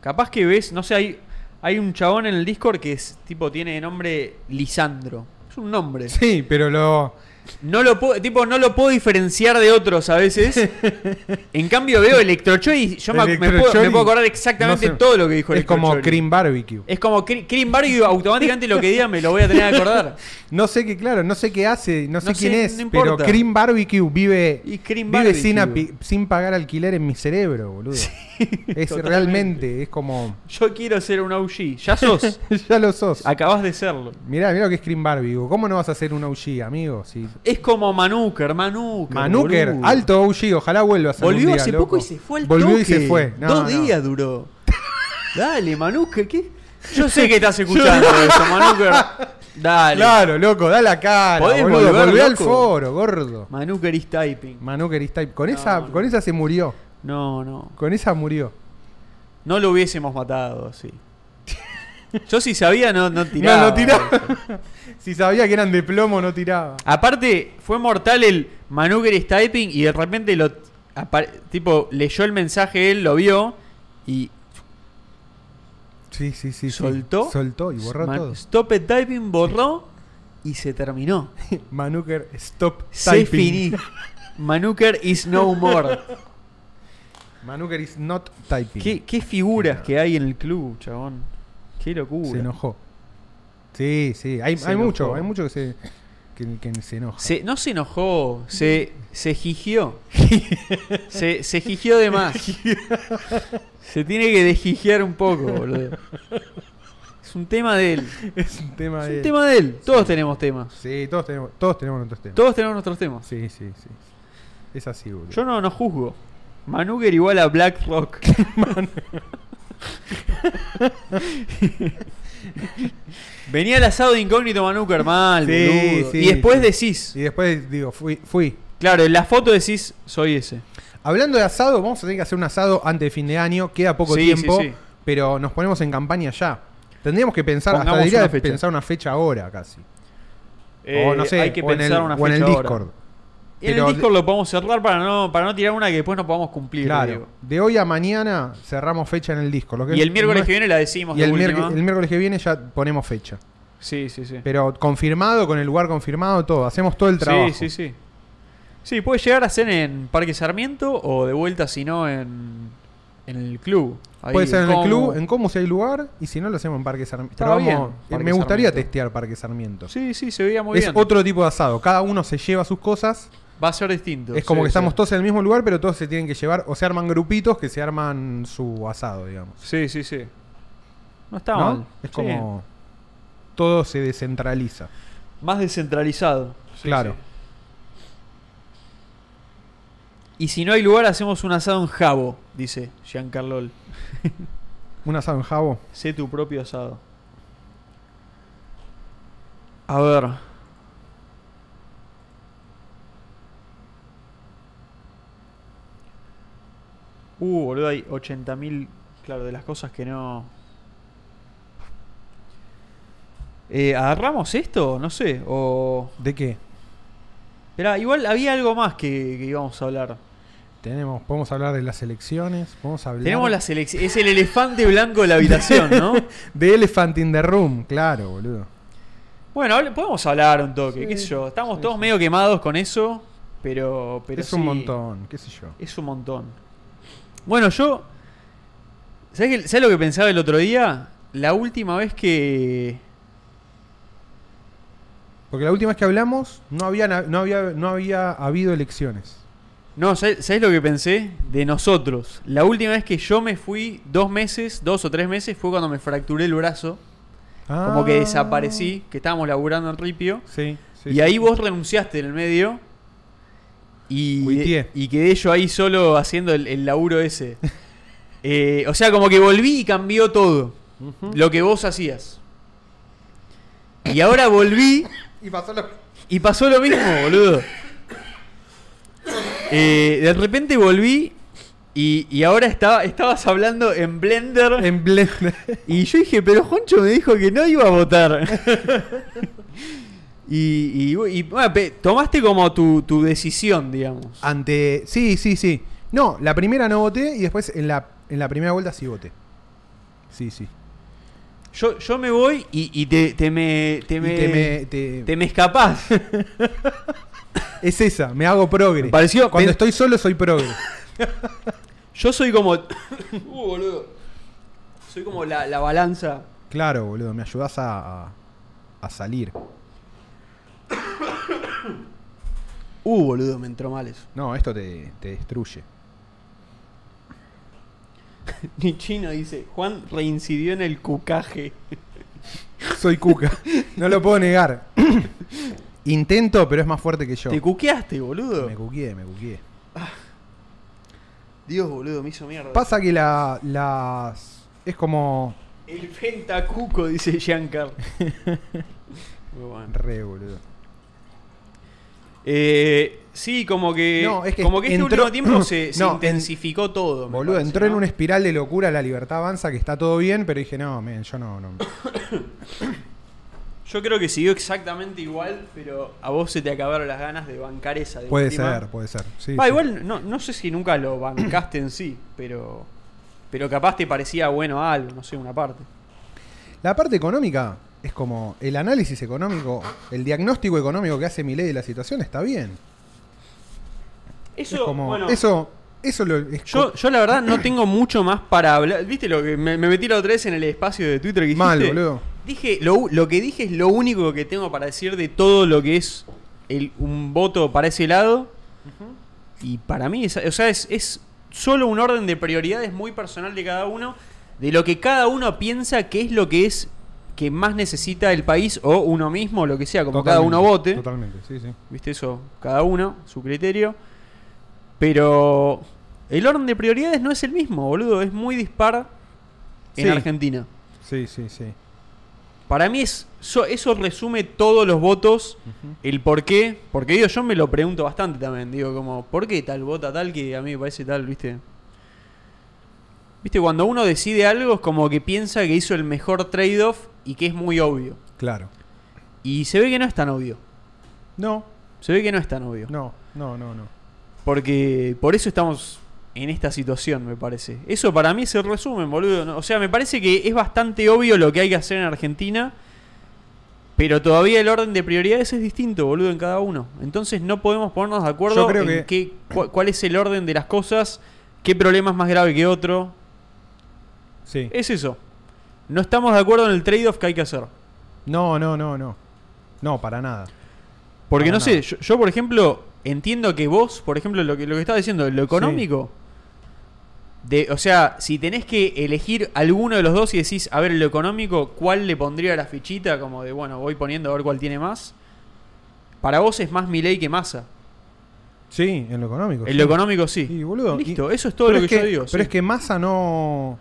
[SPEAKER 1] Capaz que ves, no sé, hay, hay un chabón en el Discord que es tipo, tiene nombre Lisandro. Es un nombre.
[SPEAKER 2] Sí, pero lo.
[SPEAKER 1] No lo puedo, tipo, no lo puedo diferenciar de otros a veces. en cambio veo Electrochoy y yo me- me, puedo,
[SPEAKER 2] Electrochoy,
[SPEAKER 1] me puedo acordar exactamente
[SPEAKER 2] no sé.
[SPEAKER 1] todo lo que dijo
[SPEAKER 2] Es como
[SPEAKER 1] Electrochoy.
[SPEAKER 2] Cream Barbecue.
[SPEAKER 1] Es como Cre- Cream Bar y automáticamente lo que diga me lo voy a tener que acordar.
[SPEAKER 2] No sé qué, claro, no sé qué hace, no sé
[SPEAKER 1] No
[SPEAKER 2] quién
[SPEAKER 1] sé,
[SPEAKER 2] es,
[SPEAKER 1] no
[SPEAKER 2] pero
[SPEAKER 1] importa.
[SPEAKER 2] Cream Barbecue vive,
[SPEAKER 1] Y Cream
[SPEAKER 2] vive
[SPEAKER 1] Barbecue.
[SPEAKER 2] sin, api- sin pagar alquiler en mi cerebro, boludo. es
[SPEAKER 1] totalmente.
[SPEAKER 2] realmente, es como.
[SPEAKER 1] Yo quiero ser un OG. Ya sos.
[SPEAKER 2] ya lo sos.
[SPEAKER 1] Acabás de serlo.
[SPEAKER 2] Mirá, mirá lo que es Cream Barbecue. ¿Cómo no vas a ser un OG, amigo? Sí.
[SPEAKER 1] Es como Manuker, Manuker.
[SPEAKER 2] Manuker,
[SPEAKER 1] boludo.
[SPEAKER 2] alto OG, ojalá vuelvas algún
[SPEAKER 1] Volvió
[SPEAKER 2] día,
[SPEAKER 1] hace
[SPEAKER 2] loco.
[SPEAKER 1] poco y se fue al
[SPEAKER 2] Volvió y
[SPEAKER 1] toque.
[SPEAKER 2] se fue. No,
[SPEAKER 1] Dos
[SPEAKER 2] no.
[SPEAKER 1] días duró. Dale, Manuker, ¿qué? Yo sé que estás escuchando eso, Manuker. Dale.
[SPEAKER 2] Claro, loco, da la cara.
[SPEAKER 1] Podés
[SPEAKER 2] Boludo,
[SPEAKER 1] volver,
[SPEAKER 2] volvió al
[SPEAKER 1] loco.
[SPEAKER 2] foro, gordo.
[SPEAKER 1] Manuker is typing.
[SPEAKER 2] Manuker is type. Con,
[SPEAKER 1] No,
[SPEAKER 2] esa,
[SPEAKER 1] no.
[SPEAKER 2] con esa se murió.
[SPEAKER 1] No, no.
[SPEAKER 2] Con esa murió.
[SPEAKER 1] No lo hubiésemos matado así. Yo si sabía no, no tiraba.
[SPEAKER 2] no tiraba. Si sabía que eran de plomo, no tiraba.
[SPEAKER 1] Aparte, fue mortal el Manuker is typing y de repente lo apa- tipo leyó el mensaje, él lo vio y
[SPEAKER 2] Sí, sí, sí. sí.
[SPEAKER 1] ¿Soltó?
[SPEAKER 2] Soltó y borró
[SPEAKER 1] Man-
[SPEAKER 2] todo.
[SPEAKER 1] Stop it typing borró y se terminó.
[SPEAKER 2] Manuker, stop
[SPEAKER 1] Se
[SPEAKER 2] typing.
[SPEAKER 1] finí. Manuker is no more.
[SPEAKER 2] Manuker is not typing.
[SPEAKER 1] ¿Qué, qué figuras que hay en el club, chabón. Qué locura.
[SPEAKER 2] Se enojó. Sí, sí. Hay,
[SPEAKER 1] Se
[SPEAKER 2] hay mucho,
[SPEAKER 1] enojó.
[SPEAKER 2] hay mucho que se, que, que se enoja.
[SPEAKER 1] Se- no se enojó, se, se jigió. se, se jigió de más. se tiene que desjigiar un poco, boludo. Es un tema de él.
[SPEAKER 2] Es un tema
[SPEAKER 1] Es
[SPEAKER 2] de.
[SPEAKER 1] un tema de él. Todos tenemos temas.
[SPEAKER 2] Sí, todos tenemos, todos tenemos nuestros temas.
[SPEAKER 1] Todos tenemos nuestros temas.
[SPEAKER 2] Sí, sí, sí. Es así, boludo.
[SPEAKER 1] Yo no, no juzgo. Manuger igual a Black Rock. Venía el asado de incógnito Manuker mal,
[SPEAKER 2] Sí,
[SPEAKER 1] boludo.
[SPEAKER 2] sí,
[SPEAKER 1] y después
[SPEAKER 2] sí.
[SPEAKER 1] decís.
[SPEAKER 2] Y después digo, fui, fui.
[SPEAKER 1] Claro, en la foto decís, soy ese.
[SPEAKER 2] Hablando de asado, vamos a tener que hacer un asado antes de fin de año. Queda poco
[SPEAKER 1] Sí, sí,
[SPEAKER 2] tiempo,
[SPEAKER 1] sí.
[SPEAKER 2] pero nos ponemos en campaña ya. Tendríamos que pensar,
[SPEAKER 1] Pongamos
[SPEAKER 2] hasta diría
[SPEAKER 1] una fecha.
[SPEAKER 2] pensar una fecha ahora casi.
[SPEAKER 1] Eh,
[SPEAKER 2] o no sé,
[SPEAKER 1] hay que
[SPEAKER 2] o en el,
[SPEAKER 1] pensar una
[SPEAKER 2] o en el
[SPEAKER 1] fecha ahora.
[SPEAKER 2] Discord.
[SPEAKER 1] En
[SPEAKER 2] Pero-
[SPEAKER 1] el Discord lo podemos cerrar para no, para no tirar una que después no podamos cumplir.
[SPEAKER 2] Claro.
[SPEAKER 1] digo.
[SPEAKER 2] De hoy a mañana cerramos fecha en el Discord. lo que
[SPEAKER 1] Y el
[SPEAKER 2] no
[SPEAKER 1] miércoles
[SPEAKER 2] es-
[SPEAKER 1] que viene la decimos.
[SPEAKER 2] y
[SPEAKER 1] de
[SPEAKER 2] el, miérc-
[SPEAKER 1] última.
[SPEAKER 2] el miércoles que viene ya ponemos fecha.
[SPEAKER 1] Sí, sí, sí.
[SPEAKER 2] Pero confirmado, con el lugar confirmado, todo. Hacemos todo el trabajo.
[SPEAKER 1] Sí, sí, sí. Sí, puede llegar a ser en Parque Sarmiento o de vuelta, si no, en, en el club. Ahí,
[SPEAKER 2] Puede ser en el
[SPEAKER 1] Como.
[SPEAKER 2] club, en Como si hay lugar, y si no lo hacemos en Parque Sarmiento.
[SPEAKER 1] Está
[SPEAKER 2] Pero vamos-
[SPEAKER 1] bien,
[SPEAKER 2] eh,
[SPEAKER 1] Parque
[SPEAKER 2] me gustaría
[SPEAKER 1] Sarmiento.
[SPEAKER 2] testear Parque Sarmiento.
[SPEAKER 1] Sí, sí, se veía muy
[SPEAKER 2] es
[SPEAKER 1] bien.
[SPEAKER 2] otro tipo de asado. Cada uno se lleva sus cosas.
[SPEAKER 1] Va a ser distinto.
[SPEAKER 2] es como
[SPEAKER 1] sí,
[SPEAKER 2] que estamos
[SPEAKER 1] sí.
[SPEAKER 2] todos en el mismo lugar, pero todos se tienen que llevar. O se arman grupitos que se arman su asado, digamos.
[SPEAKER 1] Sí, sí, sí. No está
[SPEAKER 2] ¿No?
[SPEAKER 1] mal.
[SPEAKER 2] Es
[SPEAKER 1] Sí.
[SPEAKER 2] como. Todo se descentraliza.
[SPEAKER 1] Más descentralizado.
[SPEAKER 2] claro.
[SPEAKER 1] Y si no hay lugar, hacemos un asado en Jabo, dice Giancarlo.
[SPEAKER 2] Un asado en jabo.
[SPEAKER 1] Sé tu propio asado. A ver. Uh, boludo, hay 80.000. Claro, de las cosas que no. Eh, ¿Agarramos esto? No sé. O.
[SPEAKER 2] ¿De qué?
[SPEAKER 1] Esperá, igual había algo más que, que íbamos a hablar.
[SPEAKER 2] Tenemos, podemos hablar de las elecciones. Podemos hablar
[SPEAKER 1] Tenemos la selección. Es el elefante blanco de la habitación, ¿no?
[SPEAKER 2] de Elephant in the Room. Claro, boludo.
[SPEAKER 1] Bueno, hable- podemos hablar un toque,
[SPEAKER 2] Sí,
[SPEAKER 1] qué sé yo. Estamos
[SPEAKER 2] sí,
[SPEAKER 1] todos
[SPEAKER 2] sí.
[SPEAKER 1] medio quemados con eso, pero, pero
[SPEAKER 2] es un
[SPEAKER 1] sí,
[SPEAKER 2] montón, qué sé yo.
[SPEAKER 1] Es un montón. Bueno, yo. ¿sabés, qué- ¿sabés lo que pensaba el otro día? La última vez que.
[SPEAKER 2] Porque la última vez que hablamos no había, na- no había, no había habido elecciones.
[SPEAKER 1] No, ¿sabés, sabés lo que pensé? De nosotros. La última vez que yo me fui dos meses, dos o tres meses, fue cuando me fracturé el brazo. Como que
[SPEAKER 2] Ah.
[SPEAKER 1] desaparecí, que estábamos laburando en Ripio.
[SPEAKER 2] Sí, sí,
[SPEAKER 1] y
[SPEAKER 2] sí.
[SPEAKER 1] ahí vos renunciaste en el medio. Y,
[SPEAKER 2] Cuitié.
[SPEAKER 1] y quedé yo ahí solo haciendo el, el laburo ese. Eh, o sea, como que volví y cambió todo.
[SPEAKER 2] Ujú.
[SPEAKER 1] Lo que vos hacías. Y ahora volví
[SPEAKER 2] Y pasó lo-
[SPEAKER 1] y pasó lo mismo, boludo. Eh, de repente volví y, y ahora estaba, estabas hablando en Blender.
[SPEAKER 2] en Blender.
[SPEAKER 1] Y yo dije, pero Joncho me dijo que no iba a votar. y, y- y, bueno, pe- tomaste como tu, tu decisión, digamos.
[SPEAKER 2] Ante. Sí, sí, sí. No, la primera no voté y después en la, en la primera vuelta sí voté. sí, sí.
[SPEAKER 1] Yo, yo me voy y, y te, te me, te
[SPEAKER 2] Y
[SPEAKER 1] me,
[SPEAKER 2] te me- te-
[SPEAKER 1] te me escapás.
[SPEAKER 2] Es esa, me hago progre.
[SPEAKER 1] Me pareció-
[SPEAKER 2] Cuando
[SPEAKER 1] me-
[SPEAKER 2] estoy solo soy progre.
[SPEAKER 1] Yo soy como. uh, boludo. Soy como la, la balanza.
[SPEAKER 2] Claro, boludo, me ayudás a, a- a salir.
[SPEAKER 1] Uh, boludo, me entró mal eso.
[SPEAKER 2] No, esto te, te destruye.
[SPEAKER 1] Nichino dice: Juan reincidió en el cucaje.
[SPEAKER 2] Soy cuca, no lo puedo negar. Intento, pero es más fuerte que yo.
[SPEAKER 1] Te cuqueaste, boludo.
[SPEAKER 2] Me cuqué, me cuqué.
[SPEAKER 1] Dios, boludo, me hizo mierda.
[SPEAKER 2] Pasa que la- las... Es como...
[SPEAKER 1] El pentacuco, dice Giancar. Muy bueno.
[SPEAKER 2] Re, boludo.
[SPEAKER 1] Eh, sí, como que.
[SPEAKER 2] No, es que
[SPEAKER 1] como que este
[SPEAKER 2] entró-
[SPEAKER 1] último tiempo se, se
[SPEAKER 2] No, en-
[SPEAKER 1] intensificó todo. me
[SPEAKER 2] Boludo,
[SPEAKER 1] parece,
[SPEAKER 2] entró en
[SPEAKER 1] ¿no?
[SPEAKER 2] una espiral de locura la libertad avanza, que está todo bien, pero dije, no, men, yo no, no.
[SPEAKER 1] Yo creo que siguió exactamente igual, pero a vos se te acabaron las ganas de bancar esa. de
[SPEAKER 2] Puede
[SPEAKER 1] última.
[SPEAKER 2] ser, puede ser. Sí,
[SPEAKER 1] Va,
[SPEAKER 2] sí.
[SPEAKER 1] Ah, igual no, no sé si nunca lo bancaste en sí, pero. Pero capaz te parecía bueno algo, no sé, una parte.
[SPEAKER 2] La parte económica es como el análisis económico, el diagnóstico económico que hace mi ley de la situación está bien.
[SPEAKER 1] Eso,
[SPEAKER 2] es como,
[SPEAKER 1] bueno,
[SPEAKER 2] eso, eso lo, es
[SPEAKER 1] Yo,
[SPEAKER 2] co-
[SPEAKER 1] yo la verdad no tengo mucho más para hablar. ¿Viste lo que me, me metí la otra vez en el espacio de Twitter que dijiste?
[SPEAKER 2] mal, boludo.
[SPEAKER 1] Dije, lo, u- lo que dije es lo único que tengo para decir de todo lo que es el, un voto para ese lado. Y para mí, es, o sea, es, es solo un orden de prioridades muy personal de cada uno, de lo que cada uno piensa que es lo que es que más necesita el país o uno mismo, lo que sea, como cada uno
[SPEAKER 2] Totalmente,
[SPEAKER 1] vote.
[SPEAKER 2] Totalmente, sí, sí.
[SPEAKER 1] ¿Viste eso? Cada uno, su criterio. Pero el orden de prioridades no es el mismo, boludo. Es muy dispar en
[SPEAKER 2] Sí.
[SPEAKER 1] Argentina.
[SPEAKER 2] Sí, sí, sí.
[SPEAKER 1] Para mí es, so- eso resume todos los votos, el por qué. Porque digo, yo me lo pregunto bastante también. Digo, como, ¿por qué tal vota tal que a mí me parece tal, viste? Viste, cuando uno decide algo es como que piensa que hizo el mejor trade-off y que es muy obvio.
[SPEAKER 2] Claro.
[SPEAKER 1] Y se ve que no es tan obvio.
[SPEAKER 2] No,
[SPEAKER 1] Se ve que no es tan obvio.
[SPEAKER 2] no, no, no, no.
[SPEAKER 1] Porque por eso estamos en esta situación, me parece. Eso para mí es el resumen, boludo. No, O sea, me parece que es bastante obvio lo que hay que hacer en Argentina. Pero todavía el orden de prioridades es distinto, boludo, en cada uno. Entonces no podemos ponernos de acuerdo
[SPEAKER 2] Yo creo
[SPEAKER 1] en
[SPEAKER 2] que-
[SPEAKER 1] qué, cua- cuál es el orden de las cosas, qué problema es más grave que otro.
[SPEAKER 2] Sí.
[SPEAKER 1] Es eso. No estamos de acuerdo en el trade-off que hay que hacer.
[SPEAKER 2] No, no, no, no. No, para nada.
[SPEAKER 1] Porque
[SPEAKER 2] Para
[SPEAKER 1] no sé,
[SPEAKER 2] nada.
[SPEAKER 1] yo, yo, por ejemplo entiendo que vos, por ejemplo, lo que, lo que estaba diciendo, lo económico, de, o sea, si tenés que elegir alguno de los dos y decís, a ver, lo económico, ¿cuál le pondría la fichita? Como de, bueno, voy poniendo a ver cuál tiene más. Para vos es más Milei que Massa.
[SPEAKER 2] Sí, en lo económico.
[SPEAKER 1] En
[SPEAKER 2] sí.
[SPEAKER 1] lo económico sí.
[SPEAKER 2] Sí, boludo.
[SPEAKER 1] Listo,
[SPEAKER 2] Y-
[SPEAKER 1] eso es todo
[SPEAKER 2] pero
[SPEAKER 1] lo que,
[SPEAKER 2] es
[SPEAKER 1] yo digo.
[SPEAKER 2] Pero
[SPEAKER 1] sí.
[SPEAKER 2] es que Massa no.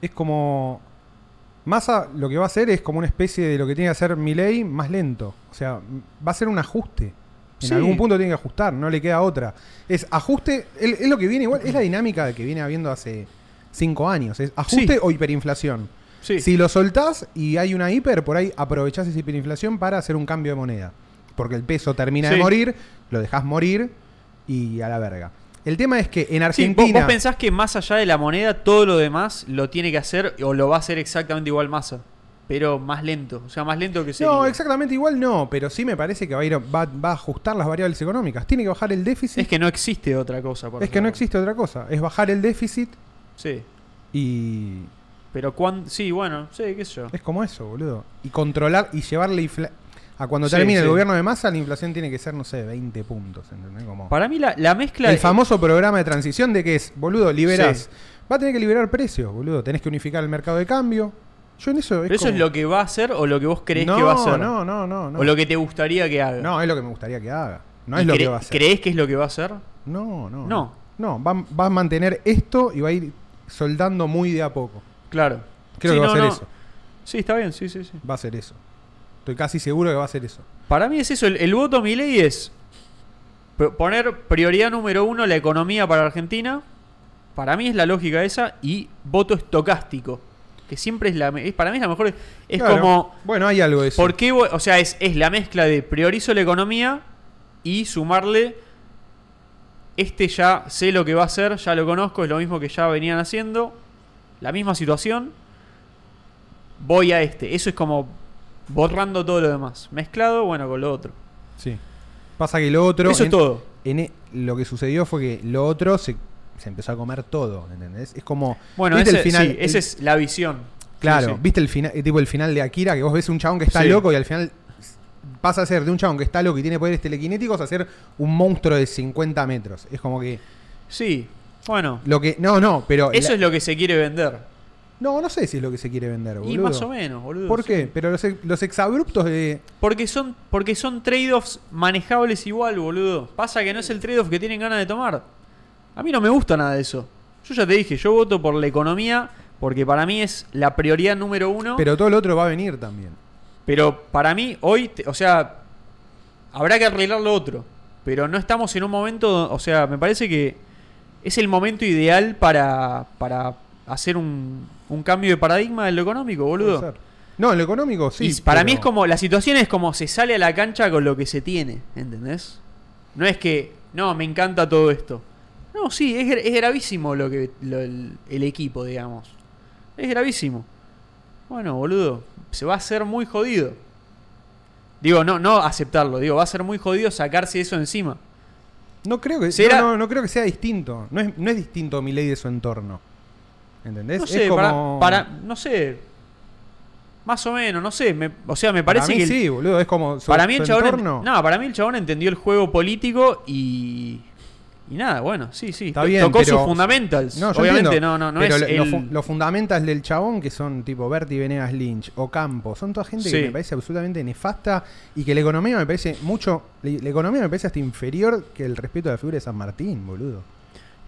[SPEAKER 2] Es como. Massa lo que va a hacer es como una especie de lo que tiene que hacer Milei más lento. O sea, m- va a ser un ajuste. En
[SPEAKER 1] Sí.
[SPEAKER 2] algún punto tiene que ajustar, no le queda otra. Es ajuste, el- es lo que viene igual, es la dinámica que viene habiendo hace cinco años. Es ajuste
[SPEAKER 1] Sí.
[SPEAKER 2] o hiperinflación.
[SPEAKER 1] Sí.
[SPEAKER 2] Si lo soltás y hay una hiper, por ahí aprovechás esa hiperinflación para hacer un cambio de moneda. Porque el peso termina de
[SPEAKER 1] Sí.
[SPEAKER 2] morir, lo dejás morir y a la verga. El tema es que en
[SPEAKER 1] Sí, vos,
[SPEAKER 2] Argentina.
[SPEAKER 1] vos pensás que más allá de la moneda, todo lo demás lo tiene que hacer o lo va a hacer exactamente igual Massa. Pero más lento. O sea, más lento que sería.
[SPEAKER 2] no, exactamente igual no, pero sí me parece que va a, ir, va, va a ajustar las variables económicas. Tiene que bajar el déficit.
[SPEAKER 1] Es que no existe otra cosa. por
[SPEAKER 2] Es que no
[SPEAKER 1] ejemplo.
[SPEAKER 2] existe otra cosa. Es bajar el déficit
[SPEAKER 1] Sí.
[SPEAKER 2] y.
[SPEAKER 1] Pero cuán Sí, bueno, sí, qué sé yo.
[SPEAKER 2] Es como eso, boludo. Y controlar y llevarle a cuando
[SPEAKER 1] Sí,
[SPEAKER 2] termine el
[SPEAKER 1] sí.
[SPEAKER 2] gobierno de masa, la inflación tiene que ser, no sé, 20 puntos. ¿entendés? Como...
[SPEAKER 1] Para mí la, la mezcla.
[SPEAKER 2] el famoso programa de transición de que es, boludo, liberás.
[SPEAKER 1] Sí.
[SPEAKER 2] Va a tener que liberar precios, boludo. Tenés que unificar el mercado de cambio. Yo en eso.
[SPEAKER 1] ¿Pero eso es lo que va a hacer o lo que vos crees
[SPEAKER 2] no,
[SPEAKER 1] que va a hacer?
[SPEAKER 2] No, no, no. No.
[SPEAKER 1] O lo que te gustaría que haga.
[SPEAKER 2] no, es lo que me gustaría que haga. No
[SPEAKER 1] ¿Y
[SPEAKER 2] es lo que
[SPEAKER 1] cre-
[SPEAKER 2] va a hacer.
[SPEAKER 1] ¿Crees que es lo que va a hacer?
[SPEAKER 2] No, no.
[SPEAKER 1] No.
[SPEAKER 2] No, va, va a mantener esto y va a ir soldando muy de a poco.
[SPEAKER 1] Claro.
[SPEAKER 2] Creo
[SPEAKER 1] Sí,
[SPEAKER 2] que va
[SPEAKER 1] no,
[SPEAKER 2] a ser
[SPEAKER 1] no.
[SPEAKER 2] eso.
[SPEAKER 1] Sí, está bien, sí, sí, sí.
[SPEAKER 2] Va a ser eso. Estoy casi seguro que va a ser eso.
[SPEAKER 1] Para mí es eso. El, el voto mi ley es p- poner prioridad número uno la economía para Argentina. Para mí es la lógica esa. Y voto estocástico. Que siempre es la. me- es- Para mí es la mejor. Es
[SPEAKER 2] Claro.
[SPEAKER 1] como.
[SPEAKER 2] Bueno, hay algo de eso.
[SPEAKER 1] ¿Por qué voy- O sea, es, es la mezcla de priorizo la economía y sumarle. Este ya sé lo que va a hacer, ya lo conozco, es lo mismo que ya venían haciendo. la misma situación, voy a este. Eso es como borrando todo lo demás. Mezclado, bueno, con lo otro.
[SPEAKER 2] Sí. Pasa que lo otro.
[SPEAKER 1] Eso
[SPEAKER 2] en-
[SPEAKER 1] es todo.
[SPEAKER 2] en e- lo que sucedió fue que lo otro se, se empezó a comer todo, ¿entendés? Es como.
[SPEAKER 1] Bueno,
[SPEAKER 2] ¿viste
[SPEAKER 1] ese,
[SPEAKER 2] el final?
[SPEAKER 1] sí, esa
[SPEAKER 2] El-
[SPEAKER 1] es la visión.
[SPEAKER 2] Claro,
[SPEAKER 1] Sí, sí.
[SPEAKER 2] ¿viste el final, tipo el final de Akira? Que vos ves un chabón que está
[SPEAKER 4] Sí.
[SPEAKER 2] loco y al final pasa a ser de un chabón que está loco y tiene poderes telequinéticos a ser un monstruo de 50 metros. Es como que.
[SPEAKER 1] Sí, bueno.
[SPEAKER 2] Lo que. No, no, pero.
[SPEAKER 1] Eso
[SPEAKER 2] la-
[SPEAKER 1] es lo que se quiere vender.
[SPEAKER 2] No, no sé si es lo que se quiere vender, boludo.
[SPEAKER 1] Y más o menos, boludo.
[SPEAKER 2] ¿Por
[SPEAKER 1] sí.
[SPEAKER 2] qué? Pero los, ex- los exabruptos de.
[SPEAKER 1] Porque son, porque son trade-offs manejables igual, boludo. Pasa que no es el trade-off que tienen ganas de tomar. A mí no me gusta nada de eso. Yo ya te dije, yo voto por la economía porque para mí es la prioridad número uno.
[SPEAKER 2] Pero todo lo otro va a venir también.
[SPEAKER 1] Pero para mí, hoy, te- o sea, habrá que arreglar lo otro. Pero no estamos en un momento, o sea, me parece que es el momento ideal para, para hacer un, un cambio de paradigma en lo económico,
[SPEAKER 2] Puede
[SPEAKER 1] boludo.
[SPEAKER 2] ser. No, en lo económico sí.
[SPEAKER 1] Y para mí
[SPEAKER 2] pero-
[SPEAKER 1] es como, la situación es como se sale a la cancha con lo que se tiene, ¿entendés? No es que, no, me encanta todo esto. No, sí, es, gra- es gravísimo lo que lo- el, el equipo, digamos. Es gravísimo. Bueno, boludo, se va a hacer muy jodido. Digo, no, no aceptarlo, digo, va a ser muy jodido sacarse eso encima.
[SPEAKER 2] No creo que
[SPEAKER 1] Será-
[SPEAKER 2] no, no, no creo que sea distinto. No es, no es distinto mi ley de su entorno. ¿Entendés?
[SPEAKER 1] no
[SPEAKER 2] Es
[SPEAKER 1] sé, para-
[SPEAKER 2] como-
[SPEAKER 1] para, no sé. Más o menos, no sé. me- o sea, me
[SPEAKER 2] para
[SPEAKER 1] parece
[SPEAKER 2] mí
[SPEAKER 1] que el-
[SPEAKER 2] sí, boludo, es como su-
[SPEAKER 1] para mí el
[SPEAKER 2] su
[SPEAKER 1] chabón ent-
[SPEAKER 2] entorno.
[SPEAKER 1] no, para mí el chabón entendió el juego político y y nada, bueno, sí, sí,
[SPEAKER 2] Está
[SPEAKER 1] To-
[SPEAKER 2] bien,
[SPEAKER 1] tocó
[SPEAKER 2] pero-
[SPEAKER 1] sus fundamentals.
[SPEAKER 2] No, yo
[SPEAKER 1] Obviamente
[SPEAKER 2] entiendo,
[SPEAKER 1] no, no, no
[SPEAKER 2] pero
[SPEAKER 1] es
[SPEAKER 2] lo- los,
[SPEAKER 1] el-
[SPEAKER 2] fu- los fundamentals del chabón que son tipo Berti Venegas Lynch o Campo, son toda gente
[SPEAKER 1] Sí.
[SPEAKER 2] que me parece absolutamente nefasta y que la economía me parece mucho la, la economía me parece hasta inferior que el respeto a la figura de San Martín, boludo.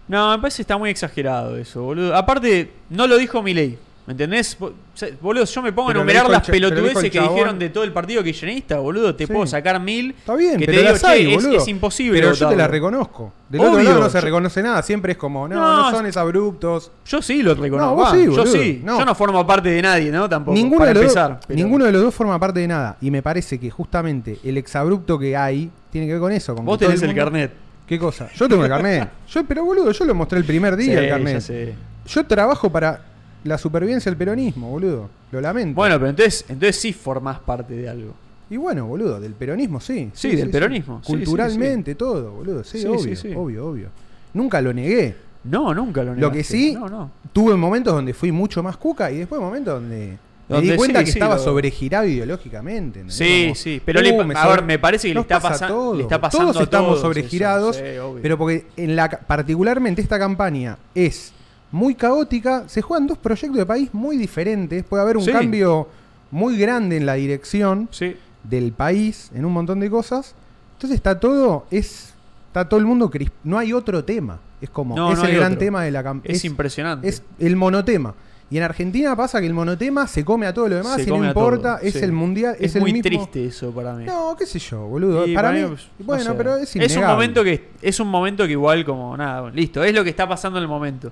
[SPEAKER 1] No, me parece que está muy exagerado eso, boludo. Aparte no lo dijo Milei, ¿me entendés? Bo- o sea, Boludo, yo me pongo a
[SPEAKER 2] Pero lo
[SPEAKER 1] enumerar
[SPEAKER 2] dijo el
[SPEAKER 1] las
[SPEAKER 2] cha- pero lo dijo el
[SPEAKER 1] pelotudeces que
[SPEAKER 2] chabón.
[SPEAKER 1] dijeron de todo el partido kirchnerista, boludo, te
[SPEAKER 2] Sí.
[SPEAKER 1] puedo sacar mil
[SPEAKER 2] Está bien,
[SPEAKER 1] que
[SPEAKER 2] pero
[SPEAKER 1] te digo,
[SPEAKER 2] las
[SPEAKER 1] "Che,
[SPEAKER 2] hay,
[SPEAKER 1] es-
[SPEAKER 2] boludo.
[SPEAKER 1] es, imposible
[SPEAKER 2] Pero yo te la
[SPEAKER 1] votarlo".
[SPEAKER 2] reconozco. Del otro
[SPEAKER 1] Obvio,
[SPEAKER 2] lado no se
[SPEAKER 1] yo-
[SPEAKER 2] reconoce nada, siempre es como, no,
[SPEAKER 1] No,
[SPEAKER 2] no,
[SPEAKER 1] es-
[SPEAKER 2] son exabruptos.
[SPEAKER 1] Yo sí lo reconozco.
[SPEAKER 2] vos
[SPEAKER 1] ah,
[SPEAKER 2] sí,
[SPEAKER 1] yo
[SPEAKER 2] boludo,
[SPEAKER 1] sí.
[SPEAKER 2] no.
[SPEAKER 1] Yo no formo parte de nadie, ¿no? Tampoco.
[SPEAKER 2] Ninguno
[SPEAKER 1] para
[SPEAKER 2] de, los
[SPEAKER 1] empezar.
[SPEAKER 2] dos,
[SPEAKER 1] pero-
[SPEAKER 2] ninguno de los dos forma parte de nada. Y me parece que justamente el exabrupto que hay tiene que ver con eso. Con
[SPEAKER 1] Vos
[SPEAKER 2] que todo
[SPEAKER 1] tenés el,
[SPEAKER 2] mundo-
[SPEAKER 1] carnet.
[SPEAKER 2] ¿Qué cosa? Yo tengo el carnet. Yo, pero boludo, yo lo mostré el primer día
[SPEAKER 1] Sí,
[SPEAKER 2] el
[SPEAKER 1] ya
[SPEAKER 2] carnet.
[SPEAKER 1] sé.
[SPEAKER 2] Yo trabajo para la supervivencia del peronismo, boludo. Lo lamento.
[SPEAKER 1] Bueno, pero entonces, entonces sí formás parte de algo.
[SPEAKER 2] Y bueno, boludo, del peronismo sí.
[SPEAKER 1] Sí, del peronismo, sí, sí,
[SPEAKER 2] Culturalmente, todo, boludo. Sí,
[SPEAKER 1] Sí, sí,
[SPEAKER 2] obvio,
[SPEAKER 1] sí.
[SPEAKER 2] obvio, obvio. Nunca lo negué.
[SPEAKER 1] No, nunca lo negaste.
[SPEAKER 2] Lo que sí-
[SPEAKER 1] No, no.
[SPEAKER 2] Tuve momentos donde fui mucho más cuca y después momentos donde,
[SPEAKER 1] Donde
[SPEAKER 2] me di cuenta
[SPEAKER 1] sí,
[SPEAKER 2] que
[SPEAKER 1] sí,
[SPEAKER 2] estaba
[SPEAKER 1] lo-
[SPEAKER 2] sobregirado ideológicamente. ¿entendés?
[SPEAKER 1] Sí,
[SPEAKER 2] Como,
[SPEAKER 1] sí. Pero
[SPEAKER 2] "Uh,
[SPEAKER 1] le,
[SPEAKER 2] me
[SPEAKER 1] a ver,
[SPEAKER 2] sobre-
[SPEAKER 1] me parece que le,
[SPEAKER 2] nos
[SPEAKER 1] está
[SPEAKER 2] pasa
[SPEAKER 1] pasan-
[SPEAKER 2] todo".
[SPEAKER 1] le está pasando
[SPEAKER 2] Todos
[SPEAKER 1] a
[SPEAKER 2] estamos
[SPEAKER 1] todos
[SPEAKER 2] sobregirados,
[SPEAKER 1] eso, sí, obvio.
[SPEAKER 2] pero porque en la ca- particularmente esta campaña es muy caótica, se juegan dos proyectos de país muy diferentes, puede haber un
[SPEAKER 1] Sí.
[SPEAKER 2] cambio muy grande en la dirección
[SPEAKER 1] Sí.
[SPEAKER 2] del país en un montón de cosas. Entonces está todo es está todo el mundo cris- no hay otro tema. Es como
[SPEAKER 1] No,
[SPEAKER 2] es
[SPEAKER 1] no
[SPEAKER 2] el
[SPEAKER 1] hay
[SPEAKER 2] gran
[SPEAKER 1] otro.
[SPEAKER 2] tema de la campaña.
[SPEAKER 1] Es, impresionante.
[SPEAKER 2] Es el monotema. Y en Argentina pasa que el monotema se come a todo lo demás
[SPEAKER 1] Se
[SPEAKER 2] y no
[SPEAKER 1] come a
[SPEAKER 2] importa.
[SPEAKER 1] todo,
[SPEAKER 2] es
[SPEAKER 1] sí.
[SPEAKER 2] el mundial. Es,
[SPEAKER 1] Es
[SPEAKER 2] el
[SPEAKER 1] muy
[SPEAKER 2] mismo-
[SPEAKER 1] triste eso para mí.
[SPEAKER 2] No, qué sé yo, boludo.
[SPEAKER 1] Y
[SPEAKER 2] para mí.
[SPEAKER 1] pues, no
[SPEAKER 2] bueno,
[SPEAKER 1] sé.
[SPEAKER 2] pero es
[SPEAKER 1] un
[SPEAKER 2] innegable.
[SPEAKER 1] momento que es un momento que igual como nada, bueno, listo, es lo que está pasando en el momento.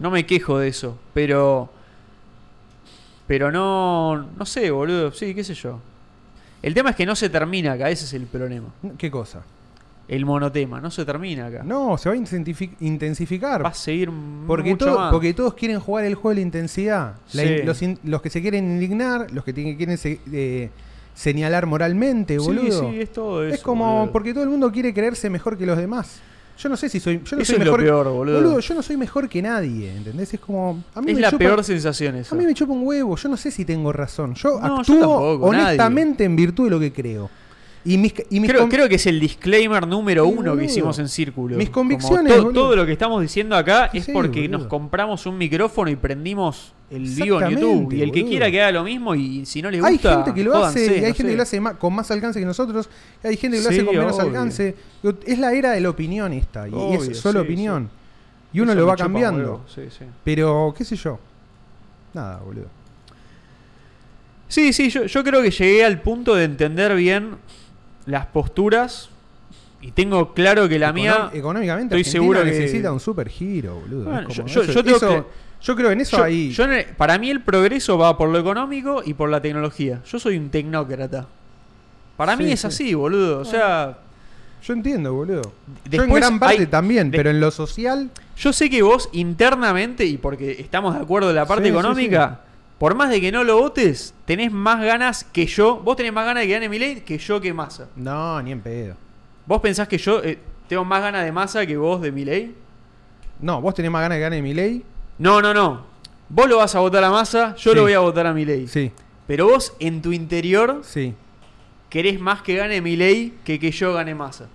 [SPEAKER 1] No me quejo de eso, pero pero no no sé, boludo, sí, qué sé yo. El tema es que no se termina acá, ese es el problema.
[SPEAKER 2] ¿Qué cosa?
[SPEAKER 1] El monotema no se termina acá.
[SPEAKER 2] No, se va a intensifi- intensificar.
[SPEAKER 1] Va a seguir
[SPEAKER 2] Porque,
[SPEAKER 1] mucho
[SPEAKER 2] todo-
[SPEAKER 1] más.
[SPEAKER 2] porque todos quieren jugar el juego de la intensidad. La in-
[SPEAKER 1] Sí.
[SPEAKER 2] los, in- los que se quieren indignar, los que tienen- quieren se- eh, señalar moralmente,
[SPEAKER 1] Sí,
[SPEAKER 2] boludo.
[SPEAKER 1] sí, es todo eso.
[SPEAKER 2] Es como
[SPEAKER 1] boludo.
[SPEAKER 2] porque todo el mundo quiere creerse mejor que los demás. Yo no sé si soy, yo no
[SPEAKER 1] Eso
[SPEAKER 2] soy
[SPEAKER 1] es lo
[SPEAKER 2] mejor.
[SPEAKER 1] peor, boludo.
[SPEAKER 2] yo no soy mejor que nadie, ¿entendés? Es como a mí
[SPEAKER 1] es
[SPEAKER 2] me
[SPEAKER 1] la
[SPEAKER 2] chupa-
[SPEAKER 1] peor sensación eso.
[SPEAKER 2] a mí me chupa un huevo, yo no sé si tengo razón. Yo
[SPEAKER 1] No, yo
[SPEAKER 2] actúo
[SPEAKER 1] tampoco, nadie.
[SPEAKER 2] honestamente en virtud de lo que creo. Y mis, y mis
[SPEAKER 1] creo,
[SPEAKER 2] con-
[SPEAKER 1] creo que es el disclaimer número
[SPEAKER 2] Sí,
[SPEAKER 1] uno
[SPEAKER 2] boludo.
[SPEAKER 1] que hicimos en círculo.
[SPEAKER 2] Mis
[SPEAKER 1] Como
[SPEAKER 2] convicciones,
[SPEAKER 1] to-
[SPEAKER 2] boludo.
[SPEAKER 1] todo lo que estamos diciendo acá
[SPEAKER 2] Sí,
[SPEAKER 1] es porque
[SPEAKER 2] boludo.
[SPEAKER 1] nos compramos un micrófono y prendimos el vivo en
[SPEAKER 2] Exactamente,
[SPEAKER 1] YouTube. Y el que
[SPEAKER 2] boludo.
[SPEAKER 1] quiera que haga lo mismo y si no le
[SPEAKER 2] hay
[SPEAKER 1] gusta.
[SPEAKER 2] gente que lo
[SPEAKER 1] jódanse,
[SPEAKER 2] hace, y hay
[SPEAKER 1] no
[SPEAKER 2] gente
[SPEAKER 1] sé.
[SPEAKER 2] que lo hace ma- con más alcance que nosotros, y hay gente que lo
[SPEAKER 1] Sí,
[SPEAKER 2] hace con menos
[SPEAKER 1] obvio.
[SPEAKER 2] alcance. Es la era de la opinión esta, y, y
[SPEAKER 1] Obvio,
[SPEAKER 2] es solo
[SPEAKER 1] sí,
[SPEAKER 2] opinión. Y uno
[SPEAKER 1] Eso
[SPEAKER 2] lo
[SPEAKER 1] me
[SPEAKER 2] va
[SPEAKER 1] chupa un
[SPEAKER 2] cambiando.
[SPEAKER 1] huevo, Sí, sí.
[SPEAKER 2] Pero, qué sé yo. Nada, boludo.
[SPEAKER 1] Sí, sí, yo, yo creo que llegué al punto de entender bien las posturas. Y tengo claro que la mía.
[SPEAKER 2] Econom- económicamente
[SPEAKER 1] estoy
[SPEAKER 2] Argentina
[SPEAKER 1] seguro que-
[SPEAKER 2] necesita un super giro, boludo.
[SPEAKER 1] Bueno,
[SPEAKER 2] Es como-
[SPEAKER 1] yo- yo-
[SPEAKER 2] eso-
[SPEAKER 1] yo tengo
[SPEAKER 2] eso-
[SPEAKER 1] que-
[SPEAKER 2] yo creo en eso
[SPEAKER 1] Yo-
[SPEAKER 2] ahí.
[SPEAKER 1] yo en el- para mí el progreso va por lo económico y por la tecnología. Yo soy un tecnócrata. Para mí
[SPEAKER 2] Sí,
[SPEAKER 1] es
[SPEAKER 2] sí.
[SPEAKER 1] así, boludo. O sea,
[SPEAKER 2] Yo entiendo, boludo. Yo en
[SPEAKER 1] Después
[SPEAKER 2] gran parte
[SPEAKER 1] hay-
[SPEAKER 2] también,
[SPEAKER 1] de-
[SPEAKER 2] pero en lo social.
[SPEAKER 1] Yo sé que vos internamente, y porque estamos de acuerdo en la parte
[SPEAKER 2] Sí, sí,
[SPEAKER 1] económica, por más de que no lo votes, tenés más ganas que yo. Vos tenés más ganas de que gane Milei que yo que Massa.
[SPEAKER 2] No, ni en pedo.
[SPEAKER 1] ¿Vos pensás que yo eh, tengo más ganas de Massa que vos de Milei?
[SPEAKER 2] No, vos tenés más ganas de ganar mi ley.
[SPEAKER 1] No, no, no. Vos lo vas a votar a Massa, yo
[SPEAKER 2] Sí.
[SPEAKER 1] lo voy a votar a Milei.
[SPEAKER 2] Sí,
[SPEAKER 1] Pero vos en tu interior
[SPEAKER 2] sí.
[SPEAKER 1] querés más que gane Milei que que yo gane Massa.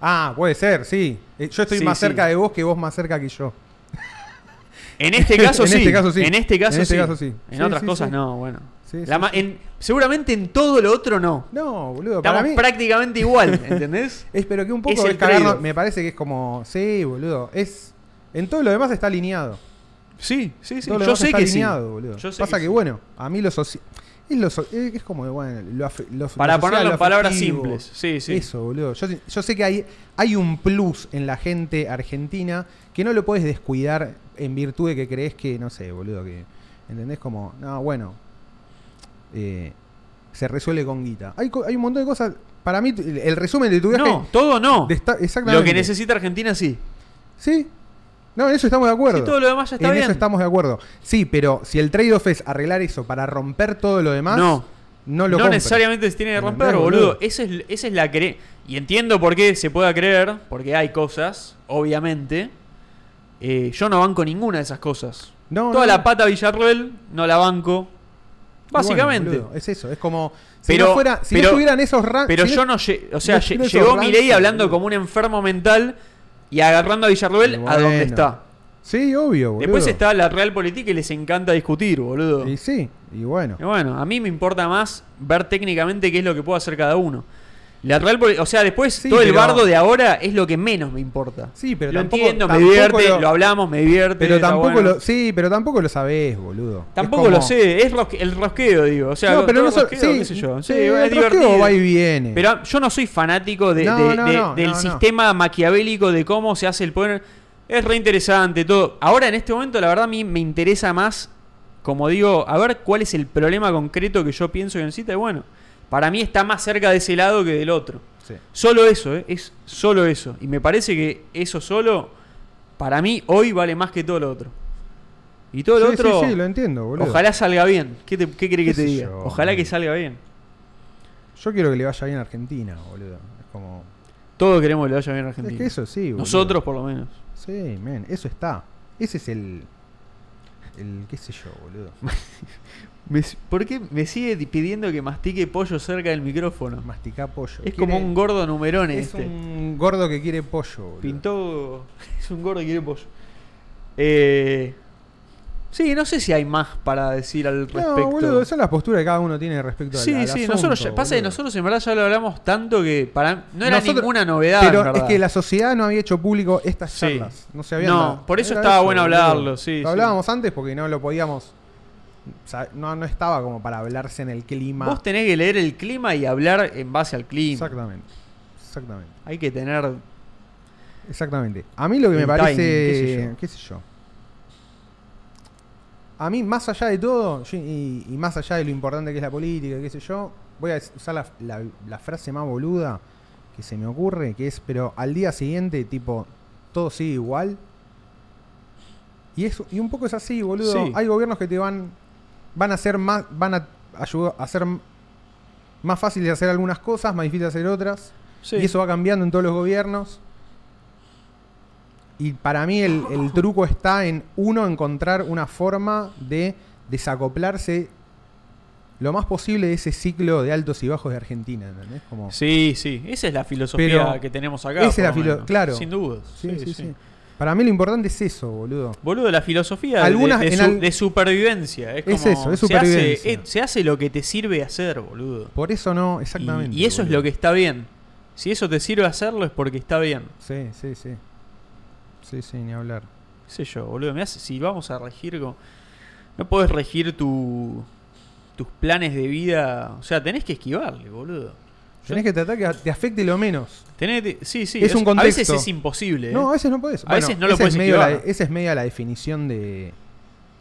[SPEAKER 2] Ah, puede ser, sí. Eh, Yo estoy
[SPEAKER 1] Sí,
[SPEAKER 2] más
[SPEAKER 1] sí.
[SPEAKER 2] cerca de vos que vos más cerca que yo.
[SPEAKER 1] En este caso
[SPEAKER 2] En
[SPEAKER 1] sí.
[SPEAKER 2] este caso sí.
[SPEAKER 1] En este caso
[SPEAKER 2] En este
[SPEAKER 1] sí.
[SPEAKER 2] caso sí.
[SPEAKER 1] En
[SPEAKER 2] Sí,
[SPEAKER 1] otras
[SPEAKER 2] sí,
[SPEAKER 1] cosas
[SPEAKER 2] sí.
[SPEAKER 1] no, bueno.
[SPEAKER 2] Sí,
[SPEAKER 1] La
[SPEAKER 2] sí,
[SPEAKER 1] ma- en- seguramente en todo lo otro no.
[SPEAKER 2] No, boludo,
[SPEAKER 1] Estamos
[SPEAKER 2] para mí.
[SPEAKER 1] prácticamente igual, ¿entendés?
[SPEAKER 2] Es, pero que un poco
[SPEAKER 1] es
[SPEAKER 2] es
[SPEAKER 1] el
[SPEAKER 2] cagarnos-
[SPEAKER 1] trade-off.
[SPEAKER 2] Me parece que es como. Sí, boludo. Es. En todo lo demás está alineado.
[SPEAKER 1] Sí, sí, sí.
[SPEAKER 2] Todo lo
[SPEAKER 1] Yo
[SPEAKER 2] demás
[SPEAKER 1] sé
[SPEAKER 2] está
[SPEAKER 1] que
[SPEAKER 2] alineado,
[SPEAKER 1] sí.
[SPEAKER 2] boludo.
[SPEAKER 1] Yo sé
[SPEAKER 2] Pasa
[SPEAKER 1] que
[SPEAKER 2] que,
[SPEAKER 1] sí.
[SPEAKER 2] bueno, a mí lo social. Es, lo so- es como, bueno, lo afe- lo-
[SPEAKER 1] Para
[SPEAKER 2] lo social,
[SPEAKER 1] ponerlo
[SPEAKER 2] lo
[SPEAKER 1] en palabras
[SPEAKER 2] afectivo.
[SPEAKER 1] simples. Sí, sí.
[SPEAKER 2] Eso, boludo. Yo, yo sé que hay, hay un plus en la gente argentina que no lo puedes descuidar en virtud de que crees que, no sé, boludo, que. ¿Entendés? Como, no, bueno. eh, se resuelve con guita. Hay, co- hay un montón de cosas. Para mí, el el resumen de tu viaje.
[SPEAKER 1] No, todo no.
[SPEAKER 2] desta- exactamente.
[SPEAKER 1] Lo que necesita Argentina sí.
[SPEAKER 2] Sí. No, en eso estamos de acuerdo.
[SPEAKER 1] Sí, todo lo demás ya está
[SPEAKER 2] en
[SPEAKER 1] bien.
[SPEAKER 2] eso estamos de acuerdo. Sí, pero si el trade-off es arreglar eso para romper todo lo demás,
[SPEAKER 1] No.
[SPEAKER 2] no lo
[SPEAKER 1] no
[SPEAKER 2] compres.
[SPEAKER 1] necesariamente se tiene que romper,
[SPEAKER 2] ¿Entendés,
[SPEAKER 1] boludo.
[SPEAKER 2] boludo?
[SPEAKER 1] Esa, es, esa es la cre Y entiendo por qué se pueda creer, porque hay cosas, obviamente. Eh, yo no banco ninguna de esas cosas.
[SPEAKER 2] No,
[SPEAKER 1] Toda
[SPEAKER 2] no,
[SPEAKER 1] la
[SPEAKER 2] no.
[SPEAKER 1] pata Villarreal no la banco.
[SPEAKER 2] Y bueno,
[SPEAKER 1] Básicamente.
[SPEAKER 2] boludo, es eso, es como si
[SPEAKER 1] Pero-
[SPEAKER 2] no fuera, si no
[SPEAKER 1] pero-
[SPEAKER 2] tuvieran esos ra-
[SPEAKER 1] Pero
[SPEAKER 2] si
[SPEAKER 1] yo no lle- O sea,
[SPEAKER 2] no
[SPEAKER 1] lle-
[SPEAKER 2] tiene esos
[SPEAKER 1] llegó
[SPEAKER 2] rankings,
[SPEAKER 1] Mirei hablando
[SPEAKER 2] boludo.
[SPEAKER 1] como un enfermo mental y agarrando a Villarruel
[SPEAKER 2] Y
[SPEAKER 1] a
[SPEAKER 2] bueno,
[SPEAKER 1] donde está.
[SPEAKER 2] Sí, obvio, boludo.
[SPEAKER 1] Después está la Realpolitik que les encanta discutir, boludo.
[SPEAKER 2] Y sí, y bueno.
[SPEAKER 1] Y bueno, a mí me importa más ver técnicamente qué es lo que puede hacer cada uno. La Real Poli- o sea, después
[SPEAKER 2] Sí,
[SPEAKER 1] todo el
[SPEAKER 2] pero-
[SPEAKER 1] bardo de ahora es lo que menos me importa.
[SPEAKER 2] Sí, pero
[SPEAKER 1] lo
[SPEAKER 2] tampoco-
[SPEAKER 1] entiendo, me
[SPEAKER 2] tampoco
[SPEAKER 1] divierte, lo...
[SPEAKER 2] lo-
[SPEAKER 1] hablamos, me divierte.
[SPEAKER 2] Pero
[SPEAKER 1] está
[SPEAKER 2] tampoco
[SPEAKER 1] bueno.
[SPEAKER 2] lo sí, pero tampoco lo sabés, boludo. Es
[SPEAKER 1] Tampoco
[SPEAKER 2] como-
[SPEAKER 1] lo sé, es rosque- el rosqueo, digo. O sea,
[SPEAKER 2] no, pero
[SPEAKER 1] todo
[SPEAKER 2] no so-
[SPEAKER 1] rosqueo,
[SPEAKER 2] sí,
[SPEAKER 1] qué sé yo. Sí,
[SPEAKER 2] sí,
[SPEAKER 1] es
[SPEAKER 2] el rosqueo
[SPEAKER 1] divertido.
[SPEAKER 2] va y viene.
[SPEAKER 1] Pero yo no soy fanático de-
[SPEAKER 2] No,
[SPEAKER 1] de-
[SPEAKER 2] no,
[SPEAKER 1] de-
[SPEAKER 2] no,
[SPEAKER 1] del
[SPEAKER 2] no, no.
[SPEAKER 1] sistema maquiavélico de cómo se hace el poder. Es re interesante todo. Ahora en este momento, la verdad, a mí me interesa más, como digo, a ver cuál es el problema concreto que yo pienso que necesita. Y bueno, para mí está más cerca de ese lado que del otro.
[SPEAKER 2] Sí.
[SPEAKER 1] Solo eso, ¿eh? es solo eso. Y me parece que eso solo, para mí, hoy vale más que todo lo otro. Y todo lo
[SPEAKER 2] Sí, sí,
[SPEAKER 1] otro.
[SPEAKER 2] sí, lo entiendo, boludo.
[SPEAKER 1] Ojalá salga bien. ¿Qué, te, qué querés
[SPEAKER 2] ¿Qué
[SPEAKER 1] que te
[SPEAKER 2] sé
[SPEAKER 1] diga?
[SPEAKER 2] yo,
[SPEAKER 1] Ojalá que
[SPEAKER 2] boludo.
[SPEAKER 1] salga bien.
[SPEAKER 2] Yo quiero que le vaya bien a Argentina, boludo. Es como
[SPEAKER 1] Todos queremos que le vaya bien a Argentina.
[SPEAKER 2] Es que eso sí, boludo.
[SPEAKER 1] Nosotros, por lo menos.
[SPEAKER 2] Sí, men, eso está. Ese es el el qué sé yo, boludo.
[SPEAKER 1] Me- ¿Por qué me sigue pidiendo que mastique pollo cerca del micrófono?
[SPEAKER 2] Masticá pollo.
[SPEAKER 1] Es
[SPEAKER 2] Quiere-
[SPEAKER 1] como un gordo numerone
[SPEAKER 2] Es
[SPEAKER 1] este.
[SPEAKER 2] un gordo que quiere pollo, boludo.
[SPEAKER 1] Pintó. Es un gordo que quiere pollo. Eh, Sí, no sé si hay más para decir al respecto.
[SPEAKER 2] No, boludo, son las posturas que cada uno tiene respecto a
[SPEAKER 1] sí, sí, nosotros ya- pasa que nosotros en verdad ya lo hablamos tanto que para no era
[SPEAKER 2] Nosotros-
[SPEAKER 1] ninguna novedad. en
[SPEAKER 2] Pero es
[SPEAKER 1] verdad.
[SPEAKER 2] que la sociedad no había hecho público estas
[SPEAKER 1] Sí.
[SPEAKER 2] charlas. No se habían
[SPEAKER 1] No,
[SPEAKER 2] dado.
[SPEAKER 1] por eso
[SPEAKER 2] Era
[SPEAKER 1] estaba bueno
[SPEAKER 2] boludo.
[SPEAKER 1] hablarlo, sí, sí.
[SPEAKER 2] Lo hablábamos antes porque no lo podíamos. o sea, no, no estaba como para hablarse en el clima.
[SPEAKER 1] Vos tenés que leer el clima y hablar en base al clima.
[SPEAKER 2] Exactamente. Exactamente.
[SPEAKER 1] Hay que tener.
[SPEAKER 2] Exactamente. A mí lo que me
[SPEAKER 1] El
[SPEAKER 2] parece.
[SPEAKER 1] timing,
[SPEAKER 2] qué, sé yo? A mí, más allá de todo, yo- y, y más allá de lo importante que es la política, qué sé yo, voy a usar la, la- la frase más boluda que se me ocurre, que es, pero al día siguiente, tipo, todo sigue igual. Y, es, y un poco es así, boludo.
[SPEAKER 1] Sí.
[SPEAKER 2] Hay gobiernos que te van. Van a hacer más. Van a ayudar a hacer más fácil de hacer algunas cosas, más difícil de hacer otras. Y eso va cambiando en todos los gobiernos. Y para mí el, el truco está en uno encontrar una forma de desacoplarse lo más posible de ese ciclo de altos y bajos de Argentina, ¿entendés? Como,
[SPEAKER 1] Sí, sí. Esa es la filosofía
[SPEAKER 2] Pero
[SPEAKER 1] que tenemos acá.
[SPEAKER 2] esa es
[SPEAKER 1] por
[SPEAKER 2] la
[SPEAKER 1] lo
[SPEAKER 2] filo-
[SPEAKER 1] menos.
[SPEAKER 2] claro.
[SPEAKER 1] Sin dudas.
[SPEAKER 2] Sí, sí, sí. Para mí lo importante es eso, boludo.
[SPEAKER 1] Boludo, la filosofía de-
[SPEAKER 2] Algunas-
[SPEAKER 1] de,
[SPEAKER 2] en
[SPEAKER 1] su-
[SPEAKER 2] al-
[SPEAKER 1] de supervivencia. Es,
[SPEAKER 2] Es
[SPEAKER 1] como,
[SPEAKER 2] eso, es
[SPEAKER 1] se hace-
[SPEAKER 2] supervivencia.
[SPEAKER 1] eh, Se hace, lo que te sirve hacer, boludo.
[SPEAKER 2] Por eso no,
[SPEAKER 1] Y-
[SPEAKER 2] exactamente.
[SPEAKER 1] Y, eso es lo que está bien. Si eso te sirve hacerlo es porque está bien.
[SPEAKER 2] Sí, sí, sí. Sí, sí, ni hablar.
[SPEAKER 1] qué sé yo, boludo. Me hace, si vamos a regir con- No podés regir tu, tus planes de vida. O sea, tenés que esquivarle, boludo. Yo-
[SPEAKER 2] Tenés que tratar que te afecte lo menos.
[SPEAKER 1] tenés- sí, sí.
[SPEAKER 2] Es un
[SPEAKER 1] A veces
[SPEAKER 2] contexto.
[SPEAKER 1] es imposible. ¿eh?
[SPEAKER 2] No, a veces no podés.
[SPEAKER 1] A veces no lo
[SPEAKER 2] esa
[SPEAKER 1] podés
[SPEAKER 2] es medio la,
[SPEAKER 1] esquivar.
[SPEAKER 2] Esa es media la definición de,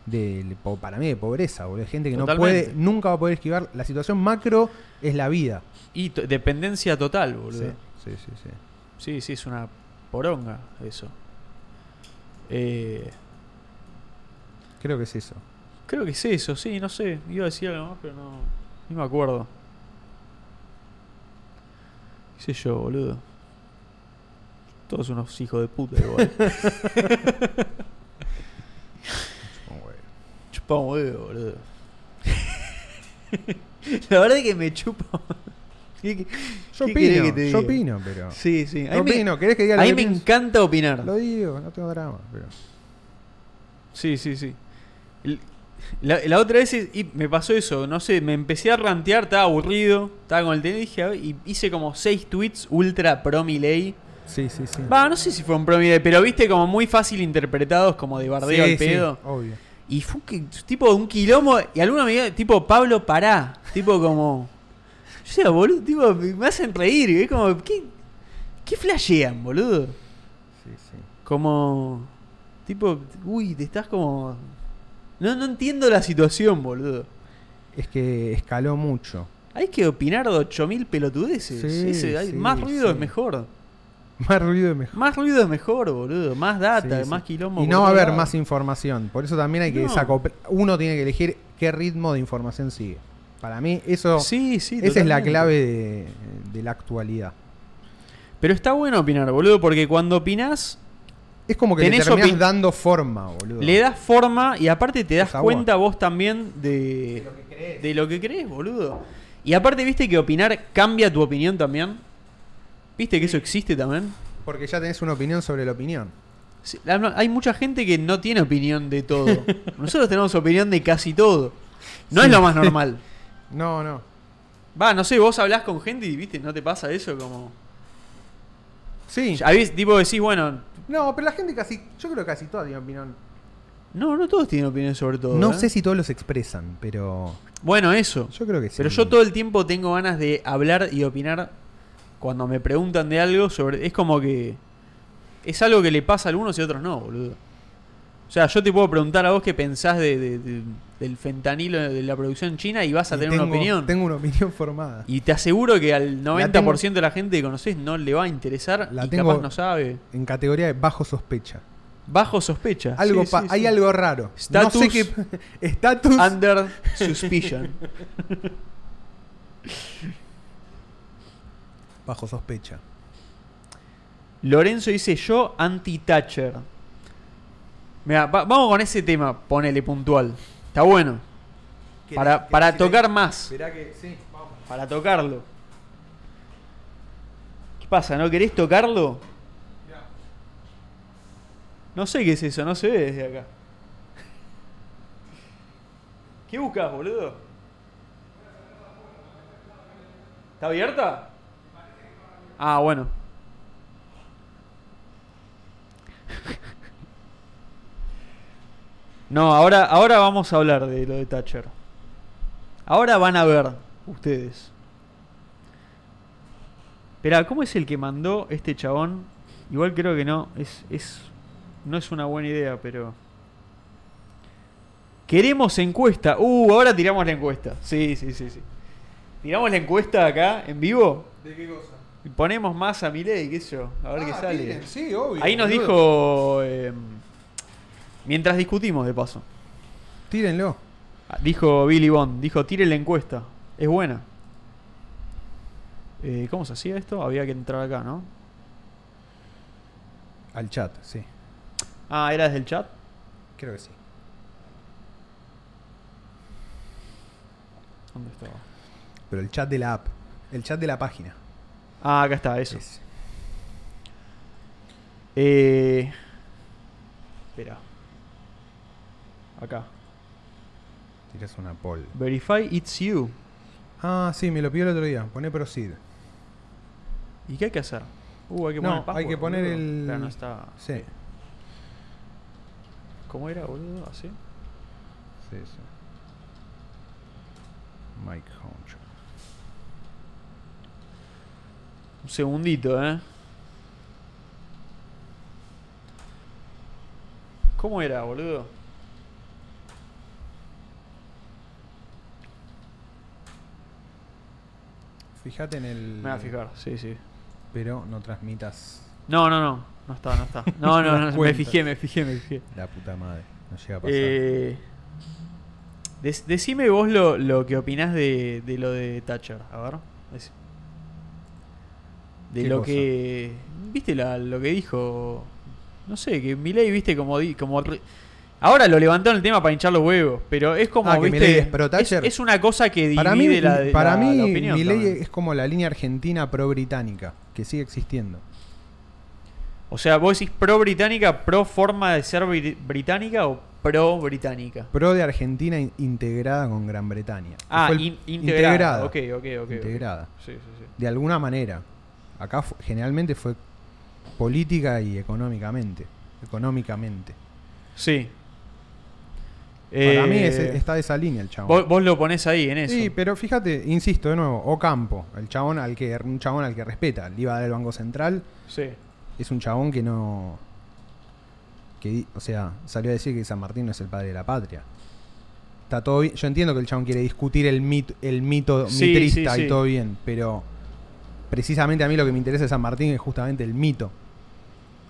[SPEAKER 2] de- po- para mí de pobreza, boludo. Hay Gente que
[SPEAKER 1] Totalmente.
[SPEAKER 2] no puede, nunca va a poder esquivar. La situación macro es la vida.
[SPEAKER 1] Y to- dependencia total, boludo.
[SPEAKER 2] Sí, Sí, sí, sí.
[SPEAKER 1] Sí, sí, es una poronga eso. Eh,
[SPEAKER 2] Creo que es eso.
[SPEAKER 1] creo que es eso, sí, no sé. Iba a decir algo más, pero no, no me acuerdo. ¿Qué sé yo, boludo? Todos unos hijos de puta igual.
[SPEAKER 2] Supongo, güey.
[SPEAKER 1] chupa un huevo, boludo. La verdad es que me chupa. ¿Qué- qué-
[SPEAKER 2] Yo
[SPEAKER 1] qué querés
[SPEAKER 2] opino,
[SPEAKER 1] que te
[SPEAKER 2] yo
[SPEAKER 1] diga?
[SPEAKER 2] opino, pero.
[SPEAKER 1] Sí, sí. A
[SPEAKER 2] Yo
[SPEAKER 1] mí me-
[SPEAKER 2] opino, ¿querés que diga
[SPEAKER 1] a
[SPEAKER 2] lo
[SPEAKER 1] mí
[SPEAKER 2] que
[SPEAKER 1] me
[SPEAKER 2] pienso?
[SPEAKER 1] encanta opinar.
[SPEAKER 2] Lo digo, no tengo drama, pero.
[SPEAKER 1] Sí, sí, sí. El- La, la otra vez es- y me pasó eso, no sé, me empecé a rantear, estaba aburrido, estaba con el tenis, dije, a ver, y hice como seis tweets ultra pro Milei.
[SPEAKER 2] Sí, sí, sí.
[SPEAKER 1] Va, no sé si fueron pro Milei, pero viste como muy fácil interpretados, como de
[SPEAKER 2] Sí,
[SPEAKER 1] bardeo al
[SPEAKER 2] sí,
[SPEAKER 1] pedo.
[SPEAKER 2] obvio.
[SPEAKER 1] Y fue un qui- tipo un quilombo, y alguna medida, tipo Pablo Pará, tipo como. Yo decía, boludo, tipo, me hacen reír, y es como, ¿qué, ¿qué flashean, boludo?
[SPEAKER 2] Sí, sí.
[SPEAKER 1] Como. Tipo, uy, te estás como. No, no entiendo la situación, boludo.
[SPEAKER 2] Es que escaló mucho.
[SPEAKER 1] Hay que opinar de 8000 pelotudeces.
[SPEAKER 2] Sí,
[SPEAKER 1] Ese- hay-
[SPEAKER 2] sí,
[SPEAKER 1] más ruido
[SPEAKER 2] sí.
[SPEAKER 1] es mejor.
[SPEAKER 2] Más ruido y mejor.
[SPEAKER 1] Más ruido es mejor, boludo. Más data,
[SPEAKER 2] Sí,
[SPEAKER 1] más
[SPEAKER 2] sí.
[SPEAKER 1] quilombo.
[SPEAKER 2] Y
[SPEAKER 1] por
[SPEAKER 2] no va a
[SPEAKER 1] otro
[SPEAKER 2] haber
[SPEAKER 1] lado.
[SPEAKER 2] más información. Por eso también hay que
[SPEAKER 1] No.
[SPEAKER 2] desacoplar. Uno tiene que elegir qué ritmo de información sigue. Para mí, eso.
[SPEAKER 1] Sí, sí.
[SPEAKER 2] esa es la
[SPEAKER 1] totalmente.
[SPEAKER 2] clave de, de la actualidad.
[SPEAKER 1] Pero está bueno opinar, boludo, porque cuando opinás,
[SPEAKER 2] Es como que le
[SPEAKER 1] Tenés
[SPEAKER 2] terminás
[SPEAKER 1] opin-
[SPEAKER 2] dando forma, boludo.
[SPEAKER 1] le das forma y aparte te das
[SPEAKER 2] Es agua.
[SPEAKER 1] cuenta vos también de, de lo que crees, boludo. Y aparte, viste que opinar cambia tu opinión también. Viste que eso existe también.
[SPEAKER 2] Porque ya tenés una opinión sobre la opinión.
[SPEAKER 1] Sí, la- no, hay mucha gente que no tiene opinión de todo. Nosotros tenemos opinión de casi todo. No es lo más normal.
[SPEAKER 2] No, no.
[SPEAKER 1] Va, no sé, vos hablás con gente y viste, no te pasa eso como.
[SPEAKER 2] Sí.
[SPEAKER 1] A veces, tipo, decís, bueno,
[SPEAKER 2] No, pero la gente casi. Yo creo que casi toda tiene opinión.
[SPEAKER 1] no, no todos tienen opinión sobre todo.
[SPEAKER 2] No
[SPEAKER 1] ¿eh?
[SPEAKER 2] sé si todos los expresan, pero.
[SPEAKER 1] Bueno, eso.
[SPEAKER 2] Yo creo que sí.
[SPEAKER 1] Pero yo todo el tiempo tengo ganas de hablar y opinar cuando me preguntan de algo sobre. Es como que. Es algo que le pasa a algunos y a otros no, boludo. O sea, yo te puedo preguntar a vos qué pensás de, de- de- del fentanilo de la producción en china y vas a
[SPEAKER 2] Y
[SPEAKER 1] tener
[SPEAKER 2] tengo,
[SPEAKER 1] una opinión.
[SPEAKER 2] Tengo una opinión formada.
[SPEAKER 1] Y te aseguro que al 90%
[SPEAKER 2] tengo-
[SPEAKER 1] de la gente que conoces no le va a interesar
[SPEAKER 2] La
[SPEAKER 1] y
[SPEAKER 2] tengo-
[SPEAKER 1] capaz no sabe.
[SPEAKER 2] En categoría de bajo sospecha.
[SPEAKER 1] Bajo sospecha.
[SPEAKER 2] Algo
[SPEAKER 1] Sí,
[SPEAKER 2] pa-
[SPEAKER 1] sí,
[SPEAKER 2] Hay
[SPEAKER 1] sí.
[SPEAKER 2] algo raro.
[SPEAKER 1] Status-
[SPEAKER 2] No sé qué. Estatus.
[SPEAKER 1] Under suspicion.
[SPEAKER 2] bajo sospecha.
[SPEAKER 1] Lorenzo dice yo anti-Thatcher. Mira, vamos con ese tema, ponele puntual. Está bueno. Para, para tocar más.
[SPEAKER 3] Verá que sí, vamos.
[SPEAKER 1] Para tocarlo. ¿Qué pasa? ¿No querés tocarlo?
[SPEAKER 3] Mirá.
[SPEAKER 1] No sé qué es eso, no se ve desde acá. ¿Qué buscas, boludo? ¿Está abierta? Ah, bueno. No, ahora, ahora vamos a hablar de lo de Thatcher. Ahora van a ver ustedes. Espera, ¿cómo es el que mandó este chabón? Igual creo que no, es, es, no es una buena idea, pero... Queremos encuesta. Uh, ahora tiramos la encuesta. Sí, sí, sí, sí. Tiramos la encuesta acá, en vivo.
[SPEAKER 3] ¿De qué cosa?
[SPEAKER 1] Y ponemos más a Milei, qué sé yo. A ver qué
[SPEAKER 2] Ah,
[SPEAKER 1] sale.
[SPEAKER 2] tiren, sí, obvio,
[SPEAKER 1] Ahí nos
[SPEAKER 2] boludo.
[SPEAKER 1] dijo... eh, mientras discutimos, de paso.
[SPEAKER 2] Tírenlo.
[SPEAKER 1] Ah, Dijo Billy Bond, dijo, tire la encuesta. Es buena. Eh, ¿Cómo se hacía esto? Había que entrar acá, ¿no?
[SPEAKER 2] Al chat, sí.
[SPEAKER 1] Ah, era desde el chat.
[SPEAKER 2] Creo que sí.
[SPEAKER 1] ¿Dónde estaba?
[SPEAKER 2] Pero el chat de la app. El chat de la página.
[SPEAKER 1] Ah, acá está, eso.
[SPEAKER 2] Es-
[SPEAKER 1] Eh, espera. Acá.
[SPEAKER 2] Tirás una poll.
[SPEAKER 1] Verify it's you.
[SPEAKER 2] Ah, sí, me lo pidió el otro día. Poné proceed.
[SPEAKER 1] ¿Y qué hay que hacer? Uh, hay que
[SPEAKER 2] No,
[SPEAKER 1] poner el
[SPEAKER 2] hay
[SPEAKER 1] password,
[SPEAKER 2] que poner
[SPEAKER 1] boludo.
[SPEAKER 2] el-
[SPEAKER 1] Espera, no está.
[SPEAKER 2] Sí.
[SPEAKER 1] ¿Cómo era, boludo? ¿Así?
[SPEAKER 2] Sí, sí. Mike Honcho.
[SPEAKER 1] Un segundito, ¿eh? ¿Cómo era, boludo?
[SPEAKER 2] Fíjate en el.
[SPEAKER 1] Me voy a fijar, sí, sí.
[SPEAKER 2] pero no transmitas
[SPEAKER 1] No, no, no. No está, no está. No, no, no. me
[SPEAKER 2] Cuenta.
[SPEAKER 1] fijé, me fijé, me fijé.
[SPEAKER 2] la puta madre. No llega a pasar.
[SPEAKER 1] Eh, des- decime vos lo, lo que opinás de, de lo de Thatcher. A ver. dec- De
[SPEAKER 2] ¿Qué
[SPEAKER 1] lo
[SPEAKER 2] cosa?
[SPEAKER 1] que. ¿Viste la- lo que dijo? No sé, que Milei, viste, como. di- como re- Ahora lo levantaron el tema para hinchar los huevos, pero es como.
[SPEAKER 2] Ah, que
[SPEAKER 1] ¿viste?
[SPEAKER 2] Milei es pro Thatcher.
[SPEAKER 1] es una cosa que divide
[SPEAKER 2] para mí,
[SPEAKER 1] la, de-
[SPEAKER 2] para
[SPEAKER 1] la-
[SPEAKER 2] mí
[SPEAKER 1] la opinión
[SPEAKER 2] Milei
[SPEAKER 1] también.
[SPEAKER 2] es como la línea argentina pro-británica, que sigue existiendo.
[SPEAKER 1] O sea, vos decís pro británica, pro forma de ser bri- británica o pro británica.
[SPEAKER 2] Pro de Argentina in- integrada con Gran Bretaña. Que
[SPEAKER 1] Ah,
[SPEAKER 2] fue el-
[SPEAKER 1] in-
[SPEAKER 2] integrada.
[SPEAKER 1] integrada. Ok, ok, ok, ok.
[SPEAKER 2] Integrada.
[SPEAKER 1] Sí, sí, sí.
[SPEAKER 2] De alguna manera. Acá fu- generalmente fue política y económicamente. Económicamente.
[SPEAKER 1] Sí.
[SPEAKER 2] Para
[SPEAKER 1] Eh,
[SPEAKER 2] mí es- está de esa línea el chabón.
[SPEAKER 1] Vos, vos lo ponés ahí, en eso.
[SPEAKER 2] Sí, pero fíjate, insisto de nuevo, Ocampo, el chabón al que un chabón al que respeta, el IVA del Banco Central,
[SPEAKER 1] Sí.
[SPEAKER 2] es un chabón que no que di- o sea, salió a decir que San Martín no es el padre de la patria. Está todo bien, yo entiendo que el chabón quiere discutir el mito el mito
[SPEAKER 1] Sí,
[SPEAKER 2] mitrista
[SPEAKER 1] sí, sí.
[SPEAKER 2] y todo bien, pero precisamente a mí lo que me interesa de San Martín es justamente el mito.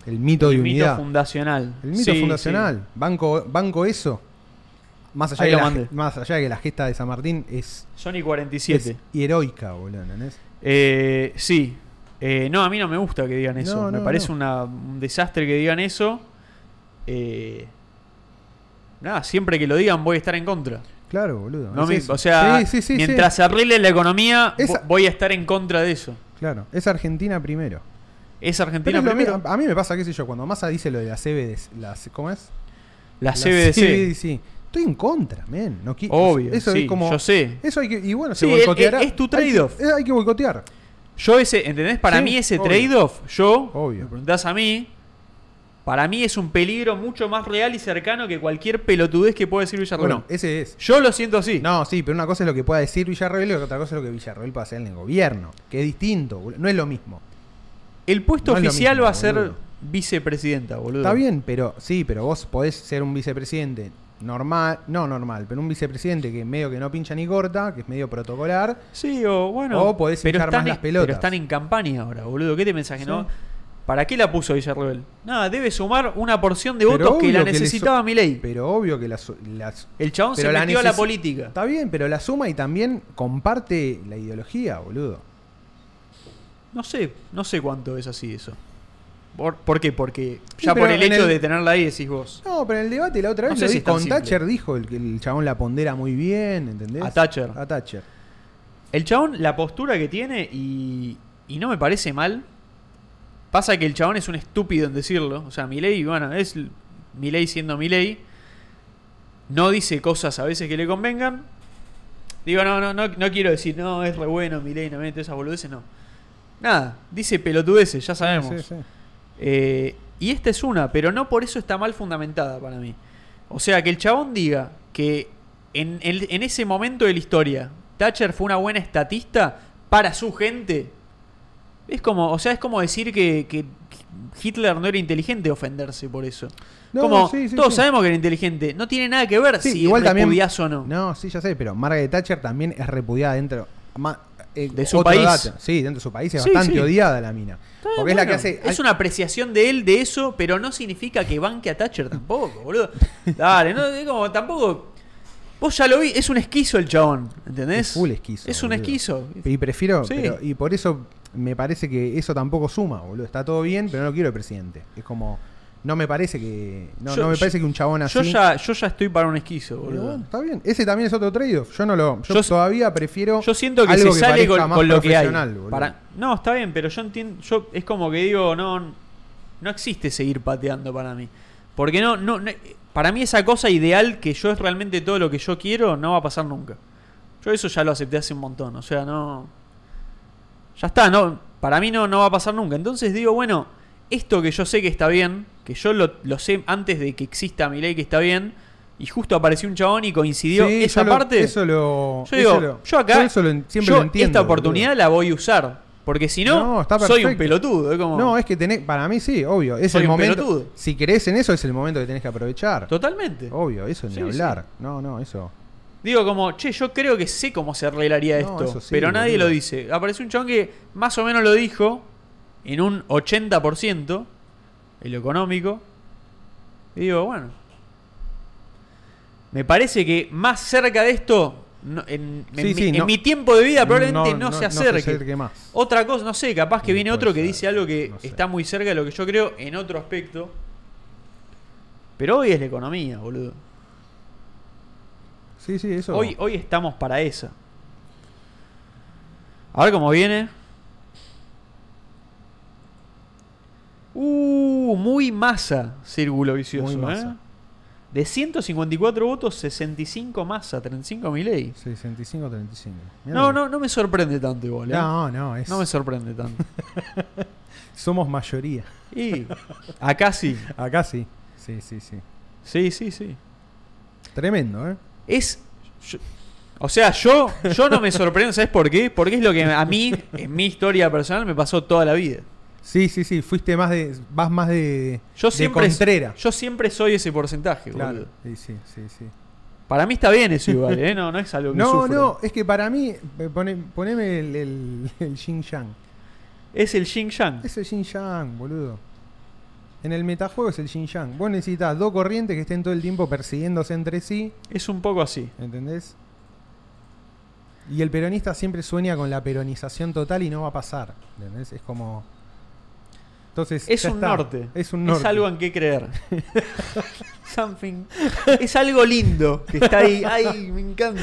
[SPEAKER 2] El mito de
[SPEAKER 1] El
[SPEAKER 2] unidad.
[SPEAKER 1] mito fundacional.
[SPEAKER 2] El mito
[SPEAKER 1] Sí,
[SPEAKER 2] fundacional. Banco, banco eso. Más allá,
[SPEAKER 1] Ahí
[SPEAKER 2] de
[SPEAKER 1] lo
[SPEAKER 2] la,
[SPEAKER 1] mandé.
[SPEAKER 2] más allá de que la gesta de San Martín es,
[SPEAKER 1] sí. Sony 47.
[SPEAKER 2] es heroica, boludo, ¿entendés?
[SPEAKER 1] Eh, sí. Eh, no, a mí no me gusta que digan eso.
[SPEAKER 2] No,
[SPEAKER 1] me
[SPEAKER 2] no,
[SPEAKER 1] parece
[SPEAKER 2] no.
[SPEAKER 1] una- un desastre que digan eso. Eh, nada, siempre que lo digan voy a estar en contra.
[SPEAKER 2] Claro, boludo.
[SPEAKER 1] No
[SPEAKER 2] es
[SPEAKER 1] me-
[SPEAKER 2] eso.
[SPEAKER 1] o sea,
[SPEAKER 2] Sí, sí, sí, sí.
[SPEAKER 1] mientras se arregle la economía, vo-
[SPEAKER 2] Esa-
[SPEAKER 1] voy a estar en contra de eso.
[SPEAKER 2] Claro, es Argentina primero.
[SPEAKER 1] Es
[SPEAKER 2] Pero
[SPEAKER 1] Argentina
[SPEAKER 2] es lo
[SPEAKER 1] primero.
[SPEAKER 2] mismo- a mí me pasa, qué sé yo, cuando Massa dice lo de la CBDC. La, C- ¿Cómo es?
[SPEAKER 1] La CBDC.
[SPEAKER 2] sí. Estoy en contra, men. No qui-
[SPEAKER 1] Obvio,
[SPEAKER 2] Eso
[SPEAKER 1] sí,
[SPEAKER 2] es como.
[SPEAKER 1] yo sé.
[SPEAKER 2] Eso hay que. Y bueno,
[SPEAKER 1] Sí,
[SPEAKER 2] se
[SPEAKER 1] es- es-
[SPEAKER 2] boicoteará.
[SPEAKER 1] es tu
[SPEAKER 2] Hay que-
[SPEAKER 1] trade-off.
[SPEAKER 2] eh, Hay, que boicotear.
[SPEAKER 1] Yo ese, ¿entendés? Para
[SPEAKER 2] Sí,
[SPEAKER 1] mí ese
[SPEAKER 2] obvio.
[SPEAKER 1] trade-off, yo,
[SPEAKER 2] Obvio.
[SPEAKER 1] me preguntás a mí, para mí es un peligro mucho más real y cercano que cualquier pelotudez que pueda decir Villarreal.
[SPEAKER 2] Bueno, ese es.
[SPEAKER 1] yo lo siento así.
[SPEAKER 2] No, sí, pero una cosa es lo que pueda decir Villarreal y otra cosa es lo que Villarreal pueda hacer en el gobierno. Que es distinto, boludo. No es lo mismo.
[SPEAKER 1] El puesto
[SPEAKER 2] No es lo
[SPEAKER 1] oficial
[SPEAKER 2] mismo,
[SPEAKER 1] va a ser
[SPEAKER 2] boludo.
[SPEAKER 1] vicepresidenta, boludo.
[SPEAKER 2] Está bien, pero sí, pero vos podés ser un vicepresidente normal, no normal, pero un vicepresidente que medio que no pincha ni corta, que es medio protocolar.
[SPEAKER 1] Sí, o bueno.
[SPEAKER 2] O podés hinchar
[SPEAKER 1] están
[SPEAKER 2] más
[SPEAKER 1] en-
[SPEAKER 2] las pelotas.
[SPEAKER 1] Pero están en campaña ahora, boludo. ¿Qué te mensaje,
[SPEAKER 2] Sí.
[SPEAKER 1] no? ¿Para qué la puso Villarreal? Nada, debe sumar una porción de
[SPEAKER 2] Pero
[SPEAKER 1] votos que
[SPEAKER 2] obvio
[SPEAKER 1] la
[SPEAKER 2] que le so-
[SPEAKER 1] necesitaba Milei.
[SPEAKER 2] Pero obvio que las, las-
[SPEAKER 1] El chabón se
[SPEAKER 2] pero la
[SPEAKER 1] metió a la
[SPEAKER 2] necesi-
[SPEAKER 1] política.
[SPEAKER 2] Está bien, pero la suma y también comparte la ideología, boludo.
[SPEAKER 1] No sé, no sé cuánto es así eso. ¿Por, por qué? Porque
[SPEAKER 2] Sí,
[SPEAKER 1] ya por
[SPEAKER 2] pero
[SPEAKER 1] el
[SPEAKER 2] en
[SPEAKER 1] hecho
[SPEAKER 2] el-
[SPEAKER 1] de tenerla ahí decís vos.
[SPEAKER 2] No, pero en el debate la otra
[SPEAKER 1] No
[SPEAKER 2] vez
[SPEAKER 1] sé
[SPEAKER 2] lo
[SPEAKER 1] si
[SPEAKER 2] vi-
[SPEAKER 1] es tan
[SPEAKER 2] con
[SPEAKER 1] simple.
[SPEAKER 2] Thatcher dijo el que el chabón la pondera muy bien, ¿entendés?
[SPEAKER 1] A Thatcher.
[SPEAKER 2] A Thatcher.
[SPEAKER 1] El chabón, la postura que tiene y, y no me parece mal. Pasa que el chabón es un estúpido en decirlo. O sea, Milei, bueno, es l- Milei siendo Milei. No dice cosas a veces que le convengan. Digo, no, no, no, no quiero decir, no, es re bueno Milei, no me meto esas boludeces, no. Nada, dice pelotudeces, ya sabemos.
[SPEAKER 2] Sí, sí.
[SPEAKER 1] Eh, y esta es una, pero no por eso está mal fundamentada para mí. O sea, que el chabón diga que en, en- en ese momento de la historia, Thatcher fue una buena estatista para su gente. Es como, o sea, es como decir que, que Hitler no era inteligente ofenderse por eso.
[SPEAKER 2] No,
[SPEAKER 1] como,
[SPEAKER 2] sí, sí,
[SPEAKER 1] todos
[SPEAKER 2] sí.
[SPEAKER 1] sabemos que era inteligente. No tiene nada que ver
[SPEAKER 2] Sí,
[SPEAKER 1] si
[SPEAKER 2] igual también.
[SPEAKER 1] repudiás o no.
[SPEAKER 2] No, sí, ya sé, pero Margaret Thatcher también es repudiada dentro. ma- eh,
[SPEAKER 1] De su
[SPEAKER 2] otro
[SPEAKER 1] país.
[SPEAKER 2] dato. Sí, dentro de su país es
[SPEAKER 1] Sí,
[SPEAKER 2] bastante
[SPEAKER 1] sí.
[SPEAKER 2] odiada la mina.
[SPEAKER 1] Está
[SPEAKER 2] Porque
[SPEAKER 1] bien,
[SPEAKER 2] es la que
[SPEAKER 1] bueno,
[SPEAKER 2] hace.
[SPEAKER 1] es una apreciación de él de eso, pero no significa que banque a Thatcher tampoco, boludo. Dale, no, es como tampoco. Vos ya lo vi, es un esquizo el chabón, ¿entendés?
[SPEAKER 2] Es full esquizo,
[SPEAKER 1] Es un
[SPEAKER 2] boludo.
[SPEAKER 1] esquizo.
[SPEAKER 2] Y prefiero.
[SPEAKER 1] Sí.
[SPEAKER 2] pero- y por eso me parece que eso tampoco suma, boludo. Está todo bien, pero no lo quiero de presidente. Es como. No me parece que. No,
[SPEAKER 1] Yo-
[SPEAKER 2] no me
[SPEAKER 1] yo-
[SPEAKER 2] parece que un chabón así.
[SPEAKER 1] Yo ya, yo ya estoy para un esquizo,
[SPEAKER 2] Pero
[SPEAKER 1] boludo.
[SPEAKER 2] bueno, está bien. Ese también es otro trade-off. Yo no lo. Yo,
[SPEAKER 1] Yo-
[SPEAKER 2] todavía prefiero.
[SPEAKER 1] Yo siento que
[SPEAKER 2] algo
[SPEAKER 1] se sale
[SPEAKER 2] parezca
[SPEAKER 1] con,
[SPEAKER 2] más
[SPEAKER 1] con lo que hay.
[SPEAKER 2] profesional, boludo.
[SPEAKER 1] Para- no, está bien, pero yo entiendo. Yo, es como que digo, no. No existe seguir pateando para mí. Porque no, no, no- Para mí, esa cosa ideal que yo es realmente todo lo que yo quiero, no va a pasar nunca. Yo eso ya lo acepté hace un montón. O sea, no. Ya está, no. Para mí no, no va a pasar nunca. Entonces digo, bueno, esto que yo sé que está bien, que yo lo, lo sé antes de que exista mi ley que está bien, y justo apareció un chabón y coincidió
[SPEAKER 2] Sí,
[SPEAKER 1] esa
[SPEAKER 2] yo lo-
[SPEAKER 1] parte.
[SPEAKER 2] eso lo.
[SPEAKER 1] Yo digo,
[SPEAKER 2] eso lo-
[SPEAKER 1] yo acá,
[SPEAKER 2] yo eso lo en- siempre
[SPEAKER 1] yo
[SPEAKER 2] lo entiendo.
[SPEAKER 1] esta
[SPEAKER 2] boludo.
[SPEAKER 1] oportunidad la voy a usar. Porque si
[SPEAKER 2] No,
[SPEAKER 1] no,
[SPEAKER 2] está
[SPEAKER 1] soy un
[SPEAKER 2] perfecto.
[SPEAKER 1] pelotudo. es como-
[SPEAKER 2] No, es que tenés, para mí sí, obvio. Es
[SPEAKER 1] Soy
[SPEAKER 2] el
[SPEAKER 1] un
[SPEAKER 2] momento.
[SPEAKER 1] pelotudo.
[SPEAKER 2] Si querés en eso, es el momento que tenés que aprovechar.
[SPEAKER 1] Totalmente.
[SPEAKER 2] Obvio, eso ni
[SPEAKER 1] Sí,
[SPEAKER 2] hablar. No, no, eso.
[SPEAKER 1] Digo como, che, yo creo que sé cómo se arreglaría
[SPEAKER 2] No,
[SPEAKER 1] esto.
[SPEAKER 2] eso sí,
[SPEAKER 1] pero nadie
[SPEAKER 2] boludo.
[SPEAKER 1] lo dice. Aparece un chabón que más o menos lo dijo. en un 80% en lo económico. Y digo, bueno. Me parece que más cerca de esto, no- en, en
[SPEAKER 2] Sí,
[SPEAKER 1] mi,
[SPEAKER 2] sí,
[SPEAKER 1] en
[SPEAKER 2] no-
[SPEAKER 1] mi tiempo de vida probablemente no, se acerque.
[SPEAKER 2] más.
[SPEAKER 1] Otra cosa, no sé, capaz que
[SPEAKER 2] Sí,
[SPEAKER 1] viene
[SPEAKER 2] puede
[SPEAKER 1] otro que
[SPEAKER 2] ser,
[SPEAKER 1] dice algo que
[SPEAKER 2] no sé.
[SPEAKER 1] está muy cerca de lo que yo creo en otro aspecto. Pero hoy es la economía, boludo.
[SPEAKER 2] Sí, sí, eso.
[SPEAKER 1] Hoy, hoy estamos para esa. A ver cómo viene. Uh, muy masa, círculo vicioso.
[SPEAKER 2] Muy masa.
[SPEAKER 1] ¿eh? De 154 votos, 65 masa, 35 Milei.
[SPEAKER 2] 65, 35. Mirá
[SPEAKER 1] No,
[SPEAKER 2] lo que-
[SPEAKER 1] no, no me sorprende tanto igual. ¿eh?
[SPEAKER 2] No, no, es,
[SPEAKER 1] no me sorprende tanto.
[SPEAKER 2] somos mayoría.
[SPEAKER 1] Y acá sí.
[SPEAKER 2] Acá sí. Sí, sí, sí.
[SPEAKER 1] Sí, sí, sí.
[SPEAKER 2] Tremendo, ¿eh?
[SPEAKER 1] Es. yo- o sea, yo, yo no me sorprendo, ¿sabes por qué? Porque es lo que a mí, en mi historia personal, me pasó toda la vida.
[SPEAKER 2] Sí, sí, sí. Fuiste más de. Vas más de.
[SPEAKER 1] Yo
[SPEAKER 2] de
[SPEAKER 1] siempre,
[SPEAKER 2] Contrera.
[SPEAKER 1] yo siempre soy ese porcentaje,
[SPEAKER 2] Claro.
[SPEAKER 1] boludo.
[SPEAKER 2] Sí, sí, sí. sí.
[SPEAKER 1] Para mí está bien eso igual, ¿eh? No, no es algo que
[SPEAKER 2] No,
[SPEAKER 1] sufro.
[SPEAKER 2] no. Es que para mí. eh, pone- poneme el, el, el Xing Yang.
[SPEAKER 1] Es el Xing Yang.
[SPEAKER 2] Es el Xing Yang, boludo. En el metajuego es el Xing Yang. Vos necesitas dos corrientes que estén todo el tiempo persiguiéndose entre sí.
[SPEAKER 1] Es un poco así.
[SPEAKER 2] ¿Entendés? Y el peronista siempre sueña con la peronización total y no va a pasar. ¿Entendés? Es como. Entonces.
[SPEAKER 1] Es
[SPEAKER 2] ya
[SPEAKER 1] un
[SPEAKER 2] está.
[SPEAKER 1] norte.
[SPEAKER 2] Es un norte.
[SPEAKER 1] Es algo en qué creer. Something. Es algo lindo que está ahí. Ay, me encanta.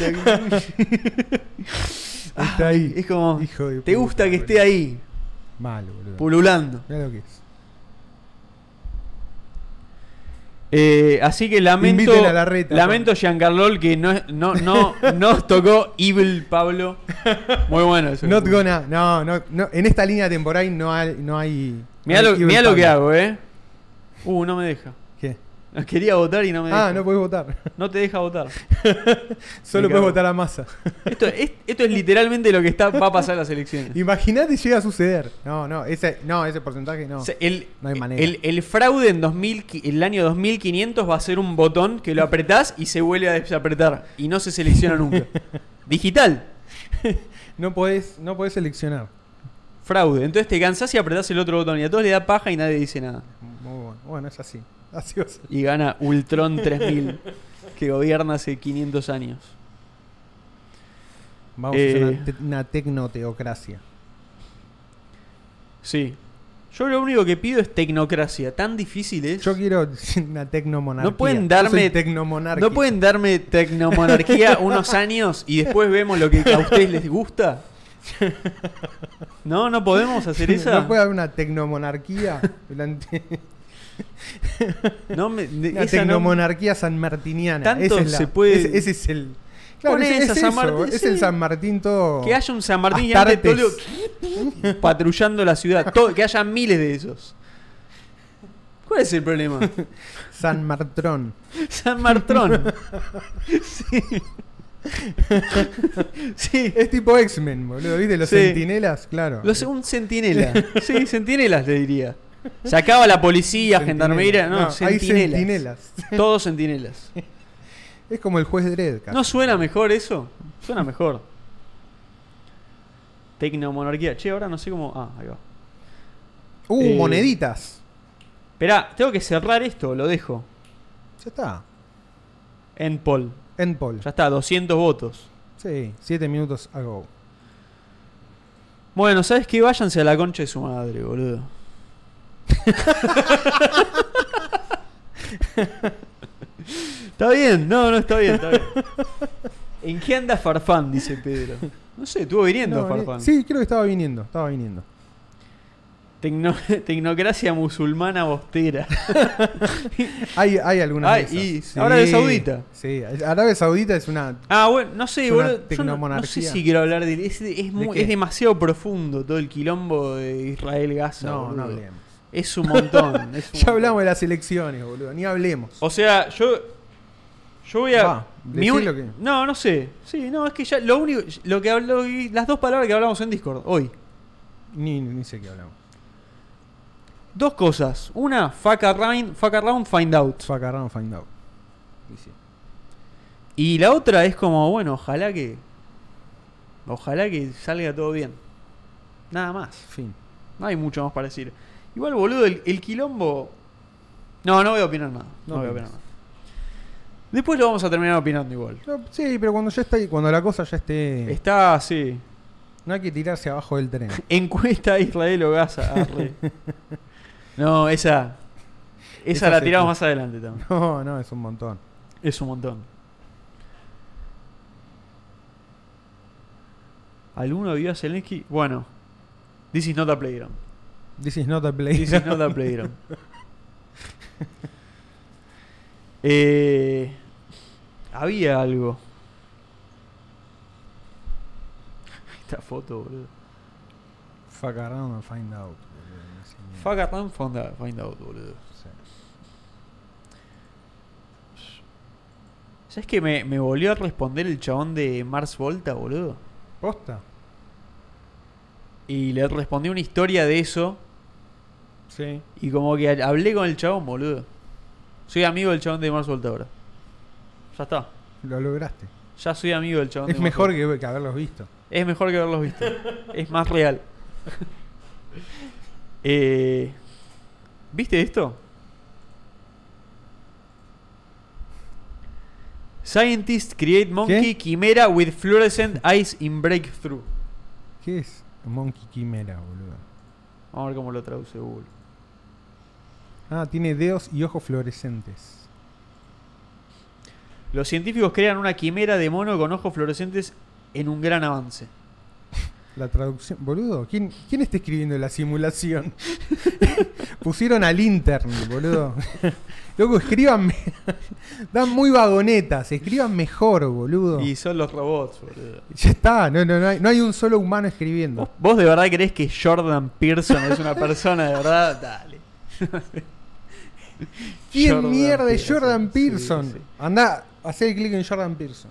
[SPEAKER 2] Está ahí.
[SPEAKER 1] Es como.
[SPEAKER 2] Hijo de
[SPEAKER 1] Te
[SPEAKER 2] puta,
[SPEAKER 1] gusta que
[SPEAKER 2] boludo.
[SPEAKER 1] esté ahí,
[SPEAKER 2] Mal, boludo.
[SPEAKER 1] pululando.
[SPEAKER 2] Mirá lo que es.
[SPEAKER 1] Eh, así que lamento.
[SPEAKER 2] Inviten a la reta,
[SPEAKER 1] lamento Giancarlo que no, es- no, no, no tocó Evil Pablo. Muy bueno eso.
[SPEAKER 2] Not gonna. No, no, no. En esta línea temporal no hay. No hay
[SPEAKER 1] Mirá,
[SPEAKER 2] no hay
[SPEAKER 1] lo,
[SPEAKER 2] Evil
[SPEAKER 1] mirá lo que
[SPEAKER 2] Pablo.
[SPEAKER 1] hago, eh. Uh, no me deja.
[SPEAKER 2] ¿Qué?
[SPEAKER 1] Quería votar y no me deja.
[SPEAKER 2] Ah, no podés votar.
[SPEAKER 1] No te deja votar.
[SPEAKER 2] Solo
[SPEAKER 1] Me
[SPEAKER 2] podés
[SPEAKER 1] cago.
[SPEAKER 2] votar a masa.
[SPEAKER 1] Esto es, esto es literalmente lo que está, va a pasar en las elecciones.
[SPEAKER 2] Imaginate llega a suceder. No, no, ese, no, ese porcentaje no.
[SPEAKER 1] O sea, el,
[SPEAKER 2] No hay manera.
[SPEAKER 1] el- el fraude en 2000, qui- el año 2500 va a ser un botón que lo apretás y se vuelve a desapretar. Y no se selecciona nunca. Digital.
[SPEAKER 2] No podés, no podés seleccionar.
[SPEAKER 1] Fraude. Entonces te cansás y apretás el otro botón. Y a todos le da paja y nadie dice nada.
[SPEAKER 2] Muy bueno. Bueno, es así. Así va a ser.
[SPEAKER 1] Y gana Ultron 3000, que gobierna hace 500 años.
[SPEAKER 2] Vamos
[SPEAKER 1] Eh.
[SPEAKER 2] a hacer una, te- una tecnoteocracia.
[SPEAKER 1] Sí. Yo lo único que pido es tecnocracia. Tan difícil es.
[SPEAKER 2] Yo quiero una tecnomonarquía.
[SPEAKER 1] No pueden
[SPEAKER 2] Yo soy
[SPEAKER 1] darme-
[SPEAKER 2] tecnomonarquía.
[SPEAKER 1] ¿No pueden darme tecnomonarquía unos años y después vemos lo que a ustedes les gusta? No, no podemos hacer esa.
[SPEAKER 2] No puede haber una tecnomonarquía. Durante-
[SPEAKER 1] No me- de-
[SPEAKER 2] una
[SPEAKER 1] esa no-
[SPEAKER 2] tecnomonarquía sanmartiniana.
[SPEAKER 1] Tanto
[SPEAKER 2] Esa es la-
[SPEAKER 1] se puede-
[SPEAKER 2] Ese, ese es el. Claro,
[SPEAKER 1] Poné
[SPEAKER 2] ese-
[SPEAKER 1] esa
[SPEAKER 2] es,
[SPEAKER 1] San
[SPEAKER 2] eso,
[SPEAKER 1] Martín,
[SPEAKER 2] es
[SPEAKER 1] sí.
[SPEAKER 2] el San Martín todo.
[SPEAKER 1] Que haya un San Martín y ande
[SPEAKER 2] Astartes.
[SPEAKER 1] todo lo- patrullando la ciudad. Todo- que haya miles de esos. ¿Cuál es el problema?
[SPEAKER 2] San Martrón.
[SPEAKER 1] San Martrón. Sí. Sí.
[SPEAKER 2] Es tipo X-Men, boludo. ¿Viste? Los
[SPEAKER 1] Sí.
[SPEAKER 2] sentinelas, claro.
[SPEAKER 1] Lo sé, un centinela. Sí, centinelas le diría. Sacaba la policía,
[SPEAKER 2] Sentinela.
[SPEAKER 1] gendarmería. No,
[SPEAKER 2] hay
[SPEAKER 1] centinelas.
[SPEAKER 2] sentinelas.
[SPEAKER 1] Todos centinelas.
[SPEAKER 2] Es como el juez Dredd. casi.
[SPEAKER 1] ¿No suena mejor eso? Suena mejor. Tecnomonarquía. Che, ahora no sé cómo. Ah, ahí va.
[SPEAKER 2] Uh,
[SPEAKER 1] Eh.
[SPEAKER 2] moneditas.
[SPEAKER 1] Esperá, tengo que cerrar esto, lo dejo.
[SPEAKER 2] Ya está.
[SPEAKER 1] En Paul.
[SPEAKER 2] End poll.
[SPEAKER 1] Ya está, 200 votos.
[SPEAKER 2] Sí, 7 minutos ago.
[SPEAKER 1] Bueno, ¿sabes qué? Váyanse a la concha de su madre, boludo. está bien, no, no, está bien, está bien. ¿En qué anda Farfán? Dice Pedro. No sé, estuvo viniendo
[SPEAKER 2] No,
[SPEAKER 1] Farfán.
[SPEAKER 2] ni- sí, creo que estaba viniendo, estaba viniendo.
[SPEAKER 1] Tecno- tecnocracia musulmana bostera.
[SPEAKER 2] Hay, hay algunas.
[SPEAKER 1] Ah,
[SPEAKER 2] de esas.
[SPEAKER 1] y Arabia Saudita.
[SPEAKER 2] Sí, Arabia Saudita es una.
[SPEAKER 1] Ah, bueno, no sé,
[SPEAKER 2] Es una
[SPEAKER 1] boludo. yo No, no sé
[SPEAKER 2] tecnomonarquía.
[SPEAKER 1] si quiero hablar de. Es, es muy-
[SPEAKER 2] qué?
[SPEAKER 1] es demasiado profundo todo el quilombo de Israel-Gaza.
[SPEAKER 2] No, no
[SPEAKER 1] boludo.
[SPEAKER 2] hablemos.
[SPEAKER 1] Es un montón.
[SPEAKER 2] Ya
[SPEAKER 1] es un montón.
[SPEAKER 2] hablamos de las elecciones, boludo. Ni hablemos.
[SPEAKER 1] O sea, yo. Yo voy a.
[SPEAKER 2] Va,
[SPEAKER 1] mi
[SPEAKER 2] decí
[SPEAKER 1] uni-
[SPEAKER 2] lo que-
[SPEAKER 1] No, no sé. Sí, no, es que ya. Lo único. Lo que habló. Las dos palabras que hablamos en Discord hoy.
[SPEAKER 2] Ni, ni sé qué hablamos.
[SPEAKER 1] Dos cosas. Una, fuck around, fuck around, find out.
[SPEAKER 2] Fuck around, find out. Y sí.
[SPEAKER 1] Y la otra es como, bueno, ojalá que. Ojalá que salga todo bien. Nada más.
[SPEAKER 2] Fin.
[SPEAKER 1] No hay mucho más para decir. Igual, boludo, el, el quilombo. No, no voy a opinar nada. No,
[SPEAKER 2] No
[SPEAKER 1] voy a
[SPEAKER 2] opines.
[SPEAKER 1] opinar nada. Después lo vamos a terminar opinando igual.
[SPEAKER 2] No, sí, pero cuando ya está, cuando la cosa ya esté.
[SPEAKER 1] Está así.
[SPEAKER 2] No hay que tirarse abajo del tren.
[SPEAKER 1] Encuesta a Israel o Gaza. arre. no, esa. Esa,
[SPEAKER 2] Esa
[SPEAKER 1] la
[SPEAKER 2] se-
[SPEAKER 1] tiramos más adelante también.
[SPEAKER 2] No, no, es un montón.
[SPEAKER 1] Es un montón. ¿Alguno vio a Zelensky? Bueno. This is not a playground.
[SPEAKER 2] This is not a play.
[SPEAKER 1] This is not a playground. Eh, había algo. Esta foto, boludo.
[SPEAKER 2] Fuck around and find out. boludo, no sé ni-
[SPEAKER 1] Fuck around, find out, find out, boludo.
[SPEAKER 2] Sí.
[SPEAKER 1] ¿Sabes que me, me volvió a responder el chabón de Mars Volta, boludo?
[SPEAKER 2] ¿Posta?
[SPEAKER 1] Y le respondí una historia de eso.
[SPEAKER 2] Sí.
[SPEAKER 1] Y como que ha- hablé con el chabón, boludo. Soy amigo del chabón de Mars Volta ahora. Ya está.
[SPEAKER 2] Lo lograste.
[SPEAKER 1] Ya soy amigo del chabón
[SPEAKER 2] Es
[SPEAKER 1] de Mars
[SPEAKER 2] mejor
[SPEAKER 1] Volta.
[SPEAKER 2] que, que haberlos visto.
[SPEAKER 1] Es mejor que haberlos visto. es más real. Eh, ¿Viste esto? Scientists create monkey chimera with fluorescent eyes in breakthrough.
[SPEAKER 2] ¿Qué es Monkey Quimera, boludo?
[SPEAKER 1] Vamos a ver cómo lo traduce Google.
[SPEAKER 2] Ah, tiene dedos y ojos fluorescentes.
[SPEAKER 1] Los científicos crean una quimera de mono con ojos fluorescentes en un gran avance.
[SPEAKER 2] La traducción. Boludo, ¿quién, quién está escribiendo la simulación? Pusieron al intern, boludo. Loco, escríbanme. Dan muy vagonetas. Escriban mejor, boludo.
[SPEAKER 1] Y son los robots, boludo.
[SPEAKER 2] Ya está. No, no, no, hay, no hay un solo humano escribiendo.
[SPEAKER 1] ¿Vos, vos de verdad crees que Jordan Pearson es una persona de verdad? Dale.
[SPEAKER 2] ¿Quién
[SPEAKER 1] Jordan
[SPEAKER 2] mierda es
[SPEAKER 1] Pearson,
[SPEAKER 2] Jordan
[SPEAKER 1] sí,
[SPEAKER 2] Pearson?
[SPEAKER 1] sí.
[SPEAKER 2] Andá, hacer clic en Jordan Pearson.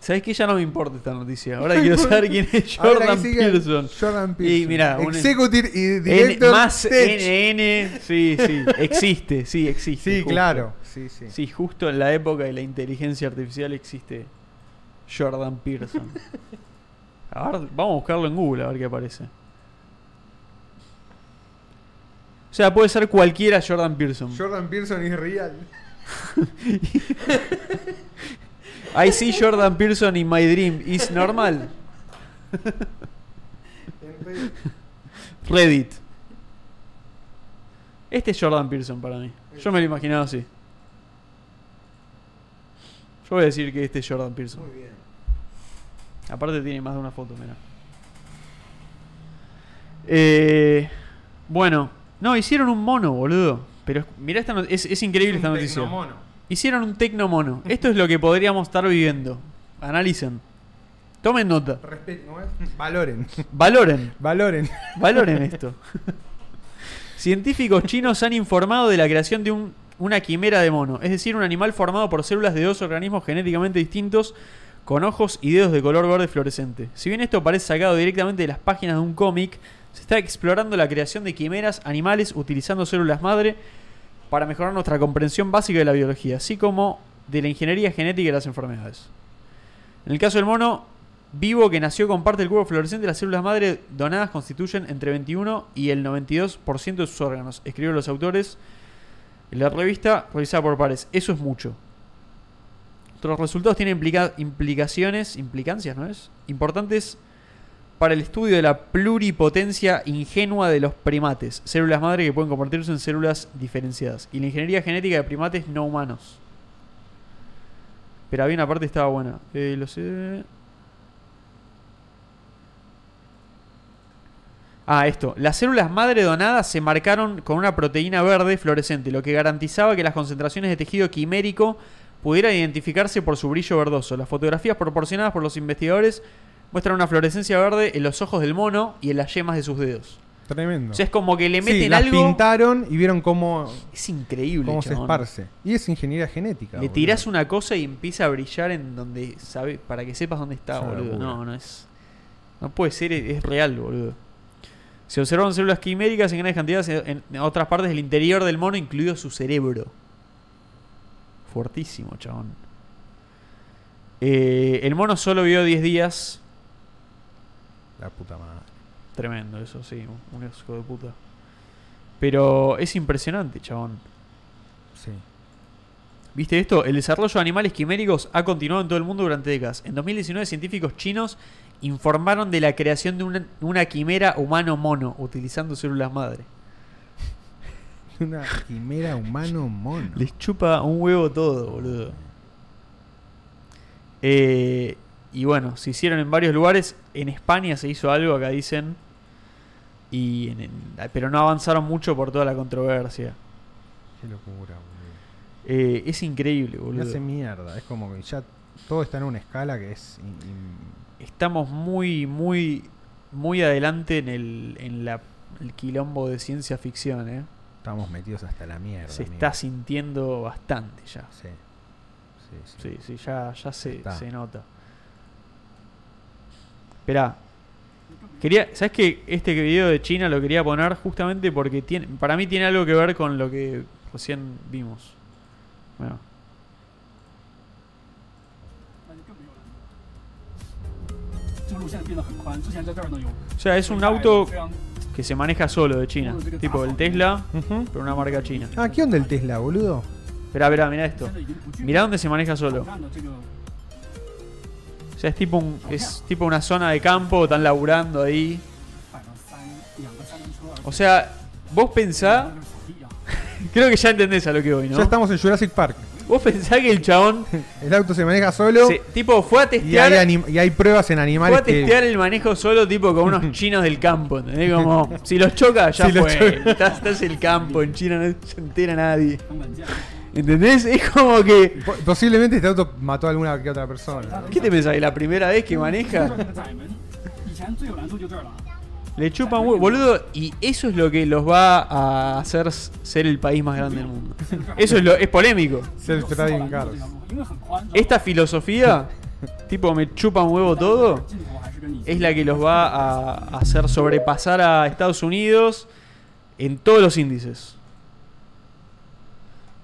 [SPEAKER 1] ¿Sabés que Ya no me importa esta noticia. Ahora quiero saber quién es Jordan
[SPEAKER 2] Ahora que siga
[SPEAKER 1] Pearson.
[SPEAKER 2] Jordan Pearson.
[SPEAKER 1] Y mirá, un-
[SPEAKER 2] Executive y
[SPEAKER 1] N-
[SPEAKER 2] Director
[SPEAKER 1] más
[SPEAKER 2] Tech.
[SPEAKER 1] NN. Sí, sí. Existe, sí, existe.
[SPEAKER 2] Sí,
[SPEAKER 1] justo.
[SPEAKER 2] claro. Sí, sí.
[SPEAKER 1] Sí, justo en la época de la inteligencia artificial existe Jordan Pearson. A ver, vamos a buscarlo en Google a ver qué aparece. O sea, puede ser cualquiera Jordan Pearson.
[SPEAKER 2] Jordan Pearson is real.
[SPEAKER 1] I see Jordan Pearson in my dream. Is normal. Reddit. Este es Jordan Pearson para mí. Yo me lo imaginaba así. Yo voy a decir que este es Jordan Pearson.
[SPEAKER 3] Muy bien.
[SPEAKER 1] Aparte tiene más de una foto, mira. Eh, bueno, no, hicieron un mono, boludo. Pero mira esta no- es, es increíble esta noticia. Hicieron un tecno mono. Esto es lo que podríamos estar viviendo. Analicen. Tomen nota.
[SPEAKER 3] Respeto, ¿no es?
[SPEAKER 2] Mm. Valoren.
[SPEAKER 1] Valoren.
[SPEAKER 2] Valoren.
[SPEAKER 1] Valoren esto. Científicos chinos han informado de la creación de un- una quimera de mono, es decir, un animal formado por células de dos organismos genéticamente distintos con ojos y dedos de color verde fluorescente. Si bien esto parece sacado directamente de las páginas de un cómic, se está explorando la creación de quimeras animales utilizando células madre para mejorar nuestra comprensión básica de la biología, así como de la ingeniería genética de las enfermedades. En el caso del mono vivo que nació con parte del cuerpo fluorescente, las células madre donadas constituyen entre 21 y el 92% de sus órganos, escribieron los autores en la revista revisada por pares. Eso es mucho. Otros resultados tienen implica- implicaciones, implicancias, ¿no es? Importantes para el estudio de la pluripotencia ingenua de los primates, células madre que pueden convertirse en células diferenciadas, y la ingeniería genética de primates no humanos. Pero había una parte que estaba buena. Eh, lo sé. Ah, esto. Las células madre donadas se marcaron con una proteína verde fluorescente, lo que garantizaba que las concentraciones de tejido quimérico pudieran identificarse por su brillo verdoso. Las fotografías proporcionadas por los investigadores muestran una fluorescencia verde en los ojos del mono y en las yemas de sus dedos.
[SPEAKER 2] Tremendo.
[SPEAKER 1] O sea, es como que le
[SPEAKER 2] Sí,
[SPEAKER 1] meten
[SPEAKER 2] las
[SPEAKER 1] algo.
[SPEAKER 2] pintaron y vieron cómo,
[SPEAKER 1] Es increíble,
[SPEAKER 2] cómo se
[SPEAKER 1] chabón.
[SPEAKER 2] esparce. Y es ingeniería genética.
[SPEAKER 1] Le tirás una cosa y empieza a brillar en donde sabe, para que sepas dónde está,
[SPEAKER 2] Es una
[SPEAKER 1] boludo.
[SPEAKER 2] locura.
[SPEAKER 1] No, no es. No puede ser, es, es real, boludo. Se observaron células quiméricas en grandes cantidades en, en otras partes del interior del mono, incluido su cerebro. Fuertísimo, chabón. Eh, el mono solo vivió 10 días.
[SPEAKER 2] La puta madre.
[SPEAKER 1] Tremendo eso, sí. un- Un hijo de puta. Pero es impresionante, chabón.
[SPEAKER 2] Sí.
[SPEAKER 1] ¿Viste esto? El desarrollo de animales quiméricos ha continuado en todo el mundo durante décadas. En 2019, científicos chinos informaron de la creación de una, una quimera humano-mono utilizando células madre.
[SPEAKER 2] Una quimera humano mono.
[SPEAKER 1] Les chupa un huevo todo, boludo. Eh, y bueno, se hicieron en varios lugares. En España se hizo algo, acá dicen. Y en- en- pero no avanzaron mucho por toda la controversia.
[SPEAKER 2] Qué locura, boludo.
[SPEAKER 1] Eh, es increíble,
[SPEAKER 2] Me
[SPEAKER 1] boludo.
[SPEAKER 2] hace mierda. Es como que ya todo está en una escala que es. in- in-
[SPEAKER 1] Estamos muy, muy, muy adelante en el, en la, el quilombo de ciencia ficción, ¿eh?
[SPEAKER 2] Estamos metidos hasta la mierda.
[SPEAKER 1] Se
[SPEAKER 2] amigo.
[SPEAKER 1] está sintiendo bastante ya.
[SPEAKER 2] Sí. Sí, sí.
[SPEAKER 1] Sí, sí, ya, ya se,
[SPEAKER 2] Está.
[SPEAKER 1] se nota. Esperá. Quería, ¿sabes que este video de China lo quería poner justamente porque tiene, para mí tiene algo que ver con lo que recién vimos? Bueno. O sea, es un auto que se maneja solo de China. Tipo el Tesla,
[SPEAKER 2] Ujú.
[SPEAKER 1] pero una marca china.
[SPEAKER 2] Ah, ¿qué onda el Tesla, boludo?
[SPEAKER 1] Esperá, esperá, mirá esto. Mirá dónde se maneja solo. O sea, es tipo, un, es tipo una zona de campo, están laburando ahí. O sea, vos pensá. Creo que ya entendés a lo que voy, ¿no?
[SPEAKER 2] Ya estamos en Jurassic Park.
[SPEAKER 1] Vos pensá que el chabón.
[SPEAKER 2] El auto se maneja solo
[SPEAKER 1] se- tipo, fue a
[SPEAKER 2] y, hay
[SPEAKER 1] testear.
[SPEAKER 2] anim- y hay pruebas en
[SPEAKER 1] Fue
[SPEAKER 2] animales
[SPEAKER 1] a testear
[SPEAKER 2] que.
[SPEAKER 1] el manejo solo, tipo, con unos chinos del campo, ¿entendés? Como, si los choca, ya
[SPEAKER 2] Si los
[SPEAKER 1] fue.
[SPEAKER 2] choca.
[SPEAKER 1] Estás, estás en el campo, en China no se entera nadie. ¿Entendés? Es como que.
[SPEAKER 2] Po- Posiblemente este auto mató a alguna que otra persona.
[SPEAKER 1] ¿Qué te pensás? ¿Que la primera vez que maneja? Le chupan huevo, boludo, y eso es lo que los va a hacer s- ser el país más grande del mundo. Eso es lo es polémico.
[SPEAKER 2] Self-driving cars.
[SPEAKER 1] Esta filosofía, tipo me chupan huevo todo, es la que los va a hacer sobrepasar a Estados Unidos en todos los índices.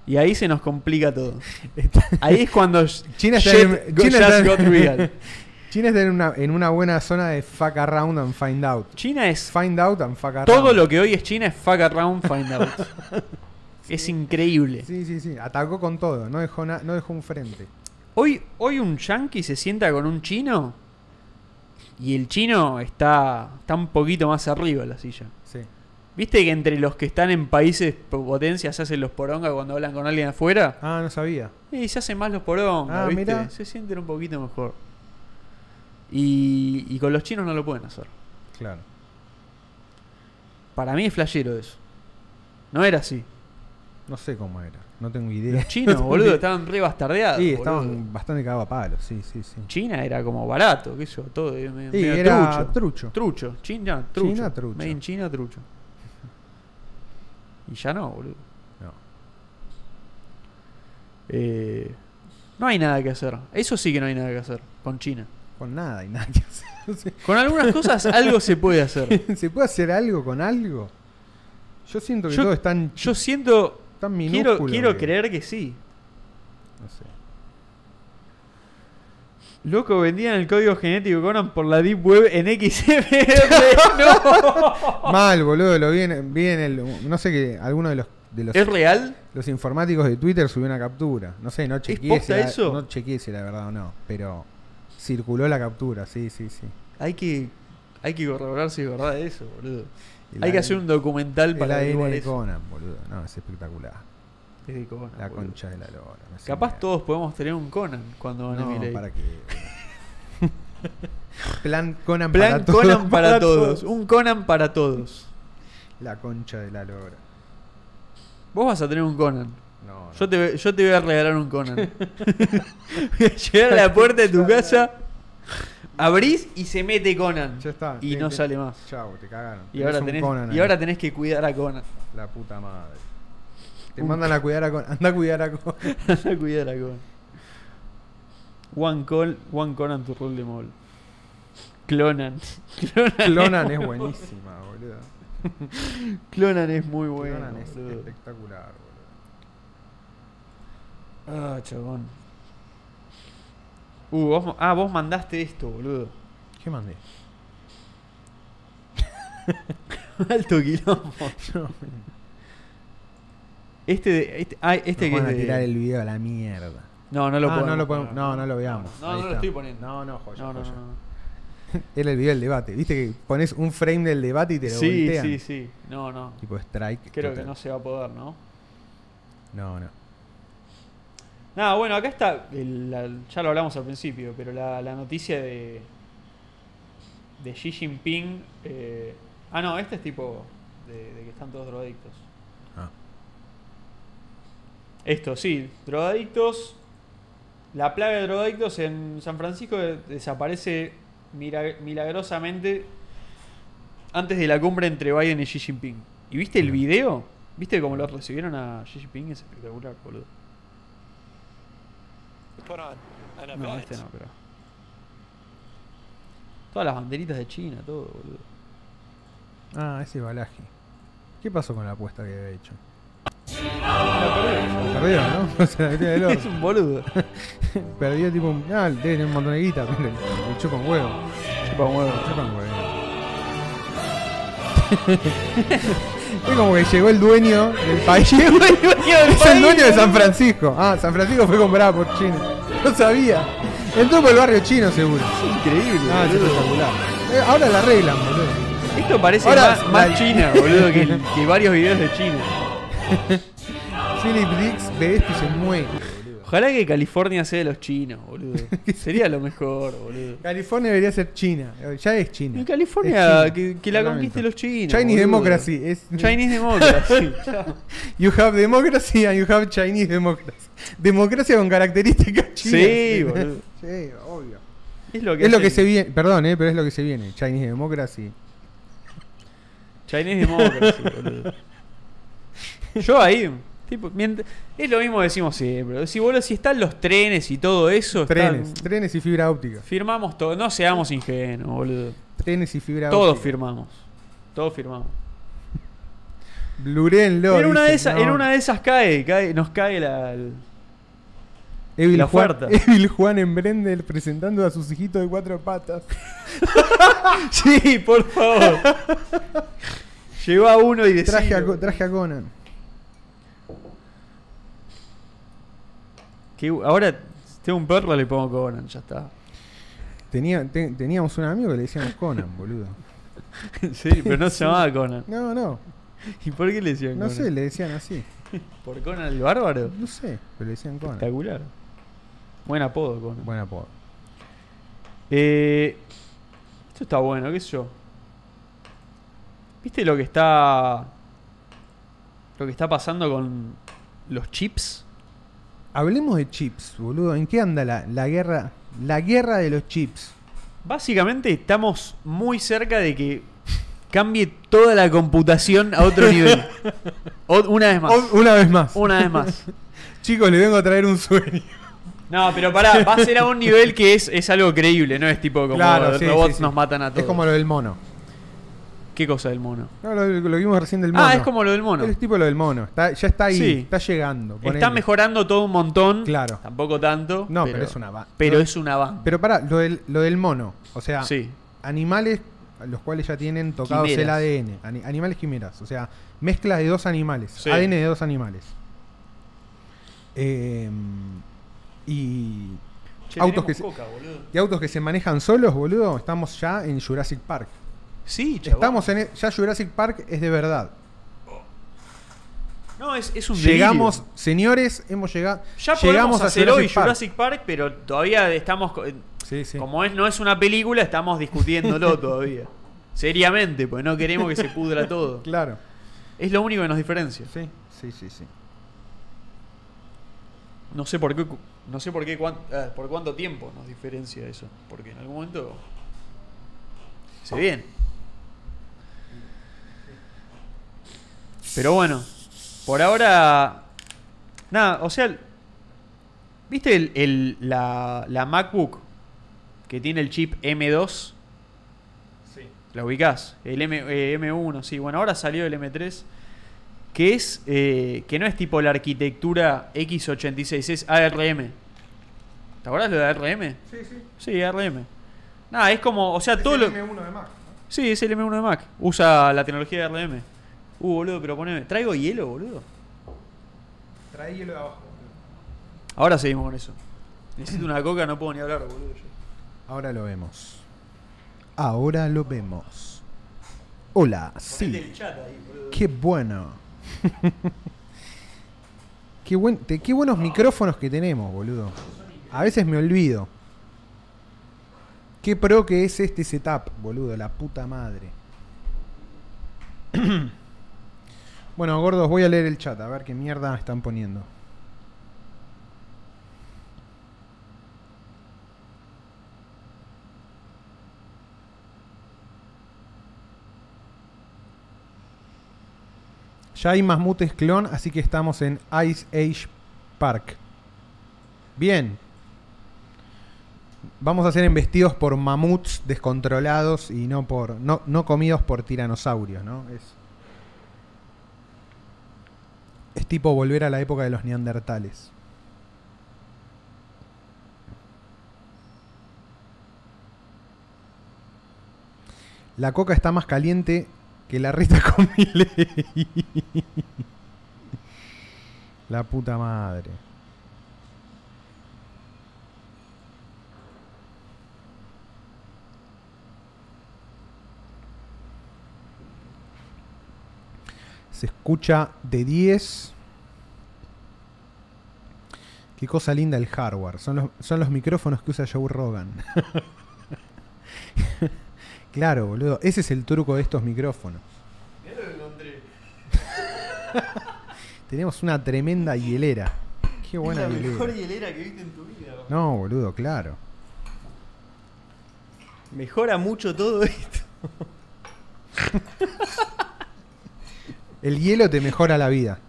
[SPEAKER 1] Y ahí se nos complica todo. Ahí es cuando
[SPEAKER 2] China está
[SPEAKER 1] shit
[SPEAKER 2] en-
[SPEAKER 1] go-
[SPEAKER 2] China
[SPEAKER 1] just
[SPEAKER 2] está en-
[SPEAKER 1] got real.
[SPEAKER 2] China está en una, en una buena zona de fuck around and find out.
[SPEAKER 1] China es
[SPEAKER 2] Find out and fuck around.
[SPEAKER 1] Todo lo que hoy es China es fuck around, find out. es increíble.
[SPEAKER 2] Sí, sí, sí. Atacó con todo. No dejó, na- no dejó un frente.
[SPEAKER 1] Hoy, hoy un yankee se sienta con un chino y el chino está, está un poquito más arriba de la silla.
[SPEAKER 2] Sí.
[SPEAKER 1] ¿Viste que entre los que están en países potencias se hacen los poronga cuando hablan con alguien afuera?
[SPEAKER 2] Ah, no sabía.
[SPEAKER 1] Y se hacen más los poronga,
[SPEAKER 2] Ah,
[SPEAKER 1] ¿viste?
[SPEAKER 2] mirá.
[SPEAKER 1] Se sienten un poquito mejor. Y, y con los chinos no lo pueden hacer.
[SPEAKER 2] Claro.
[SPEAKER 1] Para mí es flashero eso. No era así.
[SPEAKER 2] No sé cómo era. No tengo idea.
[SPEAKER 1] Chinos, boludo, estaban re bastardeados.
[SPEAKER 2] Sí,
[SPEAKER 1] boludo.
[SPEAKER 2] estaban bastante cagados a palos. Sí, sí, sí.
[SPEAKER 1] China era como barato, qué sé yo, todo. eh, me-
[SPEAKER 2] Sí,
[SPEAKER 1] medio
[SPEAKER 2] era
[SPEAKER 1] trucho.
[SPEAKER 2] trucho.
[SPEAKER 1] Trucho, China, trucho.
[SPEAKER 2] China, trucho.
[SPEAKER 1] Made in China, trucho. Y ya no, boludo.
[SPEAKER 2] No.
[SPEAKER 1] Eh, no hay nada que hacer. Eso sí que no hay nada que hacer con China.
[SPEAKER 2] Con nada y nada que hacer. No sé.
[SPEAKER 1] Con algunas cosas algo se puede hacer.
[SPEAKER 2] ¿Se puede hacer algo con algo? Yo siento que
[SPEAKER 1] Yo-
[SPEAKER 2] todo es tan,
[SPEAKER 1] Yo siento.
[SPEAKER 2] tan minúsculo.
[SPEAKER 1] Quiero, quiero
[SPEAKER 2] que-
[SPEAKER 1] creer que sí.
[SPEAKER 2] No sé.
[SPEAKER 1] Loco, vendían el código genético Conan por la Deep Web en XMR. no.
[SPEAKER 2] Mal, boludo. Lo vi en, vi en el. No sé que alguno de los. De los,
[SPEAKER 1] ¿Es real?
[SPEAKER 2] los informáticos de Twitter subió una captura. No sé, no chequeé,
[SPEAKER 1] posta
[SPEAKER 2] si era,
[SPEAKER 1] eso?
[SPEAKER 2] no chequeé si era verdad o no. Pero circuló la captura, sí, sí, sí.
[SPEAKER 1] Hay que, hay que corroborar si es verdad eso, boludo.
[SPEAKER 2] El
[SPEAKER 1] hay que
[SPEAKER 2] ADN
[SPEAKER 1] hacer un documental
[SPEAKER 2] El
[SPEAKER 1] para
[SPEAKER 2] ADN
[SPEAKER 1] averiguar
[SPEAKER 2] de
[SPEAKER 1] eso.
[SPEAKER 2] Conan, boludo. No, es espectacular.
[SPEAKER 1] Es de Conan,
[SPEAKER 2] La
[SPEAKER 1] boludo.
[SPEAKER 2] concha de la lora. no sé,
[SPEAKER 1] Capaz
[SPEAKER 2] mira.
[SPEAKER 1] todos podemos tener un Conan cuando van a
[SPEAKER 2] No,
[SPEAKER 1] Milei.
[SPEAKER 2] ¿para qué? boludo? Plan Conan para
[SPEAKER 1] Plan
[SPEAKER 2] todos.
[SPEAKER 1] Conan para, todos. Un Conan para todos.
[SPEAKER 2] La concha de la lora.
[SPEAKER 1] Vos vas a tener un Conan.
[SPEAKER 2] No, no.
[SPEAKER 1] Yo te, yo te voy a regalar un Conan. voy a llegar a la puerta de tu casa, abrís y se mete Conan.
[SPEAKER 2] Ya está.
[SPEAKER 1] Y
[SPEAKER 2] Te-
[SPEAKER 1] no
[SPEAKER 2] te-
[SPEAKER 1] sale más.
[SPEAKER 2] Chau, te cagaron.
[SPEAKER 1] Y ahora,
[SPEAKER 2] un
[SPEAKER 1] tenés,
[SPEAKER 2] Conan
[SPEAKER 1] y
[SPEAKER 2] ahí.
[SPEAKER 1] ahora tenés que cuidar a Conan.
[SPEAKER 2] La puta madre. Te
[SPEAKER 1] Un-
[SPEAKER 2] mandan a cuidar a Conan. Anda a cuidar a Conan.
[SPEAKER 1] Cuidar a Conan. One, call, one Conan to rule them all. Clonan. Clonan,
[SPEAKER 2] Clonan es buenísima, boludo.
[SPEAKER 1] Clonan es muy bueno.
[SPEAKER 2] Clonan es
[SPEAKER 1] boludo.
[SPEAKER 2] espectacular, boludo.
[SPEAKER 1] Ah, chabón. Uh, vos, ah, vos mandaste esto, boludo.
[SPEAKER 2] ¿Qué mandé?
[SPEAKER 1] Alto quilombo. Este, de- este, ah, este
[SPEAKER 2] Nos
[SPEAKER 1] que
[SPEAKER 2] van
[SPEAKER 1] es
[SPEAKER 2] a
[SPEAKER 1] de-
[SPEAKER 2] tirar el video a la mierda.
[SPEAKER 1] No, no lo
[SPEAKER 2] Ah,
[SPEAKER 1] podemos.
[SPEAKER 2] no, lo podemos- no, no lo veamos.
[SPEAKER 1] No,
[SPEAKER 2] Ahí
[SPEAKER 1] no lo
[SPEAKER 2] está.
[SPEAKER 1] estoy poniendo.
[SPEAKER 2] No, no, joya.
[SPEAKER 1] No, no,
[SPEAKER 2] joya.
[SPEAKER 1] no, no.
[SPEAKER 2] Era el video del debate. Viste que pones un frame del debate y te lo
[SPEAKER 1] Sí,
[SPEAKER 2] voltean.
[SPEAKER 1] sí, sí. No, no.
[SPEAKER 2] Tipo strike.
[SPEAKER 1] Creo que
[SPEAKER 2] total.
[SPEAKER 1] no se va a poder, ¿no?
[SPEAKER 2] No, no.
[SPEAKER 1] Nada, bueno, acá está. el- la- ya lo hablamos al principio, pero la, la noticia de. de Xi Jinping. eh, ah, no, este es tipo. De, de que están todos drogadictos.
[SPEAKER 2] Ah.
[SPEAKER 1] Esto, sí, drogadictos. La plaga de drogadictos en San Francisco de- desaparece mira- milagrosamente antes de la cumbre entre Biden y Xi Jinping. ¿Y viste el video? ¿Viste cómo lo recibieron a Xi Jinping? Es espectacular, boludo.
[SPEAKER 5] put on an event.
[SPEAKER 1] No, este no, pero. Todas las banderitas de China, todo, boludo.
[SPEAKER 2] Ah, ese balaje. ¿Qué pasó con la apuesta que había hecho?
[SPEAKER 1] La
[SPEAKER 2] Perdió, ¿no? O sea, tiene el
[SPEAKER 1] Es
[SPEAKER 2] orto.
[SPEAKER 1] un boludo.
[SPEAKER 2] Perdió tipo un. Ah, debe tener un montón de guita, pero le le chupa un huevo.
[SPEAKER 1] Chupa un huevo.
[SPEAKER 2] Le chupa un huevo. es como que llegó el dueño del país. es el dueño de San Francisco. Ah, San Francisco fue comprada por China. No sabía. Entró por el barrio chino seguro.
[SPEAKER 1] Increíble.
[SPEAKER 2] Ah, es espectacular. Eh, ahora la arreglan, boludo.
[SPEAKER 1] Esto parece
[SPEAKER 2] Ahora-
[SPEAKER 1] más, más
[SPEAKER 2] la-
[SPEAKER 1] China, boludo, que, que varios videos de China.
[SPEAKER 2] Philip Dix ve esto y se muere.
[SPEAKER 1] Ojalá que California sea de los chinos, boludo. Sería lo mejor, boludo.
[SPEAKER 2] California debería ser China. Eh, Ya es China.
[SPEAKER 1] En
[SPEAKER 2] Es
[SPEAKER 1] California,
[SPEAKER 2] China.
[SPEAKER 1] que, que la
[SPEAKER 2] Lo
[SPEAKER 1] conquiste
[SPEAKER 2] lamento.
[SPEAKER 1] los chinos.
[SPEAKER 2] Chinese
[SPEAKER 1] boludo.
[SPEAKER 2] democracy. Es,
[SPEAKER 1] Chinese democracy. chao.
[SPEAKER 2] You have democracy and you have Chinese democracy. Democracia con características chinas.
[SPEAKER 1] Sí, boludo.
[SPEAKER 2] Sí, obvio.
[SPEAKER 1] Es lo que,
[SPEAKER 2] Es lo que se
[SPEAKER 1] hacen.
[SPEAKER 2] viene, perdón, eh, pero es lo que se viene. Chinese democracy.
[SPEAKER 1] Chinese Democracy, boludo. Yo ahí, tipo, mient- es lo mismo que decimos siempre. Si, boludo, si están los trenes y todo eso, están-
[SPEAKER 2] Trenes, trenes y fibra óptica.
[SPEAKER 1] firmamos todo. No seamos ingenuos, boludo.
[SPEAKER 2] Trenes y fibra
[SPEAKER 1] Todos
[SPEAKER 2] óptica.
[SPEAKER 1] firmamos. Todos firmamos.
[SPEAKER 2] Blurenlo.
[SPEAKER 1] en, una de
[SPEAKER 2] dice,
[SPEAKER 1] esas,
[SPEAKER 2] no.
[SPEAKER 1] en una de esas cae, cae- nos cae la. el-
[SPEAKER 2] Evil
[SPEAKER 1] la
[SPEAKER 2] Juan,
[SPEAKER 1] oferta.
[SPEAKER 2] Evil Juan en Brendel presentando a sus hijitos de cuatro patas.
[SPEAKER 1] Sí, por favor. Lleva uno y decilo.
[SPEAKER 2] Traje a, Co- traje a Conan.
[SPEAKER 1] Que ahora tengo un perro, le pongo Conan, ya está.
[SPEAKER 2] Tenía, te- teníamos un amigo que le decíamos Conan, boludo.
[SPEAKER 1] Sí, pero no se llamaba Conan.
[SPEAKER 2] No, no,
[SPEAKER 1] ¿Y por qué le decían
[SPEAKER 2] no
[SPEAKER 1] Conan?
[SPEAKER 2] sé, le decían así.
[SPEAKER 1] ¿Por Conan el bárbaro?
[SPEAKER 2] No sé, pero le decían Conan.
[SPEAKER 1] Espectacular. Buen apodo, Conan.
[SPEAKER 2] Buen apodo.
[SPEAKER 1] Eh, esto está bueno, qué sé yo. ¿Viste lo que está. Lo que está pasando con los chips?
[SPEAKER 2] Hablemos de chips, boludo. ¿En qué anda la, la guerra? La guerra de los chips.
[SPEAKER 1] Básicamente estamos muy cerca de que cambie toda la computación a otro nivel. O- una vez más. Oh.
[SPEAKER 2] O- una vez más.
[SPEAKER 1] Una vez más.
[SPEAKER 2] Chicos, les vengo a traer un sueño.
[SPEAKER 1] No, pero pará, va a ser a un nivel que es, es algo creíble, no es tipo como
[SPEAKER 2] Claro, sí,
[SPEAKER 1] robots
[SPEAKER 2] sí, sí.
[SPEAKER 1] nos matan a todos.
[SPEAKER 2] Es como lo del mono.
[SPEAKER 1] ¿Qué cosa del mono?
[SPEAKER 2] No, lo, lo vimos recién del mono.
[SPEAKER 1] Ah, es como lo del mono.
[SPEAKER 2] Es tipo lo del mono. Está, ya está ahí.
[SPEAKER 1] Sí.
[SPEAKER 2] Está llegando.
[SPEAKER 1] Está
[SPEAKER 2] ponele.
[SPEAKER 1] mejorando todo un montón.
[SPEAKER 2] Claro.
[SPEAKER 1] Tampoco tanto.
[SPEAKER 2] No, pero, es una va.
[SPEAKER 1] Pero
[SPEAKER 2] no-
[SPEAKER 1] es un avance.
[SPEAKER 2] Pero pará, lo del, lo del mono. O sea,
[SPEAKER 1] Sí.
[SPEAKER 2] animales a los cuales ya tienen tocados el
[SPEAKER 1] Quimeras.
[SPEAKER 2] ADN. ani- animales quimeras. O sea, mezcla de dos animales.
[SPEAKER 1] Sí.
[SPEAKER 2] ADN de dos animales. Em, y autos que se- Y autos que se manejan solos, boludo, estamos ya en Jurassic Park.
[SPEAKER 1] Sí, chabón.
[SPEAKER 2] Estamos en. e- Ya Jurassic Park es de verdad.
[SPEAKER 1] No, es, es un
[SPEAKER 2] Llegamos,
[SPEAKER 1] delirio.
[SPEAKER 2] señores, hemos llegado.
[SPEAKER 1] Ya
[SPEAKER 2] llegamos
[SPEAKER 1] podemos hacer hoy
[SPEAKER 2] Park.
[SPEAKER 1] Jurassic Park, pero todavía estamos. co-
[SPEAKER 2] Sí, sí.
[SPEAKER 1] Como es, no es una película, estamos discutiéndolo todavía. Seriamente, pues no queremos que se pudra todo.
[SPEAKER 2] Claro.
[SPEAKER 1] Es lo único que nos diferencia.
[SPEAKER 2] Sí, sí, sí, sí.
[SPEAKER 1] No sé por qué, cu- no sé por qué cuán- ah, por cuánto tiempo nos diferencia eso, porque en algún momento se viene. Pero bueno, por ahora nada, o sea, ¿viste el, el- la, la MacBook que tiene el chip M2?
[SPEAKER 4] Sí.
[SPEAKER 1] ¿La ubicás? El M, eh, M1, sí. Bueno, ahora salió el M3. Que es. eh, que no es tipo la arquitectura X86, es ARM. ¿Te acuerdas lo de ARM?
[SPEAKER 2] Sí, sí.
[SPEAKER 1] Sí, ARM. Nada, es como. O sea, todo lo.
[SPEAKER 2] M1 de Mac.
[SPEAKER 1] Sí, es el M1 de Mac. Usa la tecnología de RM. Uh, boludo, pero poneme. ¿Traigo hielo, boludo?
[SPEAKER 3] Trae hielo de abajo.
[SPEAKER 1] Ahora seguimos con eso. Necesito una coca, no puedo ni hablar, boludo. yo.
[SPEAKER 2] Ahora lo vemos. Ahora lo vemos. Hola, sí.
[SPEAKER 1] chat ahí, boludo.
[SPEAKER 2] Qué bueno. qué, buen, te- qué buenos micrófonos que tenemos, boludo. A veces me olvido. Qué pro que es este setup, boludo, la puta madre. bueno, gordos, voy a leer el chat, a ver qué mierda están poniendo. Ya hay más mutes clon, así que estamos en Ice Age Park. Bien. Vamos a ser embestidos por mamuts descontrolados y no por no, no comidos por tiranosaurios, ¿no? Es, es tipo volver a la época de los neandertales. La coca está más caliente que la reta con mi ley. La puta madre. Se escucha de 10. Qué cosa linda el hardware. Son los, son los micrófonos que usa Joe Rogan. claro, boludo. Ese es el truco de estos micrófonos.
[SPEAKER 4] Mirá lo que encontré.
[SPEAKER 2] Tenemos una tremenda hielera. Qué buena
[SPEAKER 4] es la mejor
[SPEAKER 2] hielera.
[SPEAKER 4] hielera que viste en tu vida.
[SPEAKER 2] No, boludo, claro.
[SPEAKER 1] Mejora mucho todo esto.
[SPEAKER 2] El hielo te mejora la vida.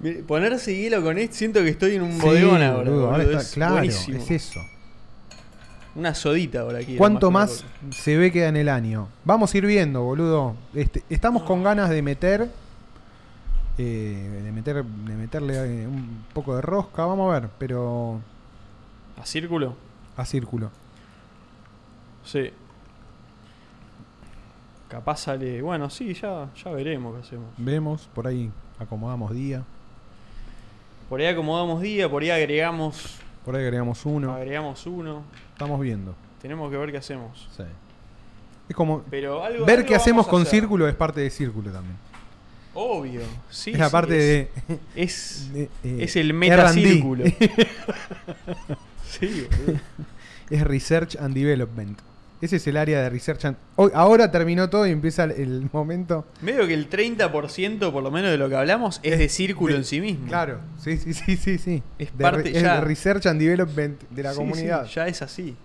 [SPEAKER 1] Mire, Ponerse hielo con esto, siento que estoy en un
[SPEAKER 2] Sí,
[SPEAKER 1] bodegón ahora.
[SPEAKER 2] boludo,
[SPEAKER 1] boludo,
[SPEAKER 2] ahora está-
[SPEAKER 1] es
[SPEAKER 2] claro,
[SPEAKER 1] buenísimo.
[SPEAKER 2] es eso.
[SPEAKER 1] Una sodita ahora aquí.
[SPEAKER 2] ¿Cuánto más se ve queda en el año? Vamos a ir viendo, boludo. Este, estamos con ganas de meter, eh, de meter, de meterle eh, un poco de rosca. Vamos a ver, pero
[SPEAKER 1] ¿A círculo?
[SPEAKER 2] a círculo.
[SPEAKER 1] Sí. Capaz sale. Bueno, sí, ya, ya veremos qué hacemos.
[SPEAKER 2] Vemos por ahí, acomodamos día,
[SPEAKER 1] Por ahí acomodamos día, por ahí agregamos.
[SPEAKER 2] por ahí agregamos uno.
[SPEAKER 1] Agregamos uno.
[SPEAKER 2] Estamos viendo.
[SPEAKER 1] Tenemos que ver qué hacemos.
[SPEAKER 2] Sí. Es como
[SPEAKER 1] Pero algo.
[SPEAKER 2] ver
[SPEAKER 1] algo
[SPEAKER 2] qué hacemos
[SPEAKER 1] vamos a
[SPEAKER 2] con
[SPEAKER 1] hacer.
[SPEAKER 2] círculo es parte de círculo también.
[SPEAKER 1] Obvio. Sí,
[SPEAKER 2] es la
[SPEAKER 1] sí,
[SPEAKER 2] parte
[SPEAKER 1] es-
[SPEAKER 2] de,
[SPEAKER 1] Es,
[SPEAKER 2] de, eh,
[SPEAKER 1] es el
[SPEAKER 2] R&D.
[SPEAKER 1] metacírculo. sí, boludo.
[SPEAKER 2] Es Research and Development. Ese es el área de Research and... Hoy- ahora terminó todo y empieza el, el momento...
[SPEAKER 1] Medio que el 30% por lo menos de lo que hablamos es de círculo
[SPEAKER 2] de-
[SPEAKER 1] en sí mismo.
[SPEAKER 2] Claro, sí, sí, sí, sí. sí.
[SPEAKER 1] Mm. Es
[SPEAKER 2] De
[SPEAKER 1] parte
[SPEAKER 2] re-
[SPEAKER 1] ya-
[SPEAKER 2] de Research and Development de la
[SPEAKER 1] Sí,
[SPEAKER 2] comunidad.
[SPEAKER 1] sí, ya es así.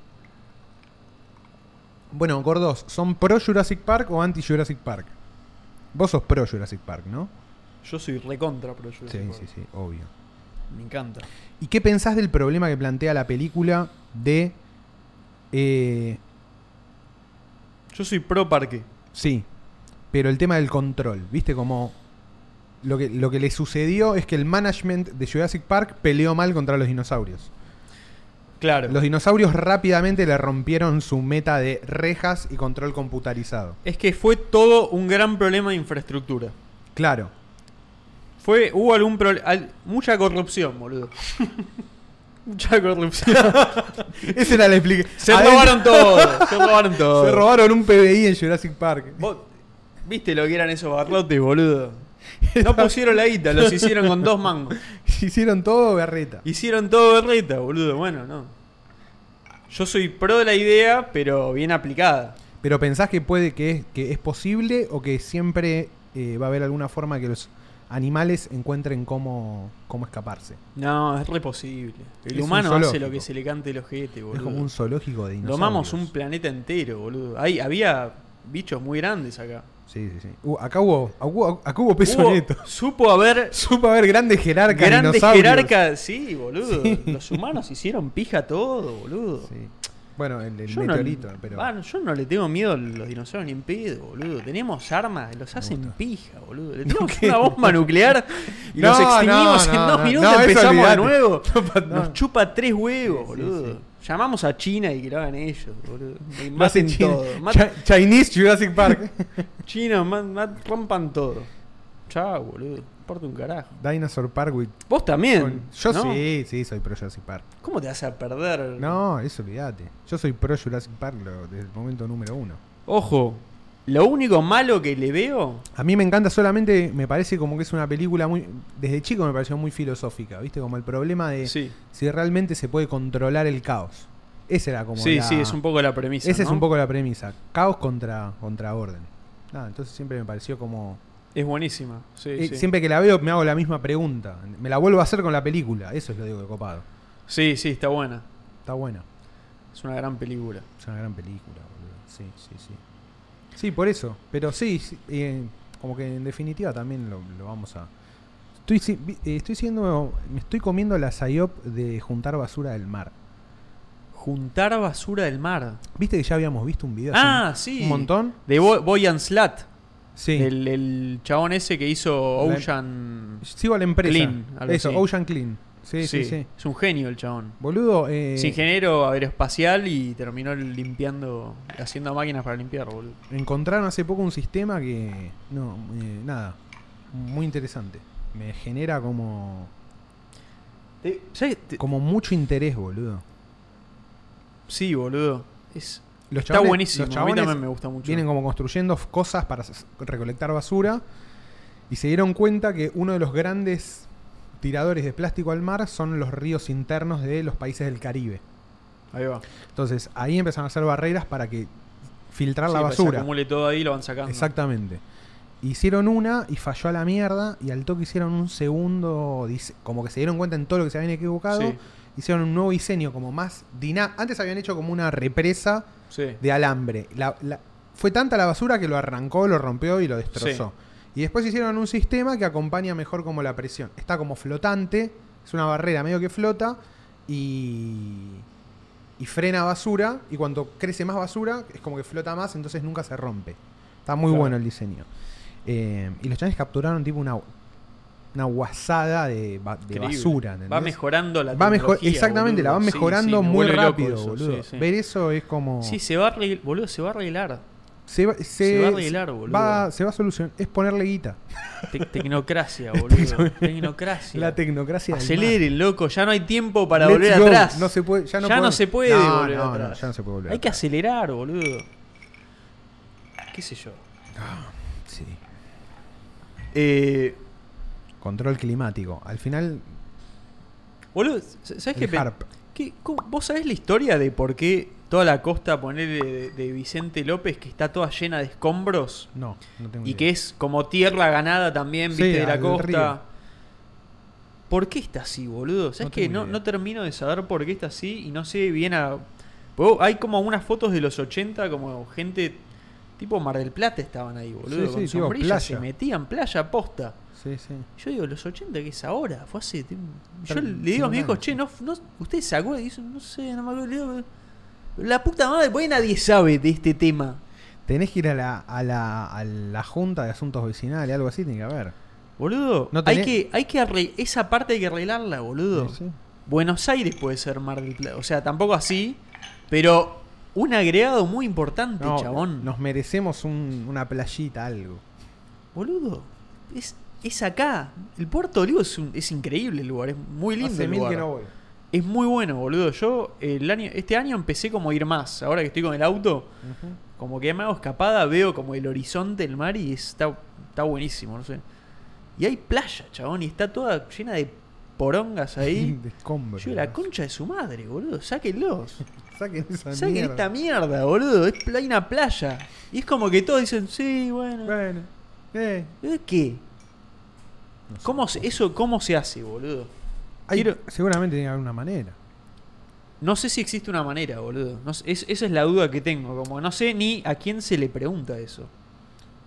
[SPEAKER 2] Bueno, gordos, ¿son pro Jurassic Park o anti Jurassic Park? Vos sos pro Jurassic Park, ¿no?
[SPEAKER 1] Yo soy recontra, pero yo.
[SPEAKER 2] Sí, sí, sí, obvio.
[SPEAKER 1] Me encanta.
[SPEAKER 2] ¿Y qué pensás del problema que plantea la película de... eh,
[SPEAKER 1] Yo soy pro parque.
[SPEAKER 2] Sí, pero el tema del control, ¿viste? Como lo que, lo que le sucedió es que el management de Jurassic Park peleó mal contra los dinosaurios.
[SPEAKER 1] Claro.
[SPEAKER 2] Los dinosaurios rápidamente le rompieron su meta de rejas y control computarizado.
[SPEAKER 1] Es que fue todo un gran problema de infraestructura.
[SPEAKER 2] Claro,
[SPEAKER 1] Fue, hubo algún problema. mucha corrupción, boludo. mucha corrupción.
[SPEAKER 2] esa era la explicación.
[SPEAKER 1] se robaron todo. Se robaron todo.
[SPEAKER 2] Se robaron un PBI en Jurassic Park.
[SPEAKER 1] Vos- ¿Viste lo que eran esos barrotes, boludo? No pusieron la guita, los hicieron con dos mangos.
[SPEAKER 2] Hicieron todo berreta.
[SPEAKER 1] Hicieron todo berreta, boludo. Bueno, no. Yo soy pro de la idea, pero bien aplicada.
[SPEAKER 2] Pero pensás que puede que es, que es posible o que siempre eh, va a haber alguna forma que los animales encuentren cómo, cómo escaparse.
[SPEAKER 1] No, es re posible. El
[SPEAKER 2] Es un
[SPEAKER 1] humano hace
[SPEAKER 2] zoológico.
[SPEAKER 1] lo que se le cante el ojete, boludo.
[SPEAKER 2] Es como un zoológico de dinosaurios.
[SPEAKER 1] Domamos un planeta entero, boludo. Ahí había bichos muy grandes acá.
[SPEAKER 2] Sí, sí, sí. Uh, acá, hubo, hubo- acá hubo peso
[SPEAKER 1] Hubo-
[SPEAKER 2] neto.
[SPEAKER 1] Supo haber
[SPEAKER 2] Supo haber grandes jerarcas.
[SPEAKER 1] grandes
[SPEAKER 2] dinosaurios.
[SPEAKER 1] jerarcas. Sí, boludo. Los humanos hicieron pija todo, boludo.
[SPEAKER 2] Sí. Bueno, el, el
[SPEAKER 1] Yo no- Ah,
[SPEAKER 2] meteorito, pero.
[SPEAKER 1] Va, yo no le tengo miedo a los dinosaurios ni en pedo, boludo. Tenemos armas, los hacen
[SPEAKER 2] gusta.
[SPEAKER 1] pija, boludo. Le tenemos una bomba nuclear y los
[SPEAKER 2] No,
[SPEAKER 1] extinguimos
[SPEAKER 2] no,
[SPEAKER 1] en
[SPEAKER 2] no,
[SPEAKER 1] dos
[SPEAKER 2] no,
[SPEAKER 1] minutos
[SPEAKER 2] no, eso
[SPEAKER 1] empezamos de
[SPEAKER 2] olvidate.
[SPEAKER 1] nuevo.
[SPEAKER 2] No, pa- no.
[SPEAKER 1] Nos chupa tres huevos,
[SPEAKER 2] Sí, sí,
[SPEAKER 1] boludo.
[SPEAKER 2] sí.
[SPEAKER 1] Llamamos a China y que lo hagan ellos, boludo. Y
[SPEAKER 2] Lo hacen
[SPEAKER 1] maten
[SPEAKER 2] China.
[SPEAKER 1] todo. Mat-
[SPEAKER 2] Chi- Chinese Jurassic Park.
[SPEAKER 1] China, ma- ma- rompan todo. Chao, boludo. No Importa un carajo.
[SPEAKER 2] Dinosaur Park with.
[SPEAKER 1] Vos también.
[SPEAKER 2] con- Yo
[SPEAKER 1] ¿no?
[SPEAKER 2] sí, sí, soy pro Jurassic Park.
[SPEAKER 1] ¿Cómo te vas a perder?
[SPEAKER 2] No, eso olvídate. Yo soy pro Jurassic Park lo- desde el momento número uno.
[SPEAKER 1] Ojo, lo único malo que le veo.
[SPEAKER 2] A mí me encanta solamente, me parece como que es una película muy. Desde chico me pareció muy filosófica, ¿viste? Como el problema de
[SPEAKER 1] Sí,
[SPEAKER 2] si realmente se puede controlar el caos. Esa era como.
[SPEAKER 1] sí,
[SPEAKER 2] la-
[SPEAKER 1] sí, es un poco la premisa.
[SPEAKER 2] Esa es
[SPEAKER 1] ¿no?
[SPEAKER 2] un poco la premisa. Caos contra, contra orden. Nada, entonces siempre me pareció como.
[SPEAKER 1] Es buenísima. Sí,
[SPEAKER 2] eh,
[SPEAKER 1] sí.
[SPEAKER 2] Siempre que la veo me hago la misma pregunta. Me la vuelvo a hacer con la película. Eso es lo digo de copado.
[SPEAKER 1] sí, sí, está buena.
[SPEAKER 2] Está buena.
[SPEAKER 1] Es una gran película.
[SPEAKER 2] Es una gran película, boludo. Sí, sí, sí. Sí, por eso. Pero sí, sí, eh, como que en definitiva también lo, lo vamos a. Estoy, si- vi- eh, estoy siendo. Me estoy comiendo la Sayop de juntar basura del mar.
[SPEAKER 1] Juntar basura del mar.
[SPEAKER 2] ¿Viste que ya habíamos visto un video? hace
[SPEAKER 1] Ah,
[SPEAKER 2] un-
[SPEAKER 1] sí.
[SPEAKER 2] Un montón.
[SPEAKER 1] De Bo- Boyan Slat.
[SPEAKER 2] Sí.
[SPEAKER 1] El, el chabón ese que hizo
[SPEAKER 2] La-
[SPEAKER 1] Ocean.
[SPEAKER 2] Sigo a la empresa.
[SPEAKER 1] Clean, algo
[SPEAKER 2] eso,
[SPEAKER 1] así.
[SPEAKER 2] Ocean Clean. Sí, sí, sí.
[SPEAKER 1] Es un genio el chabón.
[SPEAKER 2] Boludo. eh,
[SPEAKER 1] es ingeniero aeroespacial y terminó limpiando, haciendo máquinas para limpiar, boludo.
[SPEAKER 2] encontraron hace poco un sistema que. No, eh, nada. Muy interesante. Me genera como.
[SPEAKER 1] ¿Sabes? Te-
[SPEAKER 2] Como mucho interés, boludo.
[SPEAKER 1] Sí, boludo. Es,
[SPEAKER 2] Los
[SPEAKER 1] está
[SPEAKER 2] chabones-
[SPEAKER 1] buenísimo.
[SPEAKER 2] los
[SPEAKER 1] A mí
[SPEAKER 2] chabones
[SPEAKER 1] también me gusta mucho.
[SPEAKER 2] Vienen como construyendo cosas para s- recolectar basura. Y se dieron cuenta que uno de los grandes tiradores de plástico al mar son los ríos internos de los países del Caribe.
[SPEAKER 1] Ahí va.
[SPEAKER 2] Entonces ahí empezaron a hacer barreras para que filtrar
[SPEAKER 1] Sí,
[SPEAKER 2] Ah, la
[SPEAKER 1] para que se
[SPEAKER 2] basura.
[SPEAKER 1] acumule todo ahí y lo van sacando.
[SPEAKER 2] Exactamente. Hicieron una y falló a la mierda. Y al toque hicieron un segundo. dise- Como que se dieron cuenta en todo lo que se habían equivocado.
[SPEAKER 1] Sí,
[SPEAKER 2] Hicieron un nuevo diseño, como más dinámico. Antes habían hecho como una represa
[SPEAKER 1] sí.
[SPEAKER 2] de alambre. La- la- fue tanta la basura que lo arrancó, lo rompió y lo destrozó. Y después hicieron un sistema que acompaña mejor como la presión. Está como flotante, es una barrera medio que flota y, y frena basura. Y cuando crece más basura, es como que flota más, entonces nunca se rompe. Está muy
[SPEAKER 1] Claro.
[SPEAKER 2] bueno el diseño. Eh, y los chanes capturaron tipo una, una guasada de, ba- de
[SPEAKER 1] Increíble.
[SPEAKER 2] basura.
[SPEAKER 1] Va
[SPEAKER 2] ¿entendés?
[SPEAKER 1] mejorando la
[SPEAKER 2] Va mejor,
[SPEAKER 1] tecnología,
[SPEAKER 2] exactamente, la
[SPEAKER 1] boludo.
[SPEAKER 2] van
[SPEAKER 1] Sí, sí,
[SPEAKER 2] mejorando
[SPEAKER 1] me
[SPEAKER 2] muy
[SPEAKER 1] vuelve loco
[SPEAKER 2] rápido,
[SPEAKER 1] eso,
[SPEAKER 2] boludo.
[SPEAKER 1] sí, sí.
[SPEAKER 2] Ver eso es como...
[SPEAKER 1] Sí, se va a arreglar, boludo, se va a arreglar.
[SPEAKER 2] Se va, se,
[SPEAKER 1] va a arreglar, boludo.
[SPEAKER 2] va- se va a solucionar. Es ponerle guita.
[SPEAKER 1] Tec- tecnocracia, Ah, boludo. tecnocracia.
[SPEAKER 2] La tecnocracia. del mar.
[SPEAKER 1] Aceleren, loco, ya no hay tiempo para
[SPEAKER 2] Let's
[SPEAKER 1] volver
[SPEAKER 2] go.
[SPEAKER 1] atrás.
[SPEAKER 2] No se puede, ya no,
[SPEAKER 1] Ya no
[SPEAKER 2] podemos-
[SPEAKER 1] se puede
[SPEAKER 2] No,
[SPEAKER 1] volver
[SPEAKER 2] no,
[SPEAKER 1] atrás.
[SPEAKER 2] no, ya no se puede volver
[SPEAKER 1] Hay que
[SPEAKER 2] atrás.
[SPEAKER 1] acelerar, boludo. ¿Qué sé yo?
[SPEAKER 2] Sí.
[SPEAKER 1] Eh,
[SPEAKER 2] Control climático. Al final,
[SPEAKER 1] boludo, ¿sabes qué?
[SPEAKER 2] el
[SPEAKER 1] pe-
[SPEAKER 2] HARP.
[SPEAKER 1] ¿Qué- cómo- ¿Vos sabés la historia de por qué toda la costa, ponerle de, de Vicente López, que está toda llena de escombros?
[SPEAKER 2] No, no tengo
[SPEAKER 1] Y
[SPEAKER 2] idea.
[SPEAKER 1] que es como tierra ganada también,
[SPEAKER 2] Sí,
[SPEAKER 1] viste, de la
[SPEAKER 2] al
[SPEAKER 1] costa.
[SPEAKER 2] río.
[SPEAKER 1] ¿Por qué está así, boludo? ¿Sabes
[SPEAKER 2] No
[SPEAKER 1] que
[SPEAKER 2] tengo
[SPEAKER 1] no,
[SPEAKER 2] idea.
[SPEAKER 1] no termino de saber por qué está así y no sé bien a. Porque Hay como unas fotos de los 80, como gente tipo Mar del Plata estaban ahí, boludo.
[SPEAKER 2] Sí,
[SPEAKER 1] con
[SPEAKER 2] sí, digo,
[SPEAKER 1] sombrillas, se
[SPEAKER 2] playa.
[SPEAKER 1] metían playa posta.
[SPEAKER 2] Sí, sí.
[SPEAKER 1] Yo digo, los 80 que es ahora, fue hace. tem- Yo
[SPEAKER 2] Tre-
[SPEAKER 1] le digo a mis
[SPEAKER 2] tremendo.
[SPEAKER 1] viejos, che, no, no, ustedes se acuerdan, y dicen, no sé, no me acuerdo. Le digo, la puta madre, porque nadie sabe de este tema.
[SPEAKER 2] Tenés que ir a la, a la, a la Junta de Asuntos Vecinales, algo así, tiene que haber.
[SPEAKER 1] Boludo,
[SPEAKER 2] No
[SPEAKER 1] hay
[SPEAKER 2] tenés-
[SPEAKER 1] que, hay que arre- esa parte hay que arreglarla, boludo.
[SPEAKER 2] Sí, sí.
[SPEAKER 1] Buenos Aires puede ser Mar del Plata, o sea, tampoco así, pero un agregado muy importante,
[SPEAKER 2] No,
[SPEAKER 1] este chabón.
[SPEAKER 2] Nos merecemos un- una playita, algo.
[SPEAKER 1] Boludo, es, es acá. El Puerto Olivo es, un- es increíble el lugar, es muy lindo.
[SPEAKER 2] Hace
[SPEAKER 1] el
[SPEAKER 2] mil
[SPEAKER 1] lugar.
[SPEAKER 2] que no voy.
[SPEAKER 1] Es muy bueno, boludo. Yo el año, este año empecé como a ir más. Ahora que estoy con el auto,
[SPEAKER 2] Ujú.
[SPEAKER 1] como que me hago escapada, veo como el horizonte del mar y está, está buenísimo, no sé. Y hay playa, chabón, y está toda llena de porongas ahí.
[SPEAKER 2] De escombros.
[SPEAKER 1] Yo digo, la concha de su madre, boludo, sáquenlos.
[SPEAKER 2] Saquen esa
[SPEAKER 1] Saquen
[SPEAKER 2] mierda.
[SPEAKER 1] esta mierda, boludo. Es, pla- hay una playa. Y es como que todos dicen, sí, bueno.
[SPEAKER 2] Bueno. Eh.
[SPEAKER 1] ¿Eh, ¿Qué?
[SPEAKER 2] No sé.
[SPEAKER 1] ¿Cómo se- eso cómo se hace, boludo?
[SPEAKER 2] Hay-
[SPEAKER 1] Quiero-
[SPEAKER 2] Seguramente tiene alguna manera.
[SPEAKER 1] No sé si existe una manera, boludo. No sé- es- esa es la duda que tengo. Como no sé ni a quién se le pregunta eso.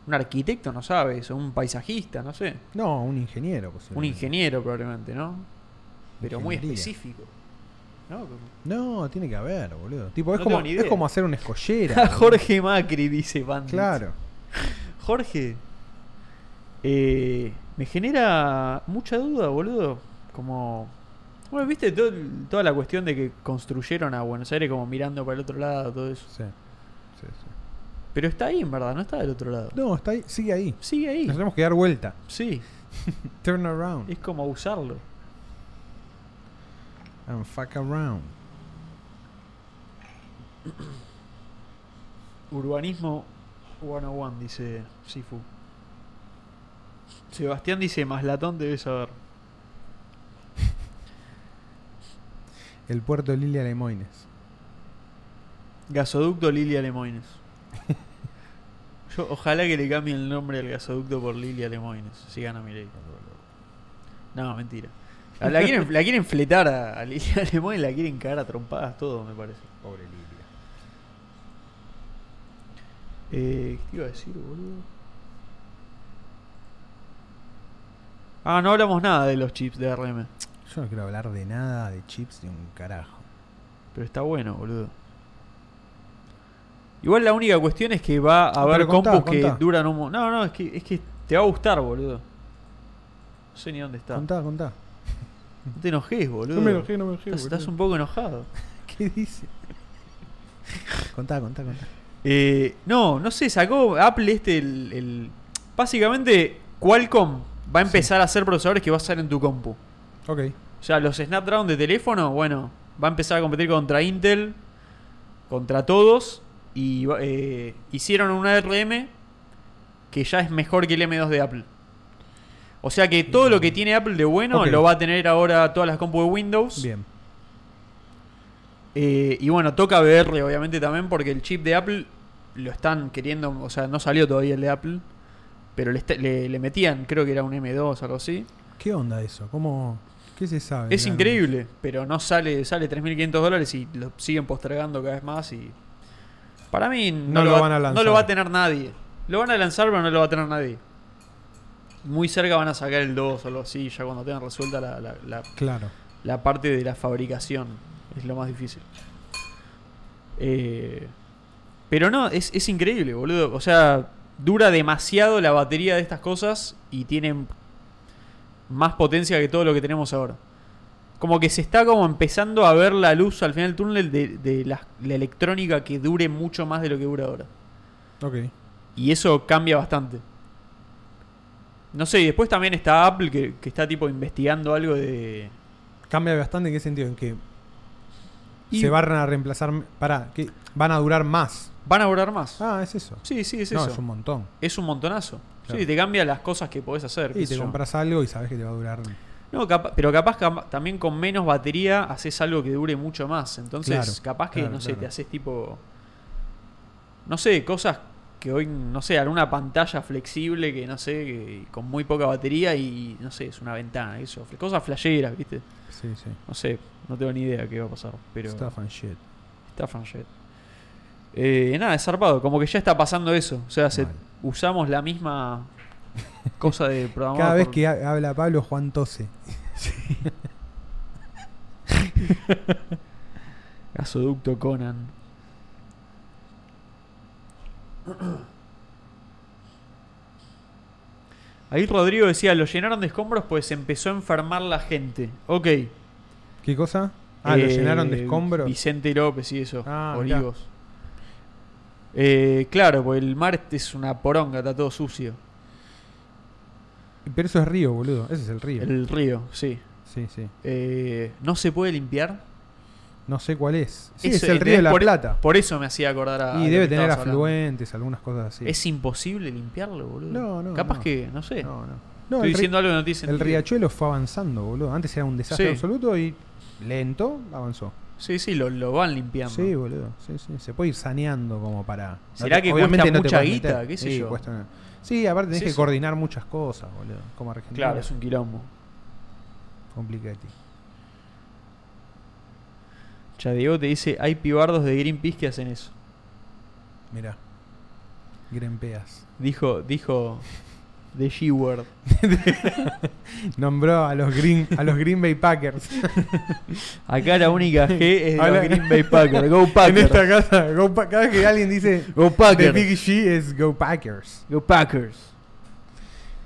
[SPEAKER 1] Un arquitecto no sabe eso, un paisajista, no sé.
[SPEAKER 2] No, un ingeniero posiblemente.
[SPEAKER 1] Un ingeniero probablemente, ¿no? Pero muy
[SPEAKER 2] Ingeniería.
[SPEAKER 1] específico. ¿No? Como-
[SPEAKER 2] No, tiene que haber, boludo. Tipo, es,
[SPEAKER 1] No
[SPEAKER 2] como,
[SPEAKER 1] tengo ni idea.
[SPEAKER 2] es como hacer una escollera.
[SPEAKER 1] A
[SPEAKER 2] boludo.
[SPEAKER 1] Jorge Macri dice Bandit.
[SPEAKER 2] Claro.
[SPEAKER 1] Jorge, eh, me genera mucha duda, boludo. Como... Bueno, viste todo- toda la cuestión de que construyeron a Buenos Aires como mirando para el otro lado, todo eso.
[SPEAKER 2] Sí. Sí, sí.
[SPEAKER 1] Pero está ahí en verdad, no está del otro lado.
[SPEAKER 2] No, está ahí, sigue ahí.
[SPEAKER 1] Sigue ahí.
[SPEAKER 2] Nos tenemos que dar vuelta.
[SPEAKER 1] Sí,
[SPEAKER 2] Turn around
[SPEAKER 1] es como usarlo.
[SPEAKER 2] and fuck around.
[SPEAKER 1] Urbanismo 101, dice Sifu. Sebastián dice, Maslatón debe saber.
[SPEAKER 2] El puerto Lilia Lemoines.
[SPEAKER 1] Gasoducto Lilia Lemoines. Yo ojalá que le cambie el nombre al gasoducto por Lilia Lemoines. Si gana Milei. No, mentira. La la quieren, la quieren fletar a, a Lilia Lemoines, la quieren cagar a trompadas, todo me parece.
[SPEAKER 3] Pobre Lilia.
[SPEAKER 1] Eh, ¿Qué te iba a decir, boludo? Ah, no hablamos nada de los chips de RM.
[SPEAKER 2] Yo no quiero hablar de nada, de chips, de un carajo.
[SPEAKER 1] Pero está bueno, boludo. Igual la única cuestión es que va a haber
[SPEAKER 2] Ah, Pero contá,
[SPEAKER 1] compus que
[SPEAKER 2] contá.
[SPEAKER 1] duran un... mo- No, no, es que, es que te va a gustar, boludo. No sé ni dónde está.
[SPEAKER 2] Contá, contá.
[SPEAKER 1] No te enojes, boludo.
[SPEAKER 2] no me
[SPEAKER 1] Estás, estás un poco enojado.
[SPEAKER 2] ¿Qué dice? contá, contá, contá.
[SPEAKER 1] Eh, no, no sé, sacó Apple este el, el- Básicamente, Qualcomm va a empezar a hacer procesadores que va a estar en tu compu. O
[SPEAKER 2] Ok.
[SPEAKER 1] sea, los Snapdragon de teléfono, bueno, va a empezar a competir contra Intel, contra todos. Y va- eh, hicieron una RM que ya es mejor que el M2 de Apple. O sea que todo lo que tiene Apple de bueno
[SPEAKER 2] Ok.
[SPEAKER 1] lo va a tener ahora todas las compu de Windows.
[SPEAKER 2] Bien.
[SPEAKER 1] Eh, y bueno, toca VR obviamente también porque el chip de Apple lo están queriendo, o sea, no salió todavía el de Apple, pero le, está- le- le metían, creo que era un M2 o algo así.
[SPEAKER 2] ¿Qué onda eso? ¿Cómo? ¿Qué se sabe?
[SPEAKER 1] es
[SPEAKER 2] de la
[SPEAKER 1] increíble, pero no sale, sale 3.500 dólares y lo siguen postergando cada vez más y... Para mí
[SPEAKER 2] No
[SPEAKER 1] no,
[SPEAKER 2] lo
[SPEAKER 1] va,
[SPEAKER 2] van a lanzar.
[SPEAKER 1] no lo va a tener nadie. Lo van a lanzar pero no lo va a tener nadie. Muy cerca van a sacar el 2 o algo así, ya cuando tengan resuelta la- la- la
[SPEAKER 2] noticia? Claro.
[SPEAKER 1] la parte de la fabricación es lo más difícil. Eh, pero no, es, es increíble, boludo. O sea, dura demasiado la batería de estas cosas y tienen más potencia que todo lo que tenemos ahora. Como que se está como empezando a ver la luz al final del túnel de, de la, la electrónica que dure mucho más de lo que dura ahora.
[SPEAKER 2] Ok.
[SPEAKER 1] Y eso cambia bastante. No sé, y después también está Apple que- que está tipo investigando algo de...
[SPEAKER 2] Cambia bastante en qué sentido, en que
[SPEAKER 1] Y-
[SPEAKER 2] se van a reemplazar. Pará, que van a durar más.
[SPEAKER 1] Van a durar más.
[SPEAKER 2] Ah, es eso.
[SPEAKER 1] Sí, sí, es
[SPEAKER 2] no,
[SPEAKER 1] eso.
[SPEAKER 2] es un montón.
[SPEAKER 1] montonazo.
[SPEAKER 2] Claro.
[SPEAKER 1] Sí, te cambia las cosas que podés hacer. qué
[SPEAKER 2] Y
[SPEAKER 1] sé
[SPEAKER 2] te
[SPEAKER 1] yo.
[SPEAKER 2] compras algo y sabes que te va a durar.
[SPEAKER 1] No, capa- pero capaz cam- también con menos batería haces algo que dure mucho más. Entonces,
[SPEAKER 2] Claro,
[SPEAKER 1] capaz que,
[SPEAKER 2] claro,
[SPEAKER 1] no sé,
[SPEAKER 2] claro.
[SPEAKER 1] te haces tipo. No sé, cosas que hoy, no sé, alguna pantalla flexible que no sé, que- con muy poca batería y no sé, es una ventana, eso. Fl- Cosas flasheras, ¿viste?
[SPEAKER 2] Sí, sí.
[SPEAKER 1] No sé, no tengo ni idea qué va a pasar. Pero...
[SPEAKER 2] Stuff and shit.
[SPEAKER 1] Está Franchette. Eh, nada, es zarpado. Como que ya está pasando eso. O sea, se-
[SPEAKER 2] Mal.
[SPEAKER 1] usamos la misma cosa de programar.
[SPEAKER 2] Cada vez
[SPEAKER 1] por-
[SPEAKER 2] que ha- habla Pablo, Juan tose.
[SPEAKER 1] Gasoducto Conan. Ahí Rodrigo decía, lo llenaron de escombros pues se empezó a enfermar la gente. Ok.
[SPEAKER 2] ¿Qué cosa? Ah, lo
[SPEAKER 1] Eh,
[SPEAKER 2] llenaron de escombros.
[SPEAKER 1] Vicente López y eso.
[SPEAKER 2] Ah, mirá.
[SPEAKER 1] Olivos. Eh, claro, porque el mar es una poronga, está todo sucio.
[SPEAKER 2] Pero eso es río, boludo. Ese es el río.
[SPEAKER 1] El río, sí.
[SPEAKER 2] Sí, sí.
[SPEAKER 1] Eh, ¿No se puede limpiar?
[SPEAKER 2] No sé cuál es. Sí,
[SPEAKER 1] Eso,
[SPEAKER 2] es el río de
[SPEAKER 1] ¿entendés?
[SPEAKER 2] la
[SPEAKER 1] por, e-
[SPEAKER 2] Plata.
[SPEAKER 1] Por eso me hacía acordar a. a
[SPEAKER 2] y
[SPEAKER 1] lo
[SPEAKER 2] debe
[SPEAKER 1] que
[SPEAKER 2] tener
[SPEAKER 1] estabas hablando.
[SPEAKER 2] afluentes, algunas cosas así.
[SPEAKER 1] Es imposible limpiarlo, boludo.
[SPEAKER 2] No, no,
[SPEAKER 1] Capaz
[SPEAKER 2] no.
[SPEAKER 1] que, no sé.
[SPEAKER 2] No, no. No,
[SPEAKER 1] Estoy
[SPEAKER 2] el, ri-
[SPEAKER 1] diciendo algo que no tiene sentido.
[SPEAKER 2] el riachuelo fue avanzando, boludo. Antes era un desastre
[SPEAKER 1] Sí.
[SPEAKER 2] absoluto y lento avanzó.
[SPEAKER 1] Sí, sí, lo, lo van limpiando.
[SPEAKER 2] Sí, boludo. Sí, sí. Se puede ir saneando como para.
[SPEAKER 1] ¿Será que
[SPEAKER 2] obviamente
[SPEAKER 1] cuesta mucha
[SPEAKER 2] podés
[SPEAKER 1] guita?
[SPEAKER 2] meter.
[SPEAKER 1] ¿Qué sé
[SPEAKER 2] sí,
[SPEAKER 1] yo?
[SPEAKER 2] cuesta una- Sí, aparte tenés
[SPEAKER 1] Sí,
[SPEAKER 2] que
[SPEAKER 1] sí.
[SPEAKER 2] coordinar muchas cosas, boludo. Como Argentina.
[SPEAKER 1] claro, es un quilombo.
[SPEAKER 2] Complicati.
[SPEAKER 1] Chadeo te dice: hay pibardos de Greenpeace que hacen eso.
[SPEAKER 2] Mirá. Grempeas.
[SPEAKER 1] Dijo, dijo. De G-Word.
[SPEAKER 2] Nombró a los Green, a los Green Bay Packers.
[SPEAKER 1] Acá la única G es de
[SPEAKER 2] Habla-
[SPEAKER 1] los Green Bay Packers. Go
[SPEAKER 2] en
[SPEAKER 1] Packers.
[SPEAKER 2] esta casa, go Pa- cada vez que alguien dice
[SPEAKER 1] Go
[SPEAKER 2] The
[SPEAKER 1] Packers.
[SPEAKER 2] Big G es Go Packers.
[SPEAKER 1] Go Packers.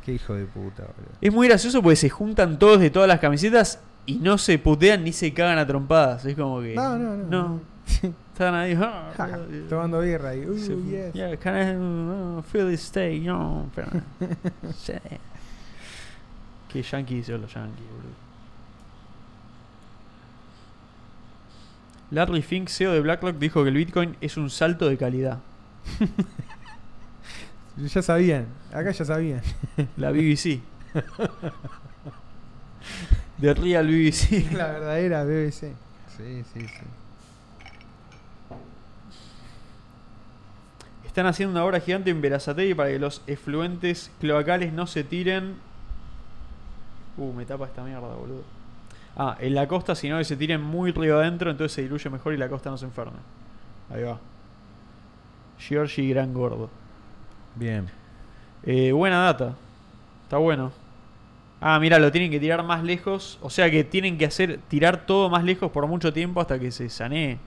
[SPEAKER 2] Qué hijo de puta, boludo.
[SPEAKER 1] Es muy gracioso porque se juntan todos de todas las camisetas y no se putean ni se cagan a trompadas. Es como que.
[SPEAKER 2] No, no, no.
[SPEAKER 1] Están ahí. ah,
[SPEAKER 2] Ja, Tomando birra ahí. Uh,
[SPEAKER 1] se-
[SPEAKER 2] yes.
[SPEAKER 1] Yeah, can I uh, feel this steak? No, pero. sí. Qué yankees son los yankees, boludo. Larry Fink, CEO de BlackRock, dijo que el Bitcoin es un salto de calidad.
[SPEAKER 2] Ya sabían. Acá ya sabían.
[SPEAKER 1] La BBC. The Real BBC.
[SPEAKER 2] La verdadera BBC. Sí, sí, sí.
[SPEAKER 1] Están haciendo una obra gigante en Verazategui para que los efluentes cloacales no se tiren. Uh, me tapa esta mierda, boludo. Ah, en la costa, sino que se tiren muy río adentro, entonces se diluye mejor y la costa no se enferma. Ahí va. Georgie Gran Gordo.
[SPEAKER 2] Bien.
[SPEAKER 1] Eh, buena data. Está bueno. Ah, mira, lo tienen que tirar más lejos. O sea que tienen que hacer tirar todo más lejos por mucho tiempo hasta que se sanee.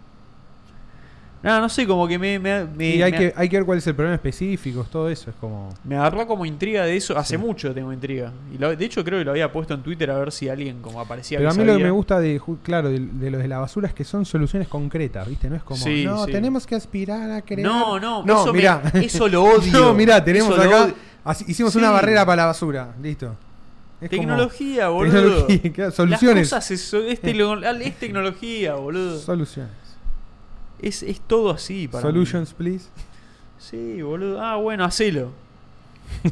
[SPEAKER 1] Nada, no sé, como que me. me- me-
[SPEAKER 2] Y hay
[SPEAKER 1] me-
[SPEAKER 2] que, hay que ver cuál es el problema específico, todo eso. Es como.
[SPEAKER 1] me agarró como intriga de eso. Hace
[SPEAKER 2] Sí.
[SPEAKER 1] mucho tengo intriga. Y lo- de hecho, creo que lo había puesto en Twitter a ver si alguien como aparecía.
[SPEAKER 2] Pero a
[SPEAKER 1] que
[SPEAKER 2] mí lo que
[SPEAKER 1] sabía.
[SPEAKER 2] me gusta de, ju- claro, de, de lo de la basura es que son soluciones concretas, ¿viste? No es como,
[SPEAKER 1] Sí,
[SPEAKER 2] no,
[SPEAKER 1] sí.
[SPEAKER 2] tenemos que aspirar a crear.
[SPEAKER 1] No, no, eso,
[SPEAKER 2] mirá.
[SPEAKER 1] me- eso lo odio.
[SPEAKER 2] no, mirá, tenemos
[SPEAKER 1] Eso lo
[SPEAKER 2] acá.
[SPEAKER 1] odio.
[SPEAKER 2] así- hicimos una
[SPEAKER 1] Sí.
[SPEAKER 2] barrera para la basura, listo. Es como-
[SPEAKER 1] Tecnología, boludo.
[SPEAKER 2] Tecnología, claro,
[SPEAKER 1] Las
[SPEAKER 2] soluciones. Eh.
[SPEAKER 1] cosas es, es tecno- es tecnología, boludo.
[SPEAKER 2] soluciones.
[SPEAKER 1] Es, es todo así para. mí.
[SPEAKER 2] Solutions, please.
[SPEAKER 1] Sí, boludo. Ah, bueno, hacelo.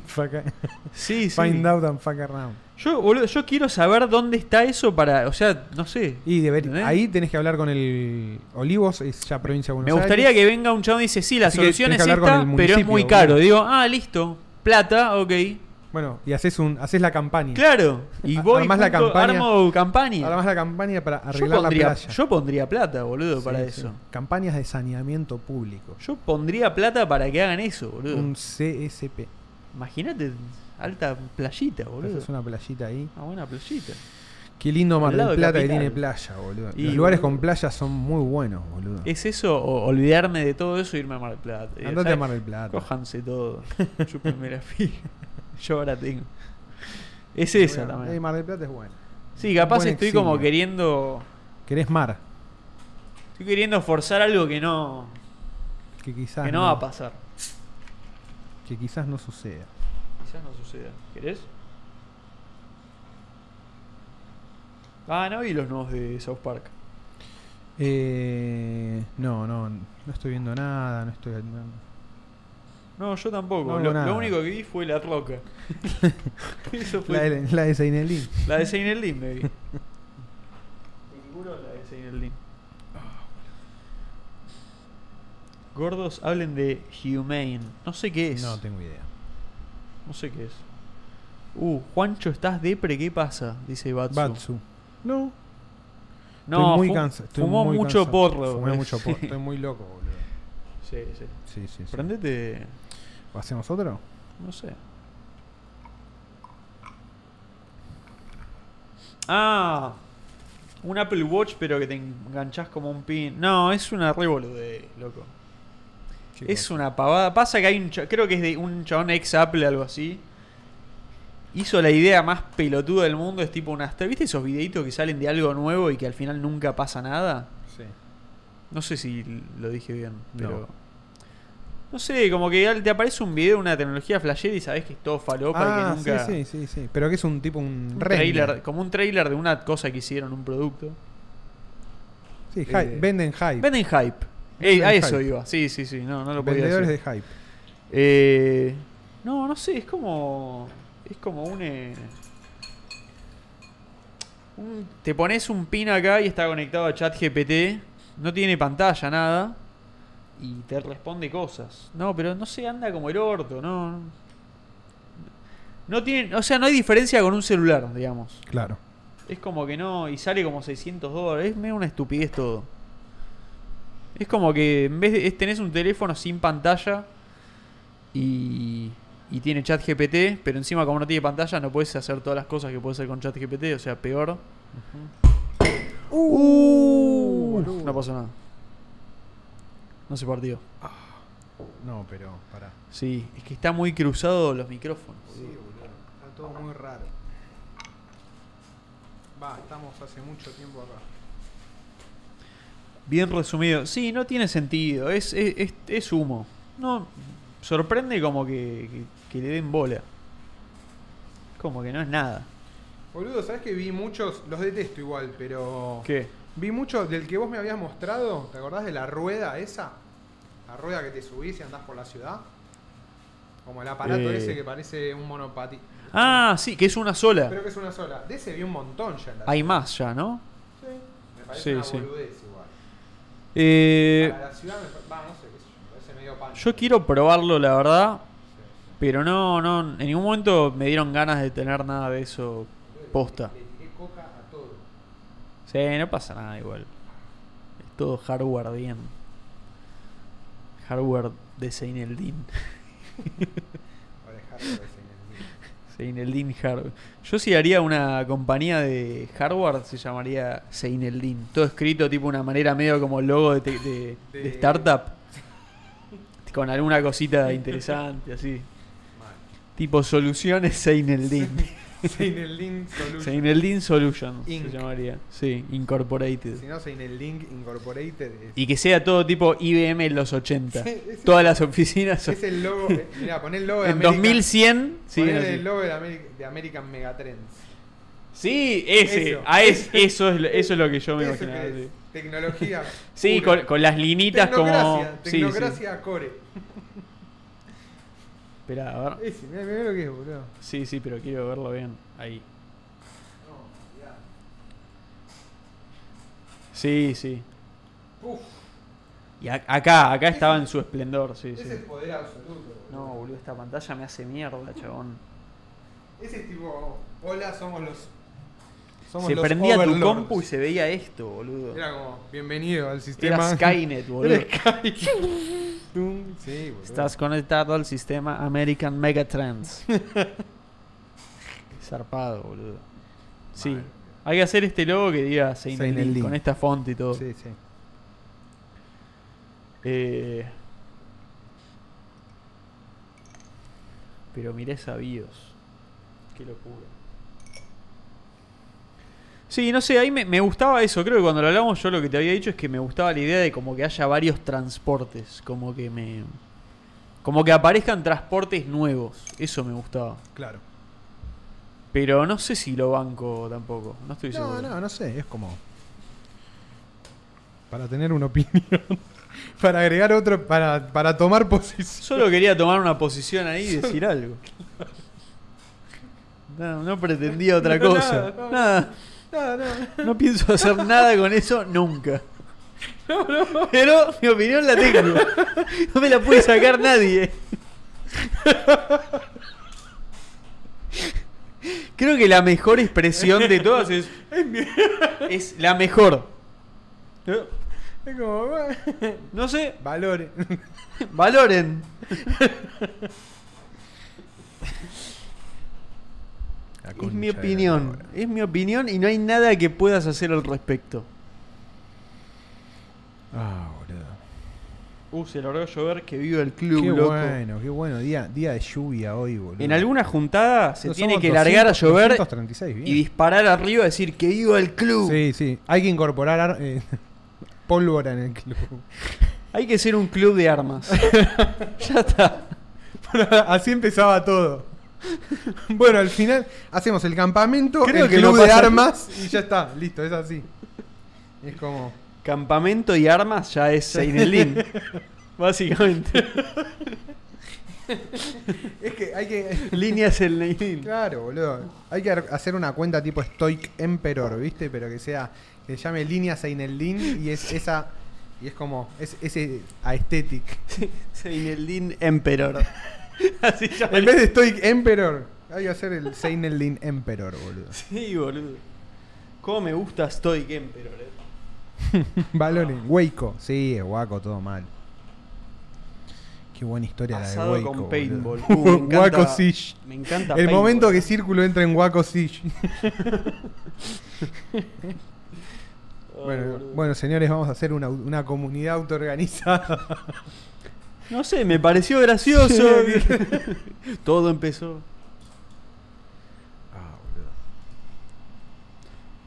[SPEAKER 2] Fuck a-
[SPEAKER 1] Sí, sí.
[SPEAKER 2] Find out and fuck around.
[SPEAKER 1] Yo, boludo, yo quiero saber dónde está eso para. O sea, no sé.
[SPEAKER 2] Y deber-
[SPEAKER 1] ¿Entendés?
[SPEAKER 2] ahí tenés que hablar con el Olivos, es ya provincia de Buenos
[SPEAKER 1] Me gustaría
[SPEAKER 2] Aires.
[SPEAKER 1] que venga un chabón y dice, sí, la
[SPEAKER 2] Así que
[SPEAKER 1] solución
[SPEAKER 2] tenés que
[SPEAKER 1] es
[SPEAKER 2] hablar con
[SPEAKER 1] esta,
[SPEAKER 2] el
[SPEAKER 1] pero es
[SPEAKER 2] municipio,
[SPEAKER 1] muy
[SPEAKER 2] boludo.
[SPEAKER 1] caro. Digo, ah, listo. Plata, ok.
[SPEAKER 2] Bueno, y haces un, haces la campaña.
[SPEAKER 1] Claro, y
[SPEAKER 2] A-
[SPEAKER 1] voy
[SPEAKER 2] armás la
[SPEAKER 1] junto-
[SPEAKER 2] campaña.
[SPEAKER 1] armo campaña.
[SPEAKER 2] Además la campaña para
[SPEAKER 1] yo,
[SPEAKER 2] arreglar la
[SPEAKER 1] pondría,
[SPEAKER 2] playa.
[SPEAKER 1] yo pondría plata, boludo,
[SPEAKER 2] Sí,
[SPEAKER 1] para
[SPEAKER 2] sí.
[SPEAKER 1] eso.
[SPEAKER 2] Campañas de saneamiento público.
[SPEAKER 1] Yo pondría plata para que hagan eso, boludo.
[SPEAKER 2] Un CSP.
[SPEAKER 1] Imagínate, alta playita, boludo.
[SPEAKER 2] Es una playita ahí.
[SPEAKER 1] Una buena playita.
[SPEAKER 2] Qué lindo Mar
[SPEAKER 1] Al lado
[SPEAKER 2] del
[SPEAKER 1] de
[SPEAKER 2] Plata que
[SPEAKER 1] Capital.
[SPEAKER 2] tiene playa, boludo.
[SPEAKER 1] Y,
[SPEAKER 2] Los lugares
[SPEAKER 1] boludo.
[SPEAKER 2] con playa son muy buenos, boludo.
[SPEAKER 1] ¿Es eso o olvidarme de todo eso e irme a Mar del Plata? Eh,
[SPEAKER 2] Andate
[SPEAKER 1] ¿sabes?
[SPEAKER 2] a Mar del Plata.
[SPEAKER 1] Cójanse todo. Chúpenme la fila. Yo ahora tengo. Es esa
[SPEAKER 2] Bueno, eh,
[SPEAKER 1] también.
[SPEAKER 2] Mar del Plata es buena.
[SPEAKER 1] Sí, capaz
[SPEAKER 2] buen
[SPEAKER 1] estoy como
[SPEAKER 2] exilio.
[SPEAKER 1] queriendo.
[SPEAKER 2] Querés mar,
[SPEAKER 1] Estoy queriendo forzar algo que no.
[SPEAKER 2] que quizás
[SPEAKER 1] Que no va a pasar.
[SPEAKER 2] que quizás no suceda.
[SPEAKER 1] Quizás no suceda. ¿Querés? Ah, no vi los nuevos de South Park.
[SPEAKER 2] Eh, no, no, no estoy viendo nada, no estoy no-
[SPEAKER 1] No, yo tampoco.
[SPEAKER 2] No veo
[SPEAKER 1] lo,
[SPEAKER 2] nada.
[SPEAKER 1] lo único que vi fue La Roca. Eso fue.
[SPEAKER 2] la, de, la de Seinelli.
[SPEAKER 1] La de Saint Lin me vi. Ninguno la de Saint Lin. Gordos hablen de Humane. No sé qué es.
[SPEAKER 2] No
[SPEAKER 1] No,
[SPEAKER 2] tengo idea.
[SPEAKER 1] sé qué es. Uh, Juancho, estás depre, ¿qué pasa? Dice Batsu.
[SPEAKER 2] Batsu. No,
[SPEAKER 1] No,
[SPEAKER 2] estoy muy
[SPEAKER 1] fu-
[SPEAKER 2] cansado.
[SPEAKER 1] fumó mucho porro.
[SPEAKER 2] Fumé
[SPEAKER 1] eh.
[SPEAKER 2] mucho porro.
[SPEAKER 1] Sí,
[SPEAKER 2] Estoy muy loco, boludo.
[SPEAKER 1] sí. sí.
[SPEAKER 2] Sí, sí, sí.
[SPEAKER 1] Prendete,
[SPEAKER 2] ¿Hacemos otro?
[SPEAKER 1] no sé. Ah, un Apple Watch pero que te enganchás como un pin. No, es una revolu de loco. Es una pavada. Pasa que hay un cha- creo que es de un chabón ex Apple algo así. Hizo la idea más pelotuda del mundo, es tipo una ¿viste esos videitos que salen de algo nuevo y que al final nunca pasa nada?
[SPEAKER 2] Sí.
[SPEAKER 1] No sé si lo dije bien, pero. No,
[SPEAKER 2] No.
[SPEAKER 1] sé, como que al- te aparece un video de una tecnología flashera y sabes que es todo falopa
[SPEAKER 2] Ah,
[SPEAKER 1] y que nunca.
[SPEAKER 2] sí, sí, sí, sí. Pero que es un tipo, un,
[SPEAKER 1] Un
[SPEAKER 2] render.
[SPEAKER 1] trailer, como un trailer de una cosa que hicieron, un producto.
[SPEAKER 2] Sí, hy-
[SPEAKER 1] Eh,
[SPEAKER 2] venden hype.
[SPEAKER 1] Venden hype.
[SPEAKER 2] Venden
[SPEAKER 1] Eh, a eso
[SPEAKER 2] hype.
[SPEAKER 1] iba. Sí, sí, sí. No, no lo podía
[SPEAKER 2] Vendedores
[SPEAKER 1] decir.
[SPEAKER 2] de hype.
[SPEAKER 1] Eh, no, no sé, es como. Es como un. eh, un- te pones un pin acá y está conectado a ChatGPT. No tiene pantalla, nada. Y te responde cosas. No, pero no sé, anda como el orto, no. No tiene, o sea, no hay diferencia con un celular, digamos.
[SPEAKER 2] Claro.
[SPEAKER 1] Es como que no, y sale como 600 dólares. Es medio una estupidez todo. Es como que en vez de es- tenés un teléfono sin pantalla y, y tiene chat GPT, pero encima como no tiene pantalla no puedes hacer todas las cosas que puedes hacer con chat GPT, o sea, peor. Uh,
[SPEAKER 2] boludo.
[SPEAKER 1] no pasó nada. No se partió.
[SPEAKER 2] No, pero pará.
[SPEAKER 1] Sí, es que está muy cruzado los micrófonos.
[SPEAKER 2] Está todo muy raro.
[SPEAKER 3] Va, estamos hace mucho tiempo acá.
[SPEAKER 1] Bien resumido. Sí, no tiene sentido. Es, es, es- es humo. No. Sorprende como que, que- que le den bola. Como que no es nada.
[SPEAKER 3] Boludo, ¿sabes que vi muchos? Los detesto igual, pero.
[SPEAKER 1] ¿Qué?
[SPEAKER 3] Vi muchos del que vos me habías mostrado. ¿Te acordás de la rueda esa? La rueda que te subís y andás por la ciudad. Como el aparato
[SPEAKER 1] Eh.
[SPEAKER 3] ese que parece un monopati.
[SPEAKER 1] Ah, sí, que es una sola.
[SPEAKER 3] Creo que es una sola. De ese vi un montón ya en la
[SPEAKER 1] Hay más ya, ¿no?
[SPEAKER 3] Sí, me parece
[SPEAKER 1] Sí,
[SPEAKER 3] una
[SPEAKER 1] sí.
[SPEAKER 3] boludez igual.
[SPEAKER 1] Eh,
[SPEAKER 3] Para la ciudad me pa- va, no sé, qué sé yo, me parece medio pan.
[SPEAKER 1] yo quiero probarlo, la verdad.
[SPEAKER 3] Sí,
[SPEAKER 1] Pero no, no. En ningún momento me dieron ganas de tener nada de eso
[SPEAKER 3] sí.
[SPEAKER 1] posta.
[SPEAKER 3] Le tiré coca a todo.
[SPEAKER 1] Sí, no pasa nada igual. Es todo hardware bien. Hardware de Seineldin.
[SPEAKER 3] Para dejarlo de ese enemigo.
[SPEAKER 1] Seineldin Hardware. Yo si haría una compañía de hardware se llamaría Seineldin. Todo escrito tipo una manera medio como logo de, te- de- de
[SPEAKER 3] De-
[SPEAKER 1] startup. Con alguna cosita interesante así.
[SPEAKER 3] Mal.
[SPEAKER 1] Tipo soluciones Seineldin.
[SPEAKER 3] Sin el link solution.
[SPEAKER 1] Seineldin Solutions se
[SPEAKER 3] Inc.
[SPEAKER 1] llamaría. Sí, Incorporated.
[SPEAKER 3] Si no, sin el link incorporated. es-
[SPEAKER 1] Y que sea todo tipo IBM en los 80.
[SPEAKER 3] Sí, ese-
[SPEAKER 1] Todas las oficinas son-
[SPEAKER 3] Es el logo. eh, Mirá, poné el logo de
[SPEAKER 1] en
[SPEAKER 3] American.
[SPEAKER 1] 2100. Sí,
[SPEAKER 3] poné
[SPEAKER 1] así.
[SPEAKER 3] el logo de, Ameri- de American Megatrends.
[SPEAKER 1] Sí, ese.
[SPEAKER 3] Eso.
[SPEAKER 1] a es- eso, es, lo- eso es lo que yo me
[SPEAKER 3] Eso
[SPEAKER 1] imaginaba.
[SPEAKER 3] que
[SPEAKER 1] Sí,
[SPEAKER 3] es Tecnología.
[SPEAKER 1] Sí,
[SPEAKER 3] pura.
[SPEAKER 1] con, con las linitas como.
[SPEAKER 3] Tecnocracia,
[SPEAKER 1] Sí, sí.
[SPEAKER 3] Tecnocracia core.
[SPEAKER 1] Esperá, a ver.
[SPEAKER 3] Ese, mirá, mirá lo que es, boludo.
[SPEAKER 1] Sí, sí, pero quiero verlo bien. Ahí. Sí, sí.
[SPEAKER 3] Uf,
[SPEAKER 1] Y a- acá, acá estaba en su esplendor, sí,
[SPEAKER 3] ese
[SPEAKER 1] sí.
[SPEAKER 3] es el poder absoluto.
[SPEAKER 1] No,
[SPEAKER 3] boludo.
[SPEAKER 1] boludo, esta pantalla me hace mierda, chabón.
[SPEAKER 3] Ese es tipo, hola, somos los.
[SPEAKER 1] Se prendía tu
[SPEAKER 3] overlords".
[SPEAKER 1] compu y se veía esto, boludo.
[SPEAKER 3] Era como, bienvenido al sistema.
[SPEAKER 1] Era Skynet, boludo.
[SPEAKER 3] Tum, Sí, boludo.
[SPEAKER 1] Estás conectado al sistema American Megatrends. Zarpado, boludo. Sí.
[SPEAKER 3] Mal.
[SPEAKER 1] Hay que hacer este logo que diga Saint
[SPEAKER 2] Saint
[SPEAKER 1] Elin,
[SPEAKER 2] Elin.
[SPEAKER 1] con esta font y todo.
[SPEAKER 3] Sí, sí.
[SPEAKER 1] Eh, Pero miré esa BIOS. Qué locura. Sí, no sé, ahí me, me gustaba eso. Creo que cuando lo hablamos yo lo que te había dicho es que me gustaba la idea de como que haya varios transportes. Como que me... Como que aparezcan transportes nuevos. Eso me gustaba.
[SPEAKER 2] Claro.
[SPEAKER 1] Pero no sé si lo banco tampoco. No estoy
[SPEAKER 2] No,
[SPEAKER 1] seguro.
[SPEAKER 2] no, no sé, es como. Para tener una opinión. Para agregar otro. Para, para tomar posición.
[SPEAKER 1] Solo quería tomar una posición ahí y decir algo. No, no pretendía otra
[SPEAKER 3] No,
[SPEAKER 1] cosa.
[SPEAKER 3] nada, no.
[SPEAKER 1] Nada.
[SPEAKER 3] No, no.
[SPEAKER 1] No pienso hacer nada con eso nunca. Pero mi opinión la tengo. No me la puede sacar nadie. Creo que la mejor expresión de todas es. Es la mejor.
[SPEAKER 3] Es como, bueno,
[SPEAKER 1] No sé,
[SPEAKER 3] valores.
[SPEAKER 1] valoren. Es mi opinión, es mi opinión y no hay nada que puedas hacer al respecto.
[SPEAKER 2] Ah, boludo.
[SPEAKER 1] Uh, se logró llover que viva el club,
[SPEAKER 2] qué
[SPEAKER 1] loco.
[SPEAKER 2] bueno, qué bueno. Día, día de lluvia hoy, boludo.
[SPEAKER 1] En alguna juntada se
[SPEAKER 2] No,
[SPEAKER 1] tiene
[SPEAKER 2] somos
[SPEAKER 1] que largar a
[SPEAKER 2] 200,
[SPEAKER 1] llover
[SPEAKER 2] 236, bien.
[SPEAKER 1] y disparar arriba y decir que viva el club.
[SPEAKER 2] Sí, sí. Hay que incorporar ar- eh, pólvora en el club.
[SPEAKER 1] Hay que ser un club de armas. ya está.
[SPEAKER 2] Así empezaba todo. Bueno, al final hacemos el campamento,
[SPEAKER 1] Creo
[SPEAKER 2] el
[SPEAKER 1] que
[SPEAKER 2] club
[SPEAKER 1] lo
[SPEAKER 2] de
[SPEAKER 1] pasa-
[SPEAKER 2] armas y ya está, listo, es así.
[SPEAKER 3] Es como,
[SPEAKER 1] Campamento y armas ya es Seinelin. Básicamente.
[SPEAKER 3] es que hay que.
[SPEAKER 1] Líneas el Neidin.
[SPEAKER 2] Claro, boludo. Hay que ar- hacer una cuenta tipo Stoic Emperor, ¿viste? Pero que sea, que se llame Línea Seineldin y es esa. Y es como, es ese aesthetic.
[SPEAKER 1] Seineldin Emperor. Así
[SPEAKER 2] En
[SPEAKER 1] llama el-
[SPEAKER 2] vez de Stoic Emperor, hay que hacer el Seineldin Emperor, boludo.
[SPEAKER 1] Sí, boludo. Cómo me gusta Stoic Emperor, eh.
[SPEAKER 2] Balones, Hueco. Sí, es guaco, todo mal. Qué buena historia
[SPEAKER 1] Asado
[SPEAKER 2] la de Hueco.
[SPEAKER 1] con paintball. Uh, me encanta-
[SPEAKER 2] Waco Siege.
[SPEAKER 1] Me encanta.
[SPEAKER 2] El momento
[SPEAKER 1] paintball.
[SPEAKER 2] que Círculo entra en Waco Siege.
[SPEAKER 1] Ay,
[SPEAKER 2] bueno,
[SPEAKER 1] Oh, boludo.
[SPEAKER 2] bueno, señores, vamos a hacer una, una comunidad autoorganizada.
[SPEAKER 1] No sé, me pareció gracioso. Ah, Todo empezó.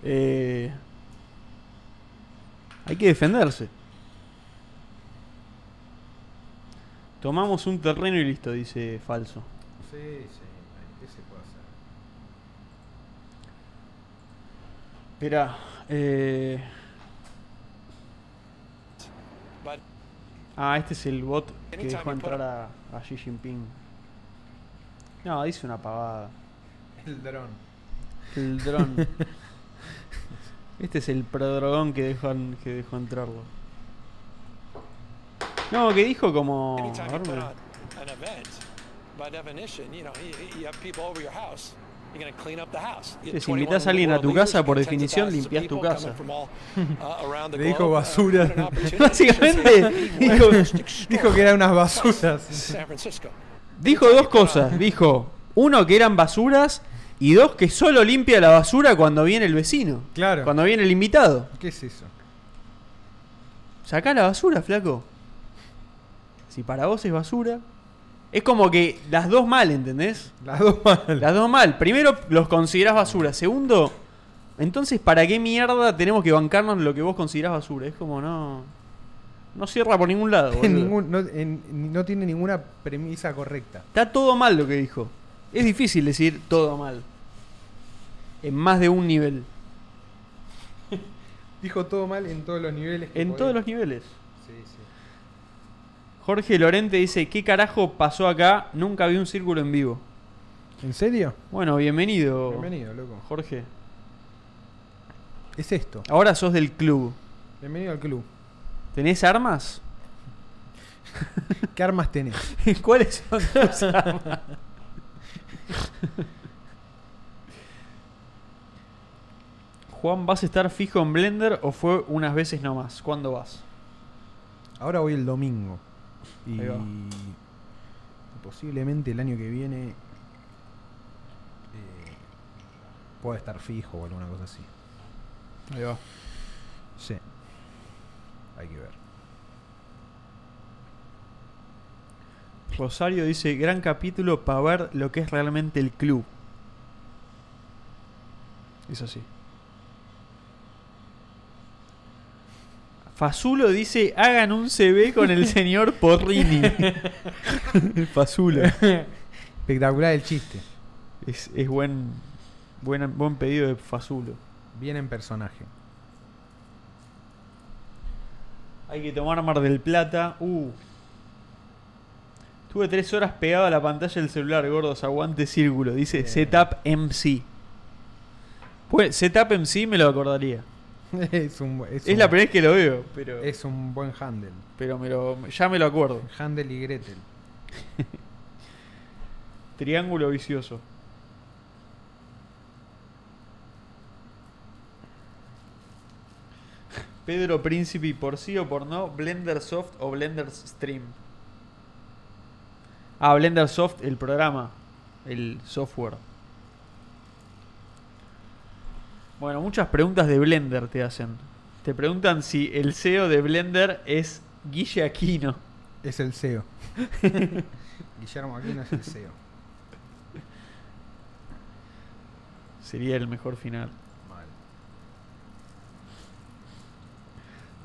[SPEAKER 1] Eh, hay que defenderse. Tomamos un terreno y listo, dice falso.
[SPEAKER 3] Sí, sí, ¿qué se puede hacer?
[SPEAKER 1] Espera. Eh... Ah, este es el bot que dejó entrar a, a Xi Jinping. No, dice una pavada.
[SPEAKER 3] El dron.
[SPEAKER 1] El dron. este es el prodrogón que dejó, en- que dejó entrarlo. No, que dijo como...
[SPEAKER 5] Anytime
[SPEAKER 1] a
[SPEAKER 5] you
[SPEAKER 1] ver,
[SPEAKER 5] put
[SPEAKER 1] me-
[SPEAKER 5] on an event, by definition, you know, you, you have people over your house. You're going to clean up the house. You have
[SPEAKER 1] Sí, si invitas
[SPEAKER 5] 21
[SPEAKER 1] a alguien a tu
[SPEAKER 5] world
[SPEAKER 1] casa, por
[SPEAKER 5] leaders, tens of
[SPEAKER 1] definición,
[SPEAKER 5] thousands of
[SPEAKER 1] limpias tu
[SPEAKER 5] people coming
[SPEAKER 1] casa.
[SPEAKER 5] from all, uh, around the
[SPEAKER 2] Le dijo
[SPEAKER 5] globe. Uh,
[SPEAKER 2] basura.
[SPEAKER 5] what an opportunity.
[SPEAKER 1] Básicamente, dijo-
[SPEAKER 2] Dijo que eran unas basuras.
[SPEAKER 5] San Francisco.
[SPEAKER 1] Dijo dos cosas. Dijo, uno que eran basuras y dos que solo limpia la basura cuando viene el vecino.
[SPEAKER 2] Claro.
[SPEAKER 1] Cuando viene el invitado.
[SPEAKER 2] ¿Qué es eso?
[SPEAKER 1] Sacá la basura, flaco. Si para vos es basura. Es como que las dos mal, ¿entendés?
[SPEAKER 2] Las dos mal.
[SPEAKER 1] Las dos mal. Primero, los considerás basura. Segundo, entonces, ¿para qué mierda tenemos que bancarnos lo que vos considerás basura? Es como no. No cierra por ningún lado.
[SPEAKER 2] En
[SPEAKER 1] boludo.
[SPEAKER 2] ningún- no, en- no tiene ninguna premisa correcta.
[SPEAKER 1] Está todo mal lo que dijo. Es difícil decir todo mal. En más de un nivel.
[SPEAKER 2] Dijo todo mal en todos los niveles.
[SPEAKER 1] En todos los niveles.
[SPEAKER 2] Sí, sí.
[SPEAKER 1] Jorge Lorente dice, ¿qué carajo pasó acá? Nunca vi un círculo en vivo.
[SPEAKER 2] ¿En serio?
[SPEAKER 1] Bueno, bienvenido.
[SPEAKER 2] Bienvenido, loco.
[SPEAKER 1] Jorge.
[SPEAKER 2] Es esto.
[SPEAKER 1] Ahora sos del club.
[SPEAKER 2] Bienvenido al club.
[SPEAKER 1] ¿Tenés armas?
[SPEAKER 2] ¿Qué armas tenés?
[SPEAKER 1] ¿Cuáles son tus armas? Juan, ¿vas a estar fijo en Blender o fue unas veces nomás? ¿Cuándo vas?
[SPEAKER 2] Ahora voy el domingo. Y
[SPEAKER 1] Ahí va.
[SPEAKER 2] posiblemente el año que viene eh, pueda estar fijo o alguna cosa así.
[SPEAKER 1] Ahí va.
[SPEAKER 2] Sí. Hay que ver.
[SPEAKER 1] Rosario dice, gran capítulo para ver lo que es realmente el club. Es así. Fazulo dice, hagan un CB con el señor Porrini. Fazulo.
[SPEAKER 2] Espectacular el chiste.
[SPEAKER 1] Es, es buen, buen, buen pedido de Fazulo.
[SPEAKER 2] Bien en personaje.
[SPEAKER 1] Hay que tomar Mar del Plata. Uh. Tuve tres horas pegado a la pantalla del celular, gordos. Aguante círculo. Dice Setup MC. Pues, Setup MC me lo acordaría.
[SPEAKER 2] es un, bu- es
[SPEAKER 1] Es
[SPEAKER 2] un-
[SPEAKER 1] la primera vez que lo veo, pero,
[SPEAKER 2] Es un buen handle.
[SPEAKER 1] pero me lo, ya me lo acuerdo.
[SPEAKER 2] Handel y Gretel.
[SPEAKER 1] Triángulo vicioso. Pedro Príncipe, por sí o por no, Blender Soft o Blender Stream. Ah, Blender Soft, el programa, el software. Bueno, muchas preguntas de Blender te hacen. Te preguntan si el CEO de Blender es Guille Aquino.
[SPEAKER 2] Es el CEO. Guillermo Aquino es el E CEO.
[SPEAKER 1] Sería el mejor final.
[SPEAKER 2] Mal.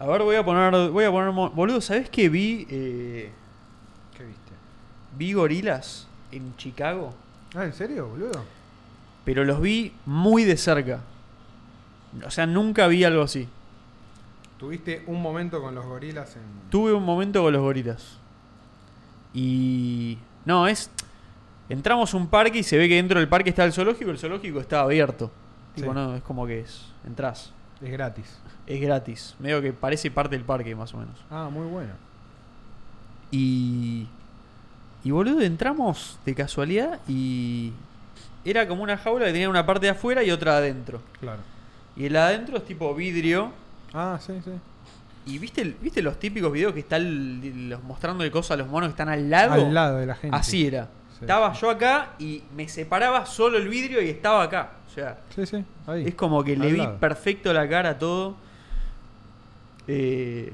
[SPEAKER 1] A ver, voy a poner. Voy a poner. mo- Boludo, ¿sabés que vi. eh,
[SPEAKER 2] ¿Qué viste?
[SPEAKER 1] vi gorilas en Chicago?
[SPEAKER 2] Ah, ¿en serio, boludo?
[SPEAKER 1] Pero los vi muy de cerca. O sea, nunca vi algo así.
[SPEAKER 2] Tuviste un momento con los gorilas en.
[SPEAKER 1] Tuve un momento con los gorilas. Y. No, es. Entramos a un parque y se ve que dentro del parque está el zoológico. El zoológico está abierto. Tipo,
[SPEAKER 2] Sí.
[SPEAKER 1] no, es como que es. Entrás.
[SPEAKER 2] Es gratis.
[SPEAKER 1] Es gratis. Medio que parece parte del parque, más o menos.
[SPEAKER 2] Ah, muy bueno.
[SPEAKER 1] Y. Y boludo, entramos de casualidad y. Era como una jaula que tenía una parte de afuera y otra adentro.
[SPEAKER 2] Claro.
[SPEAKER 1] Y el adentro es tipo vidrio.
[SPEAKER 2] Ah, sí, sí.
[SPEAKER 1] Y viste, el- ¿viste los típicos videos que están los, mostrándole cosas a los monos que están al lado.
[SPEAKER 2] Al lado de la gente.
[SPEAKER 1] Así era.
[SPEAKER 2] Sí.
[SPEAKER 1] Estaba yo acá y me separaba solo el vidrio y estaba acá. O sea,
[SPEAKER 2] Sí, sí, ahí.
[SPEAKER 1] Es como que le
[SPEAKER 2] Al
[SPEAKER 1] vi
[SPEAKER 2] lado.
[SPEAKER 1] perfecto la cara a todo. Eh,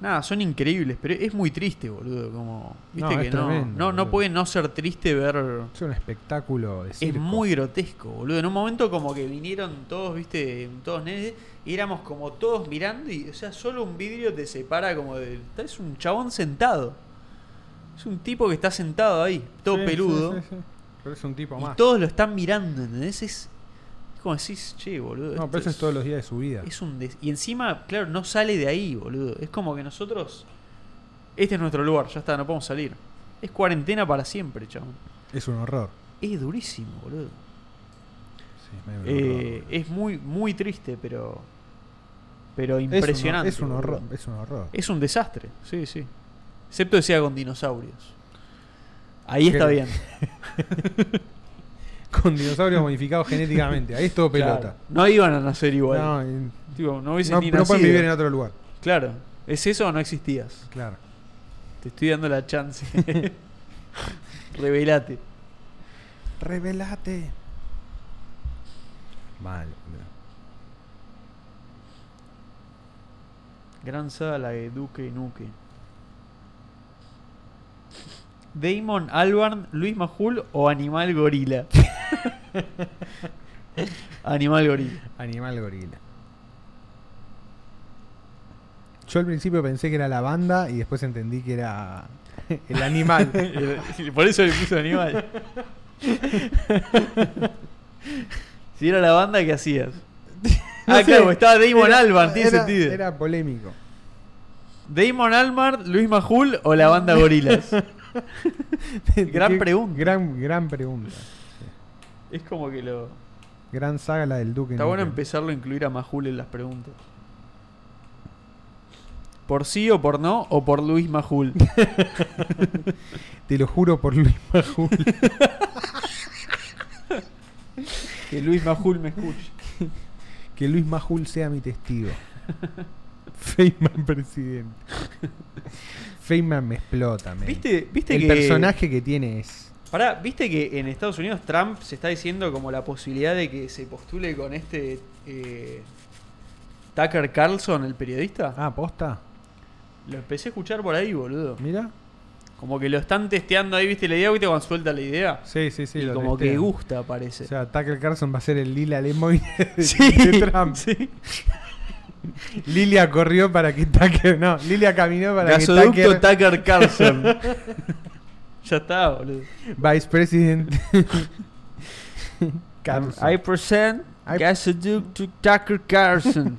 [SPEAKER 1] Nada, son increíbles, pero es muy triste, boludo. Como, viste
[SPEAKER 2] No,
[SPEAKER 1] que
[SPEAKER 2] es
[SPEAKER 1] no,
[SPEAKER 2] tremendo,
[SPEAKER 1] no, no
[SPEAKER 2] boludo.
[SPEAKER 1] puede no ser triste ver.
[SPEAKER 2] Es un espectáculo de
[SPEAKER 1] Es
[SPEAKER 2] circo.
[SPEAKER 1] muy grotesco, boludo. En un momento como que vinieron todos, viste, todos nenes, y éramos como todos mirando, y, o sea, solo un vidrio te separa como de. Es un chabón sentado. Es un tipo que está sentado ahí, todo
[SPEAKER 2] Sí,
[SPEAKER 1] peludo.
[SPEAKER 2] sí, sí, sí. Pero es un tipo
[SPEAKER 1] Y
[SPEAKER 2] más.
[SPEAKER 1] todos lo están mirando, ¿entendés? Es, es como decís, che, boludo.
[SPEAKER 2] No,
[SPEAKER 1] esto
[SPEAKER 2] pero eso es todos los días de su vida.
[SPEAKER 1] es un des- Y encima, claro, no sale de ahí, boludo. Es como que nosotros. Este es nuestro lugar, ya está, no podemos salir. Es cuarentena para siempre, chabón.
[SPEAKER 2] Es un horror.
[SPEAKER 1] Es durísimo, boludo.
[SPEAKER 2] Sí, es medio un
[SPEAKER 1] Eh,
[SPEAKER 2] horror.
[SPEAKER 1] es muy, muy triste, pero. Pero
[SPEAKER 2] Es un hor-
[SPEAKER 1] impresionante.
[SPEAKER 2] Es un horror.
[SPEAKER 1] boludo.
[SPEAKER 2] Es un horror.
[SPEAKER 1] Es un desastre, sí, sí. Excepto que sea con dinosaurios. Ahí está
[SPEAKER 2] Creo-
[SPEAKER 1] bien.
[SPEAKER 2] Con dinosaurios modificados genéticamente. Ahí es todo pelota.
[SPEAKER 1] Claro. No iban a nacer igual.
[SPEAKER 2] No,
[SPEAKER 1] No,
[SPEAKER 2] eh,
[SPEAKER 1] tipo, no hubiesen
[SPEAKER 2] no, no
[SPEAKER 1] ni
[SPEAKER 2] pueden
[SPEAKER 1] nacido.
[SPEAKER 2] vivir en otro lugar.
[SPEAKER 1] Claro. ¿Es eso o no existías?
[SPEAKER 2] Claro.
[SPEAKER 1] Te estoy dando la chance. Revelate.
[SPEAKER 2] Revelate. Mal. boludo.
[SPEAKER 1] Gran saga la de Duque y Nuque. Damon Albarn, Luis Majul o Animal Gorila. Animal Gorila.
[SPEAKER 2] Animal gorila. Yo al principio pensé que era la banda y después entendí que era el animal.
[SPEAKER 1] Por eso le puso Animal. si era la banda, ¿qué hacías?
[SPEAKER 2] No sé,
[SPEAKER 1] ah, claro, estaba Damon
[SPEAKER 2] era-
[SPEAKER 1] Albarn, tiene
[SPEAKER 2] era-
[SPEAKER 1] sentido.
[SPEAKER 2] Era polémico.
[SPEAKER 1] Damon Albarn, Luis Majul o la banda Gorilas. Gran
[SPEAKER 2] Qué-
[SPEAKER 1] pregunta.
[SPEAKER 2] Gran, gran pregunta.
[SPEAKER 1] es como que lo.
[SPEAKER 2] Gran saga la del Duque.
[SPEAKER 1] Está bueno
[SPEAKER 2] Nukem.
[SPEAKER 1] empezarlo a incluir a Majul en las preguntas. ¿Por sí o por no o por Luis Majul?
[SPEAKER 2] Te lo juro por Luis Majul.
[SPEAKER 1] que Luis Majul me escuche.
[SPEAKER 2] que Luis Majul sea mi testigo. Feynman presidente. Feynman me explota. man.
[SPEAKER 1] ¿Viste, viste
[SPEAKER 2] El
[SPEAKER 1] que
[SPEAKER 2] personaje que tiene es.
[SPEAKER 1] Pará, ¿viste que en Estados Unidos Trump se está diciendo como la posibilidad de que se postule con este eh, Tucker Carlson, el periodista?
[SPEAKER 2] Ah, posta.
[SPEAKER 1] Lo empecé a escuchar por ahí, boludo.
[SPEAKER 2] Mira.
[SPEAKER 1] Como que lo están testeando ahí, ¿viste la idea? ¿Viste cuando suelta la idea?
[SPEAKER 2] Sí, sí, sí.
[SPEAKER 1] y
[SPEAKER 2] lo
[SPEAKER 1] como que
[SPEAKER 2] testean.
[SPEAKER 1] gusta, parece.
[SPEAKER 2] O sea, Tucker Carlson va a ser el Lila Lemoyne de,
[SPEAKER 1] Sí,
[SPEAKER 2] de Trump.
[SPEAKER 1] sí.
[SPEAKER 2] Lilia corrió para que Tucker. No, Lilia caminó para que Tucker.
[SPEAKER 1] Gasoducto Tucker Carlson. ya está, boludo.
[SPEAKER 2] Vice President. Carlson.
[SPEAKER 1] I present
[SPEAKER 2] I-
[SPEAKER 1] Gasoducto Tucker Carlson.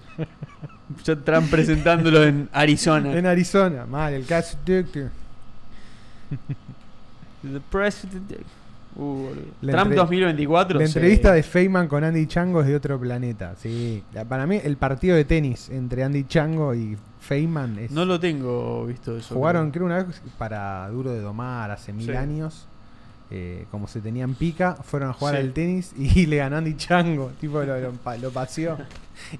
[SPEAKER 1] ya están presentándolo en Arizona.
[SPEAKER 2] En Arizona, mal, el gasoducto.
[SPEAKER 1] The President. Uh, boludo.
[SPEAKER 2] La
[SPEAKER 1] Trump
[SPEAKER 2] entre-
[SPEAKER 1] 2024.
[SPEAKER 2] La
[SPEAKER 1] se-
[SPEAKER 2] entrevista de Feynman con Andy Chango es de otro planeta. Sí, La- para mí el partido de tenis entre Andy Chango y Feynman es.
[SPEAKER 1] No lo tengo visto eso.
[SPEAKER 2] jugaron, creo,
[SPEAKER 1] creo.
[SPEAKER 2] una vez para Duro de Domar hace mil
[SPEAKER 1] Sí.
[SPEAKER 2] años. eh, como se tenían pica, fueron a jugar
[SPEAKER 1] Sí.
[SPEAKER 2] al tenis y le ganó Andy Chango. Tipo, lo, lo, pa- lo paseó.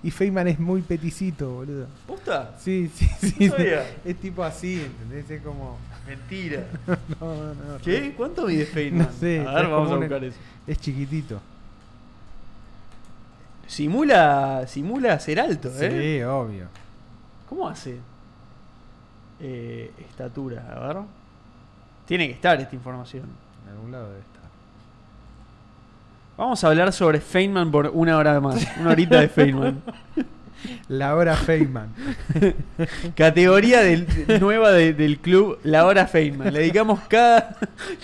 [SPEAKER 2] Y Feynman es muy peticito, boludo.
[SPEAKER 1] ¿Posta?
[SPEAKER 2] Sí, sí, sí.
[SPEAKER 1] sabía.
[SPEAKER 2] Es tipo así, ¿entendés? Es como.
[SPEAKER 1] Mentira.
[SPEAKER 2] No, no, no.
[SPEAKER 1] ¿Qué? ¿Cuánto mide Feynman?
[SPEAKER 2] No sé,
[SPEAKER 1] A
[SPEAKER 2] es
[SPEAKER 1] ver,
[SPEAKER 2] como
[SPEAKER 1] vamos a
[SPEAKER 2] una-
[SPEAKER 1] buscar eso.
[SPEAKER 2] Es chiquitito.
[SPEAKER 1] Simula, simula ser alto, ¿eh?
[SPEAKER 2] Sí, obvio.
[SPEAKER 1] ¿Cómo hace? Eh, estatura, a ver. Tiene que estar esta información.
[SPEAKER 2] En algún lado debe estar.
[SPEAKER 1] Vamos a hablar sobre Feynman por una hora más. Una horita de Feynman.
[SPEAKER 2] La hora Feynman.
[SPEAKER 1] Categoría del- nueva de- del club, la hora Feynman. Le dedicamos cada,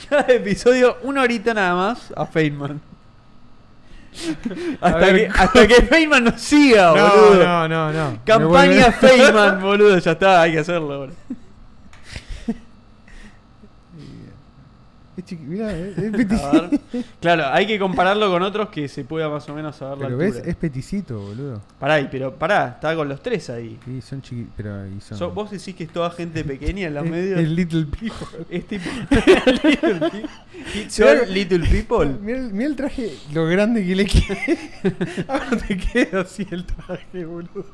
[SPEAKER 1] cada episodio una horita nada más a Feynman. Hasta,
[SPEAKER 2] ver,
[SPEAKER 1] que, hasta que Feynman nos siga, Ah, boludo.
[SPEAKER 2] no, no, no. Me
[SPEAKER 1] Campaña Feynman, boludo. Ya está, hay que hacerlo ahora.
[SPEAKER 2] vuelve- eh, Es chiqui- mirá, es, es
[SPEAKER 1] A
[SPEAKER 2] peticito.
[SPEAKER 1] ver. Claro, hay que compararlo con otros que se pueda más o menos saber la
[SPEAKER 2] Pero
[SPEAKER 1] altura.
[SPEAKER 2] ves, es peticito, boludo.
[SPEAKER 1] Pará, y- pero pará, está con los tres ahí.
[SPEAKER 2] Y son chiqui... Pero y son...
[SPEAKER 1] So- vos decís que es toda gente pequeña en los
[SPEAKER 2] es,
[SPEAKER 1] medios.
[SPEAKER 2] es Little People.
[SPEAKER 1] es tipo. little people. It's all little people.
[SPEAKER 2] Mirá, el- mirá el traje, lo grande que le queda. Ahora te queda así el traje, boludo.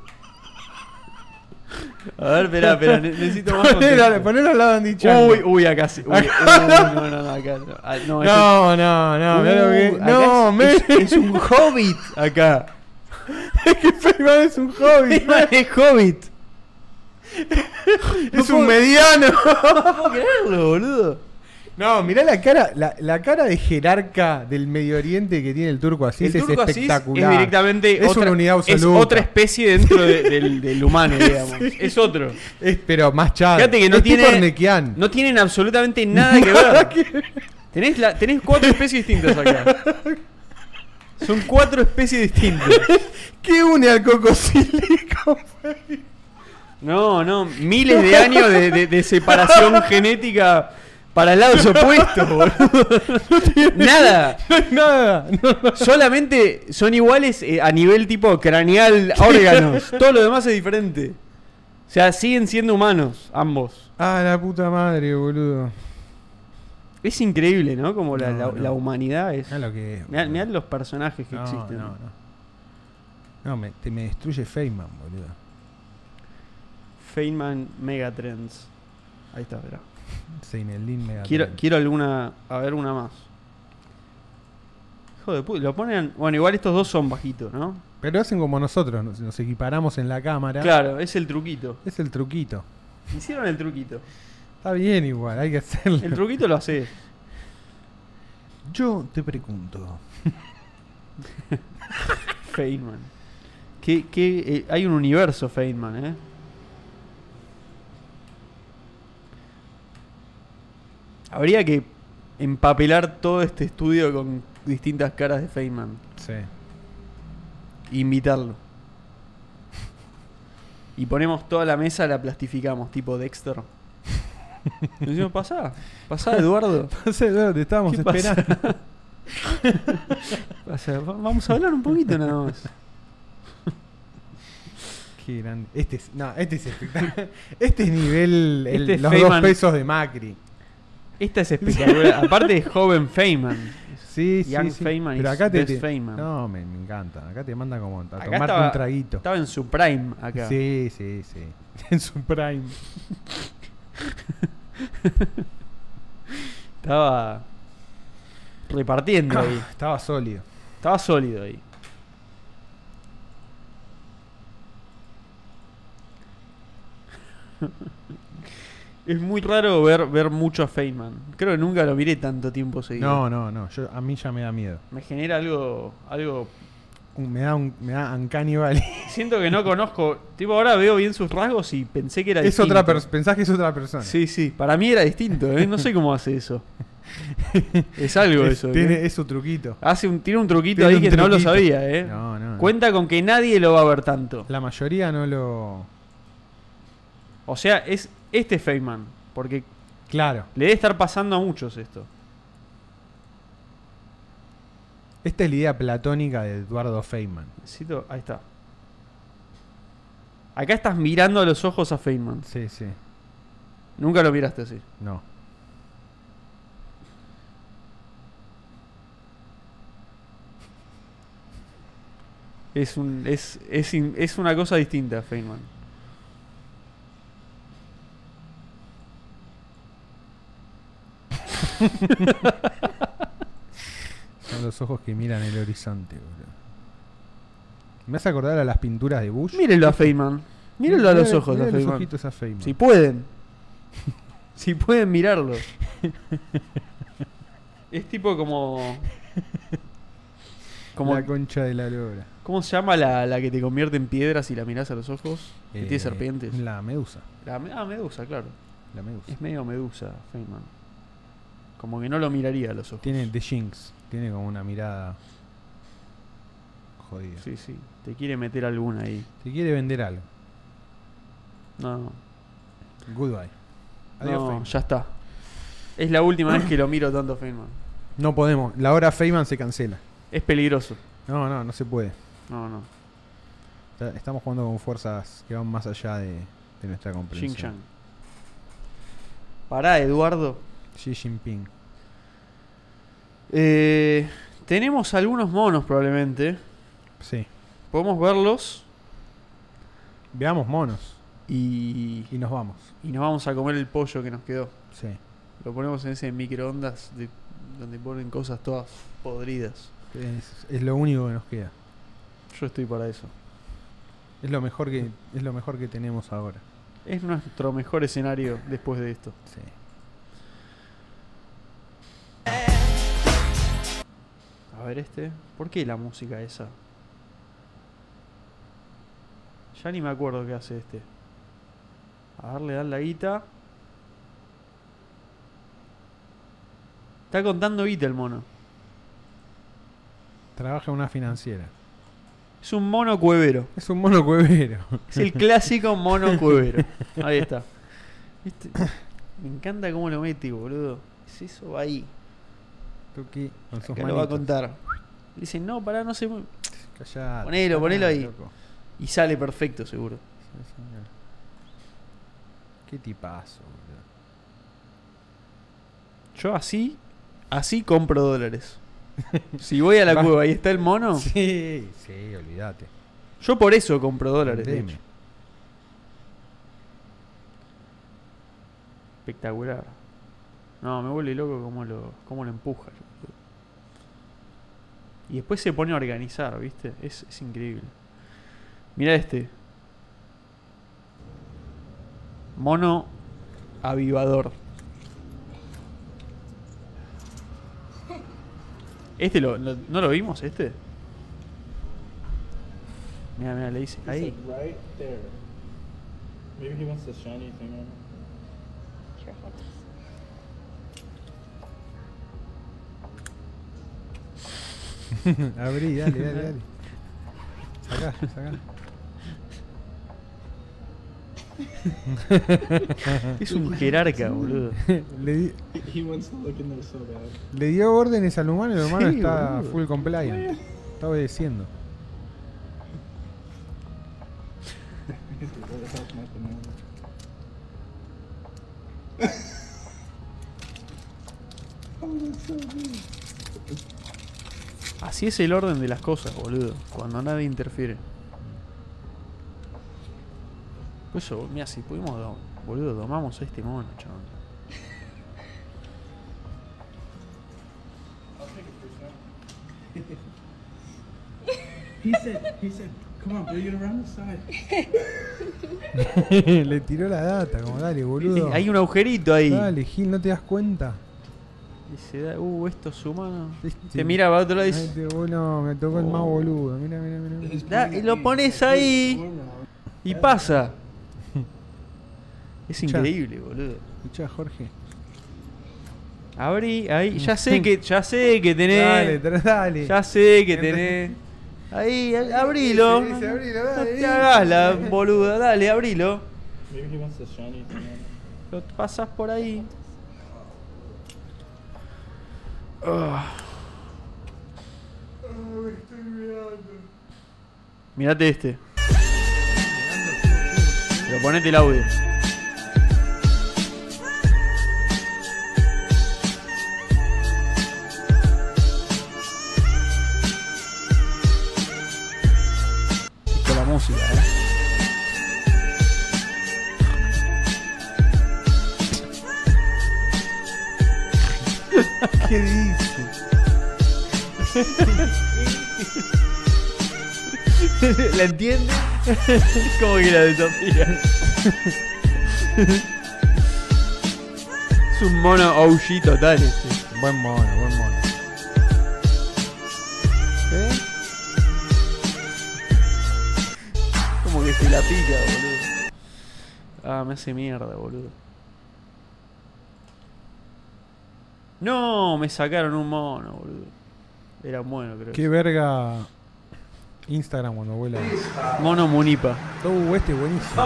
[SPEAKER 1] A ver, espera, espera, necesito más.
[SPEAKER 2] Ponelo, al-
[SPEAKER 1] contexto.
[SPEAKER 2] ponelo al lado de Andy Chango.
[SPEAKER 1] Uy, uy, acá sí. Uy, uy, no, no, no, acá no. Ah, no, este-
[SPEAKER 2] No, no, no, mirá lo que-
[SPEAKER 1] Uh, acá
[SPEAKER 2] No,
[SPEAKER 1] es-
[SPEAKER 2] men.
[SPEAKER 1] es, es un hobbit acá.
[SPEAKER 2] Es que Feynman es un hobby.
[SPEAKER 1] Es hobbit.
[SPEAKER 2] es un mediano.
[SPEAKER 1] No puedo creerlo, boludo.
[SPEAKER 2] No, mirá la cara, la, la cara de jerarca del Medio Oriente que tiene el turco así
[SPEAKER 1] El
[SPEAKER 2] es
[SPEAKER 1] turco Asís
[SPEAKER 2] espectacular.
[SPEAKER 1] es directamente
[SPEAKER 2] Es
[SPEAKER 1] otra,
[SPEAKER 2] una unidad
[SPEAKER 1] es
[SPEAKER 2] absoluta.
[SPEAKER 1] otra especie dentro de- del, del humano, digamos. Es otro.
[SPEAKER 2] Es- pero más chado.
[SPEAKER 1] Fíjate que no
[SPEAKER 2] es tipo
[SPEAKER 1] tiene-
[SPEAKER 2] Arnequian.
[SPEAKER 1] No tienen absolutamente nada que ver. Tenés, la- tenés cuatro especies distintas acá. Son cuatro especies distintas.
[SPEAKER 2] ¿Qué une al cocosílico?
[SPEAKER 1] No, no, miles de años de, de- de separación genética para lados opuestos, boludo. Nada,
[SPEAKER 2] Nada. no.
[SPEAKER 1] solamente son iguales eh, a nivel tipo craneal, órganos. Todo lo demás es diferente. O sea, siguen siendo humanos, ambos.
[SPEAKER 2] Ah, la puta madre, boludo.
[SPEAKER 1] Es increíble, ¿no? Como la,
[SPEAKER 2] No,
[SPEAKER 1] la-
[SPEAKER 2] no.
[SPEAKER 1] la humanidad es.
[SPEAKER 2] Mirá lo que es.
[SPEAKER 1] Mirá,
[SPEAKER 2] boludo.
[SPEAKER 1] mirá los personajes que
[SPEAKER 2] no,
[SPEAKER 1] existen.
[SPEAKER 2] No, no. No, me, te, me destruye Feynman, boludo.
[SPEAKER 1] Feynman Megatrends. Ahí está, verá.
[SPEAKER 2] Seineldin me da
[SPEAKER 1] Quiero,
[SPEAKER 2] pena.
[SPEAKER 1] quiero alguna. A ver, una más. Hijo de puta, lo ponen. Bueno, igual estos dos son bajitos, ¿no?
[SPEAKER 2] Pero hacen como nosotros, nos, nos equiparamos en la cámara.
[SPEAKER 1] Claro, es el truquito.
[SPEAKER 2] Es el truquito.
[SPEAKER 1] Hicieron el truquito.
[SPEAKER 2] Está bien igual, hay que hacerlo.
[SPEAKER 1] El truquito lo hace.
[SPEAKER 2] Yo te pregunto.
[SPEAKER 1] Feynman. Que, que, eh, hay un universo Feynman, ¿eh? Habría que empapelar todo este estudio con distintas caras de Feynman.
[SPEAKER 2] Sí.
[SPEAKER 1] E invitarlo. Y ponemos toda la mesa, la plastificamos, tipo Dexter. Le decimos, pasá, pasá, Eduardo.
[SPEAKER 2] Pasa, Eduardo, te estábamos
[SPEAKER 1] ¿Qué pasa?
[SPEAKER 2] esperando.
[SPEAKER 1] Pasá, va- vamos a hablar un poquito nada más.
[SPEAKER 2] Qué grande. Este es, no, este es espectacular. Este es nivel el-
[SPEAKER 1] Este es
[SPEAKER 2] los
[SPEAKER 1] Feynman.
[SPEAKER 2] dos pesos de Macri.
[SPEAKER 1] Esta es espectacular. Aparte es joven Feynman.
[SPEAKER 2] Sí,
[SPEAKER 1] Young
[SPEAKER 2] sí, sí.
[SPEAKER 1] Feynman
[SPEAKER 2] Pero
[SPEAKER 1] is
[SPEAKER 2] acá te,
[SPEAKER 1] best
[SPEAKER 2] te-
[SPEAKER 1] Feynman.
[SPEAKER 2] No, me, me encanta. Acá te manda como a
[SPEAKER 1] Acá
[SPEAKER 2] tomarte
[SPEAKER 1] estaba-
[SPEAKER 2] un traguito.
[SPEAKER 1] Estaba en su prime acá.
[SPEAKER 2] Sí, sí, sí. En su prime.
[SPEAKER 1] Estaba repartiendo ahí.
[SPEAKER 2] Estaba sólido.
[SPEAKER 1] Estaba sólido ahí. Es muy raro ver, ver mucho a Feynman. Creo que nunca lo miré tanto tiempo seguido.
[SPEAKER 2] No, no, no. Yo, a mí ya me da miedo.
[SPEAKER 1] Me genera algo. algo.
[SPEAKER 2] Un- me da un, me da uncanny valley.
[SPEAKER 1] Siento que no conozco. Tipo, ahora veo bien sus rasgos y pensé que era
[SPEAKER 2] Es otra
[SPEAKER 1] distinto.
[SPEAKER 2] persona. Pensás que es otra persona.
[SPEAKER 1] Sí, sí. Para mí era distinto, ¿eh? No sé cómo hace eso. Es algo
[SPEAKER 2] Es-
[SPEAKER 1] eso.
[SPEAKER 2] tiene,
[SPEAKER 1] ¿eh?
[SPEAKER 2] es su truquito.
[SPEAKER 1] Hace un, tiene un truquito
[SPEAKER 2] Tiene un
[SPEAKER 1] ahí que no lo
[SPEAKER 2] truquito.
[SPEAKER 1] sabía, ¿eh?
[SPEAKER 2] No, no, no.
[SPEAKER 1] Cuenta con que nadie lo va a ver tanto.
[SPEAKER 2] La mayoría no lo.
[SPEAKER 1] O sea, es este Feynman. Porque
[SPEAKER 2] Claro.
[SPEAKER 1] le debe estar pasando a muchos esto.
[SPEAKER 2] Esta es la idea platónica de Eduardo Feynman.
[SPEAKER 1] Necesito. Ahí está. Acá estás mirando a los ojos a Feynman.
[SPEAKER 2] Sí, sí.
[SPEAKER 1] Nunca lo miraste así.
[SPEAKER 2] No.
[SPEAKER 1] Es, un, es, es, in- es una cosa distinta, Feynman.
[SPEAKER 2] Son los ojos que miran el horizonte, boludo. Me hace acordar a las pinturas de Bush.
[SPEAKER 1] Mírenlo a Feynman. Mírenlo a los
[SPEAKER 2] Mirá-
[SPEAKER 1] ojos
[SPEAKER 2] mirá
[SPEAKER 1] a
[SPEAKER 2] los
[SPEAKER 1] Feynman.
[SPEAKER 2] ojitos a Feynman.
[SPEAKER 1] Si pueden. si pueden mirarlo. es tipo como. como
[SPEAKER 2] La concha de la lora.
[SPEAKER 1] ¿Cómo se llama la, la que te convierte en piedra si la mirás a los ojos?
[SPEAKER 2] Eh,
[SPEAKER 1] Que tiene serpientes.
[SPEAKER 2] La medusa.
[SPEAKER 1] La me- ah, medusa, claro.
[SPEAKER 2] La medusa.
[SPEAKER 1] Es medio medusa, Feynman. Como que no lo miraría a los ojos.
[SPEAKER 2] Tiene The Jinx. Tiene como una mirada. Jodida.
[SPEAKER 1] Sí, sí. Te quiere meter alguna ahí.
[SPEAKER 2] Si quiere vender algo.
[SPEAKER 1] No, no.
[SPEAKER 2] Goodbye. Adiós,
[SPEAKER 1] no,
[SPEAKER 2] Feynman.
[SPEAKER 1] ya está. Es la última vez que lo miro tanto, a Feynman.
[SPEAKER 2] No podemos. La hora Feynman se cancela.
[SPEAKER 1] Es peligroso.
[SPEAKER 2] No, no, no se puede.
[SPEAKER 1] No, no.
[SPEAKER 2] Está- Estamos jugando con fuerzas que van más allá de, de nuestra
[SPEAKER 1] Xing
[SPEAKER 2] comprensión.
[SPEAKER 1] Yang. Pará, Eduardo.
[SPEAKER 2] Xi Jinping.
[SPEAKER 1] Eh, tenemos algunos monos probablemente.
[SPEAKER 2] Sí.
[SPEAKER 1] Podemos verlos
[SPEAKER 2] Veamos monos
[SPEAKER 1] y,
[SPEAKER 2] y nos vamos.
[SPEAKER 1] y nos vamos a comer el pollo que nos quedó.
[SPEAKER 2] Sí.
[SPEAKER 1] Lo ponemos en ese microondas de- donde ponen cosas todas podridas.
[SPEAKER 2] Es, es lo único que nos queda.
[SPEAKER 1] Yo estoy para eso.
[SPEAKER 2] Es lo mejor que es lo mejor que tenemos ahora.
[SPEAKER 1] Es nuestro mejor escenario después de esto.
[SPEAKER 2] Sí.
[SPEAKER 1] A ver este. ¿Por qué la música esa? Ya ni me acuerdo qué hace este. A ver, le dan la guita. Está contando guita el mono.
[SPEAKER 2] Trabaja en una financiera.
[SPEAKER 1] Es un mono cuevero.
[SPEAKER 2] Es un mono cuevero.
[SPEAKER 1] Es el clásico mono cuevero. Ahí está. Este- me encanta cómo lo mete, boludo. Es eso ahí.
[SPEAKER 2] Tuki, con sus
[SPEAKER 1] Acá lo va a
[SPEAKER 2] manitos.
[SPEAKER 1] contar. Dice, no, pará, no sé. mu-
[SPEAKER 2] Callate,
[SPEAKER 1] Ponelo, ponelo ahí.
[SPEAKER 2] loco.
[SPEAKER 1] Y sale perfecto, seguro.
[SPEAKER 2] Sí, señor. Qué tipazo, boludo.
[SPEAKER 1] Yo así, así compro dólares. Si voy a la cueva y está el mono,
[SPEAKER 2] Sí, sí, olvídate.
[SPEAKER 1] yo por eso compro dólares. de
[SPEAKER 2] Deme.
[SPEAKER 1] hecho. Espectacular. No, me vuelve loco cómo lo, cómo lo empuja. Y después se pone a organizar, ¿viste? Es, es increíble. Mira este. Mono avivador. Este lo, lo- no lo vimos, este. Mira, mira, le dice
[SPEAKER 6] He
[SPEAKER 1] ahí.
[SPEAKER 6] said right there. Maybe he wants the shiny thing on.
[SPEAKER 7] Here, hold this.
[SPEAKER 2] Abrí, dale, dale, dale. Sacá, sacá.
[SPEAKER 1] Es un jerarca, boludo.
[SPEAKER 2] le, di-
[SPEAKER 6] He, he wants to look in there so bad.
[SPEAKER 2] le dio órdenes al humano y el humano
[SPEAKER 1] Sí,
[SPEAKER 2] está
[SPEAKER 1] boludo.
[SPEAKER 2] full compliant. Está obedeciendo.
[SPEAKER 6] He's like, "What the hell's my banana?"
[SPEAKER 1] Así es el orden de las cosas, boludo. Cuando nadie interfiere. Por eso, mira, si pudimos, dom- boludo, domamos a este mono, chabón.
[SPEAKER 6] He said, he said, come on, bring it around the side.
[SPEAKER 2] le tiró la data, como dale, boludo.
[SPEAKER 1] Eh, Hay un agujerito ahí.
[SPEAKER 2] Dale, Gil, no te das cuenta.
[SPEAKER 1] Y se da, uh, esto es humano.
[SPEAKER 2] Este-
[SPEAKER 1] Te mira para otro lado y dice, "Oh".
[SPEAKER 2] Este boludo me tocó el más boludo. Mira, mira, mira.
[SPEAKER 1] Da- y lo pones ahí y pasa. Es
[SPEAKER 2] Escuchá.
[SPEAKER 1] increíble, boludo.
[SPEAKER 2] Escuchá, Jorge.
[SPEAKER 1] Abrí, ahí, ya sé que, ya sé que
[SPEAKER 2] Dale,
[SPEAKER 1] tenés.
[SPEAKER 2] tra- dale.
[SPEAKER 1] Ya sé que tenés. Ahí, a- abrilo.
[SPEAKER 2] Dice, dice, abrilo,
[SPEAKER 1] no
[SPEAKER 2] dale,
[SPEAKER 1] te
[SPEAKER 2] dice.
[SPEAKER 1] hagas la boluda, dale, abrilo.
[SPEAKER 6] Maybe he wants the shiny thing on.
[SPEAKER 1] Lo pasas por ahí. Ah. Mirate este. Pero ponete el audio. Y Con la música, ¿eh?
[SPEAKER 2] ¿Qué dice?
[SPEAKER 1] ¿La entiende? Como que la desafía. es un mono OG total este.
[SPEAKER 2] Buen mono, buen mono. ¿Eh?
[SPEAKER 1] Como que se la pica, boludo. Ah, me hace mierda, boludo. No, me sacaron un mono, boludo. Era bueno, creo.
[SPEAKER 2] Qué verga Instagram cuando vuela.
[SPEAKER 1] Mono Munipa.
[SPEAKER 2] Uh, este buenísimo.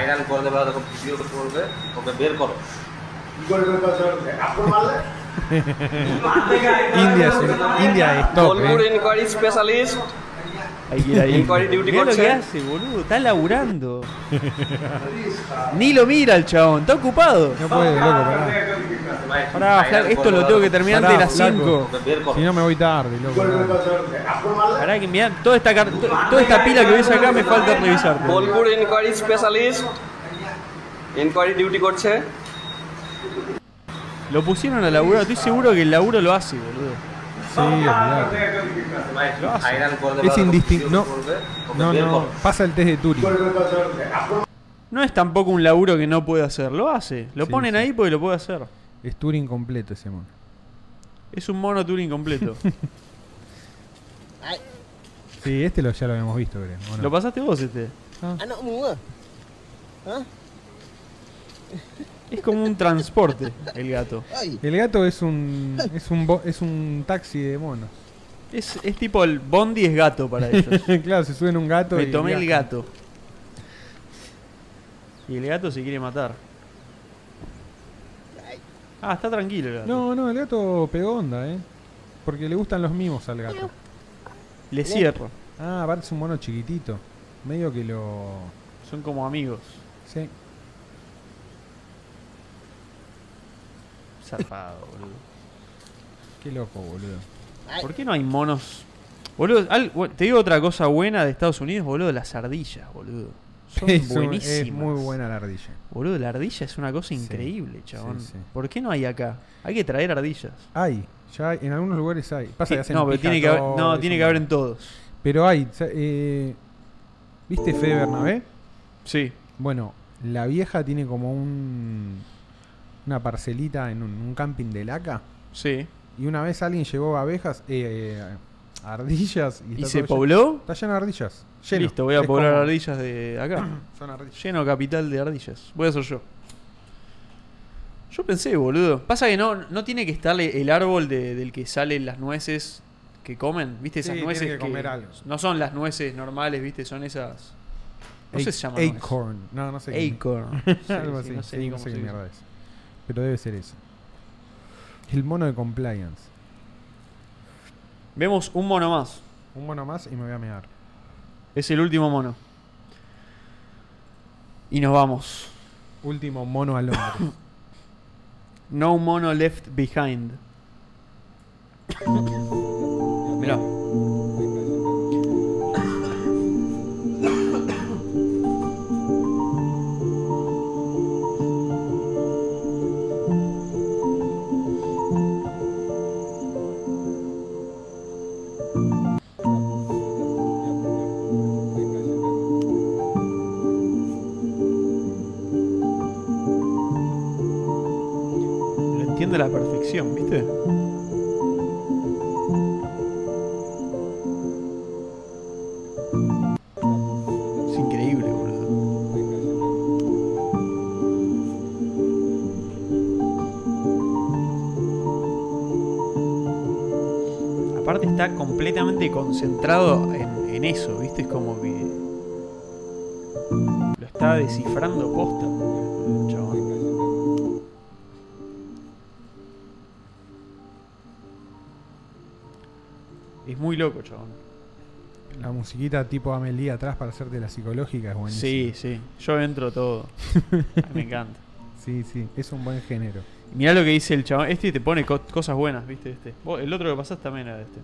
[SPEAKER 8] ఐరాన్ కూర ఒక పిసిగి ఒక కూర ఒక బీర్ కూర
[SPEAKER 2] India es, un- India es top,
[SPEAKER 8] కోల్పూర్
[SPEAKER 2] eh.
[SPEAKER 8] ఇన్క్వైరీ స్పెషలిస్ట్
[SPEAKER 1] Hay que ir ahí.
[SPEAKER 8] Inquiry duty
[SPEAKER 1] Mirá lo
[SPEAKER 8] concern.
[SPEAKER 1] que hace, boludo. Está laburando. Ni lo mira el chabón. Está ocupado.
[SPEAKER 2] No puede, loco, pará.
[SPEAKER 1] Pará, flaco, esto lo tengo que terminar
[SPEAKER 2] Pará,
[SPEAKER 1] antes de las
[SPEAKER 2] flaco.
[SPEAKER 1] 5.
[SPEAKER 8] ఒక బీర్ కూర
[SPEAKER 2] Si no me voy tarde, loco. pará.
[SPEAKER 1] Pará que mirá, toda esta, car- to- toda esta pila que ves acá me falta revisar.
[SPEAKER 8] কোলপুর ইনকোয়ারি স্পেশালিস্ট ইনকোয়ারি ডিউটি করছে
[SPEAKER 1] Lo pusieron a laburar, estoy seguro que el laburo lo hace, boludo.
[SPEAKER 2] Sí, olvidate.
[SPEAKER 8] Maestro, Hayran con
[SPEAKER 2] Es indistinto. No, no, no. Pasa el test de Turing.
[SPEAKER 1] No es tampoco un laburo que no puede hacer, lo hace. Lo
[SPEAKER 2] Sí,
[SPEAKER 1] ponen
[SPEAKER 2] sí.
[SPEAKER 1] ahí porque lo puede hacer.
[SPEAKER 2] Es Turing completo ese mono.
[SPEAKER 1] Es un mono Turing completo.
[SPEAKER 2] Sí, este lo, ya lo habíamos visto, creo. ¿o no?
[SPEAKER 1] ¿Lo pasaste vos este?
[SPEAKER 2] Ah.
[SPEAKER 1] Es como un transporte el gato.
[SPEAKER 2] El gato es un es un bo- es un taxi de monos.
[SPEAKER 1] Es, es tipo el Bondi es gato para ellos.
[SPEAKER 2] claro, se suben un gato
[SPEAKER 1] Me
[SPEAKER 2] y
[SPEAKER 1] tomé el
[SPEAKER 2] viajan.
[SPEAKER 1] gato. Y el gato se quiere matar. Ah, está tranquilo el gato.
[SPEAKER 2] No, no, el gato pegó onda, ¿eh? Porque le gustan los mimos al gato.
[SPEAKER 1] Le cierro.
[SPEAKER 2] Ah, aparte es un mono chiquitito. Medio que lo
[SPEAKER 1] Son como amigos.
[SPEAKER 2] sí.
[SPEAKER 1] Zarpado, boludo.
[SPEAKER 2] Qué loco, boludo.
[SPEAKER 1] ¿Por qué no hay monos? Boludo, al- bu- te digo otra cosa buena de Estados Unidos, boludo, las ardillas, boludo. Son
[SPEAKER 2] Es, un-
[SPEAKER 1] buenísimas.
[SPEAKER 2] es muy buena la ardilla.
[SPEAKER 1] Boludo, la ardilla es una cosa increíble, chabón.
[SPEAKER 2] sí, sí.
[SPEAKER 1] ¿Por qué no hay acá? Hay que traer ardillas.
[SPEAKER 2] Hay, ya hay, en algunos lugares hay. Pasa que hacen
[SPEAKER 1] no, pero
[SPEAKER 2] pija
[SPEAKER 1] tiene que haber,
[SPEAKER 2] todo,
[SPEAKER 1] no,
[SPEAKER 2] es
[SPEAKER 1] tiene
[SPEAKER 2] un
[SPEAKER 1] que haber en
[SPEAKER 2] montón.
[SPEAKER 1] todos.
[SPEAKER 2] Pero hay, sa- eh, ¿viste Fede Bernabé?
[SPEAKER 1] Sí.
[SPEAKER 2] Bueno, la vieja tiene como un una parcelita en un, un camping de laca.
[SPEAKER 1] Sí.
[SPEAKER 2] Y una vez alguien llevó abejas, eh, ardillas.
[SPEAKER 1] ¿Y
[SPEAKER 2] está
[SPEAKER 1] se
[SPEAKER 2] todo
[SPEAKER 1] pobló?
[SPEAKER 2] lleno- Está lleno de ardillas. Lleno.
[SPEAKER 1] Listo, voy a
[SPEAKER 2] Es
[SPEAKER 1] poblar
[SPEAKER 2] como-
[SPEAKER 1] ardillas de acá.
[SPEAKER 2] Son ardillas.
[SPEAKER 1] Lleno capital de ardillas. Voy a ser yo. Yo pensé, boludo. Pasa que no, no tiene que estarle el árbol de- del que salen las nueces que comen. ¿Viste esas
[SPEAKER 2] Sí,
[SPEAKER 1] nueces?
[SPEAKER 2] tiene que comer algo.
[SPEAKER 1] No son las nueces normales, ¿viste? Son esas. No sé si se llaman. nueces.
[SPEAKER 2] Acorn. No, no sé. qué-
[SPEAKER 1] Acorn. Sí,
[SPEAKER 2] Algo
[SPEAKER 1] sí,
[SPEAKER 2] así.
[SPEAKER 1] No sé
[SPEAKER 2] sí,
[SPEAKER 1] ni
[SPEAKER 2] no
[SPEAKER 1] cómo
[SPEAKER 2] sé
[SPEAKER 1] se
[SPEAKER 2] qué
[SPEAKER 1] dice.
[SPEAKER 2] mierda es. Pero debe ser eso. El mono de compliance.
[SPEAKER 1] Vemos un mono más.
[SPEAKER 2] Un mono más y me voy a mear.
[SPEAKER 1] Es el último mono. Y nos vamos.
[SPEAKER 2] Último mono al hombre.
[SPEAKER 1] No mono left behind. Mirá. Lo entiende a la perfección, ¿viste? Es increíble, boludo. Aparte está completamente concentrado en, en eso, ¿viste? Es como que lo está descifrando posta. chabón. Es muy loco, chabón.
[SPEAKER 2] la musiquita tipo Amelie atrás para hacerte la psicológica es
[SPEAKER 1] Sí,
[SPEAKER 2] buenísima.
[SPEAKER 1] sí. Yo entro todo. A mí me encanta.
[SPEAKER 2] Sí, sí. Es un buen género.
[SPEAKER 1] Mirá lo que dice el chabón. Este te pone co- cosas buenas, ¿viste? Este. Vos- el otro que pasás también era este.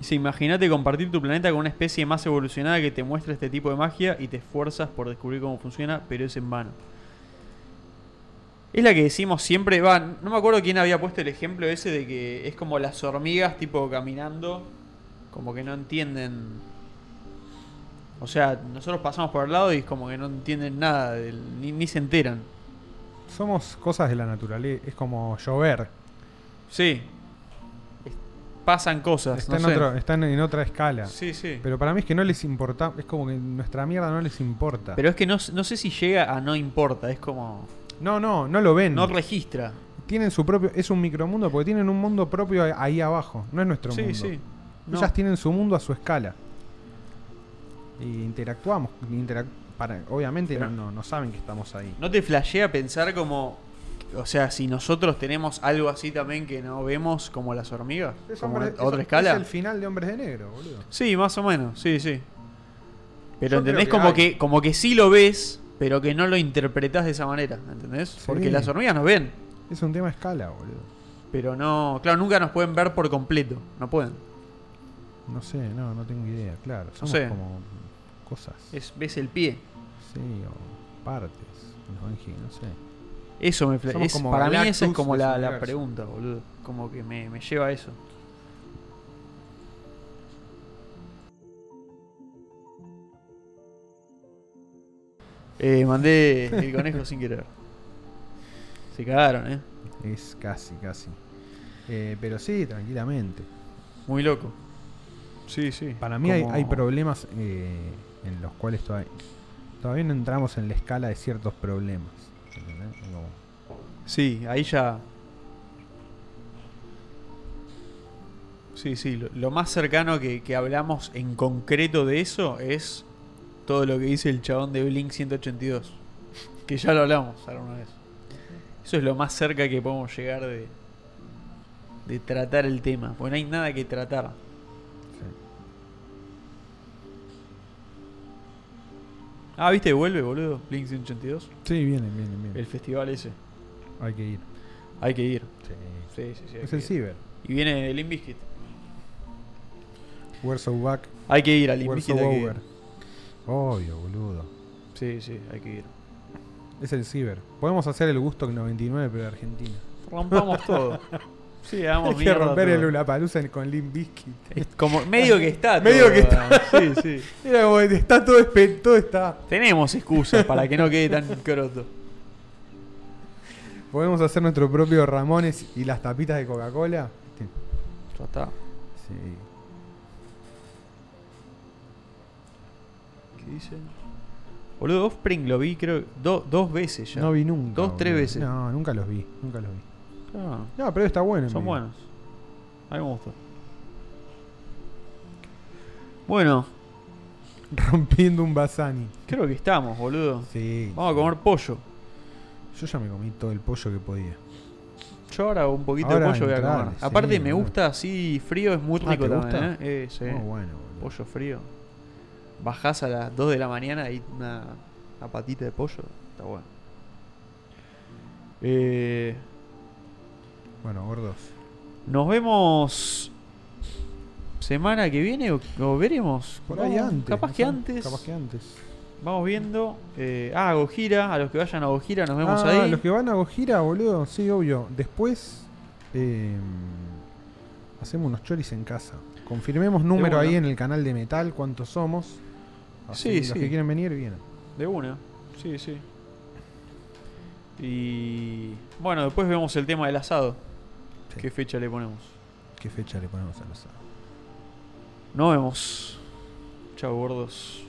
[SPEAKER 1] Dice, imagínate compartir tu planeta con una especie más evolucionada que te muestra este tipo de magia y te esfuerzas por descubrir cómo funciona, pero es en vano. Es la que decimos siempre, va, no me acuerdo quién había puesto el ejemplo ese de que es como las hormigas tipo caminando, como que no entienden. O sea, nosotros pasamos por el lado y es como que no entienden nada, del- ni- ni se enteran.
[SPEAKER 2] Somos cosas de la naturaleza. Es como llover.
[SPEAKER 1] Sí. Es- Pasan cosas.
[SPEAKER 2] Están,
[SPEAKER 1] no sé.
[SPEAKER 2] otro- están en otra escala.
[SPEAKER 1] Sí, sí. Pero,
[SPEAKER 2] Pero para mí es que no les importa. Es como que nuestra mierda no les importa.
[SPEAKER 1] es que no, s- no sé si llega a no importa. Es como.
[SPEAKER 2] no, no, no lo ven.
[SPEAKER 1] No registra.
[SPEAKER 2] tienen su propio. Es un micromundo porque tienen un mundo propio ahí- ahí abajo. No es nuestro
[SPEAKER 1] Sí,
[SPEAKER 2] mundo.
[SPEAKER 1] sí. No.
[SPEAKER 2] Ellas tienen su mundo a su escala. Y interactuamos. interac- para, obviamente
[SPEAKER 1] Pero-
[SPEAKER 2] no, no, no saben que estamos ahí.
[SPEAKER 1] No te flashea pensar como. O sea, si nosotros tenemos algo así también que no vemos, como las hormigas.
[SPEAKER 2] Es
[SPEAKER 1] como
[SPEAKER 2] hombre-
[SPEAKER 1] en
[SPEAKER 2] es-
[SPEAKER 1] otra
[SPEAKER 2] es
[SPEAKER 1] escala.
[SPEAKER 2] el final de Hombres de Negro, boludo.
[SPEAKER 1] Sí, más o menos. Sí, sí. Pero
[SPEAKER 2] Yo
[SPEAKER 1] entendés
[SPEAKER 2] creo que
[SPEAKER 1] como
[SPEAKER 2] hay.
[SPEAKER 1] que, como que sí lo ves, pero que no lo interpretás de esa manera. ¿Entendés? Porque
[SPEAKER 2] Sí.
[SPEAKER 1] las hormigas nos ven.
[SPEAKER 2] Es un tema a escala, boludo.
[SPEAKER 1] Pero no. Claro, nunca nos pueden ver por completo. No pueden.
[SPEAKER 2] No sé, no, no tengo idea, claro. Somos
[SPEAKER 1] sé.
[SPEAKER 2] como cosas.
[SPEAKER 1] Es, ves el pie.
[SPEAKER 2] Sí, o partes. No, no sé.
[SPEAKER 1] Eso me fla-
[SPEAKER 2] Somos
[SPEAKER 1] es-
[SPEAKER 2] como
[SPEAKER 1] Para mí esa es
[SPEAKER 2] Galactus
[SPEAKER 1] como
[SPEAKER 2] de su
[SPEAKER 1] la, la
[SPEAKER 2] universo.
[SPEAKER 1] pregunta, boludo. Como que me, me lleva a eso. Eh, mandé el conejo sin querer. Se cagaron, ¿eh?
[SPEAKER 2] Es casi, casi. Eh, pero sí, tranquilamente.
[SPEAKER 1] Muy loco.
[SPEAKER 4] Sí, sí.
[SPEAKER 2] Para mí hay,
[SPEAKER 1] Como-
[SPEAKER 2] hay problemas eh, en los cuales todavía, todavía no entramos en la escala de ciertos problemas. ¿entendés? Como-
[SPEAKER 1] Sí, ahí ya. Sí, sí, lo, lo más cercano que, que hablamos en concreto de eso es todo lo que dice el chabón de Blink 182. Que ya lo hablamos alguna vez. Eso es lo más cerca que podemos llegar de, de tratar el tema. Porque no hay nada que tratar. Ah, ¿viste? Vuelve, boludo. Blink 182.
[SPEAKER 2] Sí, vienen, vienen, vienen.
[SPEAKER 1] El festival ese.
[SPEAKER 2] Hay que ir.
[SPEAKER 1] Hay que ir.
[SPEAKER 2] Sí.
[SPEAKER 1] Sí, sí, sí. hay
[SPEAKER 2] Es
[SPEAKER 1] que
[SPEAKER 2] el
[SPEAKER 1] ir.
[SPEAKER 2] ciber.
[SPEAKER 1] Y viene el Inviskit.
[SPEAKER 2] We're so back,
[SPEAKER 1] Hay que ir al
[SPEAKER 2] we're so
[SPEAKER 1] Inviskit. hay que ir.
[SPEAKER 2] over. Obvio, boludo.
[SPEAKER 1] Sí, sí, hay que ir.
[SPEAKER 2] Es el ciber. Podemos hacer el gusto 99, pero de Argentina.
[SPEAKER 1] Rompamos todo. Sí,
[SPEAKER 2] Hay
[SPEAKER 1] hagamos
[SPEAKER 2] que
[SPEAKER 1] Oh, mierda
[SPEAKER 2] romper
[SPEAKER 1] todo.
[SPEAKER 2] el Ulapalooza con Limp Bizkit.
[SPEAKER 1] Es como medio que está.
[SPEAKER 2] Medio
[SPEAKER 1] todo,
[SPEAKER 2] que está.
[SPEAKER 1] ¿verdad? Sí, sí.
[SPEAKER 2] Era como, está todo, espe- todo está.
[SPEAKER 1] Tenemos excusas para que no quede tan croto.
[SPEAKER 2] Podemos hacer nuestro propio Ramones y las tapitas de Coca-Cola. Sí.
[SPEAKER 1] Ya está.
[SPEAKER 2] Sí.
[SPEAKER 1] ¿Qué dicen? Boludo, Offspring lo vi creo do- dos veces ya.
[SPEAKER 2] No vi nunca.
[SPEAKER 1] Dos, tres
[SPEAKER 2] boludo.
[SPEAKER 1] veces.
[SPEAKER 2] No, nunca los vi. Nunca los vi.
[SPEAKER 1] Ah,
[SPEAKER 2] No, pero está bueno. en
[SPEAKER 1] son
[SPEAKER 2] vivo.
[SPEAKER 1] buenos. A mí me gusta. Bueno,
[SPEAKER 2] Rompiendo un Basani.
[SPEAKER 1] creo que estamos, boludo.
[SPEAKER 2] Sí.
[SPEAKER 1] Vamos a comer pollo.
[SPEAKER 2] Yo ya me comí todo el pollo que podía.
[SPEAKER 1] Yo ahora un poquito
[SPEAKER 2] Ahora
[SPEAKER 1] de pollo voy a
[SPEAKER 2] entrale,
[SPEAKER 1] comer.
[SPEAKER 2] sí,
[SPEAKER 1] Aparte me
[SPEAKER 2] boludo.
[SPEAKER 1] gusta así frío, es muy
[SPEAKER 2] Ah,
[SPEAKER 1] rico
[SPEAKER 2] ¿te
[SPEAKER 1] también,
[SPEAKER 2] gusta? Oh,
[SPEAKER 1] ¿eh? Eh, sí.
[SPEAKER 2] Muy bueno, boludo.
[SPEAKER 1] Pollo frío. Bajás a las 2 de la mañana y una, una patita de pollo. Está bueno. Eh,
[SPEAKER 2] Bueno, gordos.
[SPEAKER 1] nos vemos semana que viene o, o veremos.
[SPEAKER 2] Por ahí
[SPEAKER 1] Vamos,
[SPEAKER 2] antes.
[SPEAKER 1] Capaz
[SPEAKER 2] no
[SPEAKER 1] que
[SPEAKER 2] sé,
[SPEAKER 1] antes.
[SPEAKER 2] Capaz que antes.
[SPEAKER 1] Vamos viendo. Eh, ah, Gojira. A los que vayan a Gojira nos vemos
[SPEAKER 2] Ah,
[SPEAKER 1] ahí.
[SPEAKER 2] Los que van a Gojira, boludo. Sí, obvio. Después eh, hacemos unos choris en casa. Confirmemos número
[SPEAKER 1] una.
[SPEAKER 2] ahí en el canal de Metal, cuántos somos. Así
[SPEAKER 1] Sí,
[SPEAKER 2] los
[SPEAKER 1] sí.
[SPEAKER 2] que quieren venir, vienen.
[SPEAKER 1] De una, sí, sí. Y bueno, después vemos el tema del asado.
[SPEAKER 2] Sí.
[SPEAKER 1] ¿Qué fecha le ponemos?
[SPEAKER 2] ¿Qué fecha le ponemos al asado?
[SPEAKER 1] Nos vemos. Chao, gordos.